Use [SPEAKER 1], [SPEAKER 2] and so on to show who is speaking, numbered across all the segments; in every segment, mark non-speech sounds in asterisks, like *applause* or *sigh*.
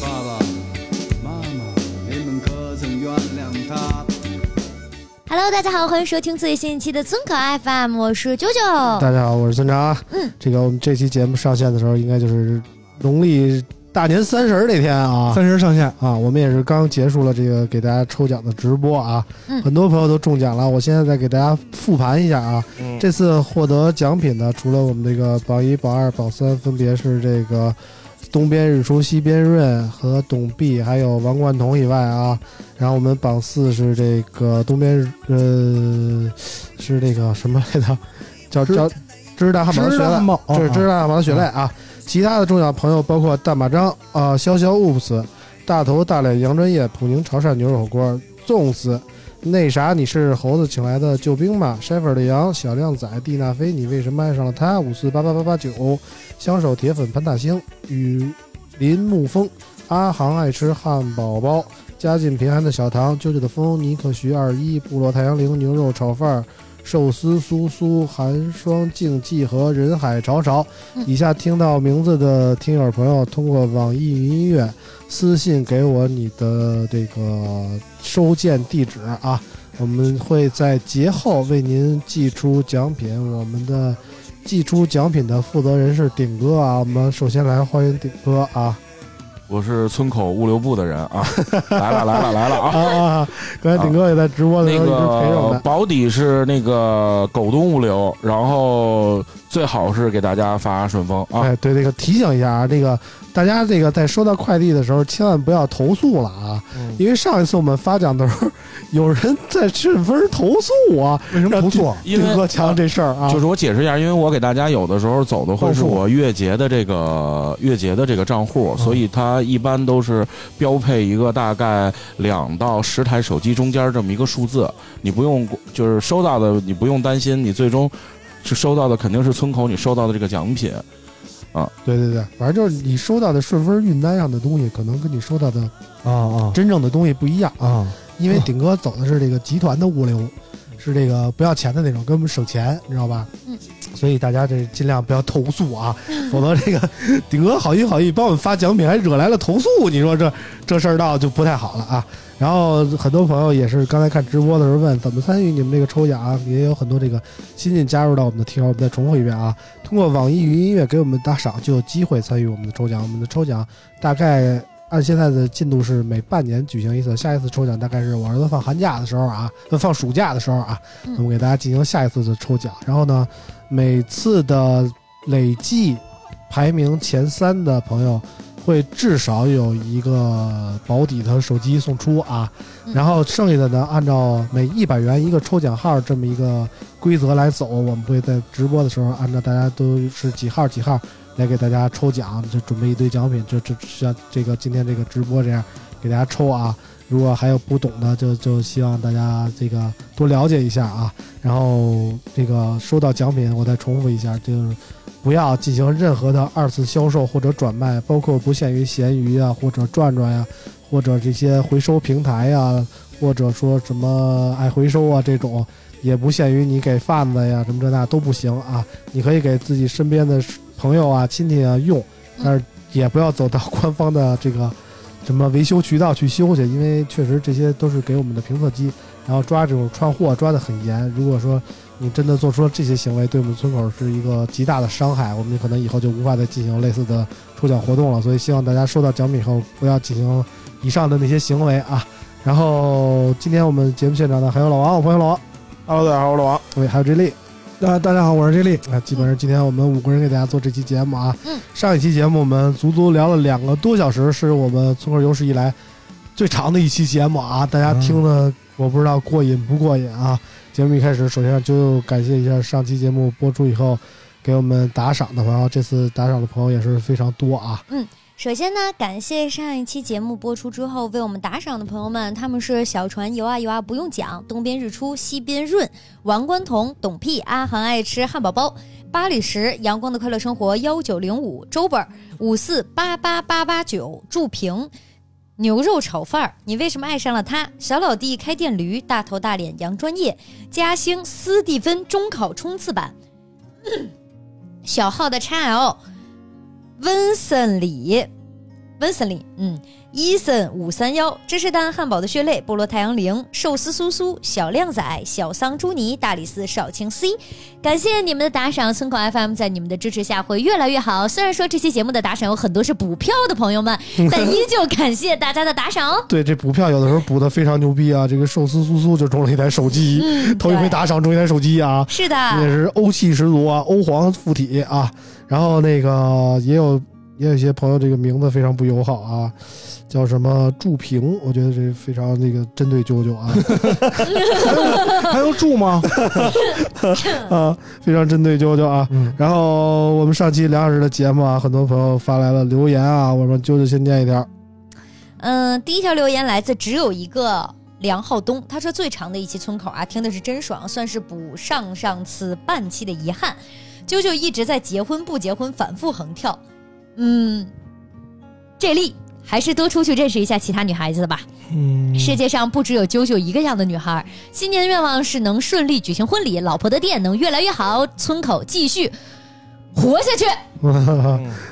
[SPEAKER 1] 爸爸妈妈，你们可曾原谅他？
[SPEAKER 2] Hello，大家好，欢迎收听最新一期的村口 FM，我是九九。
[SPEAKER 3] 大家好，我是村长。嗯，这个我们这期节目上线的时候，应该就是农历大年三十儿那天啊。
[SPEAKER 4] 三十上线，
[SPEAKER 3] 啊，我们也是刚结束了这个给大家抽奖的直播啊，
[SPEAKER 2] 嗯
[SPEAKER 3] 很多朋友都中奖了。我现在再给大家复盘一下啊，这次获得奖品呢，除了我们这个榜一、榜二、榜三，分别是这个东边日出、西边润和董必，还有王冠彤以外啊，然后我们榜四是这个东边日呃是那个什么来着，叫
[SPEAKER 4] 知
[SPEAKER 3] 叫芝士大汉堡的
[SPEAKER 4] 知
[SPEAKER 3] 雪
[SPEAKER 4] 道
[SPEAKER 3] 了。
[SPEAKER 4] 吗？
[SPEAKER 3] 这是知大马的血泪啊。其他的中奖朋友包括大马张啊、潇潇 Oops、大头大脸杨专业、普宁潮汕牛肉火锅、Zones、那啥你是猴子请来的救兵吗？筛粉的羊、小靓仔、蒂娜菲，你为什么爱上了他？五四八八八八九、相守铁粉潘大星、雨林沐风、阿航爱吃汉堡包。家境贫寒的小唐、啾啾的风、尼克徐二一、部落太阳铃、牛肉炒饭、寿司苏苏、寒霜静寂和人海潮潮。
[SPEAKER 2] 嗯
[SPEAKER 3] 以下听到名字的听友朋友，通过网易云音乐私信给我你的这个收件地址啊，我们会在节后为您寄出奖品。我们的寄出奖品的负责人是顶哥啊，我们首先来欢迎顶哥啊
[SPEAKER 5] 我是村口物流部的人
[SPEAKER 3] *laughs*
[SPEAKER 5] 啊，来了来了来了
[SPEAKER 3] 啊 *laughs*
[SPEAKER 5] 啊！
[SPEAKER 3] 啊！刚才顶哥也在直播的
[SPEAKER 5] 那
[SPEAKER 3] 时候一直陪着我
[SPEAKER 5] 个啊
[SPEAKER 3] 们。
[SPEAKER 5] 保底是那个狗东物流，然后最好是给大家发顺丰啊。
[SPEAKER 3] 哎，对，这个提醒一下啊，这个大家这个在收到快递的时候，千万不要投诉了啊，
[SPEAKER 5] 嗯
[SPEAKER 3] 因为上一次我们发奖的时候，有人在顺丰投诉啊，
[SPEAKER 4] 为什么投诉？
[SPEAKER 5] 因为
[SPEAKER 3] 丁哥强这事儿啊，
[SPEAKER 5] 就是我解释一下，因为我给大家有的时候走的会是
[SPEAKER 3] 报数
[SPEAKER 5] 我月结的这个月结的这个账户，所以它一般都是标配一个大概两到十台手机中间这么一个数字，你不用就是收到的你不用担心，你最终是收到的肯定是村口你收到的这个奖品，
[SPEAKER 3] 对对对，反正就是你收到的顺丰运单上的东西，可能跟你收到的
[SPEAKER 4] 啊啊
[SPEAKER 3] 真正的东西不一样啊，
[SPEAKER 4] 啊！
[SPEAKER 3] 因为顶哥走的是这个集团的物流，是这个不要钱的那种，跟我们省钱，你知道吧？
[SPEAKER 2] 嗯，
[SPEAKER 3] 所以大家这尽量不要投诉啊，否则这个顶哥好心好意帮我们发奖品，还惹来了投诉，你说这这事儿闹就不太好了啊。然后很多朋友也是刚才看直播的时候问怎么参与你们这个抽奖、啊，也有很多这个新进加入到我们的听友，我们再重复一遍啊，通过网易云音乐给我们打赏就有机会参与我们的抽奖，我们的抽奖大概按现在的进度是每半年举行一次，下一次抽奖大概是我儿子放寒假的时候啊，呃放暑假的时候啊，
[SPEAKER 2] 嗯
[SPEAKER 3] 我们给大家进行下一次的抽奖。然后呢，每次的累计排名前三的朋友会至少有一个保底的手机送出啊，
[SPEAKER 2] 嗯
[SPEAKER 3] 然后剩下的呢，按照每一百元一个抽奖号这么一个规则来走，我们会在直播的时候按照大家都是几号几号来给大家抽奖，就准备一堆奖品，就就就像这个今天这个直播这样给大家抽啊。如果还有不懂的，就就希望大家这个多了解一下啊。然后这个收到奖品，我再重复一下，就是不要进行任何的二次销售或者转卖，包括不限于闲鱼啊，或者转转呀、或者这些回收平台呀、或者说什么爱回收啊这种，也不限于你给贩子呀什么这那都不行啊。你可以给自己身边的朋友啊、亲戚啊用，但是也不要走到官方的这个什么维修渠道去修去，因为确实这些都是给我们的评测机，然后抓这种串货抓得很严。如果说你真的做出了这些行为，对我们村口是一个极大的伤害，我们可能以后就无法再进行类似的抽奖活动了。所以希望大家收到奖品以后不要进行以上的那些行为啊。然后今天我们节目现场呢，还有老王，我朋友老王，
[SPEAKER 5] Hello，大家好，我是老王。
[SPEAKER 3] 对，还有 J 莉。啊，大家好，我是 J 莉。啊，基本上今天我们五个人给大家做这期节目啊。
[SPEAKER 2] 嗯。
[SPEAKER 3] 上一期节目我们足足聊了两个多小时，是我们村口有史以来最长的一期节目啊。大家听的我不知道过瘾不过瘾啊。节目一开始，首先就感谢一下上期节目播出以后给我们打赏的朋友，这次打赏的朋友也是非常多啊。
[SPEAKER 2] 首先呢，感谢上一期节目播出之后为我们打赏的朋友们，他们是小船游啊游啊不用讲，东边日出西边润，王冠彤、董屁、阿航爱吃汉堡包、八里石、阳光的快乐生活幺九零五、周本五四八八八八九、祝平。牛肉炒饭儿，你为什么爱上了他？小老弟开电驴，大头大脸杨专业，嘉兴斯蒂芬中考冲刺版，小号的 XL，温森里，温森里，嗯，伊森五三幺，芝士蛋汉堡的血泪，菠萝太阳铃，寿司苏苏，小靓仔，小桑朱尼，大理寺少卿 C，感谢你们的打赏，村口 FM 在你们的支持下会越来越好。虽然说这期节目的打赏有很多是补票的朋
[SPEAKER 3] *laughs*
[SPEAKER 2] 友们，但依旧感谢大家的打赏哦。
[SPEAKER 3] 对，这补票有的时候补的非常牛逼啊！这个寿司苏苏就中了一台手机，
[SPEAKER 2] 嗯，
[SPEAKER 3] *laughs* 头一回
[SPEAKER 2] 对
[SPEAKER 3] 打赏中一台手机啊。
[SPEAKER 2] 是
[SPEAKER 3] 也
[SPEAKER 2] 的，
[SPEAKER 3] 是欧气十足啊，欧皇附体啊。然后那个也有也有一些朋友这个名字非常不友好啊，叫什么祝平，我觉得这非常那个针对啾啾啊，还用祝吗？啊，非常针对啾啾啊。
[SPEAKER 4] 嗯，
[SPEAKER 3] 然后我们上期两小时的节目啊，很多朋友发来了留言啊，我们啾啾先念一条，
[SPEAKER 2] 嗯，第一条留言来自只有一个梁浩东，他说最长的一期村口啊，听的是真爽，算是补上上次半期的遗憾。啾啾一直在结婚不结婚反复横跳，嗯，这力还是多出去认识一下其他女孩子吧。
[SPEAKER 4] 嗯，
[SPEAKER 2] 世界上不只有啾啾一个样的女孩儿。新年愿望是能顺利举行婚礼，老婆的店能越来越好，村口继续活下去。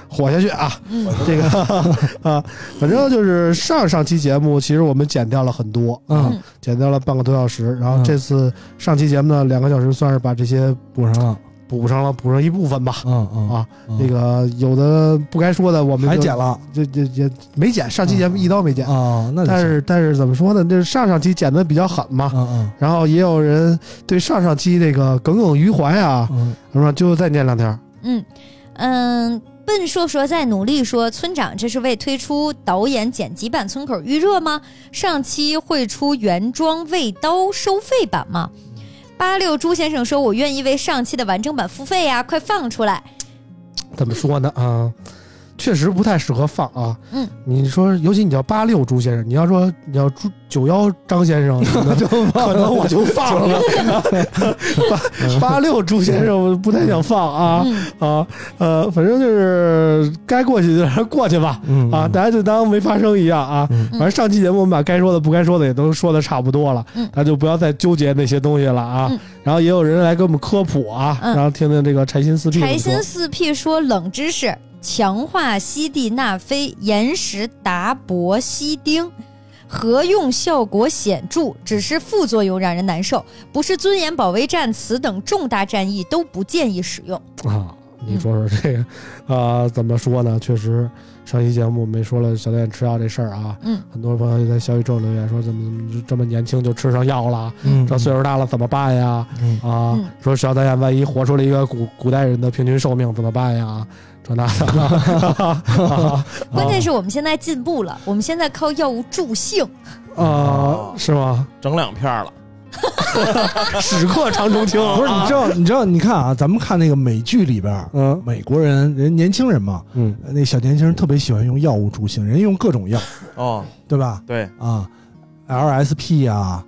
[SPEAKER 3] 火下去啊。
[SPEAKER 2] 嗯，
[SPEAKER 3] 这个 *laughs* 啊，反正就是上上期节目，其实我们剪掉了很多啊，
[SPEAKER 2] 嗯
[SPEAKER 3] 剪掉了半个多小时。然后
[SPEAKER 4] 嗯
[SPEAKER 3] 这次上期节目呢，两个小时算是把这些
[SPEAKER 4] 补上了，
[SPEAKER 3] 补上了，补上一部分吧。
[SPEAKER 4] 嗯嗯
[SPEAKER 3] 啊，
[SPEAKER 4] 嗯
[SPEAKER 3] 那个有的不该说的，我们
[SPEAKER 4] 还
[SPEAKER 3] 就
[SPEAKER 4] 减了
[SPEAKER 3] 这这也没剪。上期节目一刀没剪，
[SPEAKER 4] 啊，那就
[SPEAKER 3] 但
[SPEAKER 4] 行
[SPEAKER 3] 是但是怎么说呢？这上上期剪的比较狠嘛。
[SPEAKER 4] 嗯
[SPEAKER 3] 然后也有人对上上期这个耿耿于怀啊，
[SPEAKER 4] 嗯
[SPEAKER 3] 是吧？就再念两条。
[SPEAKER 2] 嗯嗯，笨硕硕在努力说，村长这是为推出导演剪辑版村口预热吗？上期会出原装未刀收费版吗？八六朱先生说：“我愿意为上期的完整版付费呀、快放出来！
[SPEAKER 3] 怎么说呢啊？确实不太适合放啊。
[SPEAKER 2] 嗯，
[SPEAKER 3] 你说，尤其你叫八六朱先生，你要说你要朱九幺张先生，那可能我就放了。八八六朱先生我不太想放啊
[SPEAKER 2] 嗯，
[SPEAKER 3] 啊呃，反正就是该过去就让它过去吧。
[SPEAKER 4] 嗯
[SPEAKER 3] 啊，大家就当没发生一样啊。
[SPEAKER 4] 嗯
[SPEAKER 3] 反正上期节目我们把该说的、不该说的也都说的差不多了，
[SPEAKER 2] 嗯
[SPEAKER 3] 大家就不要再纠结那些东西了啊。
[SPEAKER 2] 嗯
[SPEAKER 3] 然后也有人来给我们科普啊，
[SPEAKER 2] 嗯
[SPEAKER 3] 然后听听这个柴心四壁怎
[SPEAKER 2] 柴
[SPEAKER 3] 么说。
[SPEAKER 2] 心四屁说冷知识：强化西地那非、岩石达伯西丁，合用效果显著，只是副作用让人难受，不是尊严保卫战此等重大战役都不建议使用。
[SPEAKER 3] 啊，你说说这个，啊、怎么说呢？确实，上期节目我们也说了小导演吃药这事儿啊，
[SPEAKER 2] 嗯，
[SPEAKER 3] 很多朋友就在小宇宙留言说，怎么怎么就这么年轻就吃上药了？
[SPEAKER 4] 嗯，
[SPEAKER 3] 这岁数大了怎么办呀？
[SPEAKER 4] 嗯
[SPEAKER 3] 啊，
[SPEAKER 2] 嗯
[SPEAKER 3] 说小导演万一活出了一个古古代人的平均寿命怎么办呀？这那的，
[SPEAKER 2] 关键是我们现在进步了，我们现在靠药物助兴，
[SPEAKER 3] 啊，是吗？
[SPEAKER 6] 整两片儿了。
[SPEAKER 3] 史克常重青，
[SPEAKER 4] 不是你知道你知道你看啊，咱们看那个美剧里边儿，
[SPEAKER 3] 嗯
[SPEAKER 4] 美国人人年轻人嘛，
[SPEAKER 3] 嗯，
[SPEAKER 4] 呃那小年轻人特别喜欢用药物助兴，人家用各种药，
[SPEAKER 6] 哦，
[SPEAKER 4] 对吧？
[SPEAKER 6] 对，
[SPEAKER 4] 啊，LSP 啊，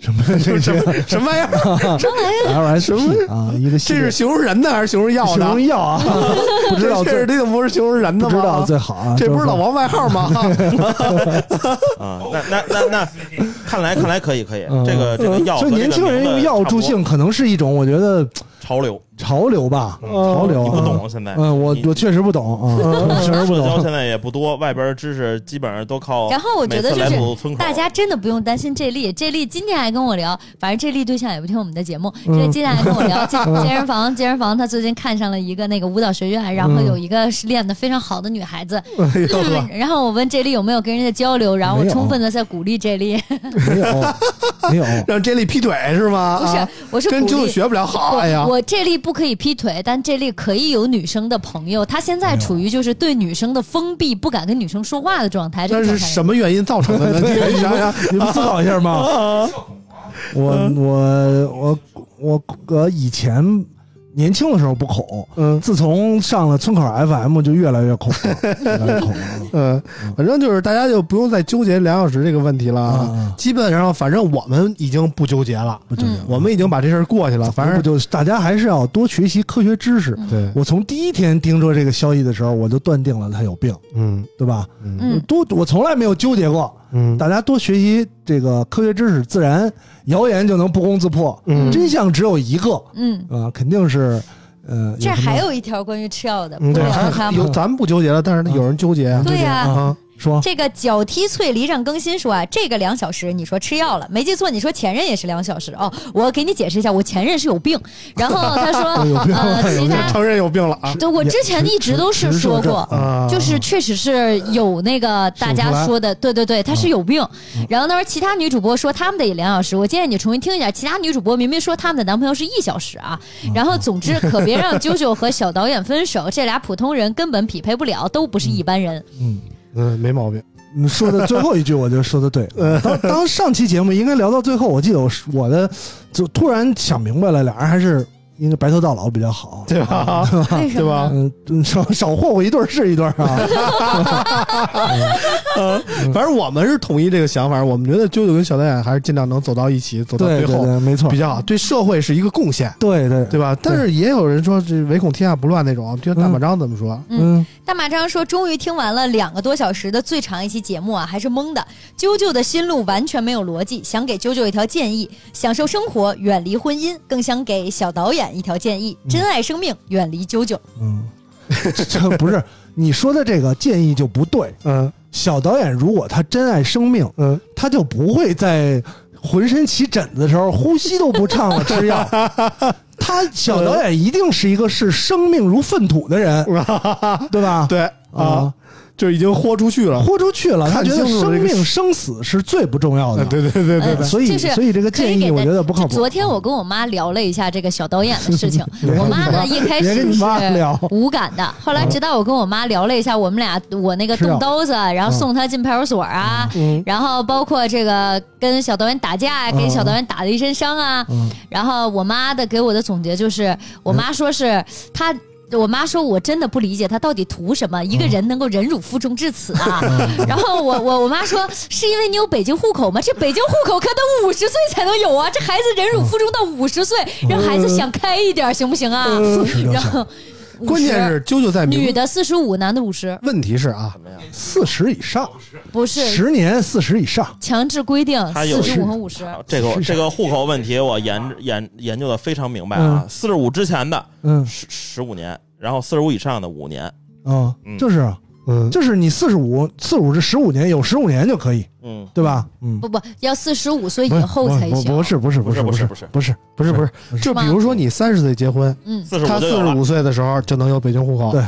[SPEAKER 4] 什么这些
[SPEAKER 3] 什么玩意儿？
[SPEAKER 4] LSP 啊，一个系
[SPEAKER 3] 这
[SPEAKER 4] 列
[SPEAKER 3] 是形容人的还是形容药
[SPEAKER 4] 形
[SPEAKER 3] 的
[SPEAKER 4] 容？药啊，不知道
[SPEAKER 3] 这是
[SPEAKER 4] 最
[SPEAKER 3] 这个不是形容人的
[SPEAKER 4] 不
[SPEAKER 3] 吗？
[SPEAKER 4] 知道最好啊，
[SPEAKER 3] 这不是老
[SPEAKER 4] 王
[SPEAKER 3] 王外号吗？
[SPEAKER 6] 啊，那那那那，看来看来可以可以
[SPEAKER 4] 嗯，
[SPEAKER 6] 这个这个药，
[SPEAKER 4] 所以年轻人用药助，兴可能是一种我觉得
[SPEAKER 6] 潮流
[SPEAKER 4] 潮流吧，
[SPEAKER 6] 嗯
[SPEAKER 4] 潮流
[SPEAKER 6] 你不
[SPEAKER 4] 啊。
[SPEAKER 6] 懂现在，
[SPEAKER 4] 嗯，我
[SPEAKER 6] 你
[SPEAKER 4] 我确实不懂啊，我确实不
[SPEAKER 6] 社交
[SPEAKER 4] 懂。
[SPEAKER 6] 现在也不多，外边知识基本上都靠
[SPEAKER 2] 然后我觉
[SPEAKER 6] 每
[SPEAKER 2] 得
[SPEAKER 6] 次
[SPEAKER 2] 就
[SPEAKER 6] 来
[SPEAKER 2] 是
[SPEAKER 6] 浦村口，
[SPEAKER 2] 大家真的不用担心这丽，这丽今天还跟我聊，反正这丽对象也不听我们的节目，
[SPEAKER 3] 嗯
[SPEAKER 2] 这丽今天还跟我
[SPEAKER 3] *laughs*
[SPEAKER 2] 聊健健身房，健身房她最近看上了一个那个舞蹈学院，然后有一个是练得非常好的女
[SPEAKER 3] *laughs*
[SPEAKER 2] 孩子，
[SPEAKER 4] 哎呦
[SPEAKER 2] 嗯然后我问这丽有没有跟人家交流，然后我
[SPEAKER 3] 啊
[SPEAKER 4] 没有
[SPEAKER 2] 充分的在鼓励
[SPEAKER 3] *laughs*
[SPEAKER 2] 这丽，
[SPEAKER 4] 没有，没有，
[SPEAKER 3] 让 Jelly 劈腿是吗？
[SPEAKER 2] 不
[SPEAKER 3] 啊
[SPEAKER 2] 是，我是
[SPEAKER 3] 跟
[SPEAKER 2] 鼓
[SPEAKER 3] 舅
[SPEAKER 2] 励。
[SPEAKER 3] 学不了好，哎呀
[SPEAKER 2] 我，我这丽不可以劈腿，但这丽可以有女生的朋友。她现在处于就是对女生的封闭，不敢跟女生说话的状态。这
[SPEAKER 3] 那是
[SPEAKER 2] 个状态
[SPEAKER 3] 什么原因造成的呢？你想想，
[SPEAKER 4] 你们思考一下嘛。我我我我我以前年轻的时候不恐，
[SPEAKER 3] 嗯
[SPEAKER 4] 自从上了村口 FM 就越来越恐了，越来越恐了。
[SPEAKER 3] 嗯，反正就是大家就不用再纠结两小时这个问题了 *laughs* 啊。
[SPEAKER 4] 啊，
[SPEAKER 3] 基本上，反正我们已经不纠结了，
[SPEAKER 4] 不纠结
[SPEAKER 2] 嗯
[SPEAKER 4] 了，
[SPEAKER 3] 我们已经把这事儿过去了。反
[SPEAKER 4] 不
[SPEAKER 3] 正
[SPEAKER 4] 就是大家还是要多学习科学知识。
[SPEAKER 3] 对，
[SPEAKER 4] 我从第一天听说这个消息的时候，我就断定了他有病，
[SPEAKER 3] 嗯
[SPEAKER 4] 对吧？
[SPEAKER 2] 嗯，
[SPEAKER 4] 多我从来没有纠结过，
[SPEAKER 3] 嗯
[SPEAKER 4] 大家多学习这个科学知识，自然谣言就能不攻自破。
[SPEAKER 3] 嗯
[SPEAKER 4] 真相只有一个啊、
[SPEAKER 2] 嗯，
[SPEAKER 4] 肯定是呃，
[SPEAKER 2] 这
[SPEAKER 4] 什么
[SPEAKER 2] 还有一条关于吃药的，
[SPEAKER 3] 嗯，
[SPEAKER 2] 不
[SPEAKER 3] 对，
[SPEAKER 2] 聊
[SPEAKER 3] 还
[SPEAKER 2] 它
[SPEAKER 3] 有
[SPEAKER 2] 吗？
[SPEAKER 3] 咱们不纠结了，但是有人纠结啊。
[SPEAKER 2] 对呀、
[SPEAKER 3] 啊，
[SPEAKER 4] 说
[SPEAKER 2] 这个脚踢脆梨让更新说啊，这个两小时，你说吃药了，没记错，你说前任也是两小时哦。我给你解释一下，我前任是有病。然后
[SPEAKER 3] *laughs*
[SPEAKER 2] 他说，呃，其他
[SPEAKER 3] 承认哦有病了啊
[SPEAKER 2] 对我之前一直都是说过，
[SPEAKER 3] 啊，
[SPEAKER 2] 就是确实是有那个大家说的，对对对，
[SPEAKER 3] 嗯
[SPEAKER 2] 她是有病。然后他说其他女主播说他们的也两小时，我建议你重新听一下，其他女主播明明说他们的男朋友是一小时啊。
[SPEAKER 3] 嗯
[SPEAKER 2] 然后总之可别让啾啾和小导演分手，这俩普通人根本匹配不了，都不是一般人。
[SPEAKER 4] 嗯，
[SPEAKER 3] 嗯，没毛病。
[SPEAKER 4] 你说的最后一句，我就说的 *laughs* 对。当当上期节目应该聊到最后，我记得我是我的就突然想明白了，俩人还是应该白头到老比较好。
[SPEAKER 3] 对吧？
[SPEAKER 2] 为什
[SPEAKER 3] 对吧
[SPEAKER 2] 么呢？
[SPEAKER 4] 嗯，少少霍霍一对儿是一对儿啊。
[SPEAKER 3] 反正我们是统一这个想法，我们觉得啾啾跟小导演还是尽量能走到一起，走到
[SPEAKER 4] *laughs* 对
[SPEAKER 3] 最
[SPEAKER 4] 对
[SPEAKER 3] 后
[SPEAKER 4] 对，没错
[SPEAKER 3] 比。较好，对社会是一个贡献，
[SPEAKER 4] 对对
[SPEAKER 3] 对吧？但是也有人说这唯恐天下不乱那种，就像大马章怎么说？
[SPEAKER 4] 嗯，
[SPEAKER 2] 大马章说：“终于听完了两个多小时的最长一期节目啊，还是懵的。啾啾的心路完全没有逻辑，想给啾啾一条建议：享受生活，远离婚姻，更想给小导演一条建议：珍爱生命，远离啾啾。
[SPEAKER 4] 嗯，这嗯 *laughs* 不是你说的这个建议就不对。
[SPEAKER 3] 嗯
[SPEAKER 4] 小导演如果他珍爱生命，
[SPEAKER 3] 嗯，
[SPEAKER 4] 他就不会在浑身起疹子的时候呼吸都不畅了
[SPEAKER 3] *laughs*
[SPEAKER 4] 吃药。他小导演一定是一个视生命如粪土
[SPEAKER 3] *laughs*
[SPEAKER 4] 的人，对吧？
[SPEAKER 3] 对啊
[SPEAKER 4] 啊，，
[SPEAKER 3] 就已经豁出去了。
[SPEAKER 4] 豁出去了，他
[SPEAKER 3] 看
[SPEAKER 4] 觉
[SPEAKER 3] 清
[SPEAKER 4] 得
[SPEAKER 3] 楚
[SPEAKER 4] 生
[SPEAKER 3] 这个
[SPEAKER 4] 命生死是最不重要的。
[SPEAKER 3] 对对对对
[SPEAKER 2] 对
[SPEAKER 4] 所以
[SPEAKER 2] 就是
[SPEAKER 4] 所以这个
[SPEAKER 2] 可以
[SPEAKER 4] 建
[SPEAKER 2] 给
[SPEAKER 4] 议我
[SPEAKER 2] 大
[SPEAKER 4] 觉得不靠谱。
[SPEAKER 2] 昨天我跟我妈聊了一下这个小导演的
[SPEAKER 4] *laughs*
[SPEAKER 2] 事情，
[SPEAKER 4] 别
[SPEAKER 2] 我妈呢一开
[SPEAKER 4] 别跟
[SPEAKER 2] 始
[SPEAKER 4] 你妈
[SPEAKER 2] 是
[SPEAKER 4] 聊
[SPEAKER 2] 无感的，后来直到我跟我妈聊了一下，我们俩我那个
[SPEAKER 4] 吃药
[SPEAKER 2] 动刀子，然后送她进派出所啊，
[SPEAKER 3] 嗯
[SPEAKER 2] 然后包括这个跟小导演打架，啊给
[SPEAKER 4] 嗯
[SPEAKER 2] 小导演打了一身伤啊。
[SPEAKER 4] 嗯
[SPEAKER 2] 然后我妈的给我的总结就是，我妈说是她。我妈说：“我真的不理解她到底图什么，一个人能够忍辱负重至此啊！”然后我我我妈说：“是因为你有北京户口吗？这北京户口可得五十岁才能有啊！这孩子忍辱负重到五十岁，让孩子想开一点行不行啊？” *laughs*
[SPEAKER 4] 十就
[SPEAKER 2] 然后50
[SPEAKER 3] 关键是啾啾在明
[SPEAKER 2] 女的四十五，男的五十，
[SPEAKER 3] 问题是啊，
[SPEAKER 4] 四十以上，
[SPEAKER 2] 不是
[SPEAKER 4] 十年四十以上，
[SPEAKER 2] 强制规定
[SPEAKER 6] 他有
[SPEAKER 2] 四十五和五十。
[SPEAKER 6] *laughs* 这个
[SPEAKER 4] 是啥
[SPEAKER 6] 这个户口问题，我研研研究的非常明白啊。四十五之前的
[SPEAKER 4] 嗯
[SPEAKER 6] 十十五年，然后四十五以上的五年，
[SPEAKER 4] 啊
[SPEAKER 6] 嗯，
[SPEAKER 4] 就是啊
[SPEAKER 3] 嗯，
[SPEAKER 4] 就是你四十五，四五是十五年，有十五年就可以，
[SPEAKER 6] 嗯，
[SPEAKER 4] 对吧？嗯，
[SPEAKER 2] 不不要四十五岁以
[SPEAKER 4] 不是
[SPEAKER 2] 后
[SPEAKER 4] 不
[SPEAKER 2] 才
[SPEAKER 4] 不
[SPEAKER 2] 行。
[SPEAKER 4] 不是不是不是
[SPEAKER 6] 不是
[SPEAKER 4] 是不
[SPEAKER 6] 不是
[SPEAKER 4] 不是
[SPEAKER 3] 不是不是，就比如说你三十岁结婚，
[SPEAKER 2] 嗯，
[SPEAKER 6] 四十
[SPEAKER 3] 他
[SPEAKER 6] 五就
[SPEAKER 3] 四
[SPEAKER 6] 有
[SPEAKER 3] 十
[SPEAKER 6] 了。
[SPEAKER 3] 五岁的时候就能有北京户口，
[SPEAKER 4] 对，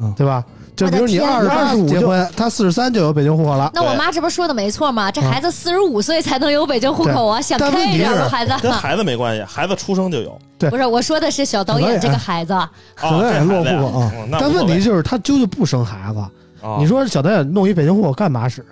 [SPEAKER 4] 嗯
[SPEAKER 3] 对吧？就
[SPEAKER 2] 我
[SPEAKER 3] 比
[SPEAKER 2] 的
[SPEAKER 3] 如你
[SPEAKER 2] 天
[SPEAKER 3] 二
[SPEAKER 2] 哪
[SPEAKER 3] 二十五结婚，他四十三就有北京户口了。
[SPEAKER 2] 那我妈这不是说的没错吗？这孩子四十五岁才能有北京户口啊，想
[SPEAKER 3] 但
[SPEAKER 2] 开
[SPEAKER 3] 问
[SPEAKER 2] 一
[SPEAKER 3] 题
[SPEAKER 2] 点
[SPEAKER 3] 是
[SPEAKER 2] 吧，孩子。
[SPEAKER 6] 跟孩子没关系，孩子出生就有。
[SPEAKER 3] 对
[SPEAKER 2] 不是，我说的是小导演
[SPEAKER 4] 小导演
[SPEAKER 2] 这个孩子，
[SPEAKER 6] 啊，
[SPEAKER 4] 小
[SPEAKER 6] 这
[SPEAKER 4] 导演
[SPEAKER 6] 孩子
[SPEAKER 4] 落户
[SPEAKER 6] 呀
[SPEAKER 4] 口啊
[SPEAKER 6] 嗯那
[SPEAKER 3] 但
[SPEAKER 6] 无所
[SPEAKER 3] 问
[SPEAKER 6] 谓
[SPEAKER 3] 题就是他究竟不生孩子，
[SPEAKER 6] 啊
[SPEAKER 3] 你说小导演弄一北京户口干嘛使？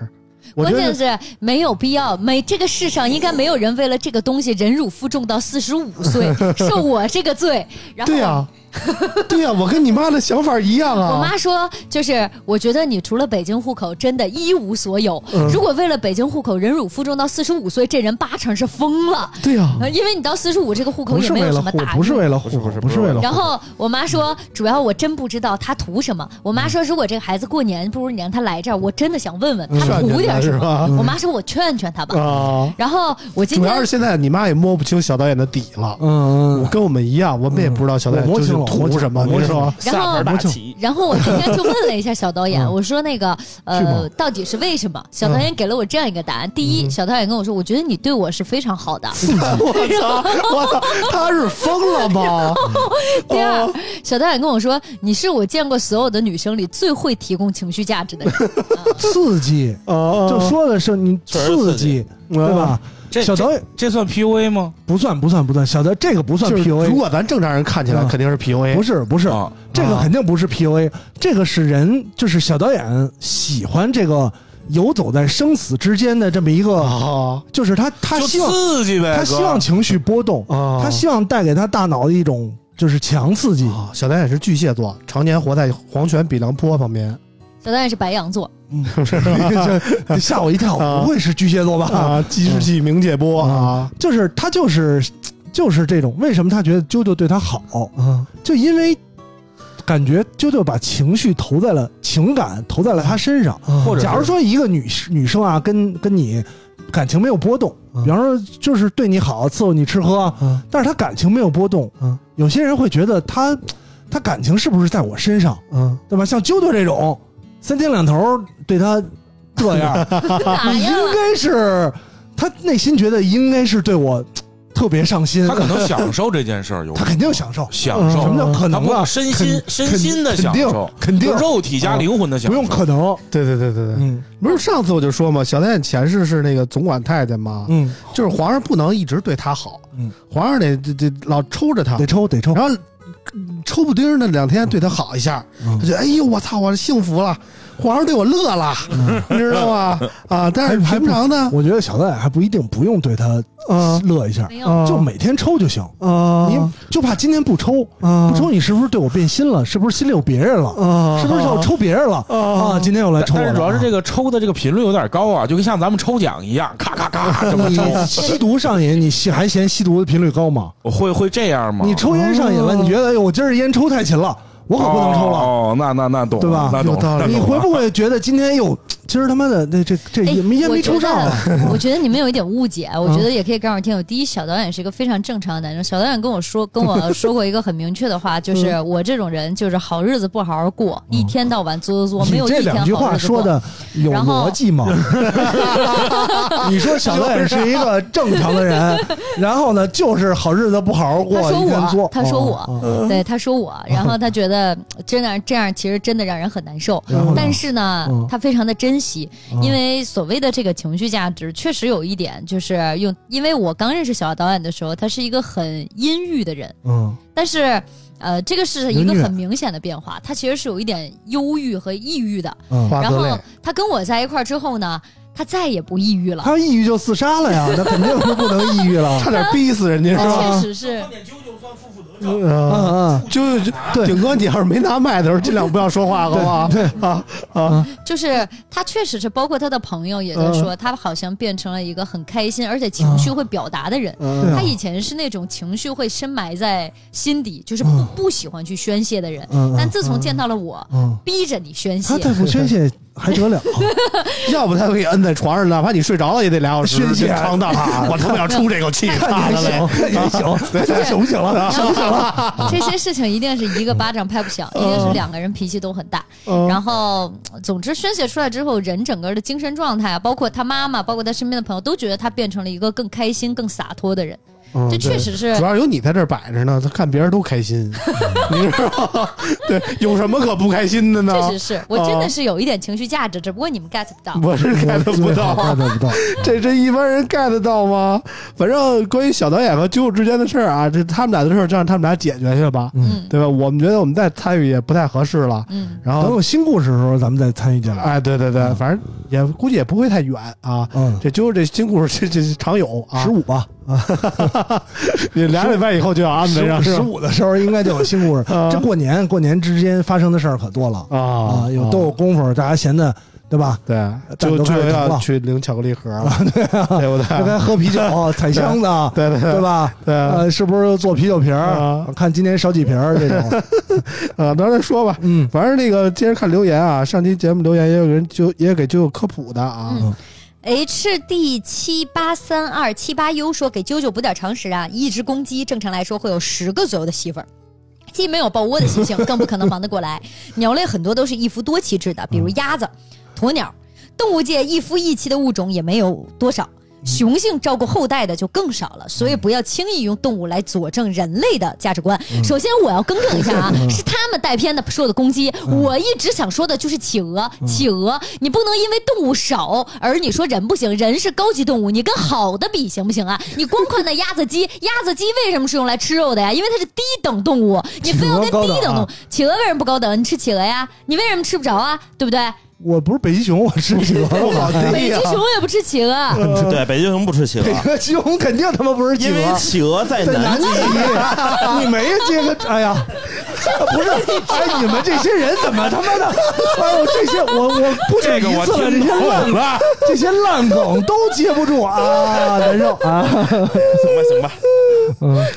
[SPEAKER 3] 我觉
[SPEAKER 2] 关键
[SPEAKER 3] 得
[SPEAKER 2] 是没有必要，没这个世上应该没有人为了这个东西忍辱负重到四十五岁，受我这个罪。然后
[SPEAKER 3] 对
[SPEAKER 4] 啊
[SPEAKER 3] 呀，对呀，我跟你妈的想法一样
[SPEAKER 2] 我
[SPEAKER 3] 啊。
[SPEAKER 2] 妈说，就是我觉得你除了北京户口，真的一无所有。
[SPEAKER 4] 嗯
[SPEAKER 2] 如果为了北京户口忍辱负重到四十五岁，这人八成是疯了，
[SPEAKER 3] 对呀，
[SPEAKER 2] 因为你到四十五这个户口
[SPEAKER 4] 不
[SPEAKER 2] 也
[SPEAKER 4] 是
[SPEAKER 2] 没
[SPEAKER 4] 为
[SPEAKER 2] 有
[SPEAKER 4] 了
[SPEAKER 2] 什么
[SPEAKER 4] 户
[SPEAKER 2] 大用，
[SPEAKER 4] 不是为了户
[SPEAKER 6] 不是不
[SPEAKER 4] 口
[SPEAKER 6] 是，
[SPEAKER 4] 不是
[SPEAKER 6] 不是
[SPEAKER 3] *laughs*
[SPEAKER 4] 为了户
[SPEAKER 2] 然
[SPEAKER 4] 口，
[SPEAKER 2] 后我妈说，主要我真不知道他图什么。我妈说，如果这个孩子过年，不如你让他来这儿，我真的想问问
[SPEAKER 4] 嗯
[SPEAKER 2] 他图
[SPEAKER 3] 是了是吧？
[SPEAKER 2] 我妈说我劝劝他吧。
[SPEAKER 4] *laughs*
[SPEAKER 3] 啊，
[SPEAKER 2] 然后我今
[SPEAKER 3] 主要
[SPEAKER 2] 天
[SPEAKER 3] 是现在你妈也摸不清小导演的底了。
[SPEAKER 4] 嗯
[SPEAKER 3] 我跟我们一样，我们也不知道小导演
[SPEAKER 4] 我摸
[SPEAKER 3] 究
[SPEAKER 4] 清了
[SPEAKER 3] 竟
[SPEAKER 4] 我摸清
[SPEAKER 3] 图
[SPEAKER 4] 了
[SPEAKER 3] 什么，
[SPEAKER 4] 我摸
[SPEAKER 3] 你
[SPEAKER 4] 清
[SPEAKER 3] 说
[SPEAKER 4] 了
[SPEAKER 6] 下边大旗，
[SPEAKER 2] 然后我今天就问了一下小导演，我说那个
[SPEAKER 3] 嗯是
[SPEAKER 2] 呃
[SPEAKER 3] 吗，嗯
[SPEAKER 2] 到底是为什么？小导演给了我这样一个答案。第一，小导演跟我说，我觉得你对我是非常好的。
[SPEAKER 3] *laughs* 我操，我操，他是疯了
[SPEAKER 2] *laughs*
[SPEAKER 3] 吗？
[SPEAKER 2] 第二，
[SPEAKER 3] 哦
[SPEAKER 2] 小导演跟我说，你是我见过所有的女生里最会提供情绪价值
[SPEAKER 3] *laughs*
[SPEAKER 2] 的人。
[SPEAKER 4] 刺激，
[SPEAKER 3] 啊，
[SPEAKER 4] 就说的是你
[SPEAKER 6] 确实刺
[SPEAKER 4] 刺
[SPEAKER 6] 激
[SPEAKER 4] 激，对吧？
[SPEAKER 5] 这
[SPEAKER 4] 小导演
[SPEAKER 5] 这算 PUA 吗？
[SPEAKER 4] 不算不算不算，小导这个不嗯算
[SPEAKER 3] 就是哎如
[SPEAKER 4] PUA，
[SPEAKER 3] 果咱正常人看起来
[SPEAKER 4] 嗯
[SPEAKER 3] 肯定是 PUA，
[SPEAKER 4] 不是不是，
[SPEAKER 5] 啊，
[SPEAKER 4] 这个肯定不是 PUA，这个是人，就是小导演喜欢这个游走在生死之间的这么一个，
[SPEAKER 3] 啊
[SPEAKER 4] 就是他他
[SPEAKER 5] 就
[SPEAKER 4] 希望
[SPEAKER 5] 刺激呗，
[SPEAKER 4] 他
[SPEAKER 5] 哥
[SPEAKER 4] 希望情绪波动，
[SPEAKER 3] 啊，
[SPEAKER 4] 他希望带给他大脑的一种就是强刺激。 *laughs*
[SPEAKER 3] 啊，小导演是巨蟹座，常年活在黄泉比梁坡旁
[SPEAKER 4] 嗯
[SPEAKER 3] 边
[SPEAKER 2] 小导演是白羊
[SPEAKER 3] *laughs*
[SPEAKER 2] 座，
[SPEAKER 4] 这吓我一跳，
[SPEAKER 3] 啊
[SPEAKER 4] 不会是巨蟹座吧？，
[SPEAKER 3] 记事记冥界波啊
[SPEAKER 4] 就是他就是就是这种，为什么他觉得啾啾对他好？
[SPEAKER 3] 啊，
[SPEAKER 4] 就因为感觉啾啾把情绪投在了情感投在了他身
[SPEAKER 3] 啊
[SPEAKER 4] 上。
[SPEAKER 5] 或者是
[SPEAKER 4] 假如说一个女女生啊，跟跟你感情没有波动，
[SPEAKER 3] 嗯
[SPEAKER 4] 比方说就是对你好，伺候你吃喝，
[SPEAKER 3] 啊
[SPEAKER 4] 但是她感情没有波动，
[SPEAKER 3] 嗯
[SPEAKER 4] 有些人会觉得她她感情是不是在我身上，
[SPEAKER 3] 啊，
[SPEAKER 4] 对吧？像啾啾这种，三天两头对她这样，
[SPEAKER 3] 啊
[SPEAKER 2] 咋
[SPEAKER 4] 应
[SPEAKER 2] 样了？
[SPEAKER 4] 该是她内心觉得应该是对我特别上心，
[SPEAKER 5] 他可能
[SPEAKER 4] *laughs*
[SPEAKER 5] 享受这件事儿，有
[SPEAKER 4] 她肯定享受，
[SPEAKER 5] 享
[SPEAKER 4] 什
[SPEAKER 5] 受
[SPEAKER 4] 么叫可能
[SPEAKER 5] 他
[SPEAKER 4] 啊？
[SPEAKER 5] 不身心
[SPEAKER 4] 肯
[SPEAKER 5] 身心的享受
[SPEAKER 4] 肯定肯定
[SPEAKER 5] 肉体加灵魂的享
[SPEAKER 4] 不
[SPEAKER 5] 受，
[SPEAKER 4] 用可能，
[SPEAKER 3] 对对对对对，
[SPEAKER 4] 嗯
[SPEAKER 3] 不是上次我就说嘛，小导演前世是那个总管太太嘛，
[SPEAKER 4] 嗯，
[SPEAKER 3] 就是皇上不能一直对他好，
[SPEAKER 4] 嗯
[SPEAKER 3] 皇上得得得老抽着他
[SPEAKER 4] 得，抽得抽，
[SPEAKER 3] 然后嗯抽不丁儿那两天对他好一下，
[SPEAKER 4] 嗯
[SPEAKER 3] 他觉得哎呦我操，我幸福了，皇上对我乐了，你知道吗？啊，但是
[SPEAKER 4] 还还
[SPEAKER 3] 平
[SPEAKER 4] 不
[SPEAKER 3] 常呢，
[SPEAKER 4] 我觉得小导演还不一定不用对她
[SPEAKER 3] 啊
[SPEAKER 4] 乐一下，
[SPEAKER 2] 没有，
[SPEAKER 4] 就每天抽就行。
[SPEAKER 3] 啊，
[SPEAKER 4] 你就怕今天不抽，
[SPEAKER 3] 啊
[SPEAKER 4] 不抽你是不是对我变心了？是不是心里有别人了？
[SPEAKER 3] 啊，
[SPEAKER 4] 是不是要抽别人了？
[SPEAKER 3] 啊
[SPEAKER 4] 啊，今天又来
[SPEAKER 5] 但
[SPEAKER 4] 抽我
[SPEAKER 5] 但
[SPEAKER 4] 了。
[SPEAKER 5] 是主要是这个抽的这个频率有点高啊，就跟像咱们抽奖一样，咔咔咔这么抽，
[SPEAKER 4] 你吸毒上瘾，你吸还嫌吸毒的频率高吗？
[SPEAKER 5] 我会会这样吗？
[SPEAKER 4] 你抽烟上瘾了，你觉得哎呦我今儿烟抽太勤了，我可不能抽了。
[SPEAKER 5] 哦，那那那懂了，
[SPEAKER 4] 对吧
[SPEAKER 5] 那懂
[SPEAKER 3] 有道
[SPEAKER 5] 了，
[SPEAKER 3] 理
[SPEAKER 4] 你
[SPEAKER 5] 那懂
[SPEAKER 4] 会
[SPEAKER 5] 了
[SPEAKER 4] 不会觉得今天又今儿他妈的那这这
[SPEAKER 2] 哎
[SPEAKER 4] 烟没烟
[SPEAKER 2] 我
[SPEAKER 4] 没
[SPEAKER 2] 觉
[SPEAKER 4] 抽上啊嗯了？
[SPEAKER 2] 得我觉得你们有一点误解，我觉得也可以告诉听友。第一，小导演是一个非常正常的男生。小导演跟我说，
[SPEAKER 4] *laughs*
[SPEAKER 2] 跟我说过一个很明确的话，
[SPEAKER 4] 嗯
[SPEAKER 2] 就是我这种人就是好日子不好好过，一天到晚作作作，没
[SPEAKER 4] 你
[SPEAKER 2] 有一
[SPEAKER 4] 这
[SPEAKER 2] 天
[SPEAKER 4] 两句
[SPEAKER 2] 好
[SPEAKER 4] 话
[SPEAKER 2] 日子
[SPEAKER 4] 说
[SPEAKER 2] 过。
[SPEAKER 4] 的有
[SPEAKER 2] 然后
[SPEAKER 4] 逻辑吗？ *laughs* 你说小导演是一个正常的人，然后呢，就是好日子不好好过，
[SPEAKER 2] 他说
[SPEAKER 4] 一天作
[SPEAKER 2] 我，他说
[SPEAKER 4] 哦
[SPEAKER 2] 我，对，他说我，然后他觉得真的这样，其实真的让人很难受
[SPEAKER 4] 然后呢。
[SPEAKER 2] 但是呢
[SPEAKER 4] 嗯，
[SPEAKER 2] 他非常的珍惜，
[SPEAKER 4] 嗯
[SPEAKER 2] 因为所谓的这个情绪价值，确实有一点就是用，因为我刚认识小导演的时候，他是一个很阴郁的人，
[SPEAKER 4] 嗯，
[SPEAKER 2] 但是。呃，这个是一个
[SPEAKER 4] 音乐
[SPEAKER 2] 很明显的变化，他其实是有一点忧郁和抑郁的。
[SPEAKER 4] 嗯
[SPEAKER 3] 花
[SPEAKER 2] 然
[SPEAKER 3] 泽
[SPEAKER 2] 后
[SPEAKER 3] 类，
[SPEAKER 2] 他跟我在一块儿之后呢，他再也不抑郁了。
[SPEAKER 4] 他抑郁就自杀了呀，那肯定是不能抑郁 *laughs* 了。
[SPEAKER 3] 差点逼死人家是吧？
[SPEAKER 2] 他
[SPEAKER 4] 啊
[SPEAKER 2] 确实是，
[SPEAKER 3] 嗯，
[SPEAKER 4] 嗯
[SPEAKER 3] 就就顶哥，你要是没拿麦的时候，尽量不要说话，好不好？对啊啊，
[SPEAKER 2] 就是他确实是，包括他的朋友也在
[SPEAKER 4] 嗯
[SPEAKER 2] 说，他好像变成了一个很开心，而且情绪会表达的人。
[SPEAKER 4] 嗯，对
[SPEAKER 3] 嗯
[SPEAKER 4] 啊
[SPEAKER 2] 他以前是那种情绪会深埋在心底，就是不、不喜欢去宣泄的人。
[SPEAKER 4] 嗯嗯嗯
[SPEAKER 2] 但自从见到了我，
[SPEAKER 4] 嗯，
[SPEAKER 2] 逼着你宣泄
[SPEAKER 4] 他，再不宣泄还
[SPEAKER 3] *laughs*
[SPEAKER 4] 得了？
[SPEAKER 3] 要不他给你摁在床上，哪怕你睡着了也得俩小时。
[SPEAKER 4] 宣泄
[SPEAKER 3] 这床 *laughs* 大，我他妈要出这口气，
[SPEAKER 4] 看
[SPEAKER 3] 操
[SPEAKER 4] 你还
[SPEAKER 3] 他嘞
[SPEAKER 4] 行，看你还啊
[SPEAKER 3] *laughs*
[SPEAKER 4] 行，看行不行
[SPEAKER 2] *laughs*
[SPEAKER 4] 了？行不行了？
[SPEAKER 2] 这些事情一定是一个巴掌拍不响，
[SPEAKER 3] 嗯
[SPEAKER 2] 一定是两个人脾气都很大。然后，总之宣泄出来之后，人整个的精神状态啊，包括他妈妈，包括他身边的朋友，都觉得他变成了一个更开心、更洒脱的人。
[SPEAKER 3] 嗯
[SPEAKER 2] 这确
[SPEAKER 3] 对
[SPEAKER 2] 实是
[SPEAKER 3] 主要有你在这儿摆着呢，他看别人都开 *laughs* 心，你知道吗？对，有什么可不开心的呢？
[SPEAKER 2] 确实是我真
[SPEAKER 3] 啊
[SPEAKER 2] 的是有一点情绪价值，只不过你们 get 不到。
[SPEAKER 3] 我是 get 不到， *laughs*
[SPEAKER 4] 看不到。
[SPEAKER 3] 这这一般人 get 到吗？反正关于小导演和舅舅之间的事儿啊，这他们俩的事儿就让他们俩解决去吧，
[SPEAKER 2] 嗯
[SPEAKER 3] 对吧？我们觉得我们再参与也不太合适啊了。
[SPEAKER 2] 嗯，
[SPEAKER 3] 然
[SPEAKER 4] 等
[SPEAKER 3] 后，
[SPEAKER 4] 有新故事的时候，咱们再参与进来。
[SPEAKER 3] 哎，对对对，反正也估计也不会太远啊。
[SPEAKER 4] 嗯，
[SPEAKER 3] 这舅舅这新故事，这 *laughs* 这这常有啊
[SPEAKER 4] 十，五吧，
[SPEAKER 3] 你俩礼拜以后就要安排上，是
[SPEAKER 4] 十
[SPEAKER 3] 吧
[SPEAKER 4] 五的时候应该就有新故事。
[SPEAKER 3] *laughs* 啊
[SPEAKER 4] 这过年过年之间发生的事儿可多了
[SPEAKER 3] 啊
[SPEAKER 4] 啊，有都有功夫，大家闲的对吧？
[SPEAKER 3] 对，
[SPEAKER 4] 蛋
[SPEAKER 3] 就
[SPEAKER 4] 都开始
[SPEAKER 3] 就
[SPEAKER 4] 疼
[SPEAKER 3] 要
[SPEAKER 4] 了
[SPEAKER 3] 去领巧克力盒了，对
[SPEAKER 4] *laughs*
[SPEAKER 3] 不
[SPEAKER 4] 应
[SPEAKER 3] *laughs* 对？
[SPEAKER 4] 该喝啤酒、采香的，
[SPEAKER 3] 对对
[SPEAKER 4] 对
[SPEAKER 3] 对
[SPEAKER 4] 吧？
[SPEAKER 3] 对啊，
[SPEAKER 4] 呃，是不是做啤酒瓶儿
[SPEAKER 3] 啊？
[SPEAKER 4] 看今天少几瓶儿这种，
[SPEAKER 3] 呃当然再说吧。
[SPEAKER 4] 嗯，
[SPEAKER 3] 反正那个接着看留言啊，上期节目留言也有人就也给就有科普的啊，
[SPEAKER 2] 嗯 H D 七八三二七八 U 说：“给啾啾补点常识啊，一只公鸡正常来说会有十个左右的媳妇儿。”既没有抱窝的习性，更不可能忙得过来。鸟类很多都是一夫多妻制的，比如鸭子、鸵鸟。动物界一夫一妻的物种也没有多
[SPEAKER 4] 嗯
[SPEAKER 2] 少，雄性照顾后代的就更少了。所以不要轻易用动物来佐证人类的价值观。
[SPEAKER 4] 嗯
[SPEAKER 2] 首先，我要更正一下啊，是他们带偏的说的公鸡，
[SPEAKER 4] 嗯
[SPEAKER 2] 我一直想说的就是企鹅。企鹅，你不能因为动物少而你说人不行，人是高级动物，你跟好的比行不行啊？
[SPEAKER 4] *laughs*
[SPEAKER 2] 你光看那鸭子鸡，鸭子鸡为什么是用来吃肉的呀？因为它是低等动物，你非要跟
[SPEAKER 4] 企鹅高
[SPEAKER 2] 低
[SPEAKER 4] 等啊
[SPEAKER 2] 等动物，企鹅为什么不高等？你吃企鹅呀？你为什么吃不着啊？对不对？
[SPEAKER 4] 我不是北极熊，我吃企鹅
[SPEAKER 2] *laughs*
[SPEAKER 4] 了。
[SPEAKER 2] 北极熊也不啊吃企鹅，
[SPEAKER 6] 对，北极熊不吃企鹅，
[SPEAKER 4] 呃北极熊肯定他妈不是企
[SPEAKER 6] 因为
[SPEAKER 4] 鹅，
[SPEAKER 6] 企鹅在
[SPEAKER 4] 在南
[SPEAKER 6] 南
[SPEAKER 4] 极
[SPEAKER 6] 极。，
[SPEAKER 4] 你没这个，哎呀，不是，哎，你们这些人怎么他妈的，哎呦，这些我我不止
[SPEAKER 5] 这个
[SPEAKER 4] 一
[SPEAKER 5] 我
[SPEAKER 4] 次了，这
[SPEAKER 5] 听
[SPEAKER 4] 些
[SPEAKER 5] 懂
[SPEAKER 4] 烂
[SPEAKER 5] 了。
[SPEAKER 4] 这些烂梗都接不住啊，难受啊，
[SPEAKER 6] 行吧，行吧，
[SPEAKER 3] 哎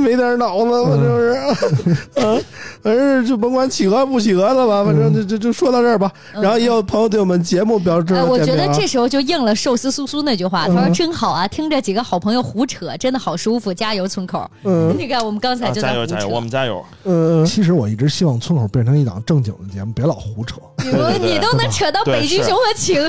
[SPEAKER 3] 没点脑子，我就是， *laughs* 嗯，反正就甭管企鹅不企鹅的吧，反正就就就说到这儿吧。然后也有朋友对我们节目表示
[SPEAKER 2] 嗯哎，
[SPEAKER 3] 了
[SPEAKER 2] 我
[SPEAKER 3] 点
[SPEAKER 2] 觉
[SPEAKER 3] 评
[SPEAKER 2] 得
[SPEAKER 3] 啊
[SPEAKER 2] 这时候就应了寿司苏苏那句话，他说：“真好啊，听着几个好朋友胡扯，真的好舒服，加油，村口。”
[SPEAKER 3] 嗯
[SPEAKER 2] 你看我们刚才
[SPEAKER 6] 啊
[SPEAKER 2] 就
[SPEAKER 6] 加
[SPEAKER 2] 在
[SPEAKER 6] 油
[SPEAKER 2] 胡
[SPEAKER 6] 加油，
[SPEAKER 2] 扯，
[SPEAKER 6] 我们加油。
[SPEAKER 3] 嗯
[SPEAKER 4] 其实我一直希望村口变成一档正经的节目，别老胡扯。
[SPEAKER 2] 比如你都能扯到北极熊和企鹅，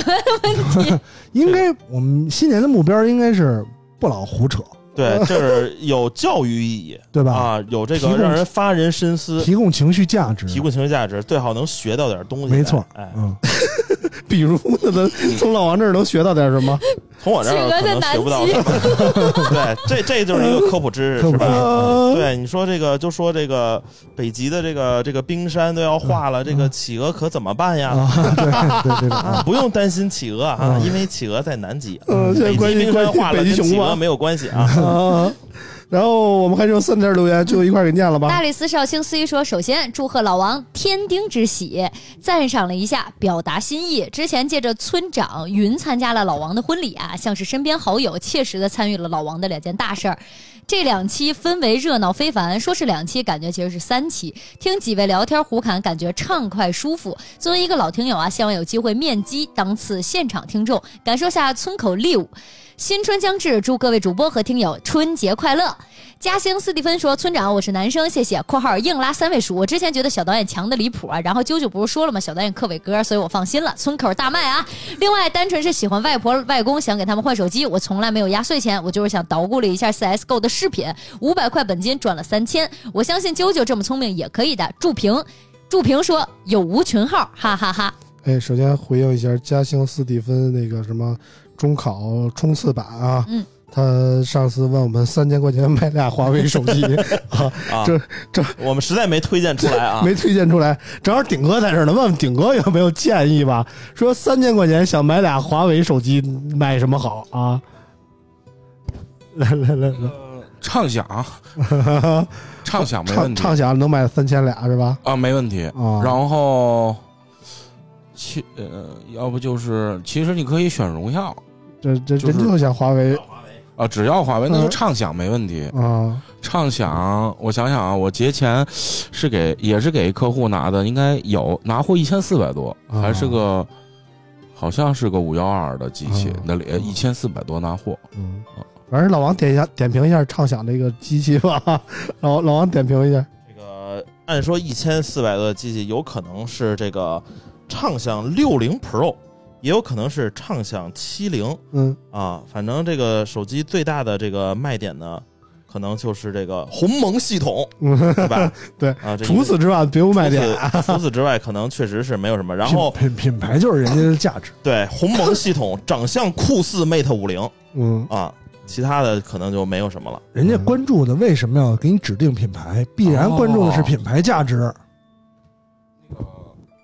[SPEAKER 4] 应该我们新年的目标应该是不老胡扯，
[SPEAKER 6] 对，这是有教育意义
[SPEAKER 4] 对吧？
[SPEAKER 6] 啊，有这
[SPEAKER 4] 提
[SPEAKER 6] 个
[SPEAKER 4] 供
[SPEAKER 6] 让人发人深思，
[SPEAKER 4] 提供情绪价值，
[SPEAKER 6] 提供情绪价值，最好能学到点东西来。
[SPEAKER 4] 没错，
[SPEAKER 6] 哎，嗯
[SPEAKER 4] 嗯，
[SPEAKER 3] 比如呢，咱从老王这儿能学到点什么？
[SPEAKER 6] 从我这儿可能学不到
[SPEAKER 2] 企
[SPEAKER 6] 什么。 *laughs* 对，这这就是一个科普知识，
[SPEAKER 4] 科
[SPEAKER 6] 是
[SPEAKER 4] 普知识
[SPEAKER 6] 吧？
[SPEAKER 3] 嗯
[SPEAKER 6] 对，你说这个，就说这个北极的这个这个冰山都要化了，这个企鹅可怎么办呀？
[SPEAKER 4] 嗯啊，对对对对，啊
[SPEAKER 6] 不用担心企鹅啊，
[SPEAKER 4] 嗯
[SPEAKER 6] 因为企鹅在南极，啊
[SPEAKER 3] 嗯现在
[SPEAKER 6] 呃北极
[SPEAKER 3] 关心
[SPEAKER 6] 冰山化了
[SPEAKER 3] 关心
[SPEAKER 6] 跟
[SPEAKER 3] 北极熊
[SPEAKER 6] 企鹅
[SPEAKER 3] 吧
[SPEAKER 6] 没有关
[SPEAKER 4] *laughs*
[SPEAKER 6] 系啊。
[SPEAKER 3] 啊。然后我们还剩三条留言，就一块儿给念了吧
[SPEAKER 2] 大。理寺少卿司仪说：“首先祝贺老王天丁之喜，赞赏了一下，表达心意。之前借着村长云参加了老王的婚礼啊，像是身边好友，切实的参与了老王的两件大事儿。这两期氛围热闹非凡，说是两期，感觉其实是三期。听几位聊天胡侃，感觉畅快舒服。作为一个老听友啊，希望有机会面基当次现场听众，感受下村口 live。新春将至，祝各位主播和听友春节快乐！嘉兴斯蒂芬说：“村长，我是男生，谢谢。”（括号硬拉三位数）我之前觉得小导演强的离谱啊，然后啾啾不是说了吗？小导演克伟哥，所以我放心了。村口大卖啊！另外，单纯是喜欢外婆外公，想给他们换手机，我从来没有压岁钱，我就是想捣鼓了一下 CSGO 的饰品，五百块本金赚了三千。我相信啾啾这么聪明也可以的。祝平，祝平说有无群号，哈哈哈
[SPEAKER 3] 哎，首先回应一下嘉兴斯蒂芬那个什么中考冲刺版啊，
[SPEAKER 2] 嗯，
[SPEAKER 3] 他上次问我们三千块钱买俩华为手 *laughs* 机啊，
[SPEAKER 6] 啊，
[SPEAKER 3] 这这
[SPEAKER 6] 我们实在没推荐出来啊，
[SPEAKER 4] 嗯
[SPEAKER 3] 没推荐出来，正好顶哥在这儿呢，问问顶哥有没有建议吧？说三千块钱想买俩华为手机，买什么好啊？来来来
[SPEAKER 5] 畅想，啊 *laughs*
[SPEAKER 3] 来，
[SPEAKER 5] 畅想没问
[SPEAKER 3] 畅
[SPEAKER 5] 题
[SPEAKER 3] 畅想能买三千俩是吧？
[SPEAKER 5] 啊，没问题。
[SPEAKER 3] 啊，
[SPEAKER 5] 然后，其呃，要不就是，其实你可以选荣耀
[SPEAKER 3] 这这
[SPEAKER 5] 就是
[SPEAKER 3] 人就想华为
[SPEAKER 5] 啊，只要华为那就
[SPEAKER 3] 嗯
[SPEAKER 5] 畅想没问题。
[SPEAKER 3] 啊，
[SPEAKER 5] 畅想，我想想啊，我节前是给也是给客户拿的，应该有拿货一千四百多，
[SPEAKER 3] 啊
[SPEAKER 5] 还是个好像是个五幺二的机器
[SPEAKER 3] 啊，
[SPEAKER 5] 那里一千四百多拿货。
[SPEAKER 3] 嗯，反正老王点一下点评一下畅想这个机器吧， *laughs* 老老王点评一下，
[SPEAKER 6] 这个按说一千四百多的机器有可能是这个畅享六零 Pro，也有可能是畅享七零
[SPEAKER 3] 嗯，
[SPEAKER 6] 啊。反正这个手机最大的这个卖点呢，可能就是这个鸿蒙系统，对吧？
[SPEAKER 3] 对
[SPEAKER 6] 啊，这
[SPEAKER 3] 除此之外别无卖点。
[SPEAKER 6] 除此除此之外，可能确实是没有什么。
[SPEAKER 4] *laughs*
[SPEAKER 6] 然后
[SPEAKER 4] 品品品牌就是人家的价值，
[SPEAKER 6] 对鸿蒙系统，长相酷似 Mate 五零
[SPEAKER 3] 嗯，
[SPEAKER 6] 啊，其他的可能就没有什么了。
[SPEAKER 4] 人家关注的为什么要给你指定品牌？必然关注的是品牌价值。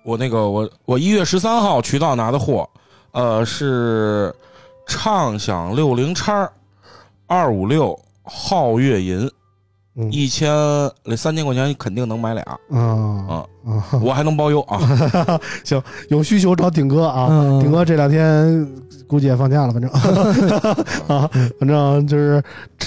[SPEAKER 5] 我那个我我一月十三号渠道拿的货，呃是畅享六零叉二五六皓月银，
[SPEAKER 4] 嗯
[SPEAKER 5] 一千三千块钱肯定能买俩，
[SPEAKER 3] *laughs* 啊啊，
[SPEAKER 5] 我还能包邮啊！
[SPEAKER 3] 有需求找顶哥啊，
[SPEAKER 4] 嗯
[SPEAKER 3] 顶哥这两天估计也放假了，反正啊，反正就是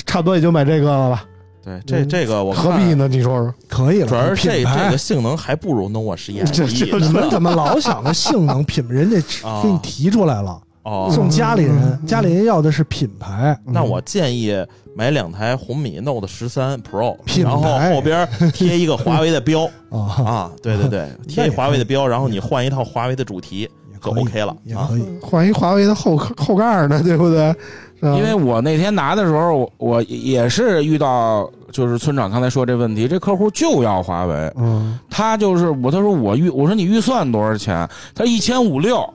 [SPEAKER 3] 差不多也就买这个了吧，
[SPEAKER 6] 对，这
[SPEAKER 3] 嗯
[SPEAKER 6] 这个我看
[SPEAKER 3] 何必？呢？你说说，
[SPEAKER 4] 可以了，
[SPEAKER 6] 主要是这
[SPEAKER 4] 品
[SPEAKER 6] 这
[SPEAKER 4] 牌 *laughs*
[SPEAKER 6] 个性能还不如 nova 十一啊 SE
[SPEAKER 4] 你
[SPEAKER 6] 呢
[SPEAKER 4] 们怎么老想着性能品牌？人家
[SPEAKER 6] *laughs* 啊
[SPEAKER 4] 给你提出来了，
[SPEAKER 6] 哦。
[SPEAKER 4] 送家里人，
[SPEAKER 3] 嗯
[SPEAKER 4] 家里人要的是品牌，
[SPEAKER 6] 那我建议买两台红米 Note 十三 Pro，
[SPEAKER 4] 品牌
[SPEAKER 6] 然后后边贴一个华为的标
[SPEAKER 3] 哦
[SPEAKER 4] 啊，
[SPEAKER 6] 啊，对
[SPEAKER 3] *laughs*
[SPEAKER 6] 对对，贴一华为的标，然后你换一套华为的主题
[SPEAKER 4] 也
[SPEAKER 6] 就
[SPEAKER 4] 可以，
[SPEAKER 6] OK 了
[SPEAKER 4] 也
[SPEAKER 6] 啊。
[SPEAKER 4] 可以。
[SPEAKER 3] 换一华为的后后盖儿呢，对不对？是吧
[SPEAKER 5] 因为我那天拿的时候，我我也是遇到，就是村长刚才说这问题，这客户就要华为，
[SPEAKER 3] 嗯，
[SPEAKER 5] 他就是我，他说我预，我说你预算多少钱？他一千五
[SPEAKER 3] *laughs*
[SPEAKER 5] 六，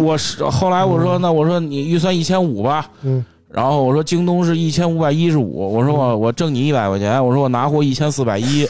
[SPEAKER 5] 我是后来我说那我说你预算一千五吧，
[SPEAKER 3] 嗯，
[SPEAKER 5] 然后我说京东是一千五百一十五，我说我我挣你一百块钱，我说我拿货一千四百一，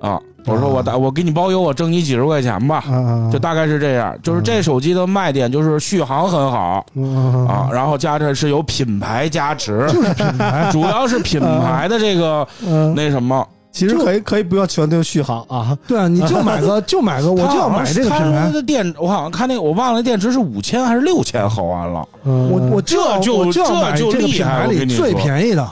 [SPEAKER 5] 啊，我说我打我给你包邮，我挣你几十块钱吧，
[SPEAKER 3] 啊啊，
[SPEAKER 5] 就大概是这样。就是这手机的卖点就是续航很好
[SPEAKER 3] 嗯
[SPEAKER 5] 啊，，然后加上是有品牌加持，
[SPEAKER 4] 就是品牌，
[SPEAKER 5] 主要是品牌的这个
[SPEAKER 3] 嗯，
[SPEAKER 5] 那什么，
[SPEAKER 3] 其实可以可以不要全定续航啊，
[SPEAKER 4] 对啊，你就买
[SPEAKER 3] *laughs*
[SPEAKER 4] 个就买个，我就要买这个品
[SPEAKER 5] 它好像
[SPEAKER 4] 牌
[SPEAKER 5] 是它，的电，我好像看那个，我忘了电池是五千还是六千毫安了。
[SPEAKER 4] 我
[SPEAKER 3] 我
[SPEAKER 4] 我
[SPEAKER 3] 我
[SPEAKER 4] 就要
[SPEAKER 5] 这就
[SPEAKER 4] 我就要
[SPEAKER 5] 这
[SPEAKER 4] 买
[SPEAKER 5] 就
[SPEAKER 4] 这个
[SPEAKER 5] 厉
[SPEAKER 4] 品
[SPEAKER 5] 害
[SPEAKER 4] 牌
[SPEAKER 5] 我
[SPEAKER 4] 里
[SPEAKER 5] 跟你
[SPEAKER 4] 最
[SPEAKER 5] 说
[SPEAKER 4] 便宜的，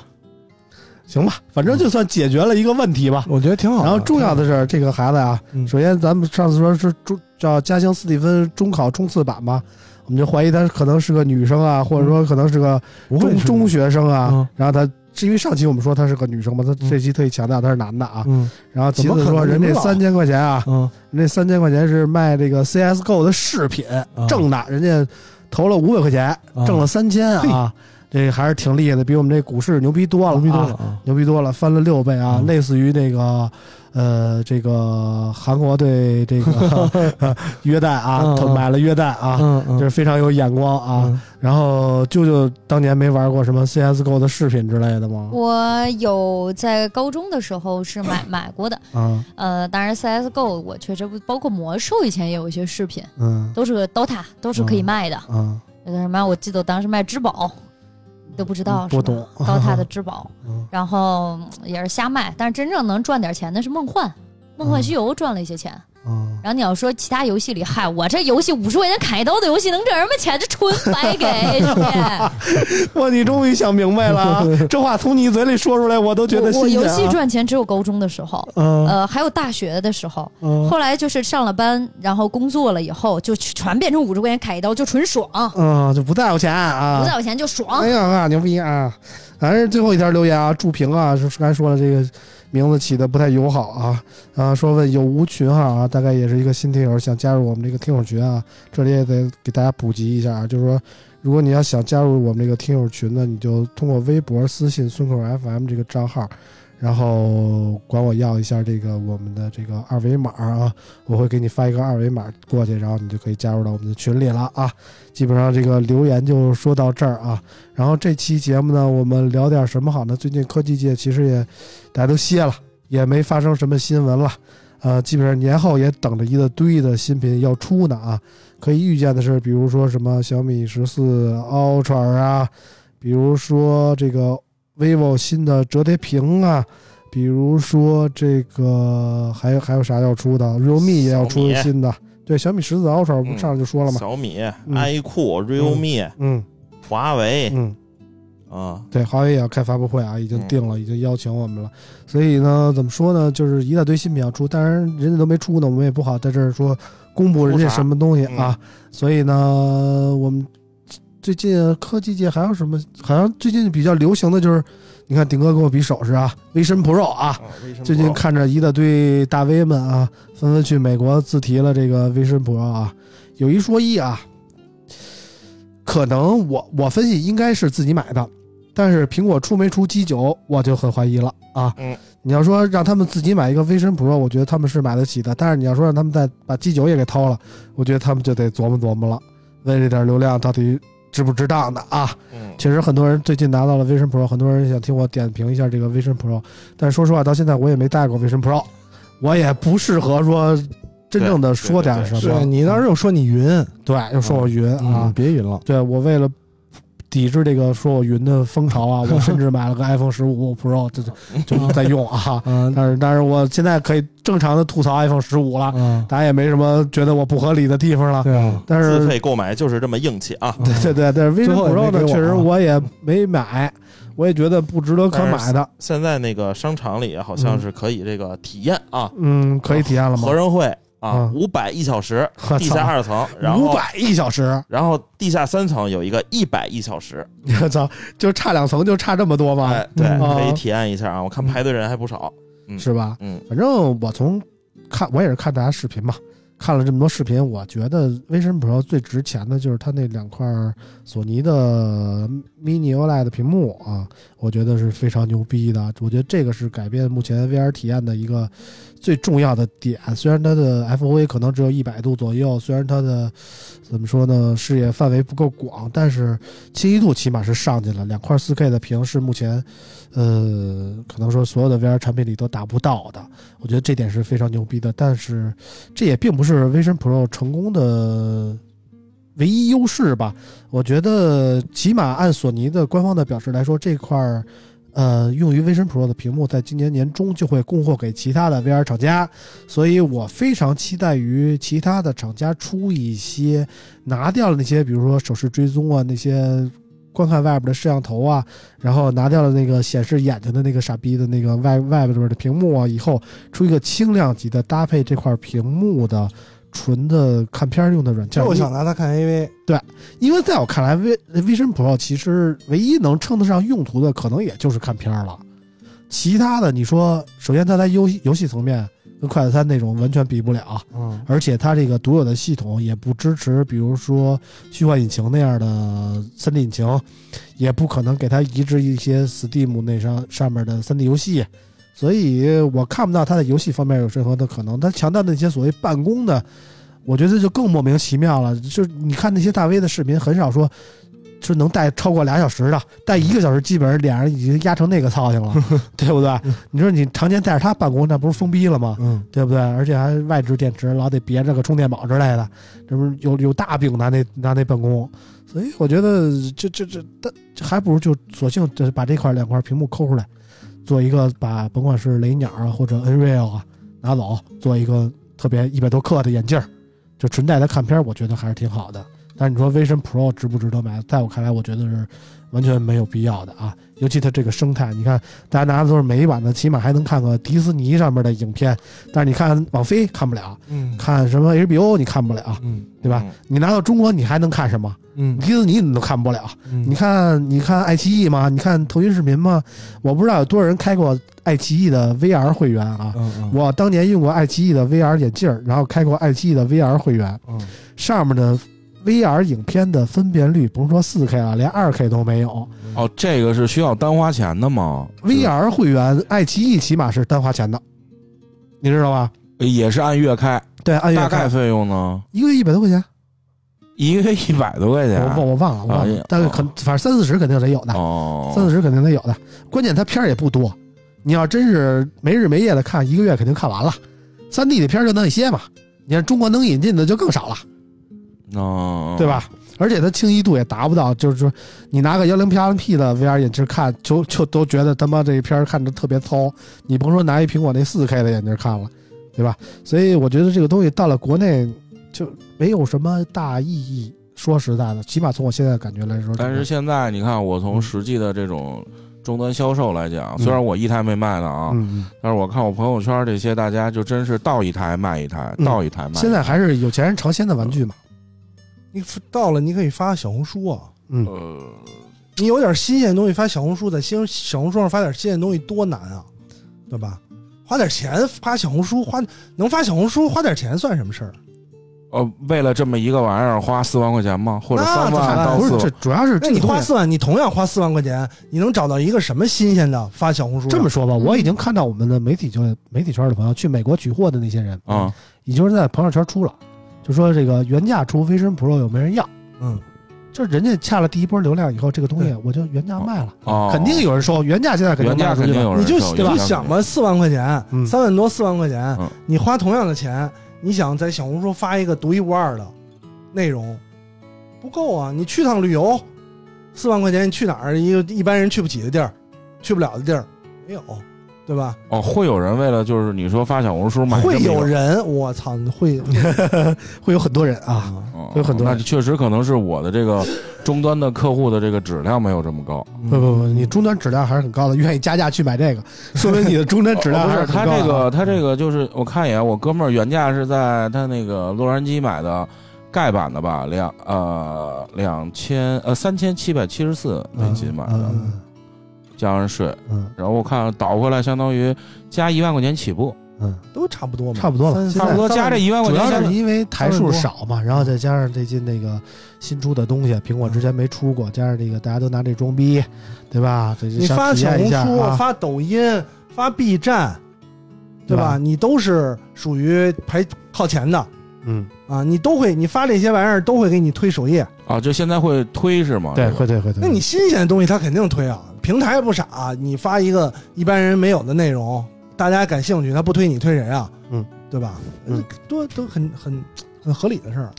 [SPEAKER 3] 行吧，反正就算解决了一个问题吧。
[SPEAKER 4] 我觉得挺好的。
[SPEAKER 3] 然后重要的是，这个孩子啊，
[SPEAKER 4] 嗯
[SPEAKER 3] 首先咱们上次说是中叫嘉兴斯蒂芬中考冲刺版吧，我们就怀疑他可能是个女生啊，或者说可能是个
[SPEAKER 4] 嗯不
[SPEAKER 3] 中
[SPEAKER 4] 会嗯是
[SPEAKER 3] 中，学生啊
[SPEAKER 4] 嗯。
[SPEAKER 3] 然后他是因为上期我们说他是个女生嘛，他这期特意强调他是男的啊。
[SPEAKER 4] 嗯
[SPEAKER 3] 然后其
[SPEAKER 4] 怎么
[SPEAKER 3] 次
[SPEAKER 4] 可能
[SPEAKER 3] 说人这
[SPEAKER 4] 你们老
[SPEAKER 3] 三千块钱啊，
[SPEAKER 4] 嗯，
[SPEAKER 3] 人这三千块钱是卖这个 CSGO 的饰品，
[SPEAKER 4] 嗯
[SPEAKER 3] 挣的，人家投了五百块钱，
[SPEAKER 4] 啊
[SPEAKER 3] 挣了三千啊，这还是挺厉害的，比我们这股市牛逼多了，
[SPEAKER 4] 牛逼多了，啊，
[SPEAKER 3] 牛逼多了，翻了六倍啊，
[SPEAKER 4] 嗯
[SPEAKER 3] 类似于那个，呃，这个韩国 *laughs* 对这个约旦啊
[SPEAKER 4] 嗯，
[SPEAKER 3] 他
[SPEAKER 4] 嗯
[SPEAKER 3] 买了约旦啊，
[SPEAKER 4] 嗯
[SPEAKER 3] 这
[SPEAKER 4] 嗯
[SPEAKER 3] 是非常有眼光啊。
[SPEAKER 4] 嗯
[SPEAKER 3] 然后舅舅当年没玩过什么 CSGO 的饰品之类的吗？
[SPEAKER 2] 我有在高中的时候是买买过的，
[SPEAKER 3] 啊，
[SPEAKER 2] 呃，当然 CSGO 我确实不，包括魔兽以前也有一些饰品，
[SPEAKER 3] 嗯
[SPEAKER 2] 都是 DOTA 都是可以卖的。
[SPEAKER 3] 啊，
[SPEAKER 2] 有的什么，我记得我当时卖支宝，你都不知道
[SPEAKER 3] 不懂
[SPEAKER 2] DOTA 的支宝，
[SPEAKER 3] *laughs* 嗯
[SPEAKER 2] 然后嗯也是瞎卖，但是真正能赚点钱的是梦幻。梦
[SPEAKER 3] 嗯
[SPEAKER 2] 幻西游赚了一些钱，
[SPEAKER 3] 啊，
[SPEAKER 2] 然后你要说其他游戏里，嗨，我这游戏五十块钱砍一刀的游戏能挣什么钱？这纯白
[SPEAKER 3] *laughs*
[SPEAKER 2] 给，兄弟。
[SPEAKER 3] *laughs* 哇，你终于想明白了 *laughs* 啊，这话从你嘴里说出来，我都觉得
[SPEAKER 2] 我我
[SPEAKER 3] 新
[SPEAKER 2] 游
[SPEAKER 3] 鲜
[SPEAKER 2] 戏
[SPEAKER 3] 啊。
[SPEAKER 2] 赚钱只有高中的时候，
[SPEAKER 3] 嗯
[SPEAKER 2] 呃，还有大学的时候。
[SPEAKER 3] 嗯
[SPEAKER 2] 后来就是上了班，然后工作了以后，就全变成五十块钱砍一刀，就纯爽，
[SPEAKER 3] 嗯，就不在乎钱啊，
[SPEAKER 2] 不在我钱就爽
[SPEAKER 3] 哎。呀啊，牛逼啊！反正最后一条留言啊，祝平啊，是刚才说了这个名字起的不太友好啊啊，说问有无群号啊，大概也是一个新听友想加入我们这个听友群啊，这里也得给大家普及一下啊，就是说。如果你要想加入我们这个听友群呢，你就通过微博私信孙口 FM 这个账号，然后管我要一下这个我们的这个二维码啊，我会给你发一个二维码过去，然后你就可以加入到我们的群里了啊。基本上这个留言就说到这儿啊。然后这期节目呢，我们聊点什么好呢？最近科技界其实也大家都歇了，也没发生什么新闻了。呃，基本上年后也等着一大堆的新品要出呢啊。可以预见的是，比如说什么小米十四 Ultra 啊，比如说这个 vivo 新的折叠屏啊，比如说这个还有还有啥要出的？realme 也要出
[SPEAKER 6] 小米
[SPEAKER 3] 新的，对，小米十四 Ultra 不
[SPEAKER 6] 嗯
[SPEAKER 3] 上来就说了嘛，
[SPEAKER 6] 小米、
[SPEAKER 3] 嗯
[SPEAKER 6] 爱酷、realme、
[SPEAKER 3] 嗯
[SPEAKER 6] 华为
[SPEAKER 3] 嗯。
[SPEAKER 6] 啊，
[SPEAKER 3] 对，华为也要开发布会啊，已经定了，已经邀请我们了。所以呢，怎么说呢，就是一大堆新品要出，当然人家都没出呢，我们也不好在这儿说公布人家什么东西啊。所以呢，我们最近科技界还有什么？好像最近比较流行的就是，你看顶哥跟我比手势啊，微神 Pro 啊。
[SPEAKER 6] 啊微神
[SPEAKER 3] 最近
[SPEAKER 6] Pro
[SPEAKER 3] 看着一大堆大 V 们啊，纷纷去美国自提了这个 Vision Pro 啊。有一说一啊，可能我我分析应该是自己买的，但是苹果出没出机九，我就很怀疑了啊。
[SPEAKER 6] 嗯，
[SPEAKER 3] 你要说让他们自己买一个 Vision Pro，我觉得他们是买得起的，但是你要说让他们再把机九也给掏了，我觉得他们就得琢磨琢磨了，为这点流量到底值不值当的啊。
[SPEAKER 6] 嗯
[SPEAKER 3] 确实，很多人最近拿到了 Vision Pro，很多人想听我点评一下这个 Vision Pro，但说实话，到现在我也没戴过 Vision Pro，我也不适合说真正的说点什
[SPEAKER 4] 是
[SPEAKER 6] 啊
[SPEAKER 3] 么。啊
[SPEAKER 4] 你当时又说你云
[SPEAKER 6] 嗯
[SPEAKER 3] 对，又说我云
[SPEAKER 4] 啊
[SPEAKER 3] 啊，，
[SPEAKER 4] 别云了，
[SPEAKER 3] 对我为了抵制这个说我云的风潮啊，我甚至买了个 iPhone 十五 Pro，这
[SPEAKER 6] *laughs*
[SPEAKER 3] 这就在用啊。
[SPEAKER 4] 嗯
[SPEAKER 3] 但是但是我现在可以正常的吐槽 iPhone 十五了，
[SPEAKER 4] 嗯，
[SPEAKER 3] 大家也没什么觉得我不合理的地方了。
[SPEAKER 4] 对啊，嗯
[SPEAKER 3] 但
[SPEAKER 6] 自
[SPEAKER 3] 是
[SPEAKER 6] 费购买就是这么硬气啊！
[SPEAKER 3] 嗯 *laughs* 对对对，但是 Vision
[SPEAKER 4] 最后也
[SPEAKER 3] Pro
[SPEAKER 4] 没给
[SPEAKER 3] 呢，
[SPEAKER 4] 我啊
[SPEAKER 3] 确实我也没买，我也觉得不值得可买的。
[SPEAKER 6] 现在那个商场里好像是可以这个体验啊，
[SPEAKER 3] 嗯，可以体验嗯了吗
[SPEAKER 6] 合？人会啊
[SPEAKER 3] 嗯，
[SPEAKER 6] 五百一小时，
[SPEAKER 3] *laughs* 我
[SPEAKER 6] 地下
[SPEAKER 3] 操，
[SPEAKER 6] 二层，然
[SPEAKER 3] 五
[SPEAKER 6] 后
[SPEAKER 3] 百一小时，
[SPEAKER 6] 然后地下三层有一个一百一小时，
[SPEAKER 3] 我操，就差两层就差这么多吗？
[SPEAKER 6] 哎，对，
[SPEAKER 3] 嗯
[SPEAKER 6] 可以
[SPEAKER 3] 啊
[SPEAKER 6] 体验一下啊！我看排队人还不少，嗯
[SPEAKER 3] 是吧？
[SPEAKER 6] 嗯，
[SPEAKER 3] 反正我从看，我也是看大家视频嘛，看了这么多视频，我觉得 Vision Pro 最值钱的就是它那两块索尼的嗯 Mini OLED 屏幕啊，我觉得是非常牛逼的。我觉得这个是改变目前 VR 体验的一个最重要的点。虽然它的 FOV 可能只有一百度左右，虽然它的怎么说呢，视野范围不够广，但是清晰度起码是上去了。两块 4K 的屏是目前，呃，可能说所有的 VR 产品里都达不到的。我觉得这点是非常牛逼的，但是这也并不是 Vision Pro 成功的唯一优势吧？我觉得起码按索尼的官方的表示来说，这块儿呃用于 Vision Pro 的屏幕，在今年年中就会供货给其他的 VR 厂家，所以我非常期待于其他的厂家出一些拿掉了那些，比如说手势追踪啊那些。观看外边的摄像头啊，然后拿掉了那个显示眼睛的那个傻逼的那个外外边的屏幕啊，以后出一个轻量级的搭配这块屏幕的纯的看片儿用的软件。
[SPEAKER 4] 就想拿它看 AV，
[SPEAKER 3] 因为在我看来，V Vision Pro 其实唯一能称得上用途的，可能也就是看片儿了。其他的，你说，首先它在游戏游戏层面跟快三那种完全比不了，
[SPEAKER 4] 嗯，
[SPEAKER 3] 而且呃它这个独有的系统也不支持，比如说虚幻引擎那样的 3D 引擎，也不可能给它移植一些 Steam 那上上面的 3D 游戏，所以我看不到它在游戏方面有任何的可能。它强调那些所谓办公的，我觉得就更莫名其妙了。就是你看那些大 V 的视频，很少说。是能带超过俩小时的，带一个小时，基本上俩人已经压成那个操性了，对不对？你说你常年带着它办公，那不是疯逼了吗？
[SPEAKER 4] 嗯，
[SPEAKER 3] 对不对？而且还外置电池，老得别着个充电宝之类的，这不是有有大病拿那拿那办公，所以我觉得这这这，但这还不如就索性就把这块两块屏幕抠出来，做一个把甭管是雷鸟啊或者 Nreal 啊拿走，做一个特别一百多克的眼镜儿，就纯带它看片儿，我觉得还是挺好的。但是你说 Vision Pro 值不值得买？在我看来，我觉得是完全没有必要的啊！尤其它这个生态，你看大家拿的都是美版的，起码还能看个迪士尼上面的影片，但是你看网飞看不了，
[SPEAKER 4] 嗯，
[SPEAKER 3] 看什么 HBO 你看不了，
[SPEAKER 4] 嗯，
[SPEAKER 3] 对吧？
[SPEAKER 6] 嗯？
[SPEAKER 3] 你拿到中国你还能看什么？
[SPEAKER 4] 嗯，
[SPEAKER 3] 迪士尼你都看不了。
[SPEAKER 4] 嗯
[SPEAKER 3] 你，看，你看爱奇艺吗？你看腾讯视频吗？我不知道有多少人开过爱奇艺的 VR 会员啊。
[SPEAKER 4] 嗯嗯，
[SPEAKER 3] 我当年用过爱奇艺的 VR 眼镜儿，然后开过爱奇艺的 VR 会员，
[SPEAKER 4] 嗯
[SPEAKER 3] 上面的 VR 影片的分辨率甭说 4K 了，连 2K 都没有。
[SPEAKER 5] 哦，这个是需要单花钱的吗
[SPEAKER 3] VR 会员，爱奇艺起码是单花钱的，你知道吧？
[SPEAKER 5] 也是按月开，
[SPEAKER 3] 对，
[SPEAKER 4] 哎
[SPEAKER 3] 按月
[SPEAKER 5] 大概
[SPEAKER 3] 看，
[SPEAKER 5] 费用呢？
[SPEAKER 3] 一个月一百多块钱。
[SPEAKER 5] 一个月一百多块钱
[SPEAKER 3] 我忘我忘了，我忘
[SPEAKER 5] 啊
[SPEAKER 3] 了，
[SPEAKER 5] 也
[SPEAKER 3] 但是
[SPEAKER 5] 哦
[SPEAKER 3] 肯反正三四十肯定得有的，
[SPEAKER 5] 哦，
[SPEAKER 3] 三四十肯定得有的。关键它片儿也不多，你要真是没日没夜的看，一个月肯定看完了。三 D 的片儿就那些嘛，你看中国能引进的就更少了，
[SPEAKER 5] 哦，
[SPEAKER 3] 对？吧？而且它清晰度也达不到，就是说你拿个幺零 P 二 P 的 VR 眼镜看，就就都觉得他妈这片儿看着特别糙，你甭说拿一苹果那四 K 的眼镜看了，对吧？所以我觉得这个东西到了国内就没有什么大意义。说实在的，起码从我现在的感觉来说，
[SPEAKER 5] 但是现在你看，我从实际的这种终端销售来讲，虽然我一台没卖呢啊，
[SPEAKER 3] 嗯，
[SPEAKER 5] 但是我看我朋友圈这些大家就真是到一台卖一台，
[SPEAKER 3] 嗯
[SPEAKER 5] 到一台卖一台。
[SPEAKER 3] 现在还是有钱人尝鲜的玩具嘛。
[SPEAKER 4] 你到了，你可以发小红书啊。
[SPEAKER 3] 嗯，
[SPEAKER 5] 呃，
[SPEAKER 4] 你有点新鲜的东西发小红书，在新小红书上发点新鲜的东西多难啊，对吧？花点钱发小红书，花能发小红书花点钱算什么事儿？
[SPEAKER 5] 呃，为了这么一个玩意儿花四万块钱吗？或者
[SPEAKER 4] 那
[SPEAKER 5] 三
[SPEAKER 4] 当
[SPEAKER 5] 万
[SPEAKER 4] 然
[SPEAKER 5] 到
[SPEAKER 3] 不是，
[SPEAKER 5] 四
[SPEAKER 3] 这
[SPEAKER 5] 万？
[SPEAKER 3] 主要是
[SPEAKER 4] 那
[SPEAKER 3] 这
[SPEAKER 4] 你
[SPEAKER 3] 个
[SPEAKER 4] 花
[SPEAKER 3] 东西。
[SPEAKER 4] 四万，你同样花四万块钱，你能找到一个什么新鲜的发小红书？
[SPEAKER 3] 这么，说吧，我已经看到我们的媒体圈媒体圈的朋友去美国取货的那些人
[SPEAKER 5] 啊，
[SPEAKER 3] 已经是在朋友圈出了，就说这个原价出 Vision Pro 有没人要？
[SPEAKER 4] 嗯，
[SPEAKER 3] 就是人家下了第一波流量以后，这个东西
[SPEAKER 4] 对
[SPEAKER 3] 我就原价卖了，
[SPEAKER 5] 哦，
[SPEAKER 3] 肯定有人收，原价现在肯定
[SPEAKER 5] 原
[SPEAKER 3] 卖
[SPEAKER 5] 价
[SPEAKER 3] 出
[SPEAKER 5] 肯
[SPEAKER 3] 去
[SPEAKER 5] 定
[SPEAKER 3] 了。
[SPEAKER 5] 有
[SPEAKER 4] 你
[SPEAKER 5] 人
[SPEAKER 4] 就
[SPEAKER 5] 收，
[SPEAKER 4] 你就想吧，四万块钱，
[SPEAKER 3] 嗯
[SPEAKER 4] 三万多四万块钱
[SPEAKER 5] 嗯，
[SPEAKER 4] 你花同样的钱，你想在小红书发一个独一无二的内容，不够啊！你去趟旅游，四万块钱去哪儿？一个一般人去不起的地儿，去不了的地儿，没有，对吧？
[SPEAKER 5] 哦，会有人为了就是你说发小红书买这么
[SPEAKER 4] 会
[SPEAKER 5] 一个
[SPEAKER 4] 有人，我操，会
[SPEAKER 3] 会有很多人 *laughs* 啊，
[SPEAKER 4] 啊，
[SPEAKER 5] 哦
[SPEAKER 3] 有很多
[SPEAKER 5] 那
[SPEAKER 3] 人
[SPEAKER 5] 确实可能是我的这个终端的客户的这个质量没有这么高，
[SPEAKER 3] 不不
[SPEAKER 4] 嗯
[SPEAKER 3] 不，你终端质量还是很高的，愿意加价去买这个，说明你的终 *laughs* 端质量还
[SPEAKER 5] 哦不是
[SPEAKER 3] 很
[SPEAKER 5] 他
[SPEAKER 3] 高的啊
[SPEAKER 5] 这个他这个就是我看一眼，我哥们儿原价是在他那个洛杉矶买的盖版的吧，两呃两千呃三千七百七十四美金买的，
[SPEAKER 3] 嗯
[SPEAKER 5] 加上税，
[SPEAKER 3] 嗯
[SPEAKER 5] 然后我看倒回来相当于加一万块钱起步，
[SPEAKER 3] 嗯，
[SPEAKER 4] 都差不多嘛，
[SPEAKER 3] 差不多了
[SPEAKER 4] 三
[SPEAKER 3] 现
[SPEAKER 5] 差不多
[SPEAKER 4] 三
[SPEAKER 5] 加这一万块
[SPEAKER 3] 主
[SPEAKER 5] 钱
[SPEAKER 3] 要
[SPEAKER 5] 相当
[SPEAKER 3] 是
[SPEAKER 5] 于，
[SPEAKER 3] 因为台数少嘛，然后再加上最近那个新出的东西，苹果之前没出过，加上这个大家都拿这装逼，对吧？这就
[SPEAKER 4] 你
[SPEAKER 3] 想
[SPEAKER 4] 发
[SPEAKER 3] 体
[SPEAKER 4] 小
[SPEAKER 3] 验
[SPEAKER 4] 红
[SPEAKER 3] 一下
[SPEAKER 4] 书、
[SPEAKER 3] 啊
[SPEAKER 4] 发抖音、发 B 站，对吧？
[SPEAKER 3] 对吧
[SPEAKER 4] 你都是属于排靠前的
[SPEAKER 3] 嗯，
[SPEAKER 4] 啊，你都会，你发这些玩意儿都会给你推首页。
[SPEAKER 5] 啊，就现在会推是吗？
[SPEAKER 3] 对，
[SPEAKER 5] 这个
[SPEAKER 3] 会对会对。
[SPEAKER 4] 那你新鲜的东西，他肯定推啊。平台不傻，你发一个一般人没有的内容，大家感兴趣，他不推你推谁啊？
[SPEAKER 3] 嗯，
[SPEAKER 4] 对吧？
[SPEAKER 3] 嗯
[SPEAKER 4] 都都很很很合理的事儿。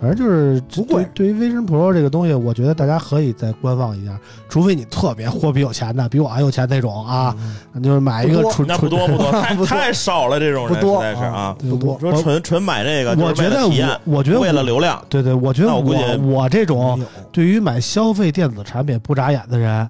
[SPEAKER 3] 反正就是
[SPEAKER 4] 不贵
[SPEAKER 3] 对对于 Vision Pro 这个东西，我觉得大家可以再观望一下，除非你特别货比有钱的，比我还有钱那种啊，那就是买一个
[SPEAKER 4] 嗯不多
[SPEAKER 3] 纯
[SPEAKER 6] 那不多
[SPEAKER 3] *laughs*
[SPEAKER 6] 不多，太
[SPEAKER 4] 不多
[SPEAKER 6] 太少了，这种
[SPEAKER 4] 不
[SPEAKER 6] 人
[SPEAKER 4] 多
[SPEAKER 6] 实在是啊。
[SPEAKER 3] 对
[SPEAKER 4] 不多
[SPEAKER 3] 我
[SPEAKER 6] 说纯纯买这个，
[SPEAKER 3] 我
[SPEAKER 6] 就是为
[SPEAKER 3] 觉
[SPEAKER 6] 了
[SPEAKER 3] 得
[SPEAKER 6] 体验
[SPEAKER 3] 我，我觉得
[SPEAKER 6] 为了
[SPEAKER 3] 我
[SPEAKER 6] 流量，
[SPEAKER 3] 对对，我觉得
[SPEAKER 6] 那我
[SPEAKER 3] 我
[SPEAKER 6] 估计嗯
[SPEAKER 3] 我这种
[SPEAKER 4] 没有
[SPEAKER 3] 对于买消费电子产品不眨眼的人，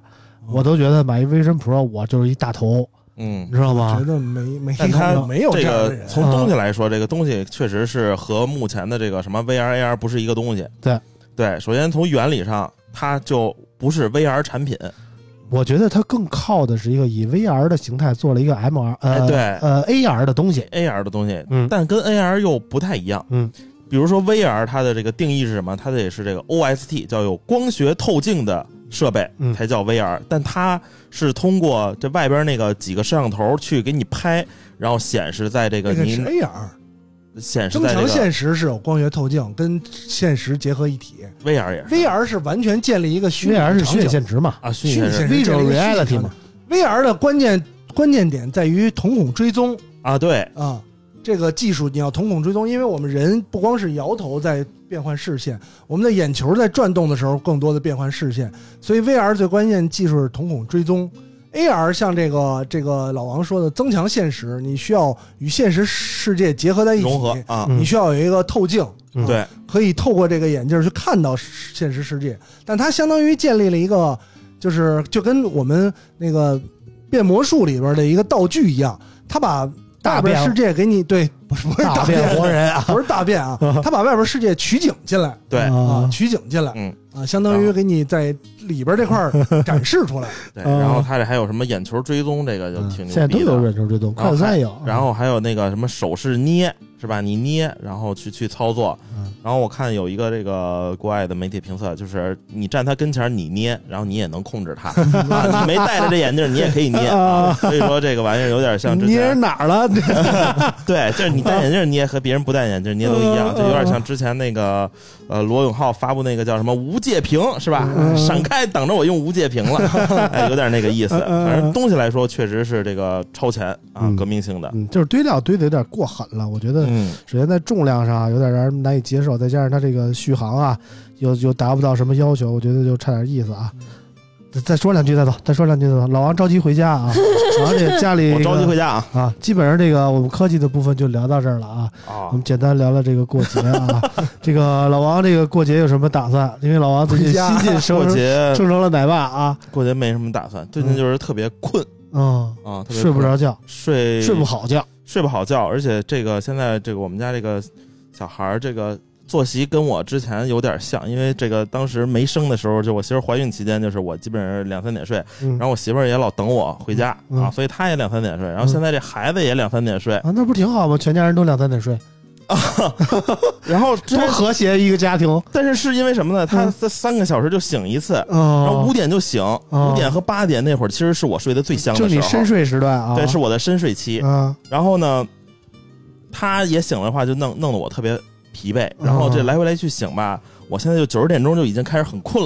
[SPEAKER 3] 我都觉得买一 Vision Pro 我就是一大头，
[SPEAKER 6] 嗯
[SPEAKER 3] 你。知道
[SPEAKER 4] 啊觉
[SPEAKER 3] 吗？
[SPEAKER 4] 得没没
[SPEAKER 6] 但他
[SPEAKER 4] 有没有这
[SPEAKER 6] 这
[SPEAKER 4] 样的
[SPEAKER 6] 个
[SPEAKER 4] 人，嗯
[SPEAKER 6] 从东西来说，这个东西确实是和目前的这个什么 VR、AR 不是一个东西。
[SPEAKER 3] 对
[SPEAKER 6] 对，首先从原理上，它就不是 VR 产品。
[SPEAKER 3] 我觉得它更靠的是一个以 VR 的形态做了一个 MR 呃
[SPEAKER 6] 哎对
[SPEAKER 3] 呃 AR 的东西，
[SPEAKER 6] AR 的东西，
[SPEAKER 3] 嗯
[SPEAKER 6] 但跟 AR 又不太一样。
[SPEAKER 3] 嗯，
[SPEAKER 6] 比如说 VR，它的这个定义是什么？它得是这个 OST，叫有光学透镜的设备
[SPEAKER 3] 嗯
[SPEAKER 6] 才叫 VR，、但它是通过这外边那个几个摄像头去给你拍，然后显示在这个
[SPEAKER 4] 那个
[SPEAKER 6] 你
[SPEAKER 4] 是 AR，
[SPEAKER 6] 显示
[SPEAKER 4] 增
[SPEAKER 6] 在这
[SPEAKER 4] 强
[SPEAKER 6] 个
[SPEAKER 4] 现实是有光学透镜，跟现实结合一体。
[SPEAKER 6] VR 也是
[SPEAKER 4] VR 是完全建立一个虚拟
[SPEAKER 3] VR 是
[SPEAKER 4] 场
[SPEAKER 3] 虚拟
[SPEAKER 4] 景
[SPEAKER 3] 现实嘛
[SPEAKER 6] 啊，虚拟
[SPEAKER 4] 虚拟现
[SPEAKER 6] 现实
[SPEAKER 4] 实
[SPEAKER 3] Visual
[SPEAKER 4] 建立一个虚拟
[SPEAKER 3] reality
[SPEAKER 4] 场景
[SPEAKER 3] 嘛
[SPEAKER 4] VR 的关键关键点在于瞳孔追踪
[SPEAKER 6] 啊，对，
[SPEAKER 4] 啊，这个技术你要瞳孔追踪，因为我们人不光是摇头在变换视线，我们的眼球在转动的时候更多的变换视线，所以 VR 最关键技术是瞳孔追踪。AR 像这个这个老王说的增强现实，你需要与现实世界结合在一起，
[SPEAKER 6] 融合啊，
[SPEAKER 3] 嗯
[SPEAKER 4] 你需要有一个透镜，啊
[SPEAKER 3] 嗯
[SPEAKER 6] 对，
[SPEAKER 4] 可以透过这个眼镜去看到现实世界，但它相当于建立了一个，就是就跟我们那个变魔术里边的一个道具一样，它把
[SPEAKER 3] 大
[SPEAKER 4] 外边
[SPEAKER 3] 变
[SPEAKER 4] 世界给你对，不是不是
[SPEAKER 3] 大
[SPEAKER 4] 变
[SPEAKER 3] 变活人
[SPEAKER 4] 啊，不是大
[SPEAKER 3] *laughs*
[SPEAKER 4] 变啊，它把外边世界取景进来
[SPEAKER 6] 对，
[SPEAKER 4] 啊
[SPEAKER 3] 啊，，
[SPEAKER 4] 取景进来，
[SPEAKER 6] 嗯
[SPEAKER 4] 啊，相当于给你在里边这
[SPEAKER 3] *laughs*
[SPEAKER 4] 块儿展示出来，
[SPEAKER 6] 对，
[SPEAKER 3] 啊
[SPEAKER 6] 然后它这还有什么眼球追踪，这个就
[SPEAKER 3] 嗯现
[SPEAKER 6] 挺牛
[SPEAKER 3] 在都
[SPEAKER 6] 逼
[SPEAKER 3] 有
[SPEAKER 6] 的。
[SPEAKER 3] 远程追踪，
[SPEAKER 6] 然后
[SPEAKER 3] 快手赛有，
[SPEAKER 6] 然后还有那个什么手势捏是吧？你捏，然后去去操作。
[SPEAKER 3] 嗯
[SPEAKER 6] 然后我看有一个这个国外的媒体评测，就是你站他跟前儿，你捏，然后你也能
[SPEAKER 3] *laughs*
[SPEAKER 6] 控制他。啊你没戴着这眼镜，你也可以捏。啊、所以说这个玩意儿有点像之
[SPEAKER 3] 你是
[SPEAKER 6] 前
[SPEAKER 3] 哪儿
[SPEAKER 6] *laughs*
[SPEAKER 3] 了？
[SPEAKER 6] 对，就是你戴眼镜捏和别人不戴眼镜捏都一样，就有点像之前那个呃罗永浩发布那个叫什么无界屏是吧？闪开，等着我用无界屏了，哎，有点那个意思。反正东西来说，确实是这个超前啊
[SPEAKER 3] 嗯，
[SPEAKER 6] 革命性的。
[SPEAKER 3] 嗯，就是堆料堆的有点过狠了，我觉得
[SPEAKER 6] 嗯，
[SPEAKER 3] 首先在重量上有点让人难以接受，再加上它这个续航啊，又又达不到什么要求，我觉得就差点意思啊。
[SPEAKER 6] 嗯
[SPEAKER 3] 再再说两句再走，再说两句再走。老王着急回家
[SPEAKER 6] *laughs*
[SPEAKER 3] 啊，老王这家里
[SPEAKER 6] 我着急回家啊。
[SPEAKER 3] 啊，基本上这个我们科技的部分就聊到这儿了啊。
[SPEAKER 6] 啊
[SPEAKER 3] 我们简单聊聊这个过节啊，这个老王这个过节有什么打算？因为老王最近
[SPEAKER 4] 回家
[SPEAKER 3] 新晋
[SPEAKER 6] 过
[SPEAKER 3] 升
[SPEAKER 6] 节
[SPEAKER 3] 升成了奶爸啊，
[SPEAKER 6] 过节没什么打算，最近就是特别困
[SPEAKER 3] 嗯，
[SPEAKER 6] 啊，特别困嗯
[SPEAKER 3] 睡不，着觉，
[SPEAKER 6] 睡
[SPEAKER 3] 睡不好觉，
[SPEAKER 6] 睡不好觉，而且这个现在这个我们家这个小孩儿这个作息跟我之前有点像，因为这个当时没生的时候，就我媳妇儿怀孕期间，就是我基本上是两三点睡，
[SPEAKER 3] 嗯
[SPEAKER 6] 然后我媳妇儿也老等我回家
[SPEAKER 3] 嗯
[SPEAKER 6] 啊，所以她也两三点睡，然后现在这孩子也两三点睡，
[SPEAKER 3] 啊，那不挺好吗？全家人都两三点睡，
[SPEAKER 6] 然后之
[SPEAKER 3] 多
[SPEAKER 6] 前
[SPEAKER 3] 和谐一个家庭。
[SPEAKER 6] 但是是因为什么呢？她
[SPEAKER 3] 嗯
[SPEAKER 6] 三三个小时就醒一次，然后
[SPEAKER 3] 哦
[SPEAKER 6] 五，点就醒，
[SPEAKER 3] 哦
[SPEAKER 6] 五点和八点那会儿其实是我睡得最香
[SPEAKER 3] 就
[SPEAKER 6] 的时
[SPEAKER 3] 你
[SPEAKER 6] 候，
[SPEAKER 3] 深睡时段啊，
[SPEAKER 6] 对，是我的深睡期。
[SPEAKER 3] 啊，
[SPEAKER 6] 然后呢，他也醒了的话，就弄弄得我特别疲惫。然后这来回来去醒吧，我现在就九十点钟就已经开始很困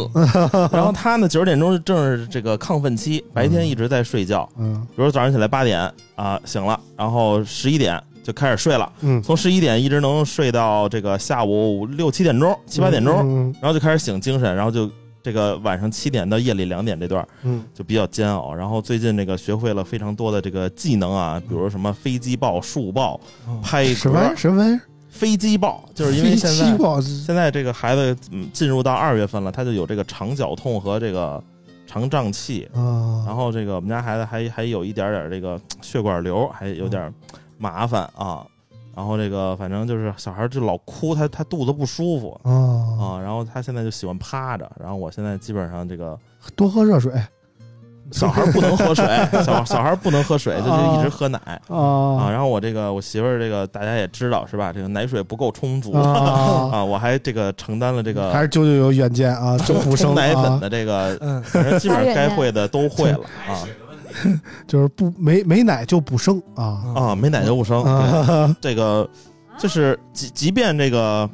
[SPEAKER 3] *laughs*
[SPEAKER 6] 了。然后他呢，九十点钟正是这个亢奋期，白天一直在睡觉。
[SPEAKER 3] 嗯
[SPEAKER 6] 比如说早上起来八点啊、醒了，然后十一点就开始睡了，
[SPEAKER 3] 嗯，
[SPEAKER 6] 从十一点一直能睡到这个下午六七点钟、七八点钟，
[SPEAKER 3] 嗯，
[SPEAKER 6] 然后就开始醒精神，然后就。这个晚上七点到夜里两点这段儿
[SPEAKER 4] 嗯
[SPEAKER 6] 就比较煎熬。然后最近这个学会了非常多的这个技能啊，比如什么飞机报、树报、拍
[SPEAKER 3] 嗯哦什么玩意
[SPEAKER 6] 嗝
[SPEAKER 3] 儿、什么玩意儿？
[SPEAKER 6] 飞机报，就是因为
[SPEAKER 3] *laughs*
[SPEAKER 6] 现在
[SPEAKER 3] 不好
[SPEAKER 6] 现在这个孩子嗯进入到二月份了，他就有这个肠绞痛和这个肠胀气，然
[SPEAKER 3] 啊，
[SPEAKER 6] 后这个我们家孩子还还有一点点这个血管瘤，还有点麻烦啊。然后这个反正就是小孩就老哭，他他肚子不舒服
[SPEAKER 3] 啊，
[SPEAKER 6] 啊，然后他现在就喜欢趴着，然后我现在基本上这个
[SPEAKER 3] 多喝热水 *laughs*
[SPEAKER 6] 小孩不能喝水，小小孩不能喝水，就是一直喝奶啊。
[SPEAKER 3] 啊
[SPEAKER 6] 然后我这个我媳妇儿这个大家也知道是吧？这个奶水不够充足
[SPEAKER 3] 啊，
[SPEAKER 6] 啊，我还这个承担了这个
[SPEAKER 3] 还是九九有远见啊，就补
[SPEAKER 6] 冲
[SPEAKER 3] 生
[SPEAKER 6] 奶粉
[SPEAKER 3] 啊，
[SPEAKER 6] 的这个，
[SPEAKER 4] 嗯，
[SPEAKER 6] 反正基本上该会的都会了啊
[SPEAKER 3] *laughs* 就是不没没奶就补生啊
[SPEAKER 6] 啊，没奶就不生。对
[SPEAKER 3] 啊
[SPEAKER 6] 这个就是即即便这个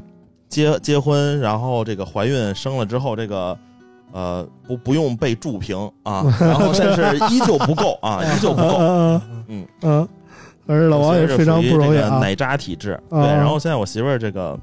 [SPEAKER 6] 结结婚，然后这个怀孕生了之后，这个呃不不用被注评
[SPEAKER 3] *laughs*
[SPEAKER 6] 啊，然后但是依旧不够啊，依旧不够。
[SPEAKER 3] 啊
[SPEAKER 6] 嗯
[SPEAKER 3] 嗯，而且老王也是非常不容易
[SPEAKER 6] 所以是属于这个
[SPEAKER 3] 啊，
[SPEAKER 6] 奶渣体质。
[SPEAKER 3] 啊
[SPEAKER 6] 对，然后现在我媳妇儿这个。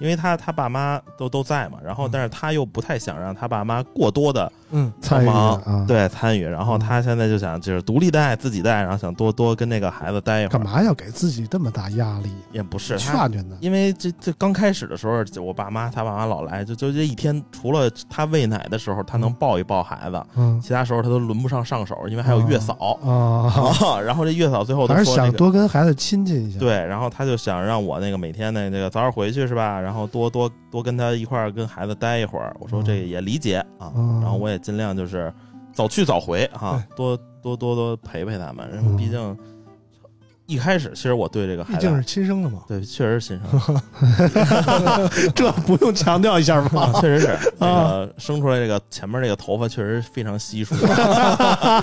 [SPEAKER 6] 因为她她爸妈都都在嘛，然后
[SPEAKER 3] 嗯
[SPEAKER 6] 但是她又不太想让她爸妈过多的
[SPEAKER 4] 嗯
[SPEAKER 3] 参与
[SPEAKER 6] 帮
[SPEAKER 3] 啊，，
[SPEAKER 6] 对参与，然后他现在就想就是独立带自己带，然后想多多跟那个孩子待一会
[SPEAKER 3] 干
[SPEAKER 6] 儿。
[SPEAKER 3] 嘛啊要给自己这么大压力？
[SPEAKER 6] 也不是他，
[SPEAKER 3] 劝劝他
[SPEAKER 6] 因为这这刚开始的时候，就我爸妈他爸妈老来，就就这一天，除了他喂奶的时候，他能抱一抱孩子，
[SPEAKER 3] 嗯
[SPEAKER 6] 其他时候他都轮不上上手，因为
[SPEAKER 3] 哦
[SPEAKER 6] 还有月嫂。
[SPEAKER 3] 啊，
[SPEAKER 6] 啊 *laughs* 然后这月嫂最后都
[SPEAKER 3] 还是
[SPEAKER 6] 说这
[SPEAKER 3] 想
[SPEAKER 6] 个。
[SPEAKER 3] 多跟孩子亲近一下。
[SPEAKER 6] 对，然后他就想让我那个每天那那个早点回去是吧？然后多多多跟他一块儿跟孩子待一会儿。我说这也理解啊，
[SPEAKER 3] 嗯
[SPEAKER 6] 然后我也尽量就是早去早回哈，多多多多陪陪他们。然后毕竟一开始其实我对这
[SPEAKER 4] 嗯
[SPEAKER 6] 个
[SPEAKER 4] 毕
[SPEAKER 6] 孩
[SPEAKER 4] 竟
[SPEAKER 6] 子
[SPEAKER 4] 是亲生的嘛。
[SPEAKER 6] 对确实欣赏，
[SPEAKER 3] 这 *laughs* 不用强调一下
[SPEAKER 4] *laughs*
[SPEAKER 3] 吗？
[SPEAKER 6] *laughs* 啊确实是那个生出来这个前面这个头发确实非常
[SPEAKER 4] *laughs*
[SPEAKER 6] 稀疏啊，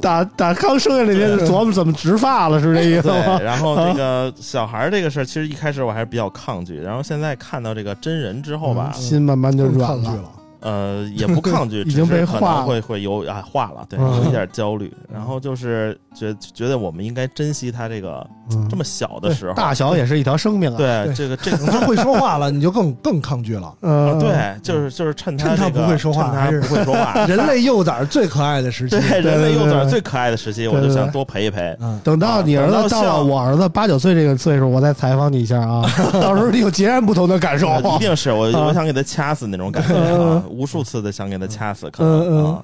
[SPEAKER 3] 打打刚生下那天就琢磨怎么植发了，是这意思吗
[SPEAKER 6] 对，？然后
[SPEAKER 4] 啊
[SPEAKER 6] 这个小孩儿这个事儿，其实一开始我还是比较抗拒，然后现在看到这个真人之 *laughs* 后吧
[SPEAKER 3] 嗯，心慢慢就
[SPEAKER 4] 更
[SPEAKER 3] 软
[SPEAKER 4] 抗拒
[SPEAKER 3] 了。
[SPEAKER 4] 了，
[SPEAKER 6] 呃，也不抗拒，
[SPEAKER 3] *laughs* 已经
[SPEAKER 6] 只
[SPEAKER 3] 被
[SPEAKER 6] 是可
[SPEAKER 3] 化
[SPEAKER 6] 能
[SPEAKER 3] 了
[SPEAKER 6] 会会有啊化了，对，
[SPEAKER 3] 嗯
[SPEAKER 6] 有一点焦虑，然后就是觉觉得我们应该珍惜他这个
[SPEAKER 3] 嗯
[SPEAKER 6] 这么小的时候，
[SPEAKER 3] 大小也是一条生命啊。
[SPEAKER 6] 对
[SPEAKER 4] 对
[SPEAKER 6] 这个这
[SPEAKER 4] 等他会说话了，你就更更抗拒
[SPEAKER 3] *laughs*
[SPEAKER 4] 了。
[SPEAKER 3] 嗯，
[SPEAKER 6] 个啊对，就是就是趁他
[SPEAKER 4] 趁他
[SPEAKER 6] 这个
[SPEAKER 4] 不会说话
[SPEAKER 6] 趁他
[SPEAKER 4] 还是
[SPEAKER 6] 不会说
[SPEAKER 3] *laughs*
[SPEAKER 6] 话，
[SPEAKER 4] 人类幼崽最可爱的时期，
[SPEAKER 6] 对人类幼
[SPEAKER 3] 对对
[SPEAKER 6] 崽
[SPEAKER 3] 对
[SPEAKER 6] 最可爱的时期，我
[SPEAKER 3] 对
[SPEAKER 6] 就
[SPEAKER 3] 对
[SPEAKER 6] 想
[SPEAKER 3] 对
[SPEAKER 6] 多陪一陪。
[SPEAKER 4] 嗯，
[SPEAKER 3] 等到你儿
[SPEAKER 6] 啊
[SPEAKER 3] 子
[SPEAKER 6] 等
[SPEAKER 3] 到
[SPEAKER 6] 到像
[SPEAKER 3] 了我儿子八九岁这个岁数，我再采访你一下
[SPEAKER 6] *laughs*
[SPEAKER 3] 啊，到时候你有截然不同的感受。
[SPEAKER 6] 呃一定是我，
[SPEAKER 3] 啊
[SPEAKER 6] 我想给他掐死那种感觉啊！无数次的想给他掐死，可
[SPEAKER 3] 嗯
[SPEAKER 6] 能
[SPEAKER 3] 嗯
[SPEAKER 6] 啊，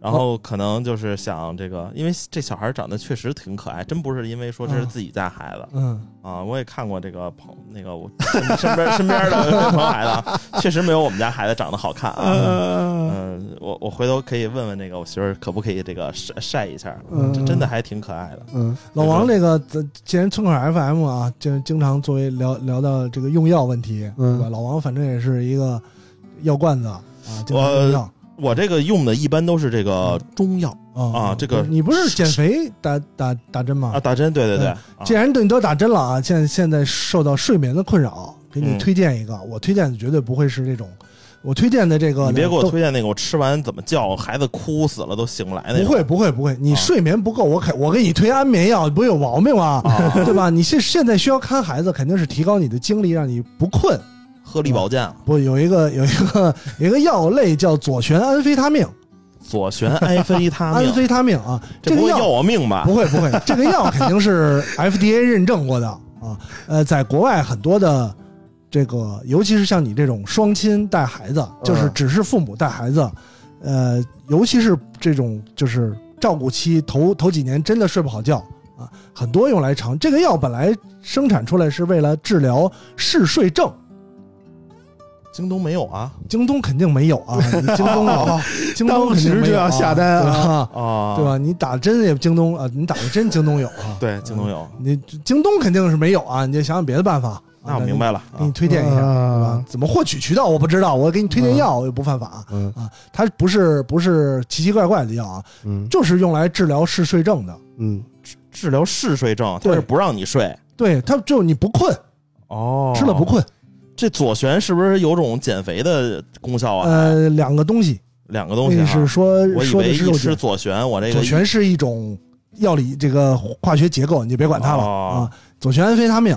[SPEAKER 6] 然后可能就是想这个，因为这小孩长得确实挺可爱，真不是因为说这是自己家孩子，
[SPEAKER 4] 嗯，
[SPEAKER 6] 啊，我也看过这个朋那个我身身边身边的
[SPEAKER 4] *laughs*
[SPEAKER 6] 朋友孩子啊，确实没有我们家孩子长得好看啊。
[SPEAKER 3] 嗯
[SPEAKER 6] 嗯，我我回头可以问问那个我媳妇儿可不可以这个晒晒一下，啊
[SPEAKER 3] 嗯
[SPEAKER 6] 这真的还挺可爱的。
[SPEAKER 3] 嗯
[SPEAKER 4] 老王这个，咱既然村口 FM 啊，经经常作为聊聊到这个用药问题，
[SPEAKER 3] 嗯
[SPEAKER 4] 对吧？老王反正也是一个药罐子啊，经常用药
[SPEAKER 6] 我这个用的一般都是这个中药啊这个
[SPEAKER 4] 你不是减肥打打打针吗？
[SPEAKER 6] 啊，打针，对对对，
[SPEAKER 4] 嗯
[SPEAKER 6] 啊
[SPEAKER 4] 既然对你都打针了啊，现现在受到睡眠的困扰，给你
[SPEAKER 6] 嗯
[SPEAKER 4] 推荐一个，我推荐的绝对不会是这种，我推荐的这个
[SPEAKER 6] 你别给我
[SPEAKER 4] 都
[SPEAKER 6] 推荐那个我吃完怎么叫孩子哭死了都醒不来那
[SPEAKER 4] 不
[SPEAKER 6] 种。
[SPEAKER 4] 会不会不会，你
[SPEAKER 6] 啊
[SPEAKER 4] 睡眠不够，我肯我给你推安眠药，你不是有毛病吗？
[SPEAKER 6] 啊，
[SPEAKER 4] *laughs* 对吧？你现现在需要看孩子，肯定是提高你的精力，让你不困。
[SPEAKER 6] 喝力保健啊，
[SPEAKER 4] 不，有一个有一个有一个药类叫左旋安非他命，*laughs*
[SPEAKER 6] 左旋安非他
[SPEAKER 4] 安
[SPEAKER 6] 命，
[SPEAKER 4] 非他命啊，
[SPEAKER 6] 这
[SPEAKER 4] 个
[SPEAKER 6] 不会要
[SPEAKER 4] 药
[SPEAKER 6] 我命吧
[SPEAKER 4] 不？会不会，这个药肯定是 FDA 认证过的啊。呃，在国外很多的这个，尤其是像你这种双亲带孩子，
[SPEAKER 3] 嗯
[SPEAKER 4] 就是只是父母带孩子，呃，尤其是这种就是照顾期头头几年真的睡不好觉啊，很多用来尝这个药本来生产出来是为了治疗嗜睡症。
[SPEAKER 6] 京东没有啊
[SPEAKER 4] 京东肯定没有啊，你京东有，京东肯定
[SPEAKER 3] 哦当时
[SPEAKER 4] 没有、啊、
[SPEAKER 3] 就要下单啊
[SPEAKER 6] 啊，
[SPEAKER 4] 对吧，对？吧？你打针也京东啊，你打个针京东有啊，
[SPEAKER 6] 对，京东有，
[SPEAKER 4] 你京东肯定是没有啊，你就想想别的办法。
[SPEAKER 6] 那我明，白了
[SPEAKER 4] 给
[SPEAKER 6] 啊
[SPEAKER 4] 你。推荐一下，对吧
[SPEAKER 3] 啊？
[SPEAKER 4] 怎么获取渠道我不知道，我给你推荐药我又不犯法
[SPEAKER 3] 嗯
[SPEAKER 4] 啊，它不是不是奇奇怪怪的药啊，
[SPEAKER 3] 嗯
[SPEAKER 4] 就是用来治疗嗜睡症的。
[SPEAKER 3] 嗯，
[SPEAKER 6] 治疗嗜睡症，它
[SPEAKER 4] 对
[SPEAKER 6] 是不让你睡
[SPEAKER 4] 对，它就你不困，
[SPEAKER 6] 哦
[SPEAKER 4] 吃了不。困。
[SPEAKER 6] 这左旋是不是有种减肥的功效啊？
[SPEAKER 4] 呃，两个东西，
[SPEAKER 6] 两个东西
[SPEAKER 4] 那
[SPEAKER 6] 啊，
[SPEAKER 4] 是说
[SPEAKER 6] 我以
[SPEAKER 4] 说
[SPEAKER 6] 为
[SPEAKER 4] 的是
[SPEAKER 6] 一
[SPEAKER 4] 肉
[SPEAKER 6] 吃
[SPEAKER 4] 碱，
[SPEAKER 6] 左旋，我这个
[SPEAKER 4] 左旋是一种药理这个化学结构，你就别管它了
[SPEAKER 6] 哦
[SPEAKER 4] 啊。左旋安非他命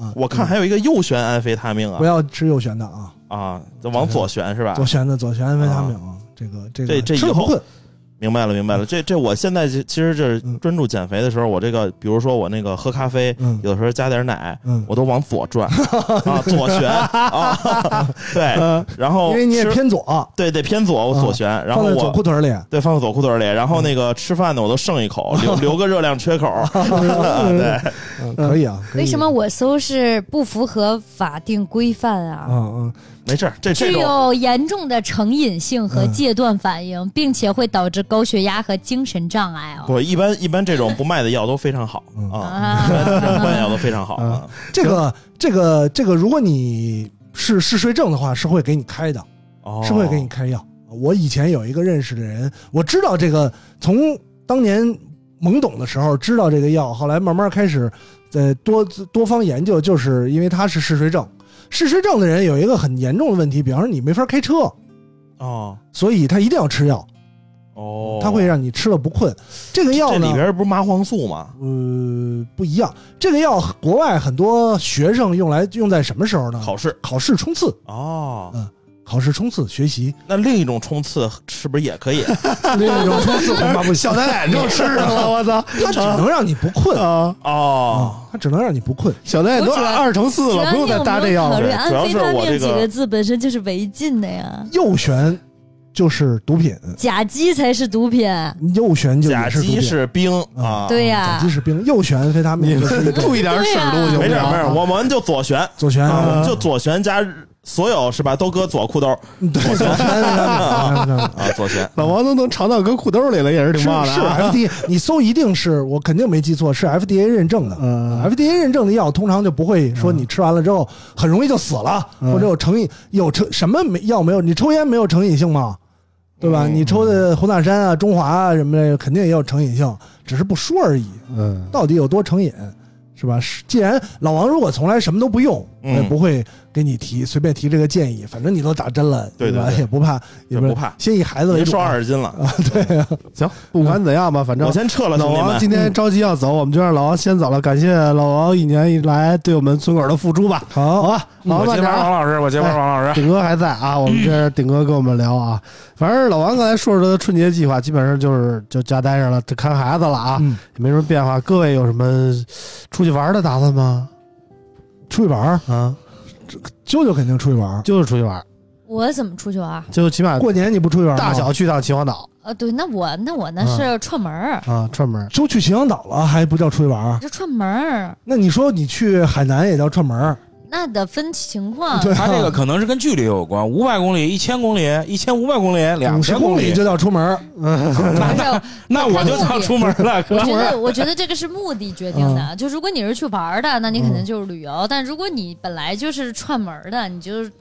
[SPEAKER 4] 啊。
[SPEAKER 6] 我看还有一个右旋安非他命
[SPEAKER 4] 不
[SPEAKER 6] 啊
[SPEAKER 4] 要吃右旋的啊，
[SPEAKER 6] 啊，就往左旋是吧？
[SPEAKER 4] 嗯左旋的左旋安非他命啊，这个这个
[SPEAKER 6] 这这以
[SPEAKER 4] 吃了
[SPEAKER 6] 后
[SPEAKER 4] 不困，
[SPEAKER 6] 明白了，明白了。这这我现在就其实这
[SPEAKER 4] 嗯
[SPEAKER 6] 专注减肥的时候，我这个比如说我那个喝咖啡，
[SPEAKER 4] 嗯
[SPEAKER 6] 有的时候加点奶，
[SPEAKER 4] 嗯，
[SPEAKER 6] 我都往左
[SPEAKER 4] *laughs*
[SPEAKER 6] 转啊，左旋啊，对，
[SPEAKER 4] 呃
[SPEAKER 6] 然后
[SPEAKER 4] 因为你也
[SPEAKER 6] 哦吃
[SPEAKER 4] 偏左，
[SPEAKER 6] 对对偏左，我左旋，然后
[SPEAKER 4] 放在左
[SPEAKER 6] 我。
[SPEAKER 4] 裤腿里，
[SPEAKER 6] 对，放在左裤腿里，然后那个吃饭呢，我都剩一口，留留个热量缺口。 *laughs* 对，
[SPEAKER 4] 嗯，可以啊。可以
[SPEAKER 2] 为什么？我搜是不符合法定规范啊？
[SPEAKER 4] 嗯嗯，
[SPEAKER 6] 没事儿，这这
[SPEAKER 2] 具
[SPEAKER 6] 种
[SPEAKER 2] 有严重的成瘾性和
[SPEAKER 4] 嗯
[SPEAKER 2] 戒断反应，并且会导致高血压和精神障碍哦。
[SPEAKER 6] 不一般一般这种不卖的药都非常好
[SPEAKER 4] 嗯
[SPEAKER 6] 啊，
[SPEAKER 2] 啊，
[SPEAKER 6] 这种不卖的 *laughs* 药都非常好啊。
[SPEAKER 4] 这个这个这个，如果你是嗜睡症的话，是会给你开的，
[SPEAKER 6] 哦
[SPEAKER 4] 是会给你开药。我以前有一个认识的人，我知道这个，从当年懵懂的时候知道这个药，后来慢慢开始呃多多方研究，就是因为他是嗜睡症。嗜睡症的人有一个很严重的问题，比方说你没法开车，
[SPEAKER 6] 哦
[SPEAKER 4] 所以他一定要吃药，
[SPEAKER 6] 哦，
[SPEAKER 4] 他会让你吃了不困。这个药
[SPEAKER 6] 这
[SPEAKER 4] 呢，
[SPEAKER 6] 里边不是麻黄素吗？
[SPEAKER 4] 呃，不一样。这个药国外很多学生用来用在什么时候呢？
[SPEAKER 6] 考试
[SPEAKER 4] 考试冲刺，
[SPEAKER 6] 哦
[SPEAKER 4] 嗯，考试冲刺学
[SPEAKER 6] *laughs*
[SPEAKER 4] 习。
[SPEAKER 6] 那另一种冲刺是不是也
[SPEAKER 4] *laughs*
[SPEAKER 6] 可以？
[SPEAKER 4] 另一种冲刺恐怕不行，
[SPEAKER 3] 小白脸就吃上
[SPEAKER 6] *laughs*
[SPEAKER 3] 了，我操！
[SPEAKER 4] 它只能让你不困
[SPEAKER 3] 啊，
[SPEAKER 6] 哦
[SPEAKER 4] 啊，，它只能让你不困。
[SPEAKER 3] 小白脸都
[SPEAKER 2] 我主要
[SPEAKER 3] 二乘四
[SPEAKER 2] 主
[SPEAKER 3] 了，
[SPEAKER 2] 要
[SPEAKER 3] 不用
[SPEAKER 2] 你
[SPEAKER 3] 再
[SPEAKER 2] 有
[SPEAKER 3] 搭
[SPEAKER 2] 没
[SPEAKER 3] 这
[SPEAKER 2] 有
[SPEAKER 3] 药
[SPEAKER 2] 考虑
[SPEAKER 3] 了。
[SPEAKER 6] 对
[SPEAKER 2] 安
[SPEAKER 6] 主要
[SPEAKER 2] 非
[SPEAKER 6] 是
[SPEAKER 2] 他
[SPEAKER 6] 我
[SPEAKER 2] 命
[SPEAKER 6] 这
[SPEAKER 2] 几
[SPEAKER 6] 个
[SPEAKER 2] 个字本身就是违禁的呀，
[SPEAKER 4] 右旋就是毒品，
[SPEAKER 2] 甲基才是毒品。
[SPEAKER 4] 右旋嗯就
[SPEAKER 6] 甲
[SPEAKER 4] 也毒
[SPEAKER 6] 基
[SPEAKER 4] 品。
[SPEAKER 6] 是冰
[SPEAKER 4] 嗯
[SPEAKER 6] 啊，
[SPEAKER 2] 对哎呀
[SPEAKER 4] 甲基是冰，右旋安非他
[SPEAKER 3] 你
[SPEAKER 4] 命就是一
[SPEAKER 3] 们
[SPEAKER 4] 种
[SPEAKER 3] 注意点尺度行不
[SPEAKER 6] 没事儿没事
[SPEAKER 3] 行？
[SPEAKER 4] 嗯
[SPEAKER 6] 儿，我们就左旋
[SPEAKER 4] 左旋
[SPEAKER 6] 啊，我
[SPEAKER 4] 啊
[SPEAKER 6] 们就左旋加所有是吧？都搁左裤兜儿
[SPEAKER 4] 对左旋安非他命
[SPEAKER 6] 啊，
[SPEAKER 3] *laughs*
[SPEAKER 6] 左旋
[SPEAKER 3] 老王都能尝到搁裤兜里了，也是
[SPEAKER 4] 是
[SPEAKER 3] 挺
[SPEAKER 4] 是
[SPEAKER 3] 棒的啊。
[SPEAKER 4] FDA，你搜一定是我肯定没记错，是 FDA 认证的。
[SPEAKER 3] 嗯
[SPEAKER 4] FDA 认证的药通常就不会说
[SPEAKER 6] 嗯
[SPEAKER 4] 你吃完了之后很容易就死了，
[SPEAKER 3] 嗯
[SPEAKER 4] 或者有成瘾，有成什么没药没有？你抽烟没有成瘾性吗？对吧？
[SPEAKER 6] 嗯
[SPEAKER 4] 你抽的红塔山啊、中华啊什么的，肯定也有成瘾性，只是不说而已。
[SPEAKER 3] 嗯，
[SPEAKER 4] 到底有多成瘾，是吧？是既然老王如果从来什么都不用，我
[SPEAKER 6] 嗯
[SPEAKER 4] 也不会给你提随便提这个建议，反正你都打针了，
[SPEAKER 6] 对对
[SPEAKER 4] 吧？
[SPEAKER 6] 对
[SPEAKER 4] 也不怕，也
[SPEAKER 6] 也不怕
[SPEAKER 4] 先以孩子为
[SPEAKER 6] 您
[SPEAKER 4] 主
[SPEAKER 6] 说
[SPEAKER 4] 啊。
[SPEAKER 6] 二十斤了，
[SPEAKER 3] 行，不管怎样吧，反正
[SPEAKER 6] 我先撤了，
[SPEAKER 3] 老
[SPEAKER 6] 兄弟
[SPEAKER 3] 王
[SPEAKER 6] 们。
[SPEAKER 3] 今天着急要走，我们就让老王先走了。感谢老王一年以来对我们村口的付出吧。好
[SPEAKER 4] 好，
[SPEAKER 3] 吧，老王
[SPEAKER 5] 嗯我
[SPEAKER 3] 慢
[SPEAKER 5] 接
[SPEAKER 3] 点
[SPEAKER 5] 班王
[SPEAKER 3] 啊。
[SPEAKER 5] 老师，我接班王老师。
[SPEAKER 3] 顶哥还在啊，我们这儿顶哥跟我们聊啊。反正老王刚才说说他的春节计划，基本上就是就家待着了，就看孩子了啊，
[SPEAKER 4] 嗯，
[SPEAKER 3] 也没什么变化。各位有什么出去玩的打算吗？
[SPEAKER 4] 出去玩儿，
[SPEAKER 3] 啊，
[SPEAKER 4] 舅舅肯定出去玩儿。
[SPEAKER 3] 就是出去玩，
[SPEAKER 2] 我怎么出去玩儿？
[SPEAKER 3] 就起码
[SPEAKER 4] 过年你不出去玩儿吗
[SPEAKER 3] 大小去趟秦皇岛
[SPEAKER 2] 呃，对，那我那我那
[SPEAKER 3] 嗯
[SPEAKER 2] 是串门儿，
[SPEAKER 3] 啊，串门儿。
[SPEAKER 4] 都去秦皇岛了，还不叫出去玩儿？啊
[SPEAKER 2] 这串门儿
[SPEAKER 4] 那你说你去海南也叫串门儿？
[SPEAKER 2] 那得分情况。
[SPEAKER 4] 对啊
[SPEAKER 5] 他这个可能是跟距离有关，五百公里、一千公里、一千五百公里、两
[SPEAKER 4] 五十
[SPEAKER 5] 千
[SPEAKER 4] 公
[SPEAKER 5] 里
[SPEAKER 4] 里，就叫出门儿，
[SPEAKER 5] 那那那我就想出门了，
[SPEAKER 2] *laughs* 我
[SPEAKER 5] 哥
[SPEAKER 2] 觉
[SPEAKER 5] 们儿。
[SPEAKER 2] 得，我觉得这个是目的决定的。就如果你是去玩儿的，那你肯定就是旅游；但如果你本来就是串门儿的，你就是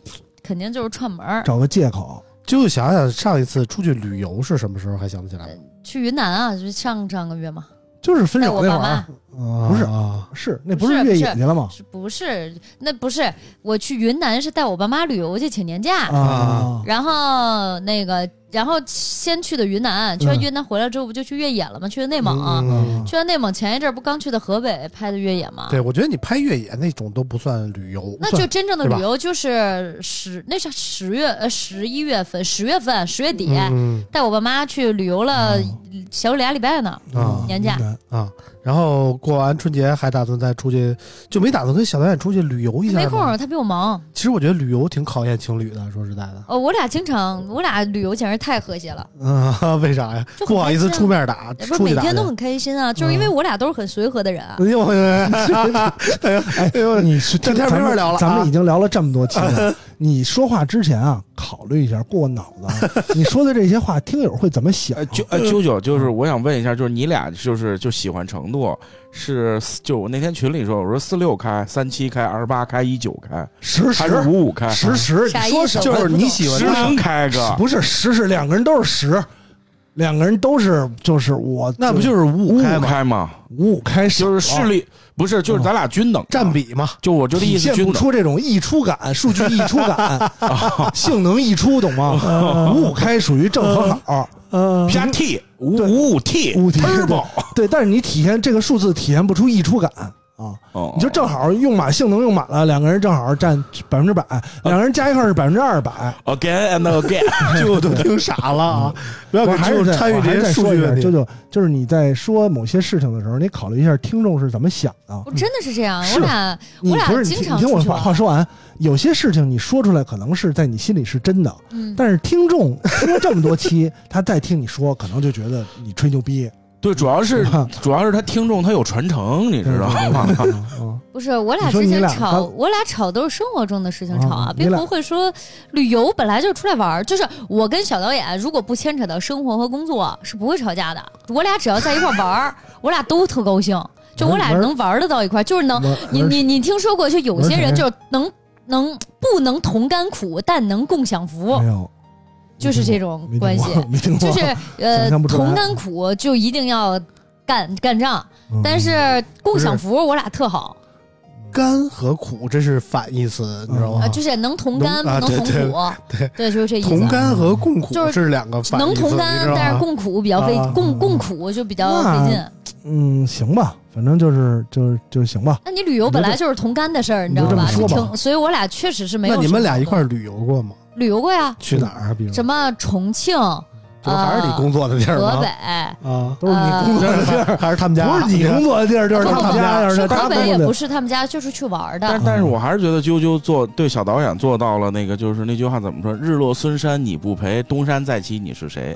[SPEAKER 2] 肯定就是串门儿。
[SPEAKER 4] 找个借口。
[SPEAKER 3] 就想想上一次出去旅游是什么时候，还想不起来吗？
[SPEAKER 2] 去云南啊，就是上上个月嘛，
[SPEAKER 4] 就是分
[SPEAKER 2] 带
[SPEAKER 4] 手
[SPEAKER 2] 我
[SPEAKER 4] 那
[SPEAKER 2] 爸
[SPEAKER 4] 会儿
[SPEAKER 2] 妈，
[SPEAKER 3] 不
[SPEAKER 4] 不是
[SPEAKER 3] 啊，
[SPEAKER 4] 是那
[SPEAKER 2] 不
[SPEAKER 4] 不
[SPEAKER 2] 是
[SPEAKER 4] 是越野去了吗？
[SPEAKER 2] 是不是？那不是我去云南是带我爸妈旅游去请年假，
[SPEAKER 4] 啊，
[SPEAKER 2] 然后那个，然后先去的云南，啊去完云南回来之后不就去越野了吗？去的内蒙、啊
[SPEAKER 4] 啊
[SPEAKER 3] 嗯
[SPEAKER 2] 去完内蒙前一阵儿不刚去的河北拍的越野吗？
[SPEAKER 3] 对，我觉得你拍越野那种都不算旅游，
[SPEAKER 2] 啊那就真正的旅游就是十，那是十月呃十一月份，十月份十月底、
[SPEAKER 3] 嗯
[SPEAKER 2] 带我爸妈去旅游了
[SPEAKER 4] 嗯
[SPEAKER 2] 小俩礼拜呢，
[SPEAKER 3] 啊
[SPEAKER 2] 嗯年假
[SPEAKER 4] 云南
[SPEAKER 3] 啊。然后过完春节还打算再出去，就没打算跟小导演出去旅游一
[SPEAKER 2] 他
[SPEAKER 3] 下
[SPEAKER 2] 没空
[SPEAKER 3] 吗
[SPEAKER 2] 儿，他比我忙。
[SPEAKER 3] 其实我觉得旅游挺考验情侣的，说实在的，
[SPEAKER 2] 哦，我俩经常，我俩旅游简直太和谐了，
[SPEAKER 3] 嗯，为啥呀？
[SPEAKER 2] 就很
[SPEAKER 3] 不好意思
[SPEAKER 2] 开心啊
[SPEAKER 3] 出面打，
[SPEAKER 2] 不是
[SPEAKER 3] 出
[SPEAKER 2] 每
[SPEAKER 3] 去打去
[SPEAKER 2] 天都。很开心啊，
[SPEAKER 4] 嗯
[SPEAKER 2] 就是因为我俩都是很随和的人啊。
[SPEAKER 3] 哎呦我，哎呦，哎呦，*laughs*
[SPEAKER 4] 你是
[SPEAKER 3] 这天没法聊了啊
[SPEAKER 4] 咱们已经聊了这么多
[SPEAKER 3] *laughs*
[SPEAKER 4] 期了。你说话之前啊，考虑一下，过脑子
[SPEAKER 3] *laughs*
[SPEAKER 4] 啊，你说的这些话，听友会怎么想
[SPEAKER 5] 呃，？啾呃，啾啾，就是我想问一下，就是你俩就是就喜欢程度是，就我那天群里说，我说四六开、三七开、二十八开、一九开，
[SPEAKER 4] 实
[SPEAKER 5] 还是
[SPEAKER 4] 时
[SPEAKER 5] 五五开，
[SPEAKER 4] 实时，
[SPEAKER 2] 啥
[SPEAKER 4] 你说
[SPEAKER 2] 意思
[SPEAKER 4] 什
[SPEAKER 3] 就
[SPEAKER 4] 么
[SPEAKER 3] 是你喜欢
[SPEAKER 5] 十能开哥，
[SPEAKER 4] 不是实时，两个人都是实，两个人都是就是我，
[SPEAKER 3] 那不就是五五
[SPEAKER 5] 五
[SPEAKER 3] 开
[SPEAKER 5] 五
[SPEAKER 3] 吗？
[SPEAKER 5] 开嘛，
[SPEAKER 4] 五五开始
[SPEAKER 5] 就是视力不是，就是咱俩均等
[SPEAKER 3] 占，比
[SPEAKER 2] *laughs*
[SPEAKER 3] 嘛，
[SPEAKER 5] 就我就这
[SPEAKER 4] 体
[SPEAKER 5] 意思
[SPEAKER 4] 现
[SPEAKER 5] 均
[SPEAKER 4] 不
[SPEAKER 5] 等。
[SPEAKER 4] 出这种溢出感，数据溢出
[SPEAKER 3] *laughs*
[SPEAKER 4] 感，
[SPEAKER 3] 哦
[SPEAKER 4] 性能溢出，懂吗？五五开属于正和
[SPEAKER 3] 哦
[SPEAKER 4] 好，
[SPEAKER 5] 啪 T 五
[SPEAKER 4] 对
[SPEAKER 5] 五五 T
[SPEAKER 4] 五 T
[SPEAKER 5] turbo，
[SPEAKER 4] 对，但是你体现这个数字体现不出溢出感啊，
[SPEAKER 5] 哦，
[SPEAKER 4] 你就正好用满性能用满了，两个人正好占百分之百，
[SPEAKER 3] 啊
[SPEAKER 4] 两个人加一块儿是百分之二百。
[SPEAKER 5] again and again，
[SPEAKER 3] 舅舅听傻了啊！
[SPEAKER 2] 嗯
[SPEAKER 3] 不要
[SPEAKER 4] 我
[SPEAKER 3] 给
[SPEAKER 4] 还
[SPEAKER 3] 舅
[SPEAKER 4] 是
[SPEAKER 3] 舅
[SPEAKER 4] 再
[SPEAKER 3] 参与
[SPEAKER 4] 我还
[SPEAKER 3] 这些
[SPEAKER 4] 是再
[SPEAKER 3] 数
[SPEAKER 4] 说
[SPEAKER 3] 据
[SPEAKER 4] 一遍，
[SPEAKER 3] 问
[SPEAKER 4] 舅
[SPEAKER 3] 题。
[SPEAKER 4] 舅，就是你在说某些事情的时候，你考虑一下听众是怎么想的。
[SPEAKER 2] 我真的是这样，
[SPEAKER 4] 是
[SPEAKER 2] 我俩
[SPEAKER 4] 你
[SPEAKER 2] 我俩
[SPEAKER 4] 不是你
[SPEAKER 2] 经
[SPEAKER 4] 听
[SPEAKER 2] 常
[SPEAKER 4] 你听我
[SPEAKER 2] 出去
[SPEAKER 4] 话
[SPEAKER 2] 玩
[SPEAKER 4] 话说完，有些事情你说出来可能是在你心里是真的，
[SPEAKER 2] 嗯，
[SPEAKER 4] 但是听众说这么多期，他再听你说，可能就觉得你吹牛
[SPEAKER 2] *laughs*
[SPEAKER 4] 逼，
[SPEAKER 5] 对，主要是主要是他听众他有传承，你知道吗？
[SPEAKER 4] 对？对对对嗯
[SPEAKER 2] 不是我俩
[SPEAKER 4] 你说
[SPEAKER 2] 之
[SPEAKER 4] 你
[SPEAKER 2] 前
[SPEAKER 4] 俩
[SPEAKER 2] 吵，
[SPEAKER 4] 他
[SPEAKER 2] 我俩吵都是生活中的事情吵啊
[SPEAKER 4] 啊，
[SPEAKER 2] 并
[SPEAKER 4] 你俩
[SPEAKER 2] 不会说旅游本来就是出来玩儿。就是我跟小导演如果不牵扯到生活和工作是不会吵架的，我俩只要在一块儿玩儿，我俩都特高兴，就我俩
[SPEAKER 4] 玩儿
[SPEAKER 2] 能玩儿得到一块儿，就是能
[SPEAKER 4] 我
[SPEAKER 2] 你
[SPEAKER 4] 我是
[SPEAKER 2] 你你听说过，就有些人
[SPEAKER 4] 玩儿啥呀
[SPEAKER 2] 就是能能不能同甘苦，但能共享福
[SPEAKER 4] 没，有，
[SPEAKER 2] 就是这种
[SPEAKER 4] 哎没听过 *laughs*
[SPEAKER 2] 关系。
[SPEAKER 4] 没听过，
[SPEAKER 2] 就是呃
[SPEAKER 4] 想，象不出来
[SPEAKER 2] 同甘苦就一定要干干仗，
[SPEAKER 4] 嗯
[SPEAKER 2] 但是共享福我俩特好
[SPEAKER 3] 甘和苦这是反义词，你知道
[SPEAKER 4] 嗯
[SPEAKER 2] 啊，
[SPEAKER 3] 吗？
[SPEAKER 2] 就是能同
[SPEAKER 3] 能
[SPEAKER 2] 甘不
[SPEAKER 3] 啊
[SPEAKER 2] 能同
[SPEAKER 3] 对
[SPEAKER 2] 苦，
[SPEAKER 3] 对
[SPEAKER 2] 对，就是这意
[SPEAKER 3] 同
[SPEAKER 2] 思。啊
[SPEAKER 3] 甘和共苦
[SPEAKER 2] 就是
[SPEAKER 3] 是两个反义词，
[SPEAKER 2] 能同
[SPEAKER 3] 你
[SPEAKER 2] 甘
[SPEAKER 3] 知道，吗
[SPEAKER 2] 但是共苦比较费
[SPEAKER 3] 啊，
[SPEAKER 2] 共共苦就比较费劲。
[SPEAKER 4] 嗯，行吧，反正就是就是就是行吧。
[SPEAKER 2] 那你旅游本来就是同甘的事儿，你
[SPEAKER 4] 你
[SPEAKER 2] 知
[SPEAKER 4] 就
[SPEAKER 2] 道吧？
[SPEAKER 4] 这
[SPEAKER 2] 就
[SPEAKER 4] 么说吧
[SPEAKER 2] 挺，所以我俩确实是没有
[SPEAKER 3] 那
[SPEAKER 2] 什么
[SPEAKER 3] 你
[SPEAKER 2] 矛
[SPEAKER 3] 们
[SPEAKER 2] 盾。
[SPEAKER 3] 俩一块儿旅游过吗？
[SPEAKER 2] 旅游过呀？
[SPEAKER 3] 去哪儿啊？比如
[SPEAKER 2] 什
[SPEAKER 3] 么？
[SPEAKER 2] 么重庆、
[SPEAKER 3] 就还是你
[SPEAKER 2] 呃
[SPEAKER 3] 工作的地儿
[SPEAKER 2] 河
[SPEAKER 3] 吗
[SPEAKER 2] 北？，
[SPEAKER 3] 啊，
[SPEAKER 4] 都是你
[SPEAKER 2] 呃
[SPEAKER 4] 工作的地
[SPEAKER 3] *laughs*
[SPEAKER 4] 儿，
[SPEAKER 3] 还是他们家？
[SPEAKER 4] 不是你工作的地儿，就是他们家，要
[SPEAKER 2] *laughs* 去
[SPEAKER 4] 是
[SPEAKER 2] 河
[SPEAKER 4] 他
[SPEAKER 2] 北
[SPEAKER 4] 们
[SPEAKER 2] 也
[SPEAKER 4] 家
[SPEAKER 2] 不
[SPEAKER 4] 的。
[SPEAKER 2] 呃是他们家，就是去玩儿的。
[SPEAKER 4] 嗯
[SPEAKER 5] 但但是我还是觉得啾啾做对小导演做到了那个，就是那句话怎么说？日落孙山你不陪，东山再起你是
[SPEAKER 4] *laughs*
[SPEAKER 5] 谁？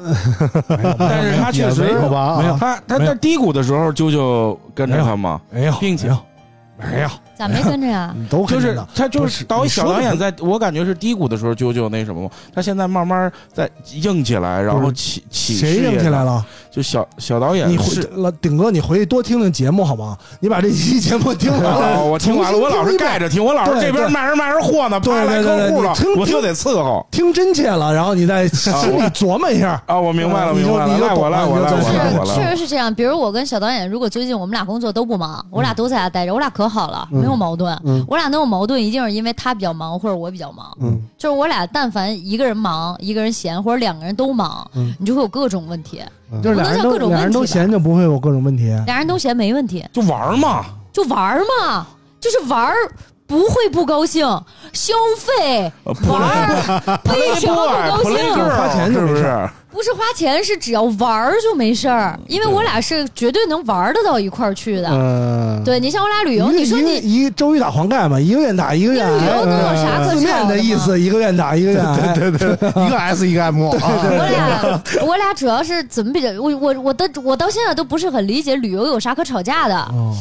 [SPEAKER 4] 哎
[SPEAKER 5] 但是他确实
[SPEAKER 3] 也没有吧？啊
[SPEAKER 4] 没有
[SPEAKER 5] 他他在低谷的时候，啾啾跟着他嘛，
[SPEAKER 4] 没有，
[SPEAKER 5] 并且
[SPEAKER 4] 没有没有，
[SPEAKER 2] 咋没跟着呀？
[SPEAKER 4] 你都
[SPEAKER 5] 就
[SPEAKER 4] 看见
[SPEAKER 5] 是
[SPEAKER 4] 了
[SPEAKER 5] 他就
[SPEAKER 4] 不
[SPEAKER 5] 是
[SPEAKER 4] 是
[SPEAKER 5] 导
[SPEAKER 4] 你
[SPEAKER 5] 小
[SPEAKER 4] 说
[SPEAKER 5] 导
[SPEAKER 4] 的
[SPEAKER 5] 演
[SPEAKER 4] 不
[SPEAKER 5] 在，我感觉是低谷的时候，啾啾那什么嘛，他现在慢慢在硬起来，然后
[SPEAKER 4] 不是
[SPEAKER 5] 起起
[SPEAKER 4] 谁
[SPEAKER 5] 事
[SPEAKER 4] 硬
[SPEAKER 5] 业
[SPEAKER 4] 起
[SPEAKER 5] 上
[SPEAKER 4] 来？了？
[SPEAKER 5] 就小小导演
[SPEAKER 4] 你回 *laughs*
[SPEAKER 5] 是。
[SPEAKER 4] 老顶哥，你回去多听听节目好吗？你把这期节目听完
[SPEAKER 5] 啊！
[SPEAKER 4] *laughs* 了，
[SPEAKER 5] 我听完了，
[SPEAKER 4] 重新
[SPEAKER 5] 我老
[SPEAKER 4] 听
[SPEAKER 5] 是
[SPEAKER 4] 一遍
[SPEAKER 5] 盖着听，我老是
[SPEAKER 4] 对
[SPEAKER 5] 这边
[SPEAKER 4] 对
[SPEAKER 5] 卖人卖人货呢，啪
[SPEAKER 4] 对
[SPEAKER 5] 来
[SPEAKER 4] 对对
[SPEAKER 5] 客户
[SPEAKER 4] 对
[SPEAKER 5] 了
[SPEAKER 4] 你，听
[SPEAKER 5] 我就得伺候
[SPEAKER 4] 听真切了，然后你再心里琢磨一下。
[SPEAKER 5] 啊！我明白了，
[SPEAKER 4] 你
[SPEAKER 5] 明
[SPEAKER 4] 就
[SPEAKER 5] 白了，
[SPEAKER 4] 你就
[SPEAKER 5] 赖我
[SPEAKER 4] 懂了
[SPEAKER 5] 赖我
[SPEAKER 4] 你就
[SPEAKER 5] 赖
[SPEAKER 4] 懂
[SPEAKER 5] 我赖我
[SPEAKER 4] 了
[SPEAKER 2] 是，确
[SPEAKER 5] 赖
[SPEAKER 2] 实是这样。比如我跟小导演，如果最近我们俩工作都不忙，我俩都在家待着，我俩可好了，没有矛盾。
[SPEAKER 3] 嗯
[SPEAKER 2] 我俩能有矛盾，一定是因为他比较忙或者我比较忙。
[SPEAKER 3] 嗯，
[SPEAKER 2] 就是我俩但凡一个人忙，一个人闲，或者两个人都忙，
[SPEAKER 3] 嗯
[SPEAKER 2] 你就会有各种问题。
[SPEAKER 3] 啊
[SPEAKER 4] 就是俩人
[SPEAKER 2] 不
[SPEAKER 4] 都
[SPEAKER 2] 能叫各种
[SPEAKER 4] 俩人都
[SPEAKER 2] 问题吧
[SPEAKER 4] 闲就不会有各种问题。啊
[SPEAKER 2] 俩人都闲没问题，
[SPEAKER 5] 我，就玩嘛，
[SPEAKER 2] 就玩儿嘛，就是玩儿。不会不高兴，消费
[SPEAKER 5] 呃
[SPEAKER 2] 玩儿，为什么不高
[SPEAKER 5] Play
[SPEAKER 2] 兴？
[SPEAKER 5] girl，
[SPEAKER 4] 花钱
[SPEAKER 5] 是
[SPEAKER 4] 就
[SPEAKER 5] 不
[SPEAKER 4] 没事
[SPEAKER 5] 是？
[SPEAKER 2] 不是花钱，是只要玩儿就没事儿，因为我俩是绝对能玩儿得到一块儿去的。
[SPEAKER 3] 呃，
[SPEAKER 2] 对你像我俩旅
[SPEAKER 4] 一
[SPEAKER 2] 游，
[SPEAKER 4] 个
[SPEAKER 2] 你说
[SPEAKER 4] 一个
[SPEAKER 2] 你
[SPEAKER 4] 一个周瑜打黄盖嘛，一个愿打一个愿
[SPEAKER 2] 旅
[SPEAKER 4] 挨
[SPEAKER 2] 游，能有啥可
[SPEAKER 4] 字
[SPEAKER 2] 吵
[SPEAKER 4] 面
[SPEAKER 2] 的
[SPEAKER 4] 的意
[SPEAKER 2] 吗？
[SPEAKER 4] 思，一个愿打一个愿挨。
[SPEAKER 3] 对对对，一个 S 一个 M，啊
[SPEAKER 2] 我俩我俩主要是怎么比较，我我我的我到现在都不是很理解旅游有啥可吵架的，
[SPEAKER 4] 哦，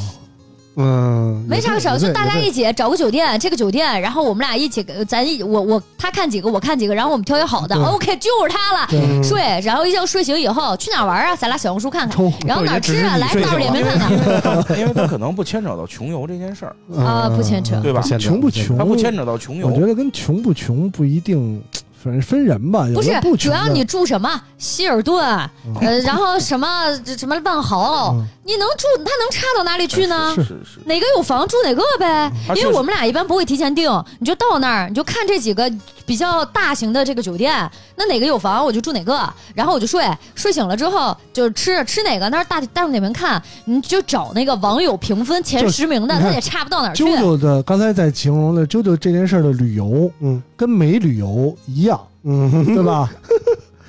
[SPEAKER 3] 嗯，
[SPEAKER 2] 嗯没啥可吵，
[SPEAKER 3] 有
[SPEAKER 2] 就
[SPEAKER 3] 对
[SPEAKER 2] 大家
[SPEAKER 3] 有对
[SPEAKER 2] 一起找个酒店，这个酒店，然后我们俩一起，呃咱一我我他看几个，我看几个，然后我们挑一好的
[SPEAKER 4] 对
[SPEAKER 2] ，OK 就是他了。
[SPEAKER 4] 对，
[SPEAKER 3] 嗯
[SPEAKER 2] 睡，然后一觉睡醒以后去哪儿玩啊？咱俩小红书看看，
[SPEAKER 4] 抽
[SPEAKER 2] 然后哪儿吃啊？
[SPEAKER 3] 我以
[SPEAKER 2] 来
[SPEAKER 3] 为只是你
[SPEAKER 2] 道儿
[SPEAKER 3] 睡
[SPEAKER 2] 也
[SPEAKER 3] 醒
[SPEAKER 2] 没
[SPEAKER 3] 了
[SPEAKER 5] *laughs*
[SPEAKER 2] 看看。
[SPEAKER 5] 因为他可能不牵扯到穷游这件事儿，
[SPEAKER 3] 嗯
[SPEAKER 2] 啊不牵扯
[SPEAKER 3] 嗯
[SPEAKER 4] 对
[SPEAKER 5] 吧
[SPEAKER 3] 不牵扯
[SPEAKER 4] 穷不穷？
[SPEAKER 5] 他不牵扯到穷游
[SPEAKER 4] 我。觉得跟穷不穷不一定，反正分人吧。有的
[SPEAKER 2] 不是，
[SPEAKER 4] 不
[SPEAKER 2] 主
[SPEAKER 4] 穷的
[SPEAKER 2] 要你住什么希尔顿，
[SPEAKER 4] 嗯
[SPEAKER 2] 呃，然后什么这什么万豪，
[SPEAKER 4] 嗯
[SPEAKER 2] 你能住，它能差到哪里去呢？
[SPEAKER 5] 是是是，
[SPEAKER 2] 哪个有房住哪个
[SPEAKER 3] 啊
[SPEAKER 2] 呗，
[SPEAKER 5] 而且
[SPEAKER 2] 因为我们俩一般不会提前订，你就到那儿，你就看这几个比较大型的这个酒店，那哪个有房我就住哪个，然后我就睡，睡醒了之后就是吃吃哪个，那儿大大众点评看，你就找那个网友评分前
[SPEAKER 4] 就
[SPEAKER 2] 十名的，
[SPEAKER 4] 你看
[SPEAKER 2] 它也差不到哪儿去。啊
[SPEAKER 4] 啾啾的刚才在形容了啾啾这件事儿的旅游，
[SPEAKER 3] 嗯
[SPEAKER 4] 跟没旅游一样，
[SPEAKER 3] 嗯
[SPEAKER 4] 对吧？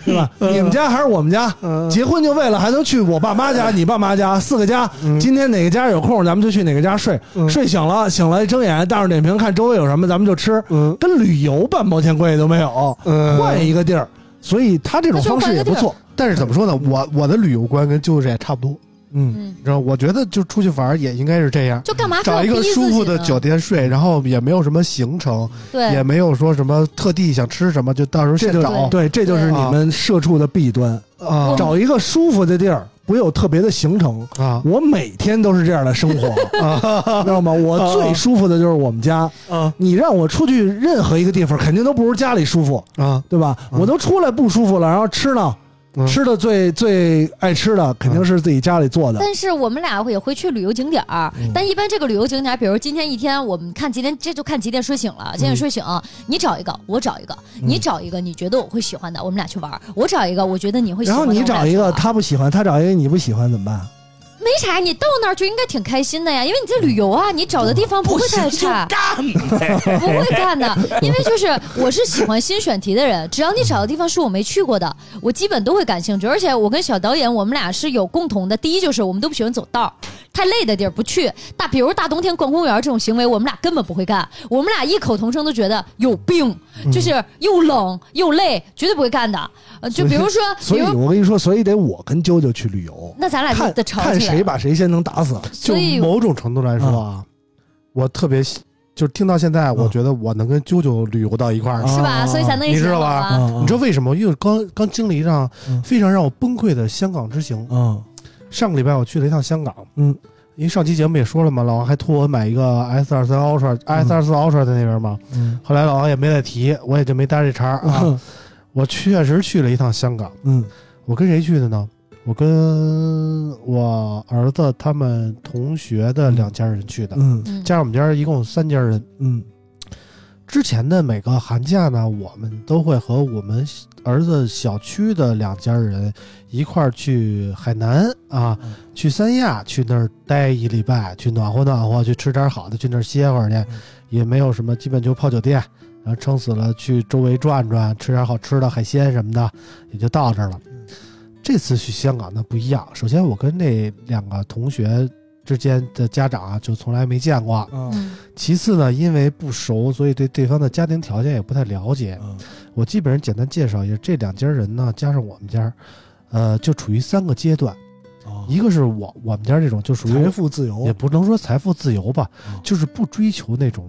[SPEAKER 4] 对吧？你们家还是我们家？
[SPEAKER 3] 嗯
[SPEAKER 4] 结婚就为了还能去我爸妈家、你爸妈家，四个家。
[SPEAKER 3] 嗯
[SPEAKER 4] 今天哪个家有空，咱们就去哪个家睡。
[SPEAKER 3] 嗯
[SPEAKER 4] 睡醒了，醒了一睁眼，大众点评看周围有什么，咱们就吃，
[SPEAKER 3] 嗯
[SPEAKER 4] 跟旅游半毛钱关系都没有。
[SPEAKER 3] 嗯，
[SPEAKER 4] 换一个地儿，所以他这种方式也不错。
[SPEAKER 3] 但是怎么说呢？我我的旅游观跟舅舅也差不多，
[SPEAKER 4] 嗯，
[SPEAKER 2] 嗯
[SPEAKER 3] 你，知道，我觉得就出去玩儿也应该是这样。
[SPEAKER 2] 就干嘛非要
[SPEAKER 3] 找一个
[SPEAKER 2] 逼自己
[SPEAKER 3] 舒服的
[SPEAKER 2] 呢
[SPEAKER 3] 酒店睡，然后也没有什么行程，也
[SPEAKER 2] 对，
[SPEAKER 3] 没有说什么特地想吃什么，就到时候
[SPEAKER 4] 这
[SPEAKER 3] 现
[SPEAKER 4] 就
[SPEAKER 3] 找
[SPEAKER 4] 对，这就是你们社畜的弊端。
[SPEAKER 3] 啊
[SPEAKER 4] 找一个舒服的地儿，不有特别的行程。
[SPEAKER 3] 啊
[SPEAKER 4] 我每天都是这样的生
[SPEAKER 3] *laughs*
[SPEAKER 4] 活，知道吗？我最舒服的就是我们家。
[SPEAKER 3] 啊
[SPEAKER 4] 你让我出去任何一个地方，肯定都不如家里舒服，
[SPEAKER 3] 啊！
[SPEAKER 4] 对吧？
[SPEAKER 3] 嗯
[SPEAKER 4] 我都出来不舒服了，然后吃呢，
[SPEAKER 3] 嗯
[SPEAKER 4] 吃的最最爱吃的肯定是自己家里做的。嗯
[SPEAKER 2] 啊但是我们俩也会去旅游景点儿，但一般这个旅游景点儿，比如今天一天，我们看几点，这就看几点睡醒了。
[SPEAKER 4] 嗯
[SPEAKER 2] 几点睡醒，你找一个，我找一个，你找一个，你觉得我会喜欢的，我们俩去玩儿；我找一个，我觉得你会喜
[SPEAKER 4] 然
[SPEAKER 2] 欢的。
[SPEAKER 4] 后你找一个
[SPEAKER 2] 我们俩去玩儿
[SPEAKER 4] 他不喜欢，他找一个你不喜欢，怎么办？
[SPEAKER 2] 没啥，你到那儿就应该挺开心的呀，因为你在旅游啊，你找的地方不会太差，不会干的，因为就是我是喜欢新选题的人，只要你找的地方是我没去过的，我基本都会感兴趣。而且我跟小导演，我们俩是有共同的，第一就是我们都不喜欢走道儿，太累的地儿不去。大比如大冬天逛公园这种行为，我们俩根本不会干。我们俩异口同声都觉得有病，
[SPEAKER 4] 嗯
[SPEAKER 2] 就是又冷又累，绝对不会干的。呃，就比如说，比
[SPEAKER 4] 所以
[SPEAKER 2] 如
[SPEAKER 4] 我跟你说，所以得我跟啾啾去旅游，
[SPEAKER 2] 那咱俩就
[SPEAKER 4] 看
[SPEAKER 2] 得吵起来
[SPEAKER 4] 看谁把谁先能打死。
[SPEAKER 3] 就
[SPEAKER 2] 所以
[SPEAKER 3] 某种程度来说啊，我特别喜就是听到现在，我
[SPEAKER 4] 嗯
[SPEAKER 3] 觉得我能跟啾啾旅游到一块儿去。
[SPEAKER 2] 是吧？所以咱能一起
[SPEAKER 3] 哦你知道
[SPEAKER 2] 好
[SPEAKER 3] 吧
[SPEAKER 2] 啊
[SPEAKER 4] 嗯
[SPEAKER 3] 你知道为什么？因为刚刚经历一趟
[SPEAKER 4] 嗯
[SPEAKER 3] 非常让我崩溃的香港之行。
[SPEAKER 4] 嗯
[SPEAKER 3] 上个礼拜我去了一趟香港，
[SPEAKER 4] 嗯，
[SPEAKER 3] 因为上期节目也说了嘛，老王还托我买一个 S 二三 Ultra、S 二四 Ultra 在那边嘛。
[SPEAKER 4] 嗯
[SPEAKER 3] 后来老王也没再提，我也就没搭这茬儿啊。我确实去了一趟香港，
[SPEAKER 4] 嗯
[SPEAKER 3] 我跟谁去的呢？我跟我儿子他们同学的两家人去的，
[SPEAKER 4] 嗯
[SPEAKER 2] 嗯
[SPEAKER 3] 加上我们家一共三家人。
[SPEAKER 4] 嗯
[SPEAKER 3] 之前的每个寒假呢，我们都会和我们儿子小区的两家人一块儿去海南啊，
[SPEAKER 4] 嗯
[SPEAKER 3] 去三亚，去那儿待一礼拜，去暖和暖和，去吃点好的，去那儿歇会儿去，也没有什么，基本就泡酒店，然后撑死了去周围转转，吃点好吃的海鲜什么的，也就到这儿了。这次去香港呢不一样，首先我跟那两个同学之间的家长啊，就从来没见过，
[SPEAKER 4] 嗯
[SPEAKER 2] 嗯
[SPEAKER 3] 其次呢，因为不熟，所以对对方的家庭条件也不太了解。
[SPEAKER 4] 嗯
[SPEAKER 3] 我基本上简单介绍一下，这两家人呢，加上我们家，呃，就处于三个阶段。
[SPEAKER 4] 啊
[SPEAKER 3] 一个是我我们家这种，就属
[SPEAKER 4] 嗯财
[SPEAKER 3] 于
[SPEAKER 4] 富自由
[SPEAKER 3] 也，不能说财富自由吧
[SPEAKER 4] 嗯，
[SPEAKER 3] 就是不追求那种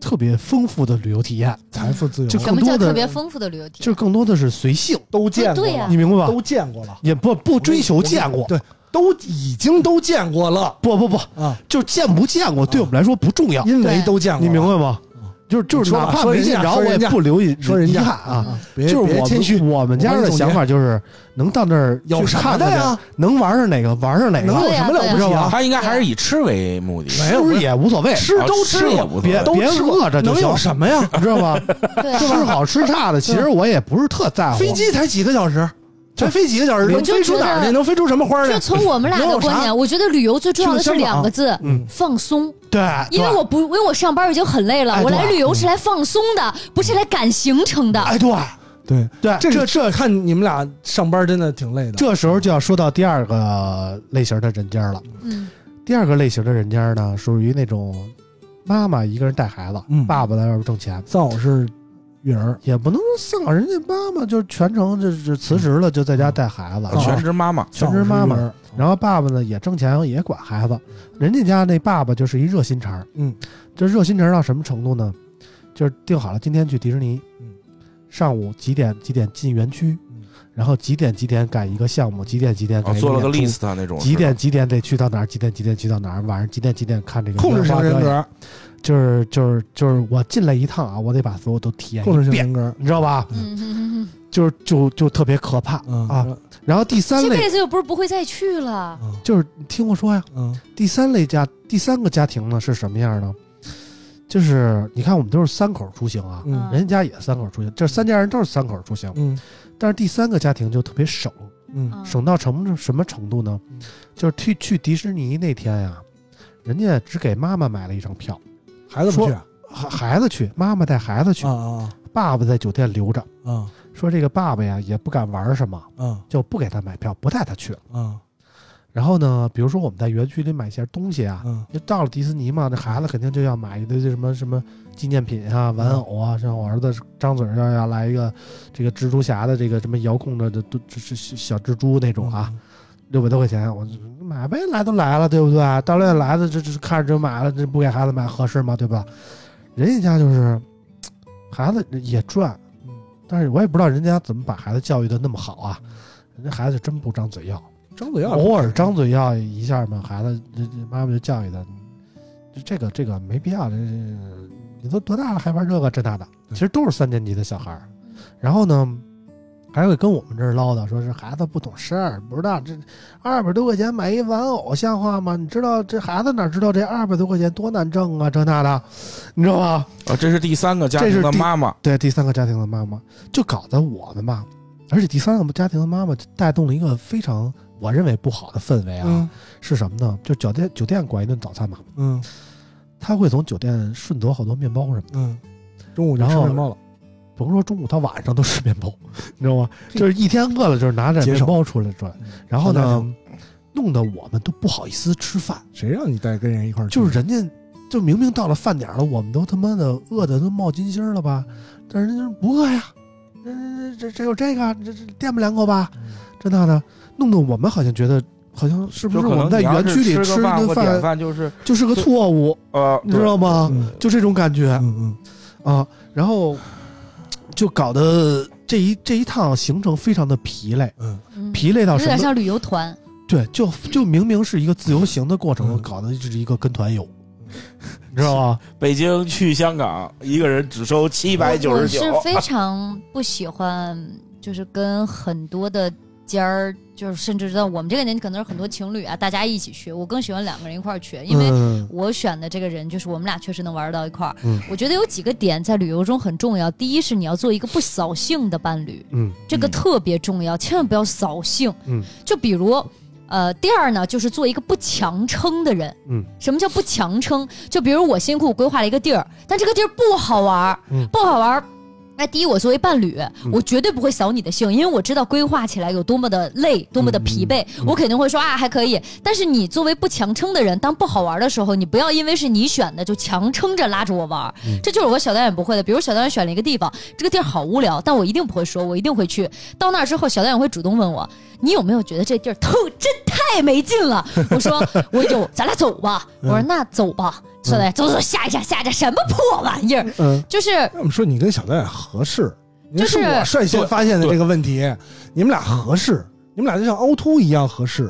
[SPEAKER 3] 特别丰富的旅游体验，
[SPEAKER 4] 财富自由
[SPEAKER 3] 就
[SPEAKER 2] 什么
[SPEAKER 3] 更
[SPEAKER 2] 叫
[SPEAKER 3] 多的
[SPEAKER 2] 特别丰富的旅游体
[SPEAKER 3] 就
[SPEAKER 2] 验？
[SPEAKER 3] 更多的是随性，
[SPEAKER 4] 都见过
[SPEAKER 2] 对呀
[SPEAKER 4] 了，
[SPEAKER 3] 你明白吧？
[SPEAKER 4] 嗯都见过了，
[SPEAKER 3] 也不不追求见过，
[SPEAKER 4] 对，都已经都见过了
[SPEAKER 3] 不不不，
[SPEAKER 4] 啊，
[SPEAKER 3] 就见不见过对我们来说不重要，
[SPEAKER 4] 因为
[SPEAKER 2] 对
[SPEAKER 4] 嗯都见过了，
[SPEAKER 3] 你明白吗
[SPEAKER 4] 嗯？
[SPEAKER 3] 就是就是，
[SPEAKER 4] 说吧
[SPEAKER 3] 哪怕
[SPEAKER 4] 说
[SPEAKER 3] 没
[SPEAKER 4] 人
[SPEAKER 3] 见
[SPEAKER 4] 家
[SPEAKER 3] 着，
[SPEAKER 4] 说
[SPEAKER 3] 我也
[SPEAKER 4] 人家
[SPEAKER 3] 不留遗
[SPEAKER 4] 说人
[SPEAKER 3] 遗
[SPEAKER 4] 家
[SPEAKER 3] 憾啊。
[SPEAKER 2] 嗯
[SPEAKER 4] 别
[SPEAKER 3] 就是
[SPEAKER 4] 别
[SPEAKER 3] 我
[SPEAKER 4] 谦虚
[SPEAKER 3] 们，我们家的想法就是能到那儿
[SPEAKER 4] 有
[SPEAKER 3] 去
[SPEAKER 4] 啥
[SPEAKER 3] 看
[SPEAKER 4] 的
[SPEAKER 3] 看
[SPEAKER 4] 呀
[SPEAKER 3] 去？能玩上哪个玩上哪
[SPEAKER 4] 能有
[SPEAKER 3] 个，
[SPEAKER 4] 什
[SPEAKER 2] 对呀
[SPEAKER 4] 么了不起啊？
[SPEAKER 5] 他应该还是以吃为目的，
[SPEAKER 4] 没有不
[SPEAKER 3] 吃
[SPEAKER 4] 是
[SPEAKER 3] 也无所谓，
[SPEAKER 4] 吃都
[SPEAKER 5] 吃
[SPEAKER 4] 吃
[SPEAKER 5] 也
[SPEAKER 4] 过，
[SPEAKER 5] 无所
[SPEAKER 3] 别
[SPEAKER 5] 谓。
[SPEAKER 4] 都
[SPEAKER 3] 别
[SPEAKER 4] 吃过
[SPEAKER 3] 饿着就
[SPEAKER 4] 能
[SPEAKER 3] 行
[SPEAKER 4] 有，什么呀？
[SPEAKER 3] 你 *laughs* 知道
[SPEAKER 4] *laughs*
[SPEAKER 3] 吗？
[SPEAKER 2] 对啊，
[SPEAKER 3] 吃好吃差的，其实我也不是特在乎。
[SPEAKER 4] 飞机才几个小时，才飞几个小时，
[SPEAKER 2] 我
[SPEAKER 4] 能
[SPEAKER 2] 就
[SPEAKER 4] 飞出哪儿
[SPEAKER 2] 觉
[SPEAKER 4] 去？
[SPEAKER 2] 得
[SPEAKER 4] 能飞出什么花儿
[SPEAKER 2] 嗯
[SPEAKER 4] 啊
[SPEAKER 2] 就
[SPEAKER 4] 去？
[SPEAKER 2] 从我们俩
[SPEAKER 4] 能
[SPEAKER 2] 的
[SPEAKER 4] 有啥
[SPEAKER 2] 观点，我觉得旅游最重要的是两个字：
[SPEAKER 3] 嗯，
[SPEAKER 2] 放松。
[SPEAKER 3] 对，
[SPEAKER 2] 因为
[SPEAKER 3] 对
[SPEAKER 2] 我不，因为我上班已经很累了，
[SPEAKER 3] 哎
[SPEAKER 2] 我
[SPEAKER 3] 对
[SPEAKER 2] 来旅游是来放松的，不是来赶行程的。
[SPEAKER 3] 哎对
[SPEAKER 4] 对，
[SPEAKER 3] 对，
[SPEAKER 4] 这
[SPEAKER 3] 这
[SPEAKER 4] 个这看你们俩上班真的挺累的。
[SPEAKER 3] 这时候就要说到第二个类型的人家了。
[SPEAKER 2] 嗯，
[SPEAKER 3] 第二个类型的人家呢，属于那种妈妈一个人带孩子，
[SPEAKER 4] 嗯
[SPEAKER 3] 爸爸在外边挣钱。
[SPEAKER 4] 藏我是育儿，
[SPEAKER 3] 也不能丧，人家妈妈就全程就是辞职了，就在家带孩子，
[SPEAKER 4] 啊
[SPEAKER 5] 全职妈妈，
[SPEAKER 3] 全职妈
[SPEAKER 4] 藏我
[SPEAKER 3] 妈
[SPEAKER 4] 是育儿，
[SPEAKER 3] 然后爸爸呢也挣钱也管孩子，人家家那爸爸就是一热心肠儿，
[SPEAKER 4] 嗯
[SPEAKER 3] 这热心肠儿到什么程度呢？就是定好了今天去迪士尼
[SPEAKER 4] 嗯，
[SPEAKER 3] 上午几点几点进园区
[SPEAKER 4] 嗯，哦
[SPEAKER 3] 然后几点几点赶一个项目，几点几点
[SPEAKER 5] 啊
[SPEAKER 3] 赶一
[SPEAKER 5] 做了个
[SPEAKER 3] 演出
[SPEAKER 5] list 啊那种，
[SPEAKER 3] 几点几点得去到哪儿，几点几点去到哪儿，晚上几点几点看这个
[SPEAKER 4] 控制
[SPEAKER 3] 烟
[SPEAKER 4] 型
[SPEAKER 3] 花
[SPEAKER 4] 人
[SPEAKER 3] 表演，
[SPEAKER 4] 格，
[SPEAKER 3] 就是就是就是我进来一趟啊，我得把所有都体验
[SPEAKER 4] 控制
[SPEAKER 3] 一
[SPEAKER 4] 型
[SPEAKER 3] 遍，
[SPEAKER 4] 人格，
[SPEAKER 3] 你知道吧？
[SPEAKER 2] 嗯哼哼哼
[SPEAKER 3] 就是就就特别可怕
[SPEAKER 4] 嗯
[SPEAKER 3] 啊。，然后第三
[SPEAKER 2] 这
[SPEAKER 3] 类
[SPEAKER 2] 辈子又不是不会再去了。
[SPEAKER 4] 嗯
[SPEAKER 3] 就是你听我说呀，
[SPEAKER 4] 嗯
[SPEAKER 3] 第三类家第三个家庭呢是什么样呢？就是你看我们都是三口出行啊，
[SPEAKER 4] 嗯
[SPEAKER 3] 人家也三口出行，这三家人都是三口出行，
[SPEAKER 4] 嗯
[SPEAKER 3] 但是第三个家庭就特别省，
[SPEAKER 4] 嗯
[SPEAKER 2] 嗯
[SPEAKER 3] 省到什么什么程度呢
[SPEAKER 4] 嗯？
[SPEAKER 3] 就是去去迪士尼那天呀、人家只给妈妈买了一张票，
[SPEAKER 4] 孩子不去啊
[SPEAKER 3] 孩孩子去，妈妈带孩子去，
[SPEAKER 4] 啊
[SPEAKER 3] 爸爸在酒店留着。
[SPEAKER 4] 啊
[SPEAKER 3] 说这个爸爸呀也不敢玩什么，
[SPEAKER 4] 啊
[SPEAKER 3] 就不给他买票，不带他去了。
[SPEAKER 4] 啊
[SPEAKER 3] 然后呢，比如说我们在园区里买一些东西啊，
[SPEAKER 4] 啊
[SPEAKER 3] 就到了迪士尼嘛，这孩子肯定就要买一堆这什么什么纪念品啊、玩偶啊，像我儿子张嘴儿要要来一个这个蜘蛛侠的这个什么遥控的这都这是小蜘蛛那种
[SPEAKER 4] 嗯
[SPEAKER 3] 啊，，六百多块钱，我就买呗，来都来了，对不对？到了来了，这这这看着就买了，这不给孩子买合适吗？对吧？人家家就是孩子也赚，但是我也不知道人家怎么把孩子教育的那么好啊，人家孩子真不张嘴要。
[SPEAKER 4] 张嘴要
[SPEAKER 3] 偶尔张嘴要一下嘛，孩子这这妈妈就教育他，这这个这个没必要，这这你都多大了还玩这个这那的，其实都是三年级的小孩儿。然后呢，还会跟我们这儿唠叨，说是孩子不懂事儿，不知道这二百多块钱买一玩偶像话吗？你知道这孩子哪知道这二百多块钱多难挣啊，这那的，你知道吗？
[SPEAKER 5] 啊，这是第三个家
[SPEAKER 3] 这
[SPEAKER 5] 庭
[SPEAKER 3] 是
[SPEAKER 5] 的
[SPEAKER 3] 第
[SPEAKER 5] 妈妈，
[SPEAKER 3] 对，第三个家庭的妈妈就搞得我们吧，而且第三个家庭的妈妈带动了一个非常我认为不好的氛围啊，
[SPEAKER 4] 嗯
[SPEAKER 3] 是什么呢？就酒店酒店管一顿早餐嘛，
[SPEAKER 4] 嗯
[SPEAKER 3] 他会从酒店顺走好多面包什么的，
[SPEAKER 4] 嗯，中午就
[SPEAKER 3] 然
[SPEAKER 4] 吃
[SPEAKER 3] 后
[SPEAKER 4] 面包了，
[SPEAKER 3] 甭说中午，他晚上都吃面包，你知道吗？就是一天饿了，就是拿着
[SPEAKER 4] 节
[SPEAKER 3] 面
[SPEAKER 4] 省
[SPEAKER 3] 包出来转。然后
[SPEAKER 4] 好家
[SPEAKER 3] 呢
[SPEAKER 4] 伙，
[SPEAKER 3] 弄得我们都不好意思吃饭，
[SPEAKER 4] 谁让你带跟人一块儿去？
[SPEAKER 3] 就是人家就明明到了饭点了，我们都他妈的饿的都冒金星了吧？但是人家说不饿呀，这这这这有这个，这这垫吧两口吧，这那的，弄得我们好像觉得好像是不
[SPEAKER 5] 就可
[SPEAKER 3] 我
[SPEAKER 5] 能
[SPEAKER 3] 们在
[SPEAKER 5] 你要
[SPEAKER 3] 园区
[SPEAKER 5] 是
[SPEAKER 3] 里
[SPEAKER 5] 吃
[SPEAKER 3] 吃一
[SPEAKER 5] 个饭
[SPEAKER 3] 顿
[SPEAKER 5] 或点
[SPEAKER 3] 饭
[SPEAKER 5] 饭就是
[SPEAKER 3] 就是个错误，
[SPEAKER 5] 呃，
[SPEAKER 3] 你知道吗？
[SPEAKER 4] 嗯
[SPEAKER 3] 就这种感觉，
[SPEAKER 4] 嗯
[SPEAKER 3] 啊，然后就搞得这一这一趟行程非常的疲累，
[SPEAKER 4] 嗯
[SPEAKER 2] 嗯
[SPEAKER 3] 疲累到
[SPEAKER 2] 有
[SPEAKER 3] 什
[SPEAKER 2] 点
[SPEAKER 3] 么？
[SPEAKER 2] 像旅游团，
[SPEAKER 3] 对，就就明明是一个自由行的过程，
[SPEAKER 4] 嗯
[SPEAKER 3] 搞得就是一个跟团游，你知道吗？
[SPEAKER 5] 北京去香港，一个人只收七百九
[SPEAKER 2] 我
[SPEAKER 5] 十
[SPEAKER 2] 我
[SPEAKER 5] 九
[SPEAKER 2] 是，非常不喜欢，就是跟很多的尖儿，就是甚至在我们这个年纪，可能是很多情侣啊，大家一起去。我更喜欢两个人一块儿去，因为
[SPEAKER 3] 嗯
[SPEAKER 2] 我选的这个人，就是我们俩确实能玩到一块儿。
[SPEAKER 3] 嗯
[SPEAKER 2] 我觉得有几个点在旅游中很重要，第一是你要做一个不扫兴的伴侣，
[SPEAKER 3] 嗯
[SPEAKER 2] 这个
[SPEAKER 5] 嗯
[SPEAKER 2] 特别重要，千万不要扫兴。
[SPEAKER 3] 嗯，
[SPEAKER 2] 就比如。呃，第二呢，就是做一个不强撑的人。
[SPEAKER 3] 嗯，
[SPEAKER 2] 什么叫不强撑？就比如我辛苦规划了一个地儿，但这个地儿不好玩儿，
[SPEAKER 3] 嗯
[SPEAKER 2] 不好玩儿。那第一，我作为伴侣，我绝对不会扫你的兴，因为我知道规划起来有多么的累，多么的疲
[SPEAKER 3] 嗯
[SPEAKER 2] 惫，我肯定会说啊还可以。但是你作为不强撑的人，当不好玩的时候，你不要因为是你选的就强撑着拉着我玩儿，这就是我小导演不会的。比如小导演选了一个地方，这个地儿好无聊，但我一定不会说，我一定会去。到那儿之后，小导演会主动问我，你有没有觉得这地儿特真太没劲了？我说我有，咱俩走吧。我说那走吧。小导演走走下一站下一站什么破玩意儿？
[SPEAKER 3] 嗯，
[SPEAKER 2] 就是
[SPEAKER 4] 那我们说你跟小导演合适，
[SPEAKER 2] 就
[SPEAKER 4] 这
[SPEAKER 2] 是
[SPEAKER 4] 我率先发现的这个问题，你们俩合适，你们俩就像凹凸一样合适，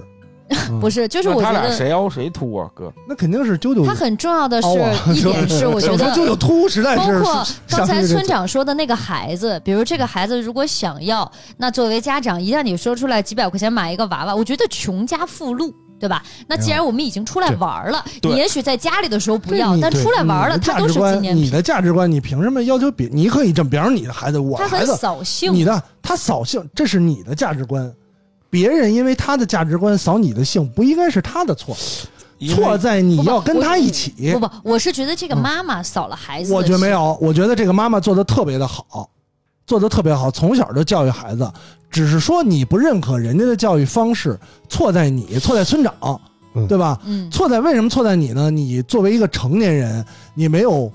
[SPEAKER 2] 不是？就是我
[SPEAKER 5] 那
[SPEAKER 2] 觉
[SPEAKER 5] 他俩
[SPEAKER 2] 得
[SPEAKER 5] 谁凹谁凸啊，哥？
[SPEAKER 4] 那肯定是啾啾
[SPEAKER 2] 它很重要的是
[SPEAKER 4] 凹啊
[SPEAKER 2] 一点是，我觉
[SPEAKER 4] *laughs* 小时
[SPEAKER 2] 得
[SPEAKER 4] 候就有秃，实在
[SPEAKER 2] 包
[SPEAKER 4] 是
[SPEAKER 2] 括刚才村
[SPEAKER 4] 长
[SPEAKER 2] 长说的那个孩子，比如这个孩子如果想要，那作为家长，一旦你说出来几百块钱买一个娃娃，我觉得穷家富路。对吧？
[SPEAKER 4] 哎
[SPEAKER 2] 那既然我们已经出来玩了，
[SPEAKER 5] 对
[SPEAKER 2] 你也许在家里的时候不要，但出来玩了，它都是纪念
[SPEAKER 4] 你
[SPEAKER 2] 品，
[SPEAKER 4] 的价值观，你凭什么要求别？你可以这么，比方说你的孩子，我
[SPEAKER 2] 它
[SPEAKER 4] 孩
[SPEAKER 2] 很
[SPEAKER 4] 子，
[SPEAKER 2] 扫
[SPEAKER 4] 你
[SPEAKER 2] 兴。
[SPEAKER 4] 的他扫兴，这是你的价值观。别人因为他的价值观扫你的兴，不应该是他的错，错在你要跟他一起嗯
[SPEAKER 2] 不。不，我是觉得这个妈妈扫了孩子的心，
[SPEAKER 4] 我觉得没有，我觉得这个妈妈做的特别的好，做的特别好，从小就教育孩子。只是说你不认可人家的教育方式，错在你，错在村长，
[SPEAKER 3] 嗯
[SPEAKER 4] 对吧？
[SPEAKER 2] 嗯，
[SPEAKER 4] 错在为什么错在你呢？你作为一个成年人，你没有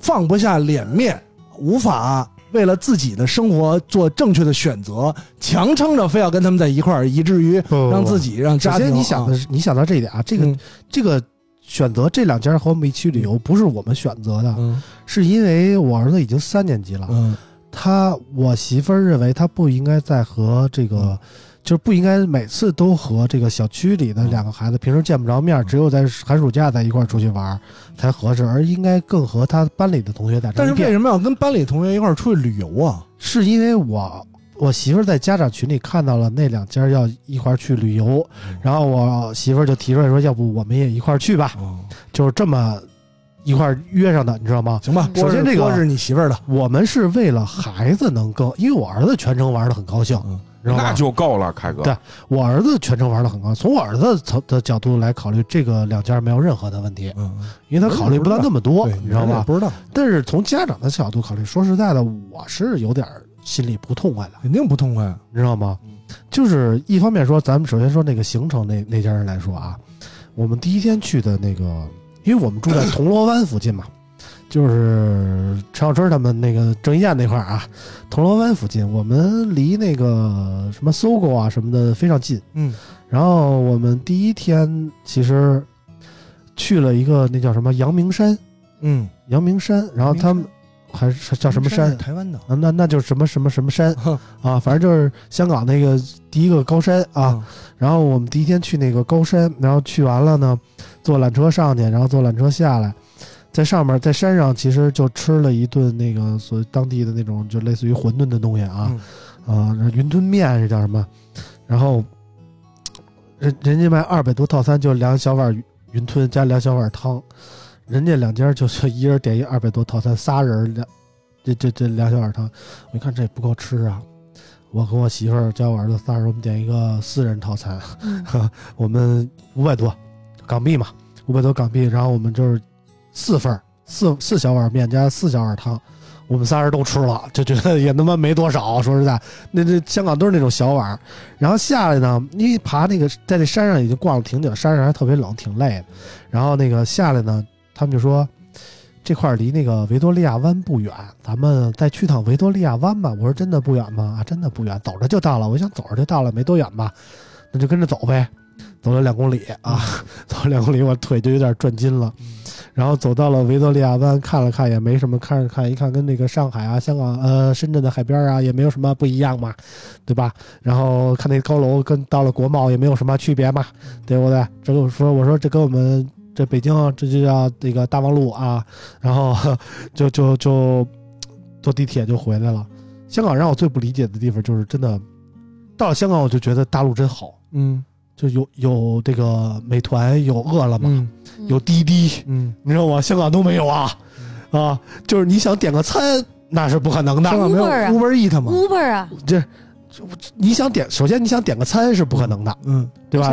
[SPEAKER 4] 放不下脸面，无法为了自己的生活做正确的选择，强撑着非要跟他们在一块儿，以至于
[SPEAKER 3] 不
[SPEAKER 4] 让自己让
[SPEAKER 3] 哦首
[SPEAKER 4] 家庭
[SPEAKER 3] 先
[SPEAKER 4] 啊。
[SPEAKER 3] 你想的是，你想到这一点啊，这
[SPEAKER 4] 这
[SPEAKER 3] 个、这个选择这两家和我们一起旅游不是我们选择的，
[SPEAKER 4] 嗯
[SPEAKER 3] 是因为我儿子已经三年级了，
[SPEAKER 4] 嗯
[SPEAKER 3] 他我媳妇儿认为他不应该再和这个。就是不应该每次都和这个小区里的两个孩子平时见不着面儿，只有在寒暑假在一块儿出去玩儿才合适，而应该更和他班里的同学打成
[SPEAKER 4] 但是
[SPEAKER 3] 一片
[SPEAKER 4] 为。什么要跟班里同学一块儿出去旅游啊？
[SPEAKER 3] 是因为我我媳妇儿在家长群里看到了那两家要一块儿去旅游，然后我媳妇儿就提出来说，要不我们也一块儿去吧，
[SPEAKER 4] 啊
[SPEAKER 3] 就是这么一块儿约上的，你知道吗？
[SPEAKER 4] 行吧，
[SPEAKER 3] 嗯首先这个
[SPEAKER 4] 锅是你媳妇儿的，
[SPEAKER 3] 我们是为了孩子能更，因为我儿子全程玩的很高兴，
[SPEAKER 4] 嗯
[SPEAKER 3] 你知道
[SPEAKER 5] 那
[SPEAKER 3] 吗？
[SPEAKER 5] 就够了，凯哥。
[SPEAKER 3] 对我儿子全程玩的很高，从我儿子从的角度来考虑，这个两家没有任何的问题，
[SPEAKER 4] 嗯，
[SPEAKER 3] 因为他考虑不到那么多，
[SPEAKER 4] 对，
[SPEAKER 3] 你知道吗？
[SPEAKER 4] 不知道，
[SPEAKER 3] 但是从家长的角度考虑，说实在的，我是有点儿心里不痛快的。
[SPEAKER 4] 肯定不痛快。
[SPEAKER 3] 你知道
[SPEAKER 4] 嗯
[SPEAKER 3] 吗？就是一方面说，咱们首先说那个行程那那家人来说啊，我们第一天去的那个，因为我们住在铜锣湾附近嘛，就是陈小春他们那个郑伊健那块儿啊，铜锣湾附近，我们离那个什么搜狗啊什么的非常近。
[SPEAKER 4] 嗯
[SPEAKER 3] 然后我们第一天其实去了一个那叫什么阳明山，
[SPEAKER 4] 嗯，
[SPEAKER 3] 阳明山，然后他们还是叫什么山
[SPEAKER 4] 是？台 *laughs* 湾的
[SPEAKER 3] 啊，那那就是什么什么什么山啊，反正就是香港那个第一个高山啊。，然后我们第一天去那个高山，然后去完了呢，坐缆车上去，然后坐缆车下来，在上面在山上其实就吃了一顿那个所谓当地的那种就类似于馄饨的东西
[SPEAKER 4] 嗯
[SPEAKER 3] 啊，啊，那云吞面是叫什么？然后人人家卖二百多套餐，就两小碗云吞加两小碗汤，人家两家就是一人点一二百多套餐，仨人两这这这两小碗汤，我一看这也不够吃啊，我跟我媳妇儿加我儿子仨人，我们点一个四人套餐，
[SPEAKER 2] 嗯
[SPEAKER 3] *laughs* 我们五百多港币嘛，五百多港币，然后我们就是四份儿四四小碗面加四小碗汤，我们仨人都吃了，就觉得也他妈没多少。说实在，那那香港都是那种小碗儿，然后下来呢，因为爬那个在那山上已经逛了挺久，山上还特别冷，挺累的。然后那个下来呢，他们就说。这块儿离那个维多利亚湾不远，咱们再去趟维多利亚湾吧。我说真的不远吗？啊，真的不远，走着就到了。我想走着就到了，没多远吧，那就跟着走呗。走了两公里啊， *laughs* 走了两公里，我腿就有点转筋了。然后走到了维多利亚湾，看了看也没什么，看了看一看跟那个上海啊、香港呃、深圳的海边啊也没有什么不一样嘛，对吧？然后看那高楼跟到了国贸也没有什么区别嘛，对不对？这个我说我说这跟我们这北京这就叫那个大望路啊，然后 *laughs* 就就就坐地铁就回来了。香港让我最不理解的地方就是真的，到了香港我就觉得大陆真好。
[SPEAKER 4] 嗯
[SPEAKER 3] 就有有这个美团，有饿了么，
[SPEAKER 4] 嗯
[SPEAKER 2] 嗯嗯
[SPEAKER 3] 有滴滴，
[SPEAKER 4] 嗯，
[SPEAKER 3] 你知道吗？香港都没有啊，啊，就是你想点个餐那是不可能
[SPEAKER 4] 香
[SPEAKER 3] 的，
[SPEAKER 4] 港没有
[SPEAKER 2] Uber 啊
[SPEAKER 4] Uber Eat 嘛，
[SPEAKER 2] Uber 啊，
[SPEAKER 3] 你想点，首先你想点个餐是不可能的，
[SPEAKER 4] 嗯
[SPEAKER 3] 对
[SPEAKER 2] 不
[SPEAKER 3] 吧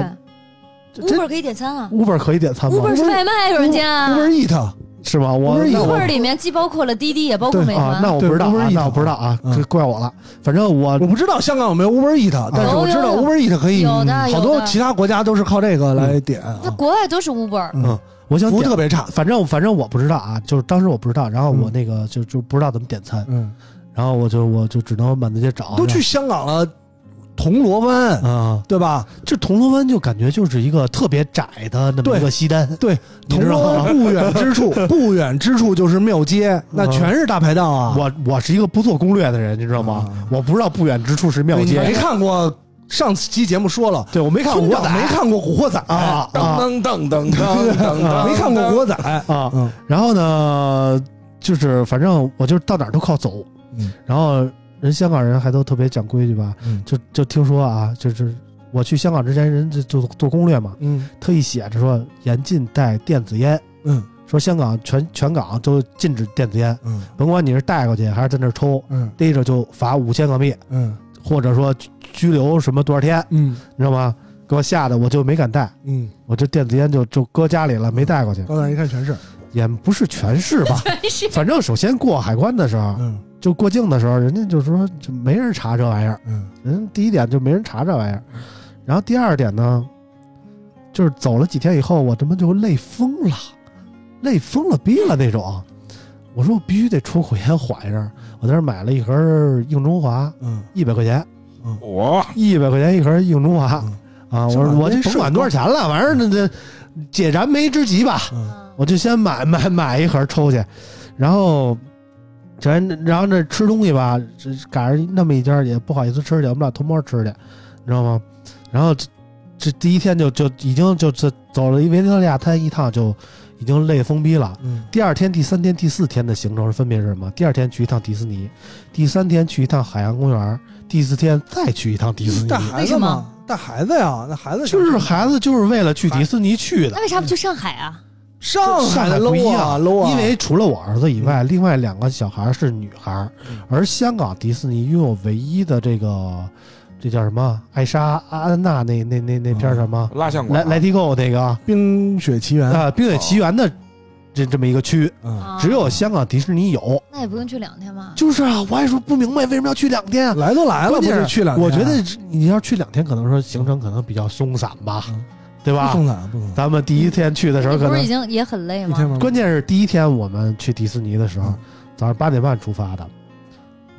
[SPEAKER 2] 是
[SPEAKER 3] 这
[SPEAKER 2] ？Uber 可以点餐啊
[SPEAKER 3] Uber 可以点餐吗
[SPEAKER 2] ，Uber 是外卖软件啊
[SPEAKER 4] ，Uber Eat
[SPEAKER 3] 是吗？我
[SPEAKER 4] Uber
[SPEAKER 3] 那我
[SPEAKER 2] Uber 里面既包括了滴滴，也包括美
[SPEAKER 3] 啊，
[SPEAKER 2] 团
[SPEAKER 3] 那。我不知道
[SPEAKER 4] 对，Uber
[SPEAKER 3] 啊，
[SPEAKER 4] Eat
[SPEAKER 3] 那我不知道啊，
[SPEAKER 4] 嗯
[SPEAKER 3] 这怪我了。反正我
[SPEAKER 4] 我不知道香港有没有 Uber Eat，但是啊我知道
[SPEAKER 2] 哦有有
[SPEAKER 4] Uber Eat 可以，嗯
[SPEAKER 2] 有的
[SPEAKER 4] 好
[SPEAKER 2] 有
[SPEAKER 4] 多
[SPEAKER 2] 的
[SPEAKER 4] 其他国家都是靠这个来点啊，
[SPEAKER 2] 那国外都是 Uber，
[SPEAKER 4] 嗯
[SPEAKER 3] 嗯，我想
[SPEAKER 4] 服务
[SPEAKER 3] 点，
[SPEAKER 4] 特别差，
[SPEAKER 3] 反正反正我不知道啊，就是当时我不知道，然后我
[SPEAKER 4] 嗯
[SPEAKER 3] 那个就就不知道怎么点餐，
[SPEAKER 4] 嗯，
[SPEAKER 3] 然后我就我就只能满大街找，
[SPEAKER 4] 都去香港了，铜锣湾
[SPEAKER 3] 然后啊。
[SPEAKER 4] 对吧？
[SPEAKER 3] 这铜锣湾就感觉就是一个特别窄的那么一个西单，
[SPEAKER 4] 对，
[SPEAKER 3] 你
[SPEAKER 4] 铜
[SPEAKER 3] 知道
[SPEAKER 4] 锣
[SPEAKER 3] 吗
[SPEAKER 4] 湾不远之处，不远之处就是庙街，那全是大排档啊！
[SPEAKER 3] 我我是一个不做攻略的人，你知道吗？
[SPEAKER 4] 啊
[SPEAKER 3] 我不知道不远之处是庙
[SPEAKER 4] 对你没
[SPEAKER 3] 街，
[SPEAKER 4] 看过上期节目说了，
[SPEAKER 3] 对我没看过
[SPEAKER 4] 村
[SPEAKER 3] 古
[SPEAKER 4] 长
[SPEAKER 3] 惑仔
[SPEAKER 4] 没看过《古惑仔》
[SPEAKER 3] 啊啊
[SPEAKER 5] 噔噔噔噔噔噔，
[SPEAKER 4] 没看过《古惑仔》
[SPEAKER 3] 啊！
[SPEAKER 4] 嗯
[SPEAKER 3] 然后呢，就是反正我就是到哪儿都靠走，
[SPEAKER 4] 嗯
[SPEAKER 3] 然后人香港人还都特别讲规矩吧，
[SPEAKER 4] 嗯
[SPEAKER 3] 就就听说啊，就是我去香港之前，人就做做攻略嘛，
[SPEAKER 4] 嗯
[SPEAKER 3] 特意写着说严禁带电子烟，
[SPEAKER 4] 嗯
[SPEAKER 3] 说香港全全港都禁止电子烟，
[SPEAKER 4] 嗯
[SPEAKER 3] 甭管你是带过去还是在那儿抽，
[SPEAKER 4] 嗯
[SPEAKER 3] 逮着就罚五千港币，
[SPEAKER 4] 嗯
[SPEAKER 3] 或者说拘拘留什么多少天，
[SPEAKER 4] 嗯
[SPEAKER 3] 你知道吗？给我吓得我就没敢带。
[SPEAKER 4] 嗯，
[SPEAKER 3] 我这电子烟就就搁家里了，没带过去，
[SPEAKER 4] 到那儿一看全是，啊
[SPEAKER 3] 也不是全是
[SPEAKER 4] *laughs*
[SPEAKER 3] 吧？
[SPEAKER 2] 是
[SPEAKER 3] 反正首先过海关的时候，
[SPEAKER 4] 嗯
[SPEAKER 3] 就过境的时候，人家就说就没人查这玩意儿，
[SPEAKER 4] 嗯
[SPEAKER 3] 人第一点就没人查这玩意儿，然后第二点呢，就是走了几天以后，我他妈就累疯了，累疯了逼了那种。我说我必须得出口烟缓一阵，我在那儿买了一盒硬中华，
[SPEAKER 4] 嗯，
[SPEAKER 3] 一百块钱，
[SPEAKER 5] 我
[SPEAKER 3] 一百块钱一盒硬中华
[SPEAKER 4] 嗯
[SPEAKER 3] 啊！我
[SPEAKER 4] 香
[SPEAKER 3] 说
[SPEAKER 4] 港
[SPEAKER 3] 我
[SPEAKER 4] 烟
[SPEAKER 3] 就
[SPEAKER 4] 税
[SPEAKER 3] 甭管
[SPEAKER 4] 高
[SPEAKER 3] 多少钱嗯了，反正那这解燃眉之急吧，
[SPEAKER 2] 嗯
[SPEAKER 3] 我就先买买买一盒抽去，然后咱然后那吃东西吧，这赶上那么一家也不好意思吃去，我们俩同包吃去，你知道吗？然后这这第一天就就已经就这走了一维多利亚滩一趟，就已经累疯逼了。
[SPEAKER 4] 嗯
[SPEAKER 3] 第二天、第三天、第四天的行程是分别是什么？第二天去一趟迪士尼，第三天去一趟海洋公园，第四天再去一趟迪士尼
[SPEAKER 4] 带。孩
[SPEAKER 2] 为
[SPEAKER 4] 子
[SPEAKER 2] 什
[SPEAKER 4] 嘛
[SPEAKER 2] 么，
[SPEAKER 4] 带孩子呀，那孩子
[SPEAKER 3] 就是
[SPEAKER 4] 想
[SPEAKER 3] 孩子就是为了去迪士尼去的
[SPEAKER 2] 那，为啥不去上海啊？
[SPEAKER 4] 上
[SPEAKER 3] 上
[SPEAKER 4] 海
[SPEAKER 3] 海
[SPEAKER 4] 的
[SPEAKER 3] 不一
[SPEAKER 4] low 啊
[SPEAKER 3] 样
[SPEAKER 4] low 啊，
[SPEAKER 3] 因为除了我儿子以外，另外两个小孩是女孩，而香港迪士尼拥有唯一的这个，这叫什么？艾莎、阿安娜那那那那片儿什么？
[SPEAKER 5] 蜡像
[SPEAKER 3] 莱
[SPEAKER 5] 馆，
[SPEAKER 3] 莱蒂购那个啊，
[SPEAKER 4] 冰雪奇缘，
[SPEAKER 3] 《冰雪奇缘》的这这么一个区，
[SPEAKER 4] 嗯，
[SPEAKER 2] 啊
[SPEAKER 3] 只有香港迪士尼有。
[SPEAKER 2] 那也不用去两天吧？
[SPEAKER 3] 就是啊，我还说不明白为什么要去两天啊。
[SPEAKER 4] 来都来了，
[SPEAKER 3] 关
[SPEAKER 4] 不
[SPEAKER 3] 键
[SPEAKER 4] 是
[SPEAKER 3] 是
[SPEAKER 4] 去两天，啊
[SPEAKER 3] 我觉得你要去两天，可能说行程可能比较松散吧，
[SPEAKER 4] 嗯
[SPEAKER 3] 啊对
[SPEAKER 4] 不
[SPEAKER 3] 吧？
[SPEAKER 4] 松散不松散，
[SPEAKER 3] 咱们第一天去的时候，
[SPEAKER 2] 你
[SPEAKER 3] 可
[SPEAKER 2] 不是
[SPEAKER 3] 能
[SPEAKER 2] 已经也很累
[SPEAKER 4] 一
[SPEAKER 2] 吗？
[SPEAKER 4] 天玩
[SPEAKER 3] 关键是第一天我们去迪士尼的时候
[SPEAKER 4] 嗯，
[SPEAKER 3] 早上八点半出发的，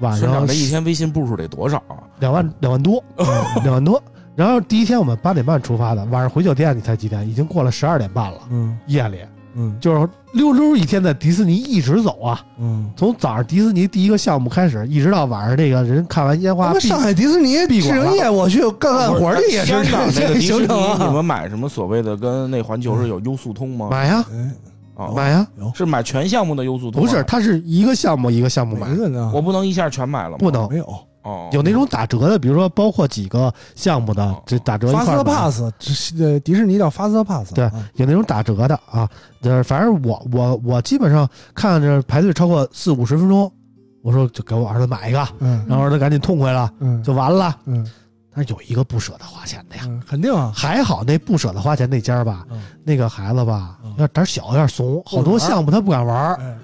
[SPEAKER 3] 晚
[SPEAKER 5] 村长
[SPEAKER 3] 上
[SPEAKER 5] 这一天微信步数得多少啊？
[SPEAKER 3] 两万两万
[SPEAKER 4] *laughs*
[SPEAKER 3] 多，嗯两万多。然后第一天我们八点半出发的，晚上回酒店你猜几点？已经过了十二点半了，
[SPEAKER 4] 嗯
[SPEAKER 3] 夜里
[SPEAKER 4] 嗯
[SPEAKER 3] 就是溜溜一天在迪士尼一直走啊，
[SPEAKER 4] 嗯，
[SPEAKER 3] 从早上迪士尼第一个项目开始，一直到晚上这个人看完烟
[SPEAKER 4] 他
[SPEAKER 3] 花
[SPEAKER 4] 妈
[SPEAKER 3] 闭
[SPEAKER 4] 上海迪士尼
[SPEAKER 3] 闭
[SPEAKER 4] 市
[SPEAKER 3] 馆了
[SPEAKER 4] 营业，我去干干活儿去也是
[SPEAKER 5] 香港那
[SPEAKER 4] 这
[SPEAKER 5] 个
[SPEAKER 4] 个
[SPEAKER 5] 迪士
[SPEAKER 4] *laughs* 行
[SPEAKER 5] 尼，
[SPEAKER 4] 程
[SPEAKER 5] 你
[SPEAKER 4] 啊。
[SPEAKER 5] 们买什么所谓的跟那环球是有优速通吗？
[SPEAKER 3] 买呀
[SPEAKER 4] 哎
[SPEAKER 5] 啊，
[SPEAKER 3] 买呀，
[SPEAKER 5] 是买全项目的优速通？
[SPEAKER 3] 不是，，它是一个项目一个项目买
[SPEAKER 4] 没，人呢，
[SPEAKER 5] 我不能一下全买了吗？
[SPEAKER 3] 不能
[SPEAKER 4] 没有。
[SPEAKER 5] 哦，
[SPEAKER 3] 有那种打折的，比如说包括几个项目的
[SPEAKER 5] 哦，
[SPEAKER 3] 这打折一块
[SPEAKER 4] 发
[SPEAKER 3] 儿
[SPEAKER 4] 色
[SPEAKER 3] 买
[SPEAKER 4] pass，这是呃迪士尼叫发色 pass，
[SPEAKER 3] 对
[SPEAKER 4] 啊
[SPEAKER 3] 有那种打折的啊，就是反正我我我基本上看着排队超过四五十分钟，我说就给我儿子买一个，
[SPEAKER 4] 嗯
[SPEAKER 3] 然后儿子赶紧痛快了，
[SPEAKER 4] 嗯
[SPEAKER 3] 就完了。
[SPEAKER 4] 嗯
[SPEAKER 3] 但是有一个不舍得花钱的呀，
[SPEAKER 4] 嗯，肯定啊，
[SPEAKER 3] 还好那不舍得花钱那家吧，
[SPEAKER 4] 嗯
[SPEAKER 3] 那个孩子吧
[SPEAKER 4] 嗯，
[SPEAKER 3] 要胆儿小，有点怂，好
[SPEAKER 4] 不
[SPEAKER 3] 多
[SPEAKER 4] 敢玩
[SPEAKER 3] 项目他不敢玩儿。
[SPEAKER 4] 哎，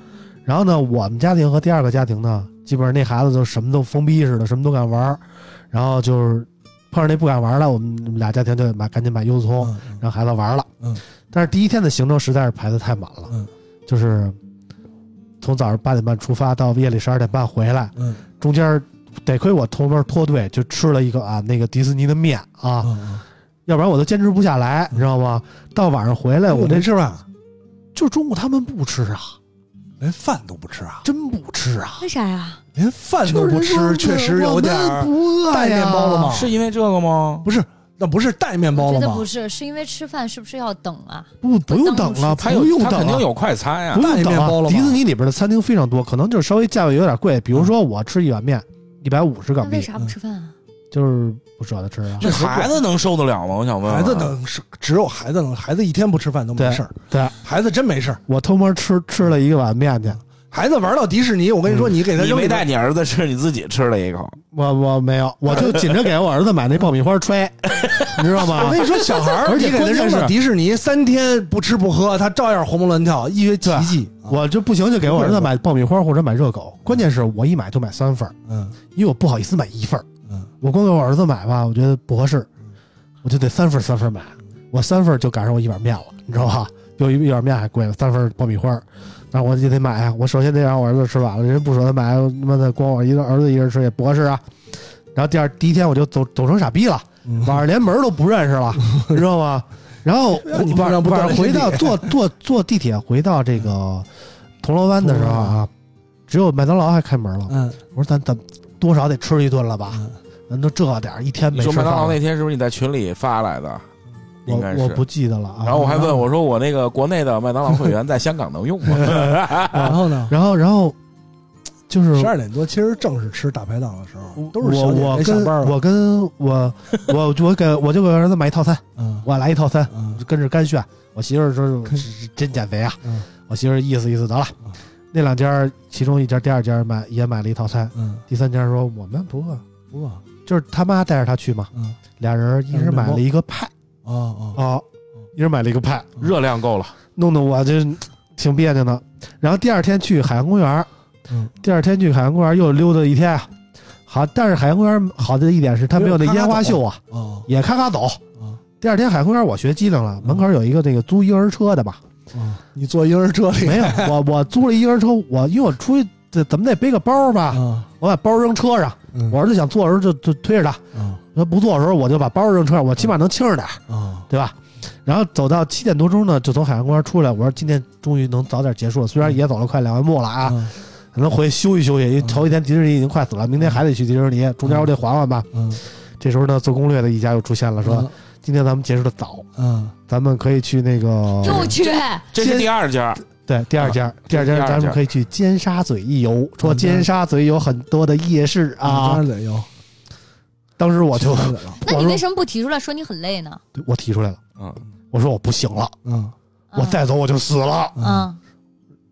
[SPEAKER 3] 然后呢，我们家庭和第二个家庭呢，基本上那孩子就什么都疯逼似的，什么都敢玩儿。然后就是碰上那不敢玩儿的，我们我们俩家庭就买赶紧买优子通，
[SPEAKER 4] 嗯嗯
[SPEAKER 3] 让孩子玩儿了。
[SPEAKER 4] 嗯，
[SPEAKER 3] 但是第一天的行程实在是排的太满了，
[SPEAKER 4] 嗯，
[SPEAKER 3] 就是从早上八点半出发到夜里十二点半回来，
[SPEAKER 4] 嗯
[SPEAKER 3] 中间儿得亏我同门脱队，就吃了一个啊那个迪士尼的面啊，
[SPEAKER 4] 嗯，
[SPEAKER 3] 要不然我都坚持不下来，你知道吗？到晚上回来，
[SPEAKER 4] 哎，
[SPEAKER 3] 嗯我
[SPEAKER 4] 我
[SPEAKER 3] 那
[SPEAKER 4] 没吃饭，
[SPEAKER 3] 就是中午他们不吃啊，
[SPEAKER 4] 连饭都不吃啊，
[SPEAKER 3] 真不吃啊，
[SPEAKER 2] 为啥呀？
[SPEAKER 4] 连饭都不
[SPEAKER 3] 就是
[SPEAKER 4] 吃，
[SPEAKER 3] 说
[SPEAKER 4] 确实有点
[SPEAKER 3] 我们
[SPEAKER 4] 儿。
[SPEAKER 3] 不饿呀
[SPEAKER 4] 带面包了吗
[SPEAKER 5] 哦是因为这个吗？
[SPEAKER 4] 不是，那不是带面包
[SPEAKER 2] 我觉
[SPEAKER 4] 了
[SPEAKER 2] 得
[SPEAKER 4] 吗
[SPEAKER 2] 不？是，是因为吃饭是不是要等啊？
[SPEAKER 3] 不，不用等了，
[SPEAKER 5] 他
[SPEAKER 3] 不
[SPEAKER 5] 有
[SPEAKER 3] 用
[SPEAKER 5] 他
[SPEAKER 3] 等
[SPEAKER 5] 肯定
[SPEAKER 3] 了。
[SPEAKER 5] 有快餐呀
[SPEAKER 3] 不。用
[SPEAKER 4] 带
[SPEAKER 3] 等
[SPEAKER 4] 面包
[SPEAKER 3] 了，
[SPEAKER 4] 了吗嗯
[SPEAKER 3] 迪士尼里边的餐厅非常多，可能就是稍微价位有点贵。比如说我吃一碗面，一百五十
[SPEAKER 2] 那
[SPEAKER 3] 港
[SPEAKER 2] 为
[SPEAKER 3] 币，
[SPEAKER 2] 啥不吃饭啊？
[SPEAKER 3] 就是不舍得吃啊。
[SPEAKER 5] 这孩子能受得了吗？我想问问啊
[SPEAKER 4] 孩子能是只有孩子能，孩子一天不吃饭都没
[SPEAKER 3] 对
[SPEAKER 4] 事儿，
[SPEAKER 3] 对，
[SPEAKER 4] 孩子真没事儿。
[SPEAKER 3] 我偷摸吃吃了一碗面去，
[SPEAKER 4] 孩子玩到迪士尼，我跟
[SPEAKER 3] 嗯
[SPEAKER 4] 你说，你给他
[SPEAKER 5] 你
[SPEAKER 4] 扔
[SPEAKER 5] 没
[SPEAKER 4] 一
[SPEAKER 5] 带你儿子吃，你自己吃了一口。
[SPEAKER 3] 我我没有，我就紧着给我儿子买那爆米花吹， *laughs* 你知道
[SPEAKER 4] 我
[SPEAKER 3] 吗
[SPEAKER 4] 跟？你说，小孩儿，
[SPEAKER 3] 而且
[SPEAKER 4] 你给他
[SPEAKER 3] 关键
[SPEAKER 4] 扔
[SPEAKER 3] 是
[SPEAKER 4] 到迪士尼三天不吃不喝，他照样活蹦乱跳，一为奇迹。啊
[SPEAKER 3] 我就不行就给我儿子买爆米花或者买热狗，关键是我一买就买三份儿，
[SPEAKER 4] 嗯
[SPEAKER 3] 因为我不好意思买一份儿。
[SPEAKER 4] 嗯
[SPEAKER 3] 我光给我儿子买吧，我觉得不合适，我就得三份儿三份儿买。
[SPEAKER 4] 嗯
[SPEAKER 3] 我三份儿就赶上我一碗面了，你知道吧？比我一碗面还贵了，三份儿爆米花儿，那我也得买啊。我首先得让我儿子吃完了，人家不舍得买，我他妈的光我一个儿子一人吃也不合适啊。然后第二第一天我就走走成傻逼了，
[SPEAKER 4] *laughs* 嗯，
[SPEAKER 3] 晚上连门儿都不认识了，你知道吗？然后
[SPEAKER 4] 让你不
[SPEAKER 3] 晚
[SPEAKER 4] 让不
[SPEAKER 3] 晚
[SPEAKER 4] 锻
[SPEAKER 3] 上
[SPEAKER 4] 炼
[SPEAKER 3] 回
[SPEAKER 4] 身体
[SPEAKER 3] 到坐坐坐地铁回到这个铜锣湾的时候啊，只有麦当劳还开门了。
[SPEAKER 4] 嗯
[SPEAKER 3] 我说咱咱多少得吃一顿了吧？
[SPEAKER 4] 嗯
[SPEAKER 3] 咱都这点儿，一天
[SPEAKER 5] 你
[SPEAKER 3] 没
[SPEAKER 5] 说
[SPEAKER 3] 吃
[SPEAKER 5] 麦
[SPEAKER 3] 饭
[SPEAKER 5] 当劳
[SPEAKER 3] 了。
[SPEAKER 5] 那天是不是你在群里发来的？应该
[SPEAKER 3] 我我
[SPEAKER 5] 是
[SPEAKER 3] 不。记得了啊。
[SPEAKER 5] 然后我还问我说我那个国内的麦当劳会员在香港能用
[SPEAKER 3] *laughs*
[SPEAKER 5] 吗？
[SPEAKER 4] 嗯然后呢？
[SPEAKER 3] 然后然后就是
[SPEAKER 4] 十二点多，其实正是吃大排档的时候，都是
[SPEAKER 3] 我
[SPEAKER 4] 小姐
[SPEAKER 3] 我
[SPEAKER 4] 姐
[SPEAKER 3] 跟
[SPEAKER 4] 下班了。
[SPEAKER 3] 我跟我我我给我就给我儿子买一套餐，
[SPEAKER 4] 嗯
[SPEAKER 3] 我来一套餐，
[SPEAKER 4] 嗯
[SPEAKER 3] 就跟着干炫。我媳妇儿说
[SPEAKER 4] 跟
[SPEAKER 3] 是真减肥啊，
[SPEAKER 4] 嗯
[SPEAKER 3] 我媳妇儿意思意思得了
[SPEAKER 4] 嗯。
[SPEAKER 3] 那两家儿其中一家、第二家买也买了一套餐，
[SPEAKER 4] 嗯，
[SPEAKER 3] 第三家说我们不饿，
[SPEAKER 4] 不饿，
[SPEAKER 3] 就是他妈带着他去嘛，
[SPEAKER 4] 嗯
[SPEAKER 3] 俩人一人买了一个派
[SPEAKER 4] 哦
[SPEAKER 3] 啊，
[SPEAKER 4] 哦，
[SPEAKER 3] 一人买了一个派，
[SPEAKER 5] 热量够了，
[SPEAKER 3] 弄得我这挺别扭的。然后第二天去海洋公园儿，
[SPEAKER 4] 嗯
[SPEAKER 3] 第二天去海洋公园儿又溜达一天啊。好，但是海洋公园儿好的一点是它没有那烟花秀啊，
[SPEAKER 4] 哦
[SPEAKER 3] 也咔咔走。
[SPEAKER 4] 哦
[SPEAKER 3] 第二天海洋公园儿我学机灵了，
[SPEAKER 4] 嗯
[SPEAKER 3] 门口有一个那个租婴儿车的吧？
[SPEAKER 4] 哦，你坐婴儿车
[SPEAKER 3] *laughs*
[SPEAKER 4] 里
[SPEAKER 3] 没有，我我租了婴儿车，我因为我出去这怎么得背个包吧？
[SPEAKER 4] 啊？
[SPEAKER 3] 我把包扔车上，
[SPEAKER 4] 嗯
[SPEAKER 3] 我儿子想坐的时候就就推着他，
[SPEAKER 4] 啊
[SPEAKER 3] 他不坐的时候我就把包扔车上，我起码能轻着点儿，
[SPEAKER 4] 啊
[SPEAKER 3] 对吧？然后走到七点多钟呢，就从海洋公园出来。我说今天终于能早点结束了，虽然也走了快两万步了啊，
[SPEAKER 4] 啊
[SPEAKER 3] 可能回去休息休息。因为
[SPEAKER 4] 嗯
[SPEAKER 3] 头一天迪士尼已经快死了，明天还得去迪士尼，中间我得缓缓吧。
[SPEAKER 4] 嗯，
[SPEAKER 3] 这时候呢，做攻略的一家又出现了，说今天咱们结束的早，
[SPEAKER 4] 嗯
[SPEAKER 3] 咱们可以去那个
[SPEAKER 2] 又去，
[SPEAKER 5] 这是第二家。
[SPEAKER 3] 对第二家，第二
[SPEAKER 5] 这是
[SPEAKER 3] 家
[SPEAKER 5] 第二家
[SPEAKER 3] 咱们可以去尖沙咀一游。说尖沙咀有很多的夜市啊，
[SPEAKER 4] 得有，
[SPEAKER 3] 当时我就
[SPEAKER 4] 当然得有，
[SPEAKER 2] 那
[SPEAKER 3] 我
[SPEAKER 2] 你
[SPEAKER 3] 说
[SPEAKER 2] 为什么不提出来说你很累呢？
[SPEAKER 3] 我提出来了，
[SPEAKER 5] 嗯，
[SPEAKER 3] 我说我不行了，
[SPEAKER 4] 嗯
[SPEAKER 3] 我再走我就死了。
[SPEAKER 4] 嗯
[SPEAKER 2] 嗯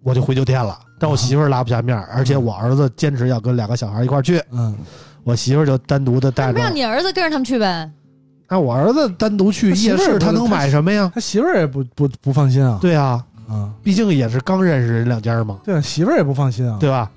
[SPEAKER 3] 我就回酒店了。但我媳妇儿拉不下面儿，而且我儿子坚持要跟两个小孩儿一块儿去，
[SPEAKER 4] 嗯，
[SPEAKER 3] 我媳妇儿就单独的带
[SPEAKER 2] 那不让
[SPEAKER 3] 着。
[SPEAKER 2] 你儿子跟着他们去呗？
[SPEAKER 3] 那我儿子单独去
[SPEAKER 4] 他媳
[SPEAKER 3] 夜
[SPEAKER 4] 妇儿也
[SPEAKER 3] 市，
[SPEAKER 4] 不
[SPEAKER 3] 他能
[SPEAKER 4] 他
[SPEAKER 3] 买什么呀？
[SPEAKER 4] 他媳妇儿也不不不放心啊，
[SPEAKER 3] 对啊，
[SPEAKER 4] 啊，
[SPEAKER 3] 毕竟也是刚认识人两家嘛，
[SPEAKER 4] 对啊，媳妇儿也不放心啊，
[SPEAKER 3] 对吧？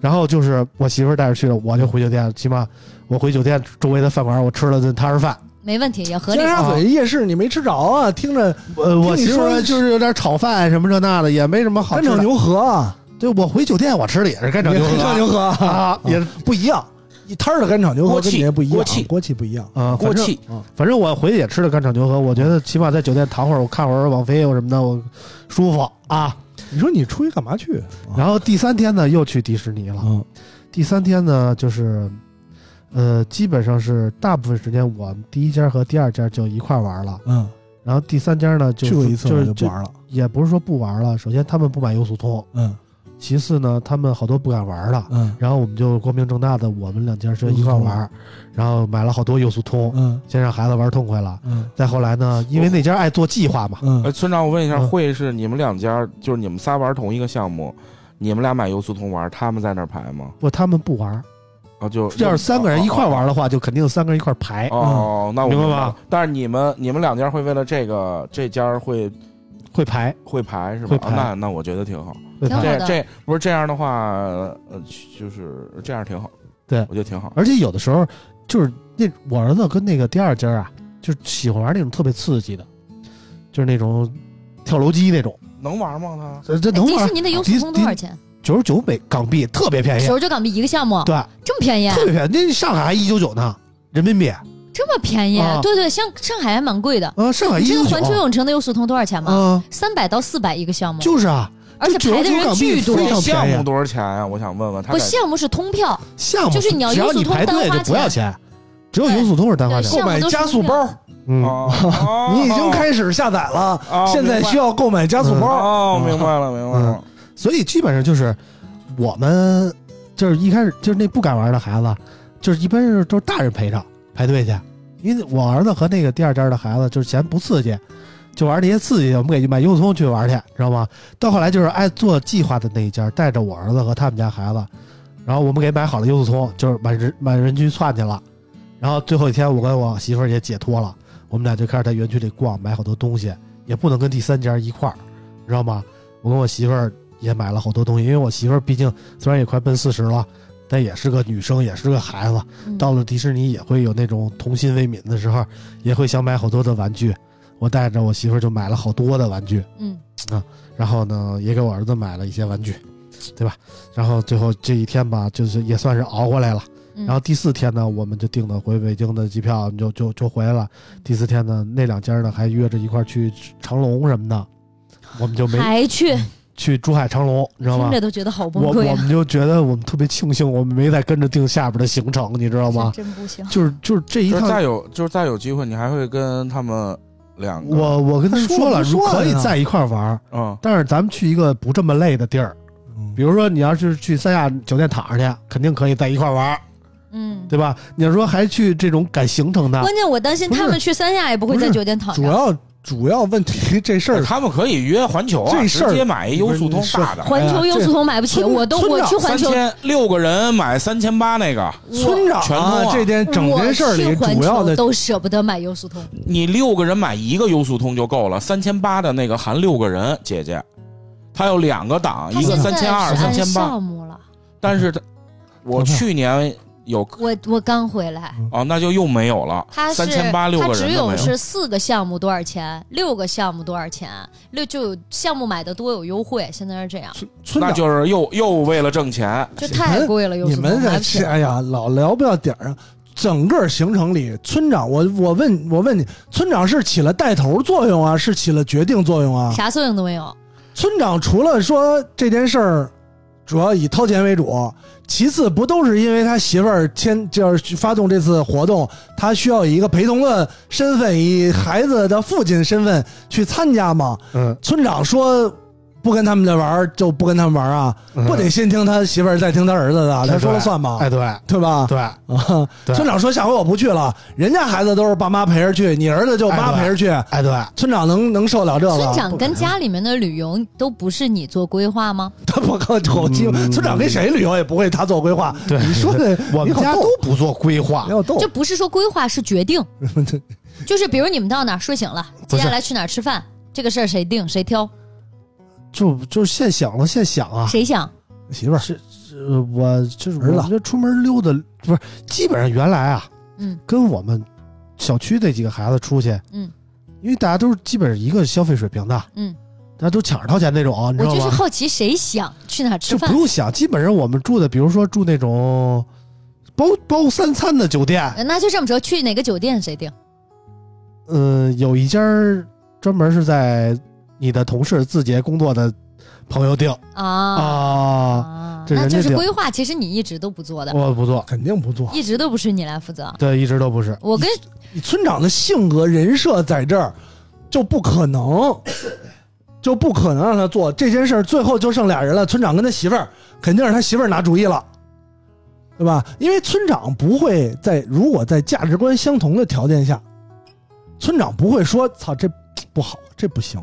[SPEAKER 3] 然后就是我媳妇儿带着去了，我就回酒店，起码我回酒店周围的饭馆我吃了顿踏实饭。
[SPEAKER 2] 没问题，也合理
[SPEAKER 4] 尖。
[SPEAKER 2] 啊
[SPEAKER 4] 沙咀夜市你没吃着啊，听着
[SPEAKER 3] 呃，我媳妇
[SPEAKER 4] 听你
[SPEAKER 3] 儿
[SPEAKER 4] 说
[SPEAKER 3] 就是有点炒饭什么这那的，也没什么好
[SPEAKER 4] 干
[SPEAKER 3] 吃
[SPEAKER 4] 炒
[SPEAKER 3] 的。
[SPEAKER 4] 牛河啊，
[SPEAKER 3] 对，我回酒店我吃的也是干炒牛
[SPEAKER 4] 干炒牛
[SPEAKER 3] 河
[SPEAKER 4] 河啊
[SPEAKER 3] 啊，也
[SPEAKER 4] 不一样，一摊儿的干炒牛河跟你那不一样，
[SPEAKER 5] 锅气
[SPEAKER 4] 锅气不一样，
[SPEAKER 3] 啊，
[SPEAKER 5] 锅
[SPEAKER 3] 反正
[SPEAKER 5] 气
[SPEAKER 3] 反正我回去也吃了干炒牛河，我觉得起码在酒店躺会儿，我看会儿网飞或什么的，我舒服啊。
[SPEAKER 4] 你说你出去干嘛去？
[SPEAKER 3] 然后第三天呢，又去迪士尼了。
[SPEAKER 4] 嗯
[SPEAKER 3] 第三天呢，就是，呃，基本上是大部分时间我们第一家和第二家就一块儿玩了，
[SPEAKER 4] 嗯，
[SPEAKER 3] 然后第三家呢就
[SPEAKER 4] 去过一次
[SPEAKER 3] 就
[SPEAKER 4] 我
[SPEAKER 3] 是
[SPEAKER 4] 就不
[SPEAKER 3] 就
[SPEAKER 4] 玩了，
[SPEAKER 3] 也不是说不玩了，首先他们不买优速通，
[SPEAKER 4] 嗯
[SPEAKER 3] 其次呢他们好多不敢玩了，
[SPEAKER 4] 嗯
[SPEAKER 3] 然后我们就光明正大的我们两家是一块儿玩，然后买了好多优速通，
[SPEAKER 4] 嗯
[SPEAKER 3] 先让孩子玩痛快了。
[SPEAKER 4] 嗯
[SPEAKER 3] 再后来呢，因为那家爱做计划嘛，
[SPEAKER 4] 嗯
[SPEAKER 5] 呃哎，村长，我问一下，
[SPEAKER 3] 嗯
[SPEAKER 5] 会是你们两家，就是你们仨玩同一个项目，你们俩买游速通玩，他们在那儿排吗？
[SPEAKER 3] 不，他们不玩儿。
[SPEAKER 5] 啊，就
[SPEAKER 3] 要是三个人一块儿玩
[SPEAKER 5] 了，
[SPEAKER 3] 的话，就肯定三个人一块儿排。
[SPEAKER 5] 哦哦哦，那我
[SPEAKER 3] 明白吧
[SPEAKER 5] 白了。但是你们你们两家会为了这个这家会
[SPEAKER 3] 会排，
[SPEAKER 5] 会排是吧
[SPEAKER 3] 会？排
[SPEAKER 5] 啊那那我觉得挺好。
[SPEAKER 3] 会
[SPEAKER 2] 挺好
[SPEAKER 3] 排。
[SPEAKER 5] 这
[SPEAKER 2] 的
[SPEAKER 5] 这不是这样的话，呃，就是这样挺好。
[SPEAKER 3] 对
[SPEAKER 5] 我觉得挺好。
[SPEAKER 3] 而且有的时候就是那我儿子跟那个第二家啊，就是喜欢玩那种特别刺激的，就是那种跳楼机那种，
[SPEAKER 5] 能玩吗？
[SPEAKER 3] 呃这
[SPEAKER 2] 哎
[SPEAKER 3] 能
[SPEAKER 2] 迪
[SPEAKER 3] 玩
[SPEAKER 2] 士。尼的优速通多少钱？
[SPEAKER 3] 九十九美港币，特别便宜
[SPEAKER 2] 九，十九港币一个项目，
[SPEAKER 3] 哎对，
[SPEAKER 2] 这么便宜，啊
[SPEAKER 3] 特别便宜。那上海还一九九呢，人民币啊，
[SPEAKER 2] 这么便宜
[SPEAKER 3] 啊，
[SPEAKER 2] 对对，像上海还蛮贵的。
[SPEAKER 3] 上海
[SPEAKER 2] 你
[SPEAKER 3] 一
[SPEAKER 2] 知
[SPEAKER 3] 九
[SPEAKER 2] 道
[SPEAKER 3] 九。
[SPEAKER 2] 环球影城的优速通多少钱吗？
[SPEAKER 3] 啊，
[SPEAKER 2] 三百到四百一个项目，
[SPEAKER 3] 就是啊，
[SPEAKER 2] 而且排的
[SPEAKER 3] 99
[SPEAKER 2] 人
[SPEAKER 3] 港币
[SPEAKER 2] 巨多
[SPEAKER 3] 非。
[SPEAKER 5] 它
[SPEAKER 3] 常
[SPEAKER 5] 项
[SPEAKER 3] 便
[SPEAKER 5] 目
[SPEAKER 3] 宜啊
[SPEAKER 5] 多少钱呀？我想问问他
[SPEAKER 2] 不，
[SPEAKER 5] 在。
[SPEAKER 2] 项目是通票，
[SPEAKER 3] 项目
[SPEAKER 2] 就是你要
[SPEAKER 3] 只要
[SPEAKER 2] 优速
[SPEAKER 3] 你
[SPEAKER 2] 通
[SPEAKER 3] 排队
[SPEAKER 2] 单花
[SPEAKER 3] 就不要钱，只有优速通是单花
[SPEAKER 2] 对
[SPEAKER 3] 钱。
[SPEAKER 4] 购
[SPEAKER 2] 项目
[SPEAKER 4] 买
[SPEAKER 2] 都是
[SPEAKER 4] 加速
[SPEAKER 2] 通票
[SPEAKER 4] 包，
[SPEAKER 3] 嗯， *laughs*
[SPEAKER 5] 哦
[SPEAKER 4] 你已经开始下载了，
[SPEAKER 5] 哦
[SPEAKER 4] 现在需要购买加速
[SPEAKER 5] 明白
[SPEAKER 4] 包。
[SPEAKER 5] 哦，明白了，明白
[SPEAKER 3] 嗯
[SPEAKER 5] 了。
[SPEAKER 3] 所以基本上就是我们就是一开始就是那不敢玩的孩子，就是一般是都是大人陪着排队去，因为我儿子和那个第二家的孩子就是嫌不刺激。就玩那些刺激的，我们给买优速通去玩去，知道吗？到后来就是爱做计划的那一家，带着我儿子和他们家孩子，然后我们给买好了优速通，就是满人满人区窜去了。然后最后一天，我跟我媳妇儿也解脱了，我们俩就开始在园区里逛，买好多东西，也不能跟第三家一块儿，你知道吗？我跟我媳妇儿也买了好多东西，因为我媳妇儿毕竟虽然也快奔四十了，但也是个女生，也是个孩子。
[SPEAKER 2] 嗯
[SPEAKER 3] 到了迪士尼也会有那种童心未泯的时候，也会想买好多的玩具。我带着我媳妇儿就买了好多的玩具，
[SPEAKER 2] 嗯，
[SPEAKER 3] 然后呢，也给我儿子买了一些玩具，对吧？然后最后这一天吧，就是也算是熬过来了。
[SPEAKER 2] 嗯
[SPEAKER 3] 然后第四天呢，我们就订的回北京的机票，就就就回来了。第四天呢，那两家呢还约着一块儿去长隆什么的，我们就没
[SPEAKER 2] 还去，
[SPEAKER 3] 去珠海长隆，你知道吗
[SPEAKER 2] 听着？都觉得好崩
[SPEAKER 3] 我
[SPEAKER 2] 溃
[SPEAKER 3] 我
[SPEAKER 2] 啊！
[SPEAKER 3] 们就觉得我们特别庆幸，我们没再跟着定下边的行程，你知道吗？
[SPEAKER 2] 真不行，
[SPEAKER 3] 就是就是这一
[SPEAKER 5] 就是再
[SPEAKER 3] 趟，
[SPEAKER 5] 有就是再有机会，你还会跟他们两个
[SPEAKER 3] 我我跟他们
[SPEAKER 4] 他
[SPEAKER 3] 说
[SPEAKER 4] 说了
[SPEAKER 3] 了，
[SPEAKER 4] 不说了
[SPEAKER 3] 可以
[SPEAKER 4] 呢
[SPEAKER 3] 在一块儿玩儿，
[SPEAKER 5] 嗯
[SPEAKER 3] 但是咱们去一个不这么累的地儿，
[SPEAKER 4] 嗯
[SPEAKER 3] 比如说你要是去三亚酒店躺着去，肯定可以在一块儿玩儿，
[SPEAKER 2] 嗯。
[SPEAKER 3] 对吧？你要说还去这种赶行程的，
[SPEAKER 2] 关键我担心
[SPEAKER 3] 不是
[SPEAKER 2] 他们去三亚也不会在酒店躺
[SPEAKER 4] 主
[SPEAKER 2] 着。
[SPEAKER 4] 要主要问题这事儿
[SPEAKER 5] 哎他们可以约环球啊，
[SPEAKER 4] 这事儿
[SPEAKER 5] 直接买一优速通大的，
[SPEAKER 2] 环球优速通买不起，
[SPEAKER 4] 村
[SPEAKER 2] 我都
[SPEAKER 4] 村
[SPEAKER 2] 我
[SPEAKER 4] 长
[SPEAKER 2] 去
[SPEAKER 5] 三
[SPEAKER 2] 环球，
[SPEAKER 5] 千六个人买三千八那个，
[SPEAKER 4] 村长
[SPEAKER 5] 全通
[SPEAKER 4] 啊，
[SPEAKER 5] 啊
[SPEAKER 4] 这件整件事儿
[SPEAKER 2] 我
[SPEAKER 4] 里
[SPEAKER 2] 去环
[SPEAKER 4] 主要
[SPEAKER 2] 球
[SPEAKER 4] 的
[SPEAKER 2] 都舍不得买优速通，
[SPEAKER 5] 你六个人买一个优速通就够了，三千八的那个含六个人，姐姐，它有两个档，
[SPEAKER 2] 他
[SPEAKER 5] 一个
[SPEAKER 2] 现在
[SPEAKER 5] 三千二，
[SPEAKER 2] 是
[SPEAKER 5] 三
[SPEAKER 2] 按
[SPEAKER 5] 千八，
[SPEAKER 2] 项目了。
[SPEAKER 5] 但是它我去年有
[SPEAKER 2] 我我刚回来，
[SPEAKER 5] 哦，那就又没有了，
[SPEAKER 2] 他是
[SPEAKER 5] 三千八六
[SPEAKER 2] 他
[SPEAKER 5] 个
[SPEAKER 2] 只
[SPEAKER 5] 人都
[SPEAKER 2] 有
[SPEAKER 5] 没
[SPEAKER 2] 是四个项目多少钱，六个项目多少钱，六就有项目买的多有优惠，现在是这样，
[SPEAKER 4] 村村
[SPEAKER 5] 那
[SPEAKER 4] 长
[SPEAKER 5] 就是又又为了挣钱，
[SPEAKER 2] 就太贵了，优
[SPEAKER 4] 你
[SPEAKER 2] 速
[SPEAKER 4] 们
[SPEAKER 2] 通买不
[SPEAKER 4] 这
[SPEAKER 2] 起。
[SPEAKER 4] 哎呀，老聊不到点儿上。整个行程里，村长，我我问我问你，村长是起了带头作用啊，是起了决定作用啊？
[SPEAKER 2] 啥作用都没有，
[SPEAKER 4] 村长除了说这件事儿主要以掏钱为主，其次不都是因为他媳妇儿牵就是发动这次活动，他需要以一个陪同的身份，以孩子的父亲身份去参加吗？
[SPEAKER 3] 嗯，
[SPEAKER 4] 村长说不跟他们这玩儿就不跟他们玩儿啊，不得先听他媳妇儿再听他儿子的，他说了算吗？
[SPEAKER 3] 哎，对
[SPEAKER 4] 对吧？
[SPEAKER 3] 对，
[SPEAKER 4] 啊，
[SPEAKER 3] 对
[SPEAKER 4] 村长说下回我不去了，人家孩子都是爸妈陪着去，你儿子就妈陪着去，
[SPEAKER 3] 哎对，
[SPEAKER 4] 村长能能受了这个？
[SPEAKER 2] 村长跟
[SPEAKER 3] 啊
[SPEAKER 2] 家里面的旅游都不是你做规划吗？
[SPEAKER 4] *laughs* 他不靠口气，村长跟谁旅游也不会他做规划。
[SPEAKER 3] 嗯对
[SPEAKER 4] 你说的
[SPEAKER 3] 我们家都不做规划
[SPEAKER 4] 没，有逗
[SPEAKER 2] 这，不是说规划是
[SPEAKER 3] *laughs*
[SPEAKER 2] 决定，就是比如你们到哪儿睡醒了，
[SPEAKER 3] 不
[SPEAKER 2] 接
[SPEAKER 3] 是
[SPEAKER 2] 下来去哪儿吃饭，这个事儿谁定谁挑
[SPEAKER 3] 就就现想了现想啊，
[SPEAKER 2] 谁想？
[SPEAKER 4] 媳妇儿
[SPEAKER 3] 是呃，我就是
[SPEAKER 4] 儿子
[SPEAKER 3] 我这出门溜达，不是基本上原来啊，
[SPEAKER 2] 嗯，
[SPEAKER 3] 跟我们小区这几个孩子出去，
[SPEAKER 2] 嗯，
[SPEAKER 3] 因为大家都是基本上一个消费水平的，
[SPEAKER 2] 嗯，
[SPEAKER 3] 大家都抢着掏钱那种，你知
[SPEAKER 2] 我
[SPEAKER 3] 道
[SPEAKER 2] 就是
[SPEAKER 3] 吗？
[SPEAKER 2] 好奇谁想去哪儿吃
[SPEAKER 3] 就
[SPEAKER 2] 饭
[SPEAKER 3] 不。用想，基本上我们住的，比如说住那种包包三餐的酒店，
[SPEAKER 2] 呃那就这么说，去哪个酒店谁定？
[SPEAKER 3] 嗯、有一家儿专门是在你的同事字节工作的朋友订
[SPEAKER 2] 啊
[SPEAKER 3] 啊，
[SPEAKER 2] 啊
[SPEAKER 3] 这
[SPEAKER 2] 那
[SPEAKER 3] 人家
[SPEAKER 2] 就是
[SPEAKER 3] 定
[SPEAKER 2] 规划，其实你一直都不做的，
[SPEAKER 3] 我不做，
[SPEAKER 4] 肯定不做。
[SPEAKER 2] 一直都不是你来负责。
[SPEAKER 3] 对，一直都不是。
[SPEAKER 2] 我跟
[SPEAKER 4] 村长的性格人设在这儿，就不可能，就不可能让他做这件事儿。最后就剩俩人了，村长跟他媳妇儿，肯定是他媳妇儿拿主意了。对吧？因为村长不会在如果在价值观相同的条件下，村长不会说“操，这不好，这不行”。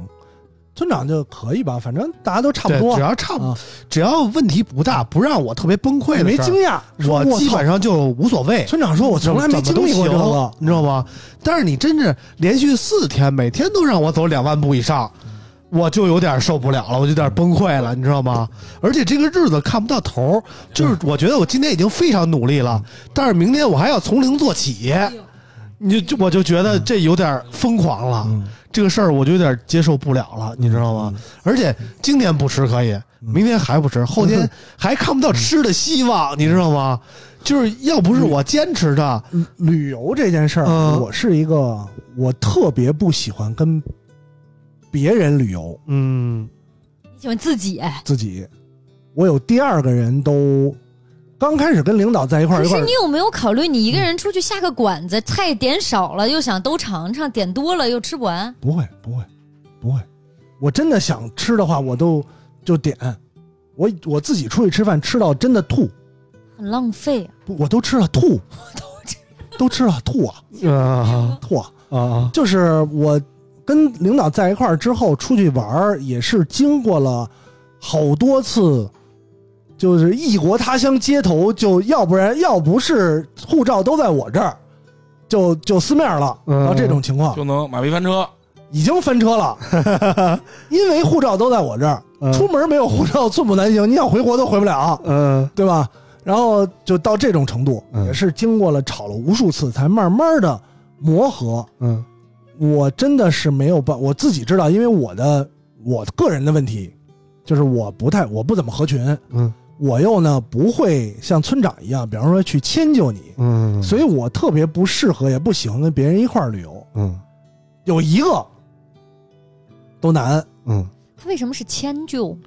[SPEAKER 4] 村长就可以吧，反正大家都差不
[SPEAKER 7] 对，
[SPEAKER 4] 多
[SPEAKER 7] 只，要差不
[SPEAKER 4] 啊
[SPEAKER 7] 只要问题不大，不让我特别崩溃的
[SPEAKER 4] 没
[SPEAKER 7] 事儿
[SPEAKER 4] 惊讶。说
[SPEAKER 7] 我基本
[SPEAKER 4] 操
[SPEAKER 7] 上就无所谓。
[SPEAKER 4] 村长说，我从来没经历过这
[SPEAKER 7] 怎么都
[SPEAKER 4] 个
[SPEAKER 7] 行，你知道吗？但是你真是连续四天，每天都让我走两万步以上，我就有点受不了了，我就有点崩溃了，你知道吗？而且这个日子看不到头儿，就是我觉得我今天已经非常努力了，
[SPEAKER 4] 嗯
[SPEAKER 7] 但是明天我还要从零做起，
[SPEAKER 4] 哎
[SPEAKER 7] 你就我就觉得这有点疯狂了。
[SPEAKER 4] 嗯
[SPEAKER 7] 这个事儿我就有点接受不了了，你知道吗？而且今天不吃可
[SPEAKER 4] 嗯
[SPEAKER 7] 以，明天还不吃，后天 *laughs* 还看不到吃的希望，你知道吗？就是要不是
[SPEAKER 4] 嗯
[SPEAKER 7] 我坚持着，
[SPEAKER 4] 旅旅游这件事儿，
[SPEAKER 7] 嗯
[SPEAKER 4] 我是一个我特别不喜欢跟别人旅游，
[SPEAKER 7] 嗯，
[SPEAKER 2] 你喜欢自己，哎
[SPEAKER 4] 自己，我有第二个人都刚开始跟领导在一块儿
[SPEAKER 2] 可
[SPEAKER 4] 一块
[SPEAKER 2] 是
[SPEAKER 4] 儿
[SPEAKER 2] 你，有没有考虑，你一个人出去下个馆子，菜点少了又想都尝尝，点多了又吃不完，
[SPEAKER 4] 不会不会不会，我真的想吃的话，我都就点，我我自己出去吃饭吃到真的吐，
[SPEAKER 2] 很浪费啊。
[SPEAKER 4] 不我都吃了吐， *laughs* 都吃了吐啊
[SPEAKER 7] 啊
[SPEAKER 4] 吐啊！
[SPEAKER 7] 啊啊！
[SPEAKER 4] 就是我跟领导在一块儿之后出去玩儿，也是经过了好多次，就是异国他乡街头，就要不然要不是护照都在我这儿，就就撕面了，
[SPEAKER 7] 嗯
[SPEAKER 4] 然后这种情况
[SPEAKER 5] 就能马屁翻车。
[SPEAKER 4] 已经翻车了，因为护照都在我这儿，
[SPEAKER 7] 嗯
[SPEAKER 4] 出门没有护照寸步难行，你想回国都回不了，
[SPEAKER 7] 嗯
[SPEAKER 4] 对吧？然后就到这种程度，
[SPEAKER 7] 嗯
[SPEAKER 4] 也是经过了吵了无数次，才慢慢的磨合，
[SPEAKER 7] 嗯
[SPEAKER 4] 我真的是没有办，我自己知道，因为我的我个人的问题，就是我不太我不怎么合群，
[SPEAKER 7] 嗯
[SPEAKER 4] 我又呢不会像村长一样，比方说去迁就你，
[SPEAKER 7] 嗯
[SPEAKER 4] 所以我特别不适合也不喜欢跟别人一块儿旅游，
[SPEAKER 7] 嗯
[SPEAKER 4] 有一个都难
[SPEAKER 7] 嗯，
[SPEAKER 2] 他为什么是迁就？
[SPEAKER 7] 我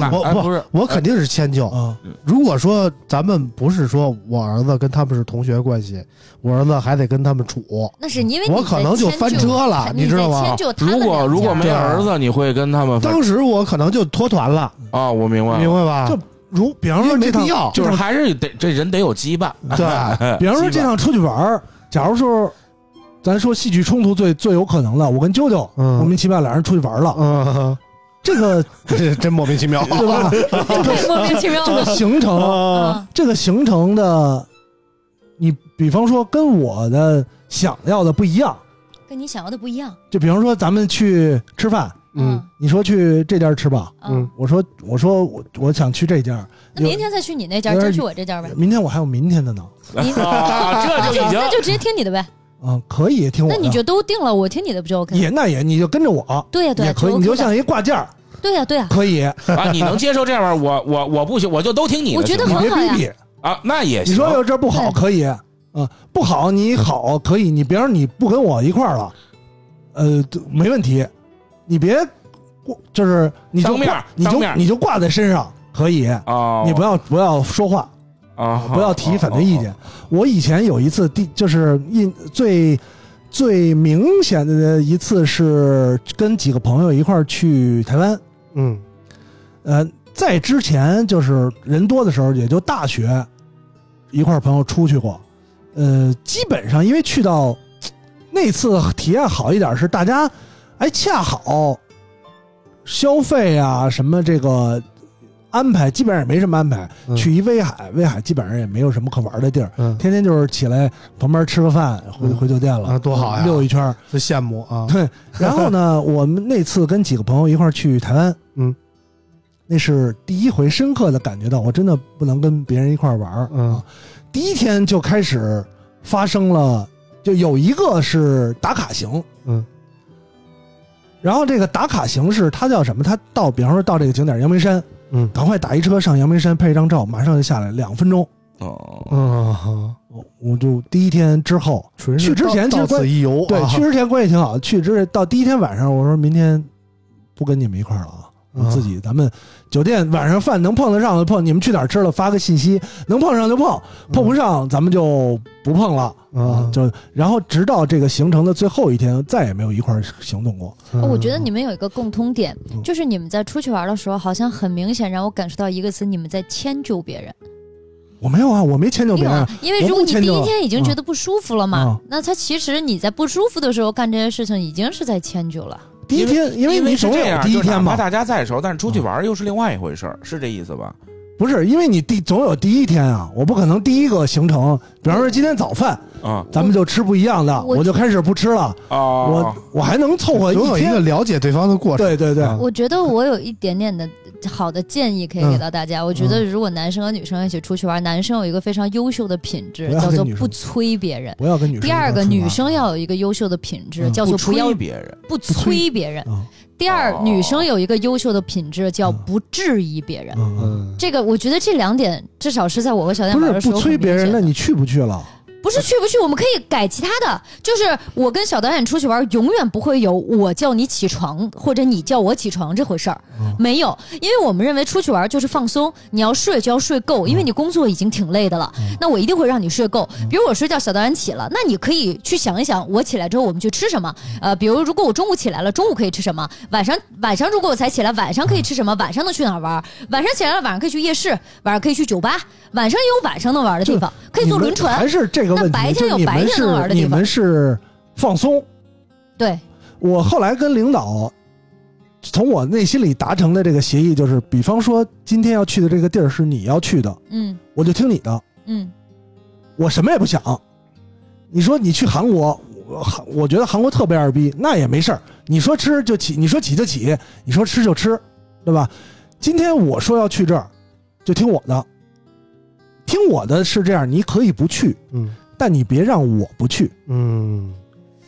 [SPEAKER 5] 哪哎
[SPEAKER 7] 我
[SPEAKER 5] 不是
[SPEAKER 7] 我肯定是迁就。
[SPEAKER 4] 啊，
[SPEAKER 7] 如果说咱们不是说我儿子跟他们是同学关系，我儿子还得跟他们处，
[SPEAKER 2] 那是因为
[SPEAKER 7] 我
[SPEAKER 2] 你
[SPEAKER 7] 可
[SPEAKER 2] 在
[SPEAKER 7] 能就
[SPEAKER 2] 迁
[SPEAKER 7] 翻车了
[SPEAKER 2] 你
[SPEAKER 7] 你知道
[SPEAKER 2] 在
[SPEAKER 7] 吗
[SPEAKER 2] 迁就他们
[SPEAKER 5] 如果
[SPEAKER 2] 两
[SPEAKER 5] 如果
[SPEAKER 2] *laughs* 家
[SPEAKER 5] 没儿子，你会跟他们翻
[SPEAKER 7] 当时我可能就脱团了，
[SPEAKER 5] 啊？我明白了，
[SPEAKER 7] 明白吧？
[SPEAKER 4] 就如比方
[SPEAKER 7] 因
[SPEAKER 4] 说
[SPEAKER 7] 为
[SPEAKER 4] 这
[SPEAKER 7] 没
[SPEAKER 4] 趟
[SPEAKER 7] 必，要，
[SPEAKER 5] 就是还是得这人得有羁绊。
[SPEAKER 7] 对。
[SPEAKER 4] 比方说
[SPEAKER 5] 羁绊
[SPEAKER 4] 这趟出去玩儿，假如说咱说戏剧冲突最最有可能了，我跟啾啾
[SPEAKER 7] 嗯
[SPEAKER 4] 莫名其妙俩人出去玩儿了，
[SPEAKER 7] 嗯，
[SPEAKER 4] 这个
[SPEAKER 7] 这真莫名其妙。
[SPEAKER 4] 对
[SPEAKER 7] *laughs*
[SPEAKER 4] 吧？
[SPEAKER 2] 太莫名其妙
[SPEAKER 4] 这个
[SPEAKER 2] 了。
[SPEAKER 4] 行程。
[SPEAKER 2] 啊，
[SPEAKER 4] 这个行程的，你比方说跟我的想要的不一样，
[SPEAKER 2] 跟你想要的不一样。
[SPEAKER 4] 就比方说咱们去吃饭，
[SPEAKER 7] 嗯
[SPEAKER 4] 你说去这家吃吧，
[SPEAKER 2] 嗯
[SPEAKER 4] 我说我说我我想去这家，
[SPEAKER 2] 那明天再去你那家，
[SPEAKER 4] 有
[SPEAKER 2] 真去我这家呗。
[SPEAKER 4] 明天我还有明天的呢，
[SPEAKER 5] *laughs*
[SPEAKER 2] 你
[SPEAKER 5] 啊，这就已经
[SPEAKER 2] 那就直接听你的呗。
[SPEAKER 4] 啊，可以听我
[SPEAKER 2] 那
[SPEAKER 4] 的，
[SPEAKER 2] 你就都定了，我听你的不就 OK？
[SPEAKER 4] 也那也你就跟着我，
[SPEAKER 2] 对呀对
[SPEAKER 4] 也
[SPEAKER 2] 呀，
[SPEAKER 4] 可以，
[SPEAKER 2] 挺
[SPEAKER 4] 你就
[SPEAKER 2] OK 的
[SPEAKER 4] 像一挂件儿，
[SPEAKER 2] 对呀对呀，
[SPEAKER 4] 可以，
[SPEAKER 5] 啊，你能接受这样吗？我我我不行，我就都听你的。
[SPEAKER 2] 我觉得
[SPEAKER 4] 你
[SPEAKER 5] 行吗
[SPEAKER 4] 别
[SPEAKER 2] 很好呀
[SPEAKER 4] 逼逼，
[SPEAKER 5] 啊，那也
[SPEAKER 4] 你
[SPEAKER 5] 行。嗯
[SPEAKER 4] 说要这不好可以啊，不好你好可以，你比方说你不跟我一块儿了，呃，都没问题，你别过就是你就
[SPEAKER 5] 当面
[SPEAKER 4] 挂
[SPEAKER 5] 儿
[SPEAKER 4] 你
[SPEAKER 5] 当
[SPEAKER 4] 就
[SPEAKER 5] 面儿
[SPEAKER 4] 你就挂在身上可以，
[SPEAKER 5] 啊，
[SPEAKER 4] 你不要不要说话，
[SPEAKER 5] 啊，
[SPEAKER 4] 不要提反对意
[SPEAKER 5] 哦
[SPEAKER 4] 见。我以前有一次第就是印最最明显的一次是跟几个朋友一块儿去台湾，
[SPEAKER 7] 嗯
[SPEAKER 4] 呃，在之前就是人多的时候，也就大学一块儿朋友出去过，呃，基本上因为去到那次体验好一点是大家哎恰好消费啊什么这个安排基本上也没什么安排，
[SPEAKER 7] 嗯
[SPEAKER 4] 去一威海，威海基本上也没有什么可玩的地儿。
[SPEAKER 7] 嗯，
[SPEAKER 4] 天天就是起来旁边吃个饭，回
[SPEAKER 7] 嗯
[SPEAKER 4] 回酒店了，
[SPEAKER 7] 啊多好呀
[SPEAKER 4] 溜一圈儿。
[SPEAKER 7] 这羡慕啊。
[SPEAKER 4] 对， *laughs* 然后呢，我们那次跟几个朋友一块儿去台湾，
[SPEAKER 7] 嗯，
[SPEAKER 4] 那是第一回深刻的感觉到，我真的不能跟别人一块儿玩儿。
[SPEAKER 7] 嗯
[SPEAKER 4] 啊，第一天就开始发生了，就有一个是打卡型，
[SPEAKER 7] 嗯，
[SPEAKER 4] 然后这个打卡形式它叫什么？它到，比方说到这个景点阳明山，
[SPEAKER 7] 嗯
[SPEAKER 4] 赶快打一车上阳明山拍一张照，马上就下来，两分钟。
[SPEAKER 5] 哦，
[SPEAKER 7] 嗯，
[SPEAKER 4] 我我就第一天之后，
[SPEAKER 7] 纯
[SPEAKER 4] 是
[SPEAKER 7] 是
[SPEAKER 4] 到到
[SPEAKER 7] 到
[SPEAKER 4] 此
[SPEAKER 7] 此一游，啊
[SPEAKER 4] 对，去之前关系挺好。去之前到第一天晚上，我说明天不跟你们一块儿了啊，我
[SPEAKER 3] 嗯
[SPEAKER 4] 自己咱们酒店晚上饭能碰得上就碰，你们去哪儿吃了发个信息，能碰上就碰，
[SPEAKER 3] 嗯
[SPEAKER 4] 碰不上咱们就不碰了啊。
[SPEAKER 7] 啊，
[SPEAKER 4] 就然后直到这个行程的最后一天，再也没有一块儿行动过。
[SPEAKER 2] 哦
[SPEAKER 3] 嗯
[SPEAKER 2] 我觉得你们有一个共通点
[SPEAKER 4] 嗯，
[SPEAKER 2] 就是你们在出去玩的时候，好像很明显让我感受到一个词，你们在迁就别人。
[SPEAKER 4] 我没有啊，我没迁就
[SPEAKER 2] 因
[SPEAKER 4] 别
[SPEAKER 2] 为
[SPEAKER 4] 人
[SPEAKER 2] 啊，因为
[SPEAKER 4] 我
[SPEAKER 2] 如果
[SPEAKER 4] 不
[SPEAKER 2] 你
[SPEAKER 4] 迁
[SPEAKER 2] 第
[SPEAKER 4] 就
[SPEAKER 2] 一天已经觉得不舒服了嘛
[SPEAKER 4] 嗯，
[SPEAKER 2] 那他其实你在不舒服的时候干这些事情，已经是在迁就了。
[SPEAKER 4] 第一天，因
[SPEAKER 5] 因
[SPEAKER 4] 为你
[SPEAKER 5] 是
[SPEAKER 4] 总
[SPEAKER 5] 这
[SPEAKER 4] 有
[SPEAKER 5] 样
[SPEAKER 4] 第一
[SPEAKER 5] 就哪
[SPEAKER 4] 天
[SPEAKER 5] 怕
[SPEAKER 4] 吧，
[SPEAKER 5] 大家在的时候，但是出去玩儿又是另外一回事儿，是这意思吧？
[SPEAKER 4] 不是，因为你第总有第一天啊，我不可能第一个行程，比方说今天早饭
[SPEAKER 5] 啊
[SPEAKER 4] 咱们就吃不一样的，
[SPEAKER 2] 我
[SPEAKER 4] 我就开始不吃了，
[SPEAKER 5] 啊，
[SPEAKER 4] 我我还能凑合
[SPEAKER 7] 总有一个
[SPEAKER 4] 天。
[SPEAKER 7] 了解对方的过程。
[SPEAKER 4] 对对对，
[SPEAKER 7] 啊
[SPEAKER 2] 我觉得我有一点点的好的建议可以
[SPEAKER 4] 嗯
[SPEAKER 2] 给到大家。我觉得如果男生和女生一起出去玩，男生有一个非常优秀的品质
[SPEAKER 4] 不，要
[SPEAKER 2] 叫
[SPEAKER 4] 跟
[SPEAKER 2] 做
[SPEAKER 4] 女生
[SPEAKER 2] 不催别人。
[SPEAKER 4] 不要跟女生一
[SPEAKER 2] 第
[SPEAKER 4] 块儿
[SPEAKER 2] 二
[SPEAKER 4] 出
[SPEAKER 2] 个，
[SPEAKER 4] 门。
[SPEAKER 2] 女生要有一个优秀的品质，
[SPEAKER 4] 嗯
[SPEAKER 2] 叫做不
[SPEAKER 5] 吹
[SPEAKER 2] 要
[SPEAKER 5] 别人，
[SPEAKER 2] 不催别人。
[SPEAKER 4] 嗯
[SPEAKER 2] 第二，
[SPEAKER 5] 哦
[SPEAKER 2] 女生有一个优秀的品质，叫
[SPEAKER 4] 嗯
[SPEAKER 2] 不质疑别人。
[SPEAKER 4] 嗯嗯
[SPEAKER 7] 嗯，
[SPEAKER 2] 这个我觉得这两点至少是在我和小
[SPEAKER 4] 不
[SPEAKER 2] 亮玩的
[SPEAKER 4] 是
[SPEAKER 2] 时候
[SPEAKER 4] 不催
[SPEAKER 2] 很
[SPEAKER 4] 别人，
[SPEAKER 2] 明显
[SPEAKER 4] 那
[SPEAKER 2] 的
[SPEAKER 4] 你去不去了？
[SPEAKER 2] 不是去不去，我们可以改其他的。就是我跟小导演出去玩，永远不会有我叫你起床或者你叫我起床这回事儿，
[SPEAKER 4] 嗯
[SPEAKER 2] 没有，因为我们认为出去玩就是放松，你要睡就要睡够，
[SPEAKER 4] 嗯
[SPEAKER 2] 因为你工作已经挺累的了。那我一定会让你睡够。比如我睡觉，小导演起了，那你可以去想一想，我起来之后我们去吃什么？呃，比如如果我中午起来了，中午可以吃什么？晚上晚上如果我才起来，晚上可以吃什么？晚上能去哪儿玩？晚上起来了，晚上可以去夜市，晚上可以去酒吧，晚上也有晚上能玩的地方，可以坐
[SPEAKER 4] 你们
[SPEAKER 2] 轮船
[SPEAKER 4] 还。是这个问
[SPEAKER 2] 那
[SPEAKER 4] 题？
[SPEAKER 2] 白
[SPEAKER 4] 就
[SPEAKER 2] 天
[SPEAKER 4] 是
[SPEAKER 2] 有
[SPEAKER 4] 你
[SPEAKER 2] 白
[SPEAKER 4] 们
[SPEAKER 2] 天能玩
[SPEAKER 4] 是
[SPEAKER 2] 的地
[SPEAKER 4] 你
[SPEAKER 2] 方
[SPEAKER 4] 们是放松。
[SPEAKER 2] 对，
[SPEAKER 4] 我后来跟领导从我内心里达成的这个协议就是，比方说今天要去的这个地儿是你要去的，
[SPEAKER 2] 嗯
[SPEAKER 4] 我就听你的，
[SPEAKER 2] 嗯
[SPEAKER 4] 我什么也不想。你说你去韩国，我韩我觉得韩国特别二逼，那也没事儿。你说吃就起，你说起就起，你说吃就吃，对吧？今天我说要去这儿，就听我的。听我的是这样，你可以不去，
[SPEAKER 7] 嗯
[SPEAKER 4] 但你别让我不去。
[SPEAKER 7] 嗯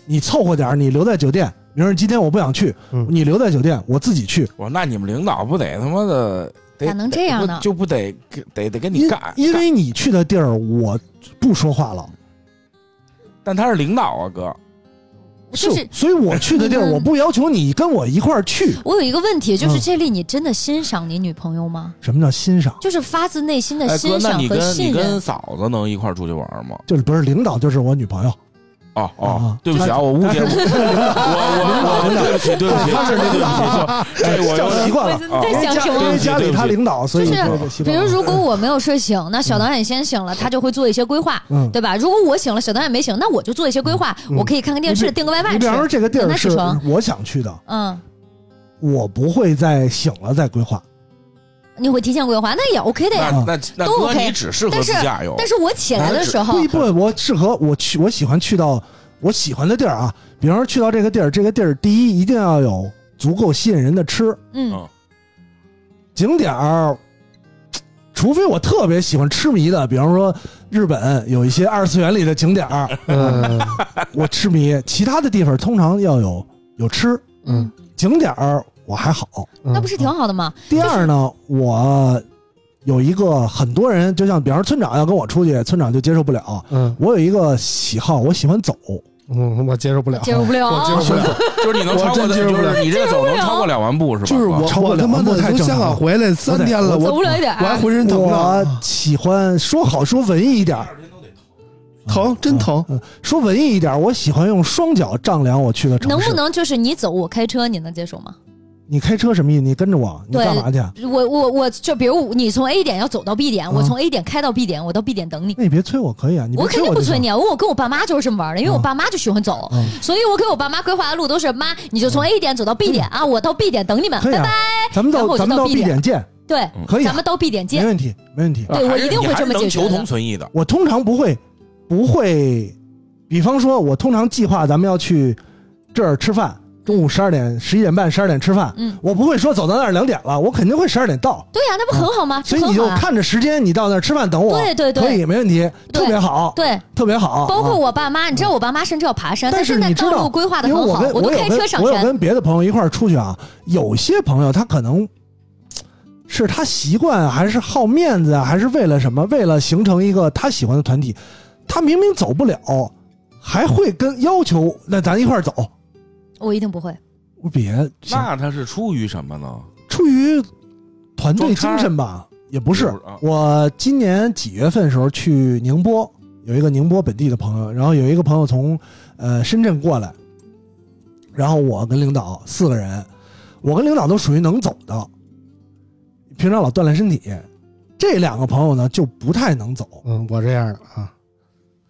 [SPEAKER 4] 你凑合点儿，你留在酒店。明儿今天我不想去，
[SPEAKER 7] 嗯
[SPEAKER 4] 你留在酒店，我自己去。
[SPEAKER 5] 我说那你们领导不得他妈的得
[SPEAKER 2] 咋能这样呢
[SPEAKER 5] 不就不得给得得跟
[SPEAKER 4] 因
[SPEAKER 5] 你干，
[SPEAKER 4] 因为你去的地儿我不说话了，
[SPEAKER 5] 但他是领导啊，哥，
[SPEAKER 2] 就是嗯
[SPEAKER 4] 所以我去的地儿
[SPEAKER 2] 你们
[SPEAKER 4] 我不要求你跟我一块儿去。
[SPEAKER 2] 我有一个问题，就是
[SPEAKER 4] 嗯
[SPEAKER 2] 这里你真的欣赏你女朋友吗？
[SPEAKER 4] 什么叫欣赏？
[SPEAKER 2] 就是发自内心的
[SPEAKER 5] 哎哥
[SPEAKER 2] 欣，
[SPEAKER 5] 那
[SPEAKER 2] 赏
[SPEAKER 5] 你
[SPEAKER 2] 和
[SPEAKER 5] 跟你
[SPEAKER 2] 信任
[SPEAKER 5] 跟。嫂子能一块儿出去玩吗？
[SPEAKER 4] 就是不是领导就是我女朋友，
[SPEAKER 5] 哦
[SPEAKER 4] 啊
[SPEAKER 5] 哦，对不起啊，我误解，我我
[SPEAKER 4] *laughs*
[SPEAKER 5] 我我哦对不起对不起，
[SPEAKER 4] 他是
[SPEAKER 5] 对
[SPEAKER 4] 领
[SPEAKER 5] 不起，就这我
[SPEAKER 4] *laughs* 叫习
[SPEAKER 5] 有
[SPEAKER 4] 惯了。
[SPEAKER 5] 啊
[SPEAKER 2] 在想什
[SPEAKER 4] 因
[SPEAKER 2] 么
[SPEAKER 4] 为？家
[SPEAKER 5] 对
[SPEAKER 4] 里
[SPEAKER 5] 不起
[SPEAKER 4] 他领导，所以
[SPEAKER 2] 就是
[SPEAKER 4] 这个习
[SPEAKER 2] 比
[SPEAKER 4] 惯
[SPEAKER 2] 如，
[SPEAKER 4] 了
[SPEAKER 2] 如果我没有睡醒，那小导演先醒了，他就会做一些规划，
[SPEAKER 4] 嗯
[SPEAKER 2] 对吧？如果我醒了，小导演没醒，那我就做一些规划，我可以看看电视，订个外卖
[SPEAKER 4] 你比
[SPEAKER 2] 吃
[SPEAKER 4] 方。说这个地
[SPEAKER 2] 等
[SPEAKER 4] 儿
[SPEAKER 2] 他
[SPEAKER 4] 是
[SPEAKER 2] 起床
[SPEAKER 4] 我想去的，
[SPEAKER 2] 嗯，
[SPEAKER 4] 我不会在醒了再规划。
[SPEAKER 2] 你会提前规划，那也 OK 的
[SPEAKER 5] 那
[SPEAKER 2] 呀。
[SPEAKER 5] 那那
[SPEAKER 2] 都
[SPEAKER 5] 哥
[SPEAKER 2] OK，
[SPEAKER 5] 你只适合
[SPEAKER 2] 但是
[SPEAKER 5] 自驾游，
[SPEAKER 2] 但是我起来的时候
[SPEAKER 4] 不，不，我适合我去，我喜欢去到我喜欢的地儿啊。比方说去到这个地儿，这个地儿第一一定要有足够吸引人的吃
[SPEAKER 2] 嗯
[SPEAKER 5] 嗯
[SPEAKER 4] 景点儿。除非我特别喜欢痴迷的，比方说日本有一些二次元里的景点儿，
[SPEAKER 7] 嗯
[SPEAKER 4] 我痴迷。其他的地方通常要有有吃，
[SPEAKER 2] 嗯，
[SPEAKER 4] 景点儿我还好。
[SPEAKER 2] 那不是挺好的吗？
[SPEAKER 4] 第二呢，我有一个很多人，就像比方说村长要跟我出去，村长就接受不了。
[SPEAKER 7] 嗯
[SPEAKER 4] 我有一个喜好，我喜欢走，
[SPEAKER 7] 嗯，我接受不了，
[SPEAKER 2] 接受不了
[SPEAKER 7] 我接受不了，
[SPEAKER 5] 就是你能
[SPEAKER 7] 我
[SPEAKER 5] 超过
[SPEAKER 7] 真
[SPEAKER 5] 的，
[SPEAKER 7] 接受
[SPEAKER 5] 就
[SPEAKER 7] 不了
[SPEAKER 5] 是你这个走能超过两万步是吧？
[SPEAKER 7] *laughs* 就是
[SPEAKER 5] 哥
[SPEAKER 7] 我
[SPEAKER 4] 超不
[SPEAKER 7] 我
[SPEAKER 4] 了
[SPEAKER 7] 他妈
[SPEAKER 4] 我
[SPEAKER 7] 的
[SPEAKER 4] 太
[SPEAKER 7] 从
[SPEAKER 4] 正
[SPEAKER 7] 香
[SPEAKER 4] 常
[SPEAKER 7] 港
[SPEAKER 4] 了
[SPEAKER 7] 回来三天了，
[SPEAKER 2] 走
[SPEAKER 7] 我
[SPEAKER 2] 不了一点儿。
[SPEAKER 7] 我还浑身疼啊
[SPEAKER 4] 我
[SPEAKER 7] 呢，
[SPEAKER 4] 喜欢说好说文艺一点儿，
[SPEAKER 7] 疼真疼，
[SPEAKER 4] 嗯，说文艺一点儿，我喜欢用双脚丈量我去的城市。
[SPEAKER 2] 能不？能就是你走我开车，你能接受吗？
[SPEAKER 4] 你开车什么意思？你跟着我，你
[SPEAKER 2] 对
[SPEAKER 4] 干嘛去？啊
[SPEAKER 2] 我我我就比如你从 A 点要走到 B 点，我从 A 点开到 B 点，我到 B 点等你。
[SPEAKER 4] 那你别催我，可以嗯啊，你别
[SPEAKER 2] 我肯定
[SPEAKER 4] 我
[SPEAKER 2] 不
[SPEAKER 4] 就
[SPEAKER 2] 催
[SPEAKER 4] 行
[SPEAKER 2] 你，啊！我跟我爸妈就是这么玩的，因为我爸妈就喜欢走，
[SPEAKER 4] 嗯
[SPEAKER 2] 所以我给我爸妈规划的路都是妈，你就从 A 点走到 B 点啊，我到 B 点等你们，
[SPEAKER 4] 嗯可以
[SPEAKER 2] 拜
[SPEAKER 4] 啊
[SPEAKER 2] 拜。，
[SPEAKER 4] 咱们
[SPEAKER 2] 然后
[SPEAKER 4] 到
[SPEAKER 2] 我就
[SPEAKER 4] 咱们
[SPEAKER 2] 到
[SPEAKER 4] 到
[SPEAKER 2] B
[SPEAKER 4] B 点见，
[SPEAKER 2] 对，
[SPEAKER 4] 可以啊
[SPEAKER 2] 咱，们到 B 点
[SPEAKER 4] 没
[SPEAKER 2] 见。
[SPEAKER 4] 问题，没问题。
[SPEAKER 2] 对我
[SPEAKER 5] 啊还是
[SPEAKER 2] 一定
[SPEAKER 5] 你
[SPEAKER 2] 会
[SPEAKER 5] 还
[SPEAKER 2] 这么
[SPEAKER 5] 是能
[SPEAKER 2] 解决
[SPEAKER 5] 求
[SPEAKER 2] 的
[SPEAKER 5] 同存 *laughs* 异的。
[SPEAKER 4] 我通常不会不会，比方说，我通常计划咱们要去这儿吃饭，中午十二点、十一点半、十二点吃饭。
[SPEAKER 2] 嗯，
[SPEAKER 4] 我不会说走到那儿两点了，我肯定会十二点到，
[SPEAKER 2] 对呀，那不很好吗？
[SPEAKER 4] 所
[SPEAKER 2] 这
[SPEAKER 4] 以你
[SPEAKER 2] 很
[SPEAKER 4] 就
[SPEAKER 2] 好啊。
[SPEAKER 4] 看着时间，你到那儿吃饭等我，
[SPEAKER 2] 对对对
[SPEAKER 4] 可以没问题，
[SPEAKER 2] 对
[SPEAKER 4] 特别好，
[SPEAKER 2] 对，
[SPEAKER 4] 特别好。
[SPEAKER 2] 包括
[SPEAKER 4] 啊。
[SPEAKER 2] 我爸妈，你知道我爸妈甚至要爬山，
[SPEAKER 4] 但
[SPEAKER 2] 现
[SPEAKER 4] 是
[SPEAKER 2] 在
[SPEAKER 4] 你知
[SPEAKER 2] 道
[SPEAKER 4] 道
[SPEAKER 2] 路规划的
[SPEAKER 4] 因为
[SPEAKER 2] 很
[SPEAKER 4] 我
[SPEAKER 2] 好，
[SPEAKER 4] 跟
[SPEAKER 2] 都
[SPEAKER 4] 有
[SPEAKER 2] 开
[SPEAKER 4] 跟
[SPEAKER 2] 车上
[SPEAKER 4] 我有
[SPEAKER 2] 山。
[SPEAKER 4] 跟别的朋友一块儿出去啊，有些朋友他可能是他习惯，啊还是好面子啊，还是为了什么？为了形成一个他喜欢的团体，他明明走不了，还会跟要求那咱一块儿走。
[SPEAKER 2] 我一定不会，
[SPEAKER 4] 我别
[SPEAKER 5] 那他是出于什么呢？
[SPEAKER 4] 出于团
[SPEAKER 5] 装
[SPEAKER 4] 队
[SPEAKER 5] 叉
[SPEAKER 4] 精神吧，也不是
[SPEAKER 5] 也不是啊。
[SPEAKER 4] 我今年几月份时候去宁波，有一个宁波本地的朋友，然后有一个朋友从呃深圳过来，然后我跟领导四个人，我跟领导都属于能走的，平常老锻炼身体。这两个朋友呢就不太能走，
[SPEAKER 7] 嗯，我这样的啊，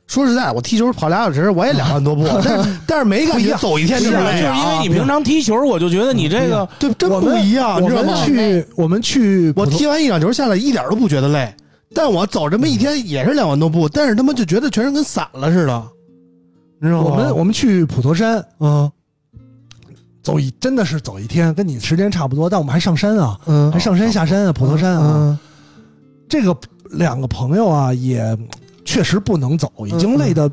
[SPEAKER 7] 说实在，我踢球跑俩小时，我也两
[SPEAKER 4] *laughs*
[SPEAKER 7] 万多步，但是但是没感觉走一天
[SPEAKER 5] 就
[SPEAKER 7] 这
[SPEAKER 5] 是
[SPEAKER 7] 么
[SPEAKER 5] 因
[SPEAKER 7] 累啊
[SPEAKER 5] 为你平常踢球，我就觉得你这个
[SPEAKER 7] 对，真不一样，你
[SPEAKER 4] 我
[SPEAKER 7] 知道
[SPEAKER 4] 们
[SPEAKER 7] 吗？
[SPEAKER 4] 去我们去
[SPEAKER 7] 我
[SPEAKER 4] 普通
[SPEAKER 7] 踢完一场球下来一点都不觉得累，但我走这么一天也是两万多步，但是他妈就觉得全身跟散了似的，你知道吗？
[SPEAKER 4] 我们我们去普陀山
[SPEAKER 7] 嗯
[SPEAKER 4] 走一真的是走一天，跟你时间差不多，但我们还上山啊，
[SPEAKER 7] 嗯
[SPEAKER 4] 还上山下山啊，普陀山啊。
[SPEAKER 7] 嗯
[SPEAKER 4] 这个两个朋友啊，也确实不能走，已经累的，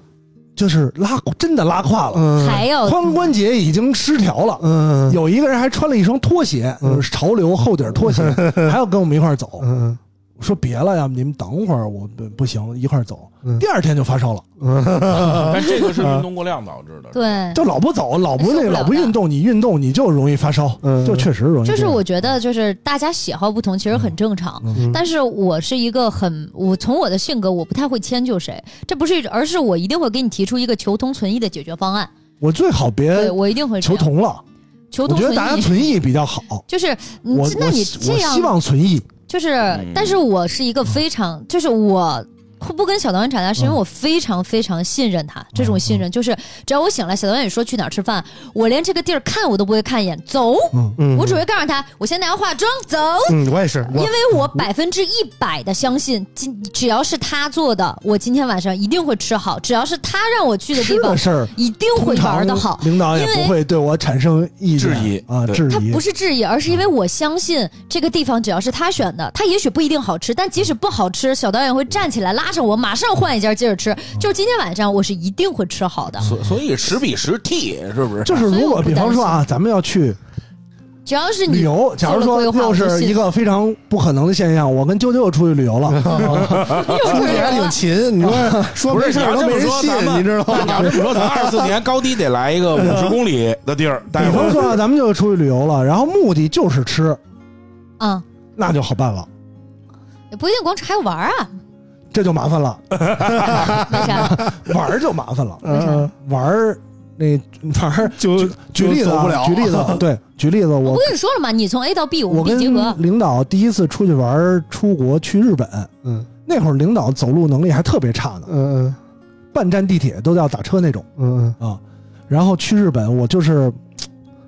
[SPEAKER 4] 就是拉真的拉胯了，
[SPEAKER 7] 嗯
[SPEAKER 2] 还要
[SPEAKER 4] 髋关节已经失调了。
[SPEAKER 7] 嗯
[SPEAKER 4] 有一个人还穿了一双拖鞋，
[SPEAKER 7] 嗯
[SPEAKER 4] 就是潮流厚底儿拖
[SPEAKER 7] *laughs*
[SPEAKER 4] 鞋，还要跟我们一块儿走。
[SPEAKER 7] 嗯
[SPEAKER 4] 我说别了，要不你们等会儿，我不不行，一块儿走
[SPEAKER 7] 嗯。
[SPEAKER 4] 第二天就发烧了，
[SPEAKER 5] 但哎这个是运动过量导致的。
[SPEAKER 2] 对，
[SPEAKER 4] 就老不走，老不
[SPEAKER 2] 嗯受
[SPEAKER 4] 那
[SPEAKER 2] 不了
[SPEAKER 4] 老不
[SPEAKER 2] 的
[SPEAKER 4] 运动，你运动你就容易发烧，
[SPEAKER 7] 嗯
[SPEAKER 4] 就确实容易这
[SPEAKER 2] 就
[SPEAKER 4] 样。
[SPEAKER 2] 是我觉得就是大家喜好不同，其实很正常。
[SPEAKER 7] 嗯
[SPEAKER 2] 但是我是一个很，我从我的性格，我不太会迁就谁，这不是一种，而是我一定会给你提出一个求同存异的解决方案。
[SPEAKER 4] 我最好
[SPEAKER 2] 对
[SPEAKER 4] 别
[SPEAKER 2] 我一定会这
[SPEAKER 4] 哎求
[SPEAKER 2] 样
[SPEAKER 4] 同了，
[SPEAKER 2] 求
[SPEAKER 4] 我
[SPEAKER 2] 同
[SPEAKER 4] 觉得
[SPEAKER 2] 存
[SPEAKER 4] 大家
[SPEAKER 2] 异，
[SPEAKER 4] 存异比较好。
[SPEAKER 2] 就是你
[SPEAKER 4] 我
[SPEAKER 2] 这那
[SPEAKER 4] 我
[SPEAKER 2] 你
[SPEAKER 4] 希
[SPEAKER 2] *laughs* 这
[SPEAKER 4] 我希
[SPEAKER 2] 样
[SPEAKER 4] 望存异，
[SPEAKER 2] 就是，但是我是一个非常，就是我。不跟小导演吵架，
[SPEAKER 4] 嗯
[SPEAKER 2] 是因为我非常非常信任他。这种信任就是，只要我醒来，小导演说去哪儿吃饭，我连这个地儿看我都不会看一眼，走，
[SPEAKER 7] 嗯
[SPEAKER 2] 我只会告诉他，我现在要化妆，走。
[SPEAKER 7] 嗯，我也是，
[SPEAKER 2] 因
[SPEAKER 7] 我
[SPEAKER 2] 为我百分之一百的相信，今只要是他做的，我今天晚上一定会吃好；只要是他让我去的地
[SPEAKER 4] 吃
[SPEAKER 2] 方
[SPEAKER 4] 的，事儿
[SPEAKER 2] 一定会
[SPEAKER 4] 通常
[SPEAKER 2] 玩的好。
[SPEAKER 4] 领导也
[SPEAKER 2] 因为
[SPEAKER 4] 不会对我产生意见
[SPEAKER 5] 质疑
[SPEAKER 4] 啊，
[SPEAKER 5] 对
[SPEAKER 4] 质
[SPEAKER 2] 他
[SPEAKER 4] 疑
[SPEAKER 2] 不是质疑，而是因为我相信这个地方只要是他选的，他也许不一定好吃，但即使不好吃，小导演会站起来拉着我，马上换一家接着吃。就是今天晚上，我是一定会吃好
[SPEAKER 4] 嗯
[SPEAKER 2] 的。
[SPEAKER 5] 所所以十比十 T 是 *laughs* 不是？
[SPEAKER 4] 就是
[SPEAKER 2] 所以
[SPEAKER 4] 如
[SPEAKER 2] 我
[SPEAKER 4] 果
[SPEAKER 2] 不
[SPEAKER 4] 比方
[SPEAKER 2] 担
[SPEAKER 4] 说啊，咱们要去
[SPEAKER 2] 只要是
[SPEAKER 4] 旅
[SPEAKER 2] 你
[SPEAKER 4] 游，假如
[SPEAKER 2] 做
[SPEAKER 4] 说
[SPEAKER 2] 了规划
[SPEAKER 4] 又是一个非常不可能的现象，我跟啾啾出去旅游了，
[SPEAKER 2] 又
[SPEAKER 7] 出
[SPEAKER 2] 出
[SPEAKER 7] 去还
[SPEAKER 4] *laughs*
[SPEAKER 7] 挺勤，你说说
[SPEAKER 5] 不是
[SPEAKER 7] 没事
[SPEAKER 5] 你
[SPEAKER 7] 儿
[SPEAKER 5] 要
[SPEAKER 7] 都
[SPEAKER 5] 这
[SPEAKER 7] 没
[SPEAKER 5] 么
[SPEAKER 7] 人
[SPEAKER 5] 说
[SPEAKER 7] 信
[SPEAKER 5] 咱，们
[SPEAKER 7] 你知道
[SPEAKER 5] 你要
[SPEAKER 7] 吗？
[SPEAKER 5] 这么说，咱二四年高低得来一个五十公里的地儿，*laughs*
[SPEAKER 4] 比
[SPEAKER 5] 待会
[SPEAKER 4] 方
[SPEAKER 5] 儿
[SPEAKER 4] 说啊，咱们就出去旅游了，然后目的就是吃，
[SPEAKER 2] 嗯，
[SPEAKER 4] 那就好办了，
[SPEAKER 2] 也不一定光吃还玩啊，
[SPEAKER 4] 这就麻烦了，
[SPEAKER 2] 为
[SPEAKER 4] *laughs*
[SPEAKER 2] 啥？
[SPEAKER 4] 玩儿就麻烦了，
[SPEAKER 7] 嗯
[SPEAKER 2] 为啥？
[SPEAKER 4] 玩儿那 *laughs* 玩儿
[SPEAKER 7] 就
[SPEAKER 4] 举例子
[SPEAKER 7] 走
[SPEAKER 4] 啊
[SPEAKER 7] 不了，
[SPEAKER 4] 举例子
[SPEAKER 7] *laughs*
[SPEAKER 4] 啊，对，举例子，
[SPEAKER 2] 我
[SPEAKER 4] 我
[SPEAKER 2] 跟你说了嘛，你从 A 到 B，我
[SPEAKER 4] 我
[SPEAKER 2] 们
[SPEAKER 4] 跟
[SPEAKER 2] B 结合。
[SPEAKER 4] 领导第一次出去玩儿，出国去日本，
[SPEAKER 7] 嗯
[SPEAKER 4] 那会儿领导走路能力还特别差呢，
[SPEAKER 7] 嗯
[SPEAKER 4] 半站地铁都要打车那种
[SPEAKER 7] 嗯
[SPEAKER 4] 啊。然后去日本，我就是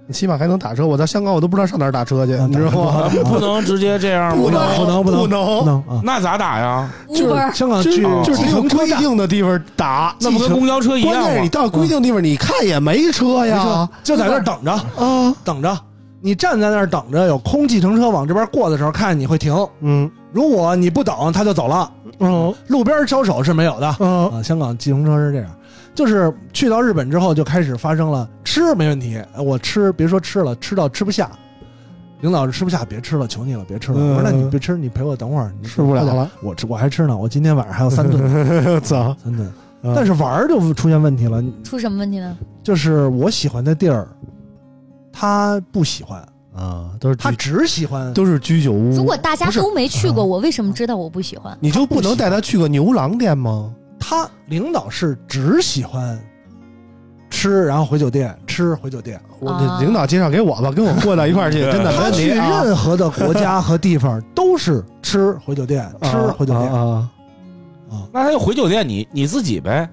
[SPEAKER 7] 嗯，起码还能打车。我到香港我都不知道上哪儿打车去，
[SPEAKER 4] 啊
[SPEAKER 7] 你知道吗？
[SPEAKER 4] 打车
[SPEAKER 5] 不能直接这样
[SPEAKER 4] 不
[SPEAKER 5] 吗？
[SPEAKER 4] 能不能
[SPEAKER 7] 不
[SPEAKER 4] 不不
[SPEAKER 7] 能，
[SPEAKER 4] 能啊！
[SPEAKER 5] *laughs* 那咋打呀？
[SPEAKER 4] 就是香港
[SPEAKER 7] 就
[SPEAKER 4] 去
[SPEAKER 7] 就
[SPEAKER 4] 计
[SPEAKER 7] 哦是
[SPEAKER 4] 程
[SPEAKER 7] 有
[SPEAKER 4] 车
[SPEAKER 7] 规
[SPEAKER 4] 站，
[SPEAKER 7] 定的地方打，
[SPEAKER 5] 那不跟公交车一
[SPEAKER 7] 关
[SPEAKER 5] 样
[SPEAKER 7] 键是
[SPEAKER 5] 吗
[SPEAKER 7] 你？到规定地方，你看也没车
[SPEAKER 4] 没
[SPEAKER 7] 呀
[SPEAKER 4] 错，就在那儿等着
[SPEAKER 7] 啊，
[SPEAKER 4] 等着。你站在那儿等着，有空计程车往这边过的时候，看你会停。
[SPEAKER 7] 嗯
[SPEAKER 4] 如果你不等，他就走了。
[SPEAKER 7] 嗯
[SPEAKER 4] 路边招手是没有的
[SPEAKER 7] 嗯
[SPEAKER 4] 啊。香港计程车是这样，就是去到日本之后就开始发生了吃没问题，我吃别说吃了，吃到吃不下。领导是吃不下，别吃了，求你了，别吃了。
[SPEAKER 7] 嗯
[SPEAKER 4] 我说那你别吃，你陪我等会儿。你
[SPEAKER 7] 吃不了了，
[SPEAKER 4] 我吃我还吃呢，我今天晚上还有三
[SPEAKER 7] *laughs*
[SPEAKER 4] 顿，
[SPEAKER 7] 操，
[SPEAKER 4] 三顿。
[SPEAKER 7] 嗯
[SPEAKER 4] 但是玩儿就出现问题了，
[SPEAKER 2] 出什么问题呢？
[SPEAKER 4] 就是我喜欢的地儿，他不喜欢，
[SPEAKER 7] 啊，都是
[SPEAKER 4] 他
[SPEAKER 7] 居
[SPEAKER 4] 只喜欢。
[SPEAKER 7] 都是居酒屋。
[SPEAKER 2] 如果大家
[SPEAKER 7] 不是
[SPEAKER 2] 都没去过，我为什么知道我不喜欢？
[SPEAKER 7] 你就不能带他去个牛郎店吗？
[SPEAKER 4] 他领导是只喜欢吃，然后回酒店，吃回酒店。
[SPEAKER 7] 我
[SPEAKER 2] 啊
[SPEAKER 7] 领导介绍给我吧，跟我过到一块儿去，真的没
[SPEAKER 4] 他
[SPEAKER 7] 问
[SPEAKER 4] 去
[SPEAKER 7] 题啊。
[SPEAKER 4] 任何的国家和地方
[SPEAKER 7] *laughs*
[SPEAKER 4] 都是吃回酒店，吃回酒店。
[SPEAKER 7] 啊
[SPEAKER 5] 那他就回酒店，你你自己呗。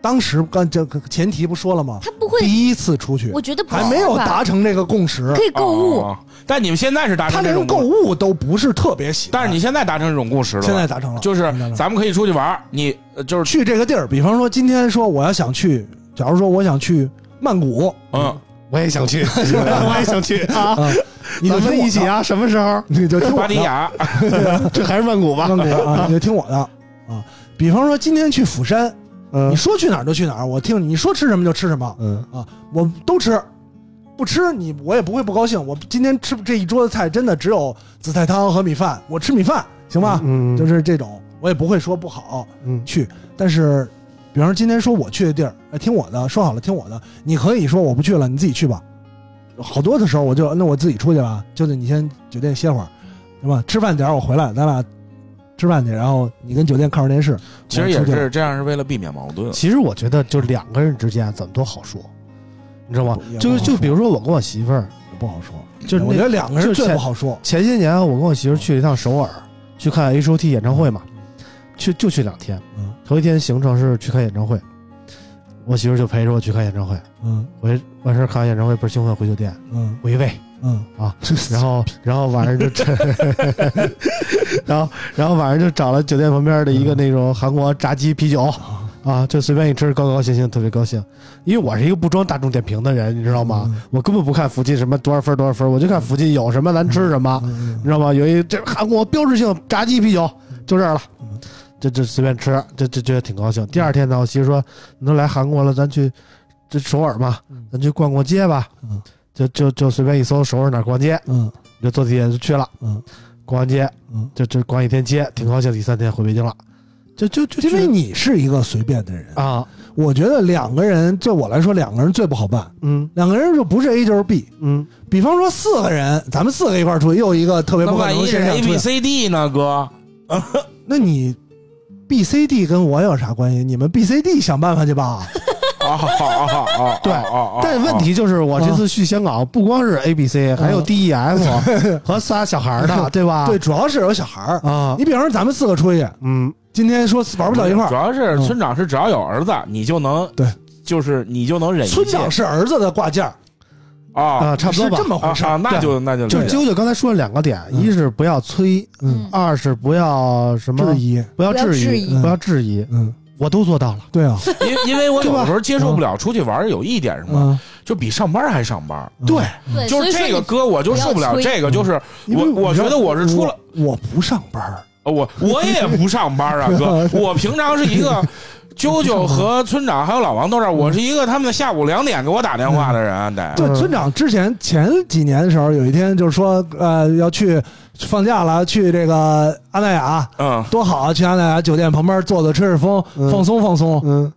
[SPEAKER 4] 当时刚这个前提不说了吗？
[SPEAKER 2] 他不会，
[SPEAKER 4] 第一次出去
[SPEAKER 2] 我觉得不
[SPEAKER 4] 还没有
[SPEAKER 2] 是吧
[SPEAKER 4] 达成这个共识
[SPEAKER 2] 可，以购物，
[SPEAKER 5] 哦但你们现在是达
[SPEAKER 4] 他
[SPEAKER 5] 成这
[SPEAKER 4] 连
[SPEAKER 5] 种共，
[SPEAKER 4] 购物都不是特别喜欢。
[SPEAKER 5] 但是你现在达成这种共识了吧。
[SPEAKER 4] 现在达成了，
[SPEAKER 5] 就是
[SPEAKER 4] 现在达成了
[SPEAKER 5] 咱们可以出去玩儿，你呃就是
[SPEAKER 4] 去这个地儿，比方说今天说我要想去，假如说我想去曼谷，
[SPEAKER 5] 嗯，
[SPEAKER 7] 我也想去，我也想去啊！
[SPEAKER 4] 啊，你就
[SPEAKER 7] 咱
[SPEAKER 4] 听
[SPEAKER 7] 们
[SPEAKER 4] 我
[SPEAKER 7] 一起
[SPEAKER 4] 的，
[SPEAKER 7] 啊，什么时候？
[SPEAKER 4] 你就听我
[SPEAKER 5] 芭
[SPEAKER 4] 的
[SPEAKER 5] 提雅，啊
[SPEAKER 7] 这还是曼谷吧？
[SPEAKER 4] 曼谷啊，你就听我的啊。比方说今天去釜山，
[SPEAKER 7] 嗯
[SPEAKER 4] 你说去哪儿就去哪儿，我听你，你说吃什么就吃什么，
[SPEAKER 7] 嗯
[SPEAKER 4] 我都吃。不吃你我也不会不高兴。我今天吃这一桌子菜真的只有紫菜汤和米饭，我吃米饭行吧？
[SPEAKER 7] 嗯
[SPEAKER 4] 就是这种，我也不会说不好
[SPEAKER 7] 嗯
[SPEAKER 4] 去。但是，比方说今天说我去的地儿，哎听我的，说好了听我的，你可以说我不去了，你自己去吧。好多的时候我就那我自己出去吧，就是你先酒店歇会儿，行吧？吃饭点儿我回来，咱俩吃饭去，然后你跟酒店看会儿电视。
[SPEAKER 5] 其实
[SPEAKER 4] 我
[SPEAKER 5] 也
[SPEAKER 4] 出去了
[SPEAKER 5] 是这样，是为了避免矛盾。
[SPEAKER 7] 其实我觉得，就两个人之间啊怎么都好说，你知道吗
[SPEAKER 4] 不也？
[SPEAKER 7] 就
[SPEAKER 4] 不
[SPEAKER 7] 是
[SPEAKER 4] 好
[SPEAKER 7] 就
[SPEAKER 4] 说
[SPEAKER 7] 比如说我跟我媳妇儿，
[SPEAKER 4] 不好说，
[SPEAKER 7] 就是
[SPEAKER 4] 我觉
[SPEAKER 7] 那
[SPEAKER 4] 得两个人
[SPEAKER 7] 就
[SPEAKER 4] 最
[SPEAKER 7] 前
[SPEAKER 4] 不好说。
[SPEAKER 7] 前些年啊我跟我媳妇儿去了一趟首尔，去看 H O T 演唱会嘛。
[SPEAKER 3] 去就去两天
[SPEAKER 4] 嗯，
[SPEAKER 3] 头一天行程是去看演唱会，我媳妇儿就陪着我去看演唱会，
[SPEAKER 4] 嗯
[SPEAKER 3] 回完事儿看完演唱会倍儿兴奋，回酒店
[SPEAKER 4] 嗯
[SPEAKER 3] 我一喂
[SPEAKER 4] 嗯
[SPEAKER 3] 啊，然后然后晚上就 *laughs* 吃，然后然后晚上就找了酒店旁边的一个那种韩国炸鸡啤酒。啊，就随便一吃，高高兴兴，特别高兴。因为我是一个不装大众点评的人，你知
[SPEAKER 4] 嗯
[SPEAKER 3] 道吗？啊我根本不看附近什么多少分儿多少分儿，我就看附近有什么咱吃什么。你
[SPEAKER 4] 嗯
[SPEAKER 3] 知道吗？有一这韩国标志性炸鸡啤酒，就这儿了
[SPEAKER 4] 嗯，
[SPEAKER 3] 这这随便吃，这这觉得挺高兴。第二天呢，我媳妇说：“你都来韩国了，咱去这首尔嘛
[SPEAKER 4] 嗯，
[SPEAKER 3] 咱去逛逛街吧。
[SPEAKER 4] 嗯”
[SPEAKER 3] 就就就随便一搜首尔哪儿逛街，
[SPEAKER 4] 嗯
[SPEAKER 3] 就坐地铁就去了。
[SPEAKER 4] 嗯，
[SPEAKER 3] 逛完街
[SPEAKER 4] 嗯，
[SPEAKER 3] 就就逛一天街，挺高兴。第三天回北京了，就就就
[SPEAKER 4] 因为你是一个随便的人，
[SPEAKER 3] 啊，
[SPEAKER 4] 我觉得两个人对我来说，两个人最不好办，
[SPEAKER 3] 嗯
[SPEAKER 4] 两个人就不是 A 就是 B。
[SPEAKER 3] 嗯，
[SPEAKER 4] 比方说四个人，咱们四个一块儿出去，又一个特别
[SPEAKER 5] 那
[SPEAKER 4] 不可
[SPEAKER 5] 万
[SPEAKER 4] 能
[SPEAKER 5] 一是
[SPEAKER 4] 现象
[SPEAKER 5] A
[SPEAKER 3] 哎
[SPEAKER 4] 出
[SPEAKER 5] B
[SPEAKER 4] 现，
[SPEAKER 5] C D 呢，哥？ *laughs* 哦
[SPEAKER 4] 那你 B C D 跟我有啥关系？你们 B C D 想办法去吧。
[SPEAKER 5] 啊啊啊啊！
[SPEAKER 3] 对
[SPEAKER 5] 啊啊！
[SPEAKER 3] 但问题就是，我这次去香港不光是 A B
[SPEAKER 4] 嗯
[SPEAKER 3] C，还有 D E
[SPEAKER 4] *laughs*
[SPEAKER 3] F 和仨小孩儿呢，对吧？
[SPEAKER 4] 对，主要是有小孩儿。
[SPEAKER 3] 啊，
[SPEAKER 4] 你比方说咱们四个出去，
[SPEAKER 3] 嗯
[SPEAKER 4] 今天说玩不到一块
[SPEAKER 5] 主
[SPEAKER 3] 啊
[SPEAKER 4] 儿，
[SPEAKER 5] 要
[SPEAKER 4] 嗯
[SPEAKER 5] 是村长是只要有儿子，你就能
[SPEAKER 4] 对，
[SPEAKER 5] 就是你就能忍一切
[SPEAKER 4] 村长是儿子的挂件儿，
[SPEAKER 5] 啊
[SPEAKER 3] 啊，差不多
[SPEAKER 4] 是呃
[SPEAKER 3] 吧
[SPEAKER 4] 这。么回
[SPEAKER 5] 啊
[SPEAKER 4] 事儿。
[SPEAKER 5] 啊，那就那就
[SPEAKER 3] 就是
[SPEAKER 5] 理解
[SPEAKER 3] 啾啾刚才说了两个点，
[SPEAKER 4] 嗯
[SPEAKER 3] 一是不要催，
[SPEAKER 4] 嗯，
[SPEAKER 3] 二是不要什么
[SPEAKER 4] 质，疑，
[SPEAKER 3] 不要
[SPEAKER 2] 不要
[SPEAKER 3] 质
[SPEAKER 2] 质
[SPEAKER 3] 疑，
[SPEAKER 4] 疑
[SPEAKER 3] 不要质疑，
[SPEAKER 4] 嗯，
[SPEAKER 3] 我都做到了。
[SPEAKER 4] 对啊，
[SPEAKER 5] 因因为我有
[SPEAKER 4] 对吧
[SPEAKER 5] 时候接受不了出去玩，有一点什么，
[SPEAKER 4] 嗯，
[SPEAKER 5] 就比上班还上班。
[SPEAKER 4] 嗯
[SPEAKER 3] 对，
[SPEAKER 2] 对，
[SPEAKER 5] 就
[SPEAKER 2] 所以
[SPEAKER 5] 是
[SPEAKER 2] 说
[SPEAKER 5] 这个
[SPEAKER 2] 你
[SPEAKER 5] 歌我就受不
[SPEAKER 2] 不
[SPEAKER 5] 了，
[SPEAKER 2] 要催
[SPEAKER 5] 这个就是
[SPEAKER 4] 因为
[SPEAKER 5] 我我觉得我是出了
[SPEAKER 4] 我，我不上班儿，
[SPEAKER 5] 呃
[SPEAKER 4] *laughs*
[SPEAKER 5] 我我也不上班啊，哥，我平常是一个。啾啾和村长还有老王都这儿，我是一个他们的下午两点给我打电话的人，得
[SPEAKER 4] 嗯对，村长之前前几年的时候，有一天就是说，呃，要去放假了，去这个阿那亚，
[SPEAKER 5] 嗯，
[SPEAKER 4] 多好啊！去阿那亚酒店旁边坐坐，吹吹风，
[SPEAKER 3] 嗯
[SPEAKER 4] 放松放松。
[SPEAKER 3] 嗯，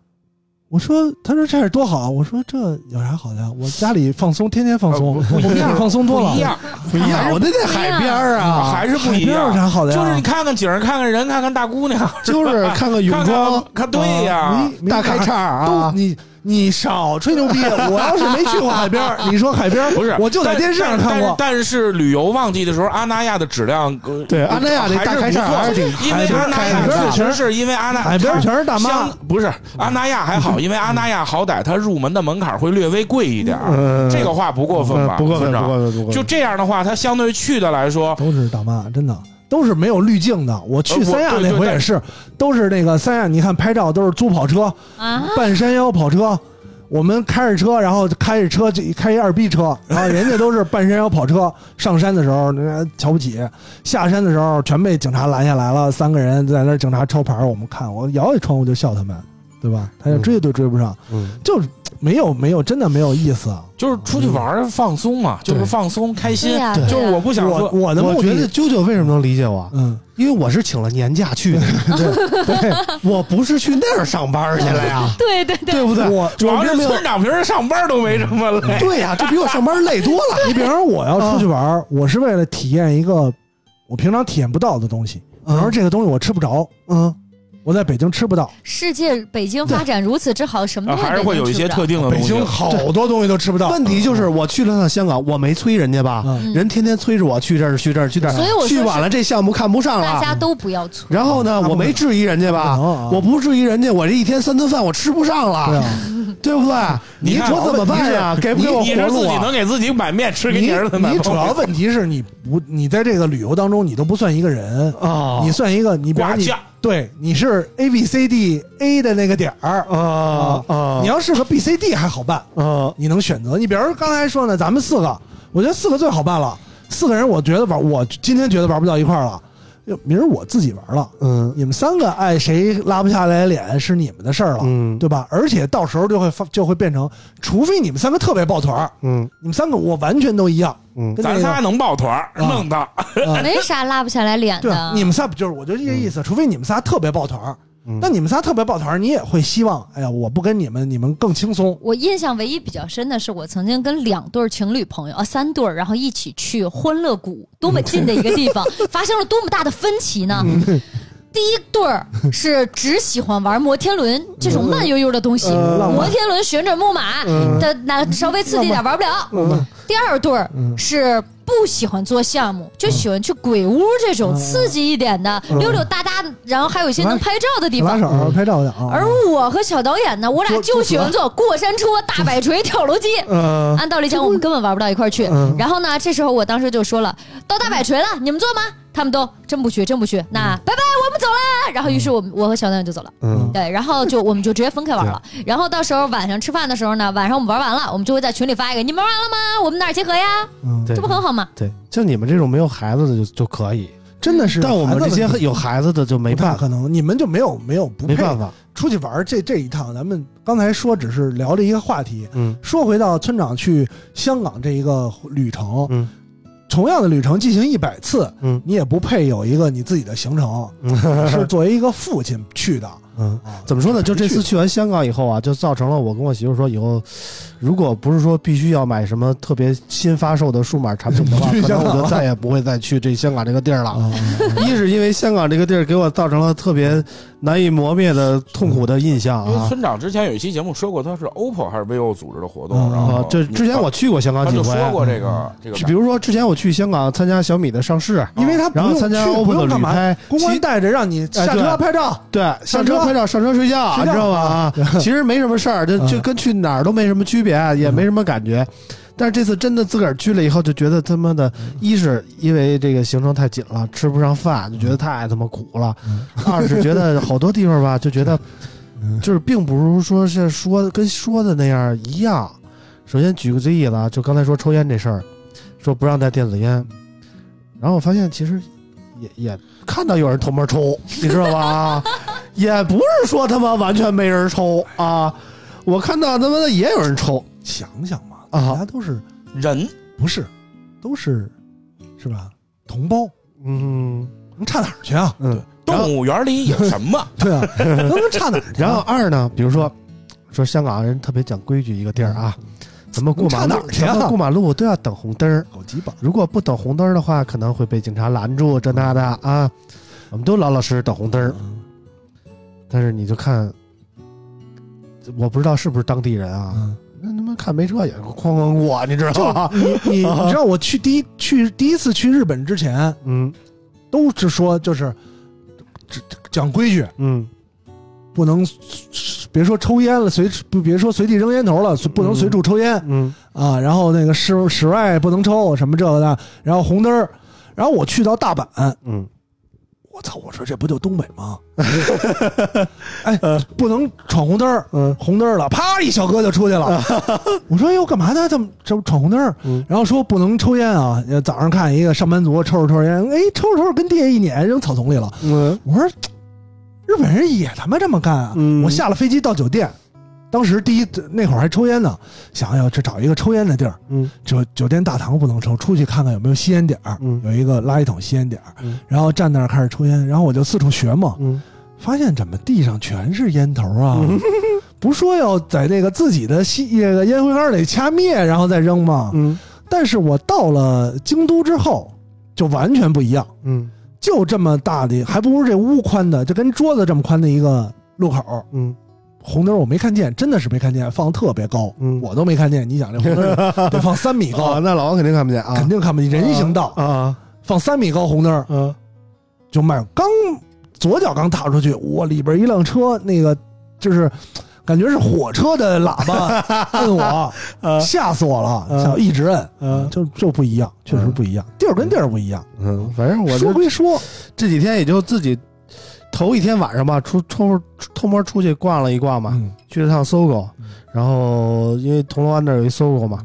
[SPEAKER 4] 我说，他说这样多好啊，我说这有啥好的呀？我家里放松，天天放松，
[SPEAKER 5] 呃不
[SPEAKER 4] 我
[SPEAKER 5] 不
[SPEAKER 4] 比
[SPEAKER 5] 一样
[SPEAKER 4] 你放松多了。
[SPEAKER 5] 不一样，啊
[SPEAKER 3] 不一样，我那在海边儿啊，
[SPEAKER 5] 还是不
[SPEAKER 4] 海
[SPEAKER 5] 一
[SPEAKER 4] 边有
[SPEAKER 5] 样。
[SPEAKER 4] 啥好的呀？啊
[SPEAKER 5] 就是你看看景儿，看看人，看看大姑娘，
[SPEAKER 3] 就是看
[SPEAKER 5] *laughs*
[SPEAKER 3] 看泳
[SPEAKER 5] 看
[SPEAKER 3] 装
[SPEAKER 5] 看，看对呀
[SPEAKER 4] 啊，没
[SPEAKER 3] 大开叉
[SPEAKER 4] 都
[SPEAKER 3] 啊，
[SPEAKER 4] 你你少吹牛逼！我要是没去过海
[SPEAKER 5] *laughs*
[SPEAKER 4] 边儿，你说海边儿
[SPEAKER 5] 不是，
[SPEAKER 4] 我就在
[SPEAKER 5] 但
[SPEAKER 4] 电视上
[SPEAKER 5] 但
[SPEAKER 4] 看过。
[SPEAKER 5] 但是但是旅游旺季的时候，阿那亚的质量呃
[SPEAKER 3] 对阿
[SPEAKER 4] 哎
[SPEAKER 3] 那亚那
[SPEAKER 5] 还
[SPEAKER 3] 大
[SPEAKER 5] 是
[SPEAKER 3] 开
[SPEAKER 5] 不
[SPEAKER 3] 叉
[SPEAKER 5] 错
[SPEAKER 3] 还是挺
[SPEAKER 5] 因为阿那
[SPEAKER 4] 海
[SPEAKER 5] 亚
[SPEAKER 4] 边儿
[SPEAKER 5] 确
[SPEAKER 4] 全
[SPEAKER 5] 实
[SPEAKER 4] 是
[SPEAKER 5] 是因为阿那
[SPEAKER 4] 海哎边儿全是大妈
[SPEAKER 5] 相，不是阿那亚还好，因为阿那亚好歹它入门的门槛会略微贵一点儿，
[SPEAKER 3] 嗯
[SPEAKER 5] 这个话不过分吧？
[SPEAKER 3] 嗯不过分，
[SPEAKER 5] 村
[SPEAKER 3] 不
[SPEAKER 5] 长
[SPEAKER 3] 过分，不过分。
[SPEAKER 5] 就这样的话，它相对于去的来说，
[SPEAKER 4] 都是大妈，真的都是没有滤镜的。我去
[SPEAKER 5] 呃我
[SPEAKER 4] 三亚
[SPEAKER 5] 对对
[SPEAKER 4] 那回也
[SPEAKER 5] 但
[SPEAKER 4] 是，都是那个三亚，你看拍照都是租跑车，
[SPEAKER 2] 啊，
[SPEAKER 4] 半山腰跑车。我们开着车，然后开着车就开一二逼车，然后人家都是半山腰跑车，上山的时候人家瞧不起，下山的时候全被警察拦下来了，三个人在那儿警察抄牌儿，我们看我摇起窗户就笑他们，对吧？他想追都追不上，
[SPEAKER 3] 嗯
[SPEAKER 4] 就是没有没有真的没有意思。啊
[SPEAKER 5] 就是出去玩儿放松嘛，就是放松开
[SPEAKER 2] 对
[SPEAKER 5] 心。
[SPEAKER 2] 呀，
[SPEAKER 3] 嗯对
[SPEAKER 5] 就是我不想
[SPEAKER 4] 我
[SPEAKER 5] 说，
[SPEAKER 4] 我的
[SPEAKER 3] 我
[SPEAKER 4] 目
[SPEAKER 3] 觉得
[SPEAKER 4] 的，
[SPEAKER 3] 啾啾为什么能理解我？
[SPEAKER 4] 嗯，
[SPEAKER 3] 因为我是请了年假去的，我不是去那儿上班去了呀，
[SPEAKER 2] 对对 *laughs* 对，
[SPEAKER 3] 对不对？
[SPEAKER 4] 我
[SPEAKER 5] 主要是
[SPEAKER 3] 并没有嗯
[SPEAKER 5] 村长平时上班都没这么累。
[SPEAKER 4] *laughs*
[SPEAKER 3] 对呀，这比我上班累多了。
[SPEAKER 5] *laughs*
[SPEAKER 3] 嗯
[SPEAKER 4] 你比方说我要出去玩儿，我是为了体验一个我平常体验不到的东西，比方说这个东西我吃不着，
[SPEAKER 3] 嗯，
[SPEAKER 4] 我在北京吃不到，
[SPEAKER 2] 世界北京发展如此之好，什么
[SPEAKER 5] 啊
[SPEAKER 2] 东西
[SPEAKER 5] 还是会有一些特定的东西。
[SPEAKER 4] 好多东西都吃不到
[SPEAKER 3] 问题就是我去了趟香港，我没催人家吧？
[SPEAKER 4] 嗯
[SPEAKER 3] 人天天催着我去这儿去这儿去这儿，
[SPEAKER 2] 所以我说
[SPEAKER 3] 去晚了这项目看不
[SPEAKER 5] 啊
[SPEAKER 3] 上
[SPEAKER 2] 大家
[SPEAKER 3] 了。
[SPEAKER 2] 都不要催。
[SPEAKER 3] 然后呢，
[SPEAKER 4] 那不可能
[SPEAKER 3] 我没质疑人家吧
[SPEAKER 4] 不可能啊？
[SPEAKER 3] 我不质疑人家，我这一天三顿饭我吃不上
[SPEAKER 4] 对
[SPEAKER 3] 了，
[SPEAKER 4] 啊，
[SPEAKER 3] 对不对？
[SPEAKER 5] 你
[SPEAKER 3] 你
[SPEAKER 5] 看
[SPEAKER 3] 说怎么办呀？给不给我
[SPEAKER 5] 你
[SPEAKER 3] 活
[SPEAKER 5] 是自
[SPEAKER 3] 路
[SPEAKER 5] 己
[SPEAKER 3] 啊
[SPEAKER 5] 能？给自己买面吃，给
[SPEAKER 4] 你
[SPEAKER 5] 儿子买
[SPEAKER 4] 你
[SPEAKER 5] 包
[SPEAKER 4] 主要问题是你不，你在这个旅游当中，你都不算一个人，
[SPEAKER 3] 啊，
[SPEAKER 4] 你算一个，你比
[SPEAKER 5] 挂
[SPEAKER 4] 方你
[SPEAKER 5] 架
[SPEAKER 4] 对，你是 A B C D A 的那个点儿，
[SPEAKER 3] 啊啊，
[SPEAKER 4] 你要是个 B C D 还好办，
[SPEAKER 3] 啊
[SPEAKER 4] 你能选择。你比如刚才说呢，咱们四个，我觉得四个最好办了。四个人，我觉得玩，我今天觉得玩不到一块儿了，哟明儿我自己玩了。
[SPEAKER 3] 嗯
[SPEAKER 4] 你们三个爱谁拉不下来脸是你们的事儿了，
[SPEAKER 3] 嗯
[SPEAKER 4] 对吧？而且到时候就会发就会变成，除非你们三个特别抱团儿，
[SPEAKER 3] 嗯
[SPEAKER 4] 你们三个我完全都一样，
[SPEAKER 3] 嗯
[SPEAKER 4] 跟那
[SPEAKER 5] 咱
[SPEAKER 4] 个
[SPEAKER 5] 仨能抱团儿，
[SPEAKER 3] 啊
[SPEAKER 5] 弄他。
[SPEAKER 2] 没啥拉不下来脸
[SPEAKER 4] 对啊
[SPEAKER 2] 的，
[SPEAKER 4] 你们仨不就是我就这个意思，除非你们仨特别抱团儿，
[SPEAKER 3] 嗯
[SPEAKER 4] 但你们仨特别抱团儿，你也会希望，哎呀，我不跟你们，你们更轻松。
[SPEAKER 2] 我印象唯一比较深的是，我曾经跟两对儿情侣朋友啊，三对儿，然后一起去欢乐谷，多么近的一个地
[SPEAKER 4] *laughs*
[SPEAKER 2] 方，发生了多么大的分歧呢？
[SPEAKER 4] 嗯
[SPEAKER 2] *laughs* 第一对儿是只喜欢玩摩天轮这种慢悠悠的东西，
[SPEAKER 4] 嗯浪漫嗯
[SPEAKER 2] 摩天
[SPEAKER 4] 嗯
[SPEAKER 2] 轮、旋转木马，它那稍微刺激点玩不了。第二对儿是不不喜欢做项目，就喜欢去鬼屋这
[SPEAKER 4] 嗯
[SPEAKER 2] 种刺激一点的，溜溜达达，然后还有一些能拍照的地
[SPEAKER 4] 手拉
[SPEAKER 2] 方。
[SPEAKER 4] 手拍照去啊。
[SPEAKER 2] 而我和小导演呢，我俩就喜欢坐过山车、大摆锤、跳楼机。
[SPEAKER 4] 嗯
[SPEAKER 2] 按道理讲，我们根本玩不到一块儿去
[SPEAKER 4] 嗯。
[SPEAKER 2] 然后呢，这时候我当时就说了，到大摆锤了，你们坐吗？他们都真不去，真不去。那拜拜，我们走了。然后于是我们我和小导演就走了。
[SPEAKER 3] 嗯，
[SPEAKER 2] 对，然后就我们就直接分开玩了。然后到时候晚上吃饭的时候呢，晚上我们玩完了，我们就会在群里发一个：你们玩完了吗？我们哪儿结合呀？
[SPEAKER 4] 嗯，
[SPEAKER 3] 对
[SPEAKER 2] 这不很好吗？
[SPEAKER 3] 对，像你们这种没有孩子的就就可以，
[SPEAKER 4] 真的是。
[SPEAKER 3] 但我们这些
[SPEAKER 4] 孩子
[SPEAKER 3] 有孩子的就没
[SPEAKER 4] 不大
[SPEAKER 3] 办法，
[SPEAKER 4] 可能，你们就没有没有不
[SPEAKER 3] 没
[SPEAKER 4] 配
[SPEAKER 3] 办法，
[SPEAKER 4] 出去玩儿这这一趟，咱们刚才说只是聊了一个话题，
[SPEAKER 3] 嗯
[SPEAKER 4] 说回到村长去香港这一个旅程，
[SPEAKER 3] 嗯，
[SPEAKER 4] 同样的旅程进行一百次，
[SPEAKER 3] 嗯
[SPEAKER 4] 你也不配有一个你自己的行程，
[SPEAKER 3] *laughs*
[SPEAKER 4] 是作为一个父亲去的，
[SPEAKER 3] 嗯。
[SPEAKER 4] 啊
[SPEAKER 3] 怎么说呢？就这次
[SPEAKER 4] 去
[SPEAKER 3] 去完香港以后啊，就造成了我跟我媳妇说，以后如果不是说必须要买什么特别新发售的数码产品的 *laughs* 话，
[SPEAKER 4] 去
[SPEAKER 3] 可能
[SPEAKER 4] 香港
[SPEAKER 3] 我
[SPEAKER 4] 了
[SPEAKER 3] 就再也不会再去这香港这个地儿了。
[SPEAKER 4] 啊，
[SPEAKER 3] 一是因为香港这个地儿给我造成了特别难以磨灭的痛苦的印象
[SPEAKER 5] 因为
[SPEAKER 3] 啊。
[SPEAKER 5] 村长之前有一期节目说过，他是 OPPO 还是 vivo 组织的活动，
[SPEAKER 4] 嗯
[SPEAKER 5] 然
[SPEAKER 3] 啊
[SPEAKER 5] 后，
[SPEAKER 3] 这之前我去过香
[SPEAKER 5] 他
[SPEAKER 3] 港几
[SPEAKER 5] 啊就
[SPEAKER 3] 回，
[SPEAKER 5] 说过这个这个感
[SPEAKER 3] 比
[SPEAKER 5] 觉，
[SPEAKER 3] 如说之前我去香港参加小米的上
[SPEAKER 5] 哦
[SPEAKER 3] 市，啊
[SPEAKER 4] 因为他不
[SPEAKER 3] 哦然后
[SPEAKER 4] 用
[SPEAKER 3] 参加
[SPEAKER 4] 去
[SPEAKER 3] OPPO
[SPEAKER 4] 不
[SPEAKER 3] 的
[SPEAKER 4] 用
[SPEAKER 3] 旅
[SPEAKER 4] 干嘛，
[SPEAKER 3] 拍，
[SPEAKER 4] 公
[SPEAKER 3] 其
[SPEAKER 4] 关带着让你
[SPEAKER 3] 哎
[SPEAKER 4] 下
[SPEAKER 3] 对
[SPEAKER 4] 车拍照，
[SPEAKER 3] 对，上
[SPEAKER 4] 上车
[SPEAKER 3] 车拍照，上车睡觉，
[SPEAKER 4] 睡觉
[SPEAKER 3] 你知道吧？ *laughs* 啊，其实没什么事儿，就
[SPEAKER 4] 嗯
[SPEAKER 3] 就跟去哪儿都没什么区别，啊也没什么感觉。但是这次真的自个儿去了以后，就觉得他妈的，一是因为这个行程太紧了，吃不上饭，就觉得太他妈苦了； *laughs* 二是觉得好多地方吧，就觉得就是并不如说是说跟说的那样一样。首先举个例子啊，就刚才说抽烟这事儿，说不让带电子烟，然后我发现其实也也看到有人偷摸抽，你知道吧？啊也不是说他妈完全没人抽啊，我看到他妈的也有人抽
[SPEAKER 4] 想想嘛，
[SPEAKER 3] 啊
[SPEAKER 4] 大家都是
[SPEAKER 5] 人
[SPEAKER 4] 不是都是是吧？同胞，
[SPEAKER 3] 嗯
[SPEAKER 4] 能差哪儿去啊？
[SPEAKER 3] 嗯。
[SPEAKER 5] 动物园里有什么？
[SPEAKER 3] *laughs*
[SPEAKER 4] 对啊，能差哪儿去啊？
[SPEAKER 3] 然后二呢，比如说说香港人特别讲规矩一个地儿啊，咱们过马
[SPEAKER 4] 你差哪
[SPEAKER 3] 路，
[SPEAKER 4] 儿去啊
[SPEAKER 3] 咱们过马路都要等红灯儿，
[SPEAKER 4] 狗鸡巴，
[SPEAKER 3] 如果不等红灯儿的话，可能会被警察拦住这那的啊。我们都老老实实等红灯儿，但是你就看，我不知道是不是当地人啊，
[SPEAKER 4] 嗯。
[SPEAKER 3] 那他妈看没车也哐哐过，你知道吧？
[SPEAKER 4] 你你知道我去第一去第一次去日本之前，
[SPEAKER 3] 嗯
[SPEAKER 4] 都是说就是这这讲规矩，
[SPEAKER 3] 嗯
[SPEAKER 4] 不能别说抽烟了，随不别说随地扔烟头了，随不能
[SPEAKER 3] 嗯
[SPEAKER 4] 随处抽烟、
[SPEAKER 3] 嗯
[SPEAKER 4] 啊。然后那个室室外不能抽什么这个的，然后红灯儿。然后我去到大阪，
[SPEAKER 3] 嗯，
[SPEAKER 4] 我操！我说这不就东北
[SPEAKER 3] *laughs*
[SPEAKER 4] 吗？哎，不能闯红灯儿，
[SPEAKER 3] 嗯
[SPEAKER 4] 红灯儿了，啪一小哥就出
[SPEAKER 3] *laughs*
[SPEAKER 4] 去了。我说哎哟，干嘛呢？这么这不闯红灯儿？
[SPEAKER 3] 嗯
[SPEAKER 4] 然后说不能抽烟啊。呃早上看一个上班族抽着抽着烟，哎，抽着抽着跟地下一撵扔草丛里了。
[SPEAKER 3] 嗯
[SPEAKER 4] 我说日本人也他妈这么干啊！
[SPEAKER 3] 嗯
[SPEAKER 4] 我下了飞机到酒店，当时第一那会儿还抽烟呢，想要这找一个抽烟的地儿。
[SPEAKER 3] 嗯
[SPEAKER 4] 酒酒店大堂不能抽，出去看看有没有吸烟点儿，
[SPEAKER 3] 嗯
[SPEAKER 4] 有一个垃圾桶吸烟点儿，
[SPEAKER 3] 嗯
[SPEAKER 4] 然后站那儿开始抽烟，然后我就四处学嘛，
[SPEAKER 3] 嗯
[SPEAKER 4] 发现怎么地上全是烟头啊？
[SPEAKER 3] 嗯
[SPEAKER 4] 不说要在那个自己的吸那个烟灰缸里掐灭然后再扔吗？
[SPEAKER 3] 嗯
[SPEAKER 4] 但是我到了京都之后就完全不一样，
[SPEAKER 3] 嗯
[SPEAKER 4] 就这么大的，还不如这屋宽的，就跟桌子这么宽的一个路口，
[SPEAKER 3] 嗯
[SPEAKER 4] 红灯我没看见，真的是没看见，放得特别高，
[SPEAKER 3] 嗯
[SPEAKER 4] 我都没看见。你想这红灯儿得放三米高，
[SPEAKER 3] 哦，那老王肯定看不见啊，
[SPEAKER 4] 肯定看不见，人行道、
[SPEAKER 3] 啊
[SPEAKER 4] 放三米高红灯儿
[SPEAKER 3] 啊
[SPEAKER 4] 就迈，刚左脚刚踏出去，我里边一辆车，那个就是感觉是火车的喇叭摁我，吓死我了，
[SPEAKER 3] 嗯
[SPEAKER 4] 想一直摁，
[SPEAKER 3] 嗯
[SPEAKER 4] 就就不一样，确实不一样，地儿跟地儿不一样。
[SPEAKER 3] 嗯，反正我
[SPEAKER 4] 说
[SPEAKER 3] 就
[SPEAKER 4] 归说，
[SPEAKER 3] 这几天也就自己头一天晚上吧，出偷偷摸出去逛了一逛嘛，
[SPEAKER 4] 嗯
[SPEAKER 3] 去了趟搜狗
[SPEAKER 4] 嗯，
[SPEAKER 3] 然后因为铜锣湾那儿有一搜狗嘛，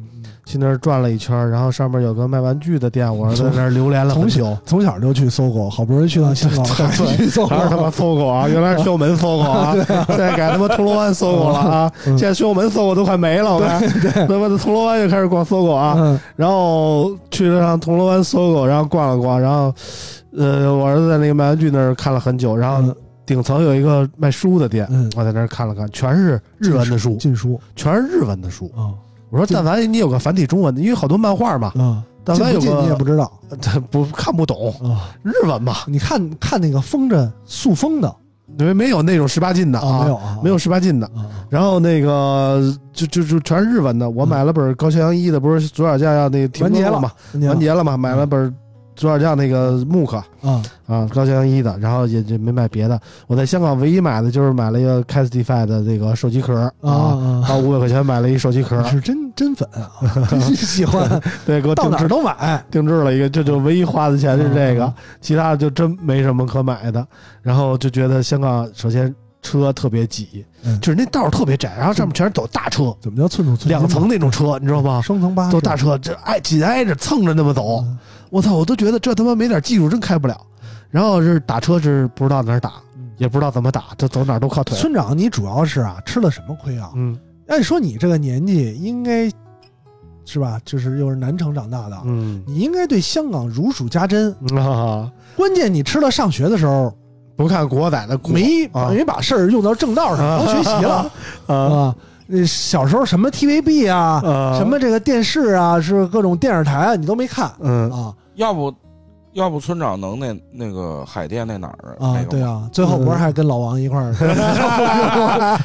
[SPEAKER 3] 去那儿转了一圈儿，然后上面有个卖玩具的店，我儿子在那儿流连了很
[SPEAKER 4] 从
[SPEAKER 3] 久
[SPEAKER 4] 小。从小就去搜狗，好不容易去趟香港，再去搜狗
[SPEAKER 3] 还是他妈搜狗
[SPEAKER 4] *laughs*
[SPEAKER 3] 啊！原来是宣武门搜狗啊，现在改他妈铜锣湾搜狗了啊！
[SPEAKER 4] 嗯
[SPEAKER 3] 现在宣武门搜狗都快没了，我看他妈的铜锣湾就开始逛搜狗啊！
[SPEAKER 4] 嗯
[SPEAKER 3] 然后去了趟铜锣湾搜狗，然后逛了逛，然后，呃，我儿子在那个卖玩具那儿看了很久，然后
[SPEAKER 4] 嗯
[SPEAKER 3] 顶层有一个卖书的店，
[SPEAKER 4] 嗯
[SPEAKER 3] 我在那儿看了看，全是日文的书，
[SPEAKER 4] 禁书
[SPEAKER 3] 全是日文的书。
[SPEAKER 4] 啊
[SPEAKER 3] 我说，但凡你有个繁体中文的，因为好多漫画嘛，
[SPEAKER 4] 啊，
[SPEAKER 3] 但
[SPEAKER 4] 禁
[SPEAKER 3] 凡
[SPEAKER 4] 不
[SPEAKER 3] 有
[SPEAKER 4] 禁你也不
[SPEAKER 3] 个
[SPEAKER 4] 知道
[SPEAKER 3] *laughs* 这不看不懂
[SPEAKER 4] 啊。
[SPEAKER 3] 日文嘛，
[SPEAKER 4] 你看看那个封着塑封的，
[SPEAKER 3] 没没有那种十八禁的啊，
[SPEAKER 4] 没有啊，
[SPEAKER 3] 没有十八禁的。
[SPEAKER 4] 啊啊
[SPEAKER 3] 然后那个就就就全是日文的，我买了本高桥洋一的，不是左脚架要那个停
[SPEAKER 4] 完结
[SPEAKER 3] 更
[SPEAKER 4] 了嗯
[SPEAKER 3] 嘛，
[SPEAKER 4] 你好
[SPEAKER 3] 完结了嘛，买了本左脚架那个木克
[SPEAKER 4] 啊，
[SPEAKER 3] 啊，高桥洋一的，然后也也没买别的。我在香港唯一买的就是买了一个 Castify 的这个手机壳
[SPEAKER 4] 啊啊
[SPEAKER 3] 花五百块钱买了一手机壳
[SPEAKER 4] 你，是真真粉啊，真是喜欢，
[SPEAKER 3] 对，给我
[SPEAKER 4] 到
[SPEAKER 3] 定
[SPEAKER 4] 哪
[SPEAKER 3] 制
[SPEAKER 4] 儿都买。
[SPEAKER 3] 定制了一个，这就唯一花的钱是这个
[SPEAKER 4] 嗯，
[SPEAKER 3] 其他的就真没什么可买的。然后就觉得香港首先车特别挤，
[SPEAKER 4] 嗯
[SPEAKER 3] 就是那道儿特别窄，然后上面全是走大车，
[SPEAKER 4] 怎么叫寸土寸金
[SPEAKER 3] 两层
[SPEAKER 4] 嘛
[SPEAKER 3] 那种车，你知道吗？
[SPEAKER 4] 双层八
[SPEAKER 3] 都大车，这挨紧挨着蹭着那么走，
[SPEAKER 4] 嗯
[SPEAKER 3] 我操，我都觉得这他妈没点技术真开不了。然后是打车是不知道哪儿打
[SPEAKER 4] 嗯，
[SPEAKER 3] 也不知道怎么打，就走哪儿都靠腿。
[SPEAKER 4] 村长，你主要是啊，吃了什么亏啊？
[SPEAKER 3] 嗯
[SPEAKER 4] 按说你这个年纪应该是吧，就是又是南城长大的，
[SPEAKER 3] 嗯
[SPEAKER 4] 你应该对香港如数家珍。
[SPEAKER 3] 嗯啊，
[SPEAKER 4] 关键你吃了上学的时候
[SPEAKER 3] 不看国仔的国
[SPEAKER 4] 没、
[SPEAKER 3] 啊
[SPEAKER 4] 没把事儿用到正道上，都学习了
[SPEAKER 3] *laughs* 啊
[SPEAKER 4] 啊。那小时候什么 TVB 啊，
[SPEAKER 3] 啊
[SPEAKER 4] 什么这个电视啊，是各种电视台啊，你都没看
[SPEAKER 3] 嗯
[SPEAKER 4] 啊
[SPEAKER 5] *laughs* 要不要不村长能那那个海淀那哪儿
[SPEAKER 3] 哎
[SPEAKER 4] 啊，对，啊。最后不是还跟老王一块
[SPEAKER 3] 嗯
[SPEAKER 4] 儿，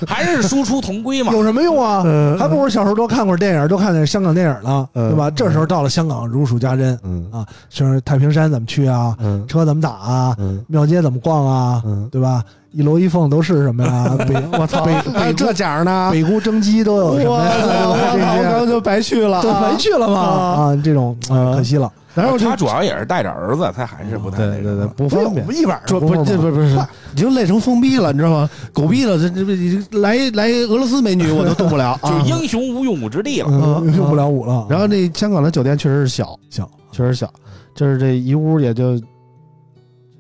[SPEAKER 5] 还是输出同
[SPEAKER 3] *laughs*
[SPEAKER 5] 归嘛。
[SPEAKER 4] 有什么用啊？
[SPEAKER 3] 嗯
[SPEAKER 4] 还不如小时候多看会儿电影，多看点香港电影呢，
[SPEAKER 3] 嗯
[SPEAKER 4] 对吧？这时候到了香港如数家珍，
[SPEAKER 3] 嗯
[SPEAKER 4] 就是太平山怎么去啊，
[SPEAKER 3] 嗯
[SPEAKER 4] 车怎么打啊，
[SPEAKER 3] 嗯
[SPEAKER 4] 庙街怎么逛啊，
[SPEAKER 3] 嗯，
[SPEAKER 4] 对吧？一楼一凤都是什么呀？北
[SPEAKER 3] *laughs*
[SPEAKER 4] 我操，北
[SPEAKER 3] 哎这假呢？哎
[SPEAKER 4] 北姑蒸鸡都有什么呀？
[SPEAKER 3] 我操，
[SPEAKER 4] 这
[SPEAKER 3] 刚就白去了
[SPEAKER 4] 些都白去了嘛
[SPEAKER 3] 啊
[SPEAKER 4] 啊！这种哎可惜了，
[SPEAKER 3] 然后就
[SPEAKER 5] 他主要也是带着儿子，他还是不太
[SPEAKER 3] 对
[SPEAKER 5] 那什
[SPEAKER 3] 对对
[SPEAKER 5] 么，
[SPEAKER 3] 不方便
[SPEAKER 4] 不。是一晚上
[SPEAKER 3] 这
[SPEAKER 4] 功
[SPEAKER 3] 不是
[SPEAKER 4] 夫吗
[SPEAKER 3] 这不是不是，你就累成疯逼了，你知道吗？狗逼了，这这这来来俄罗斯美女我都动不了啊。
[SPEAKER 5] *laughs* 就是英雄无用武之地了。
[SPEAKER 4] 嗯用不了武了。
[SPEAKER 3] 然后那香港的酒店确实是小，
[SPEAKER 4] 小，
[SPEAKER 3] 确实小，就是这一屋也就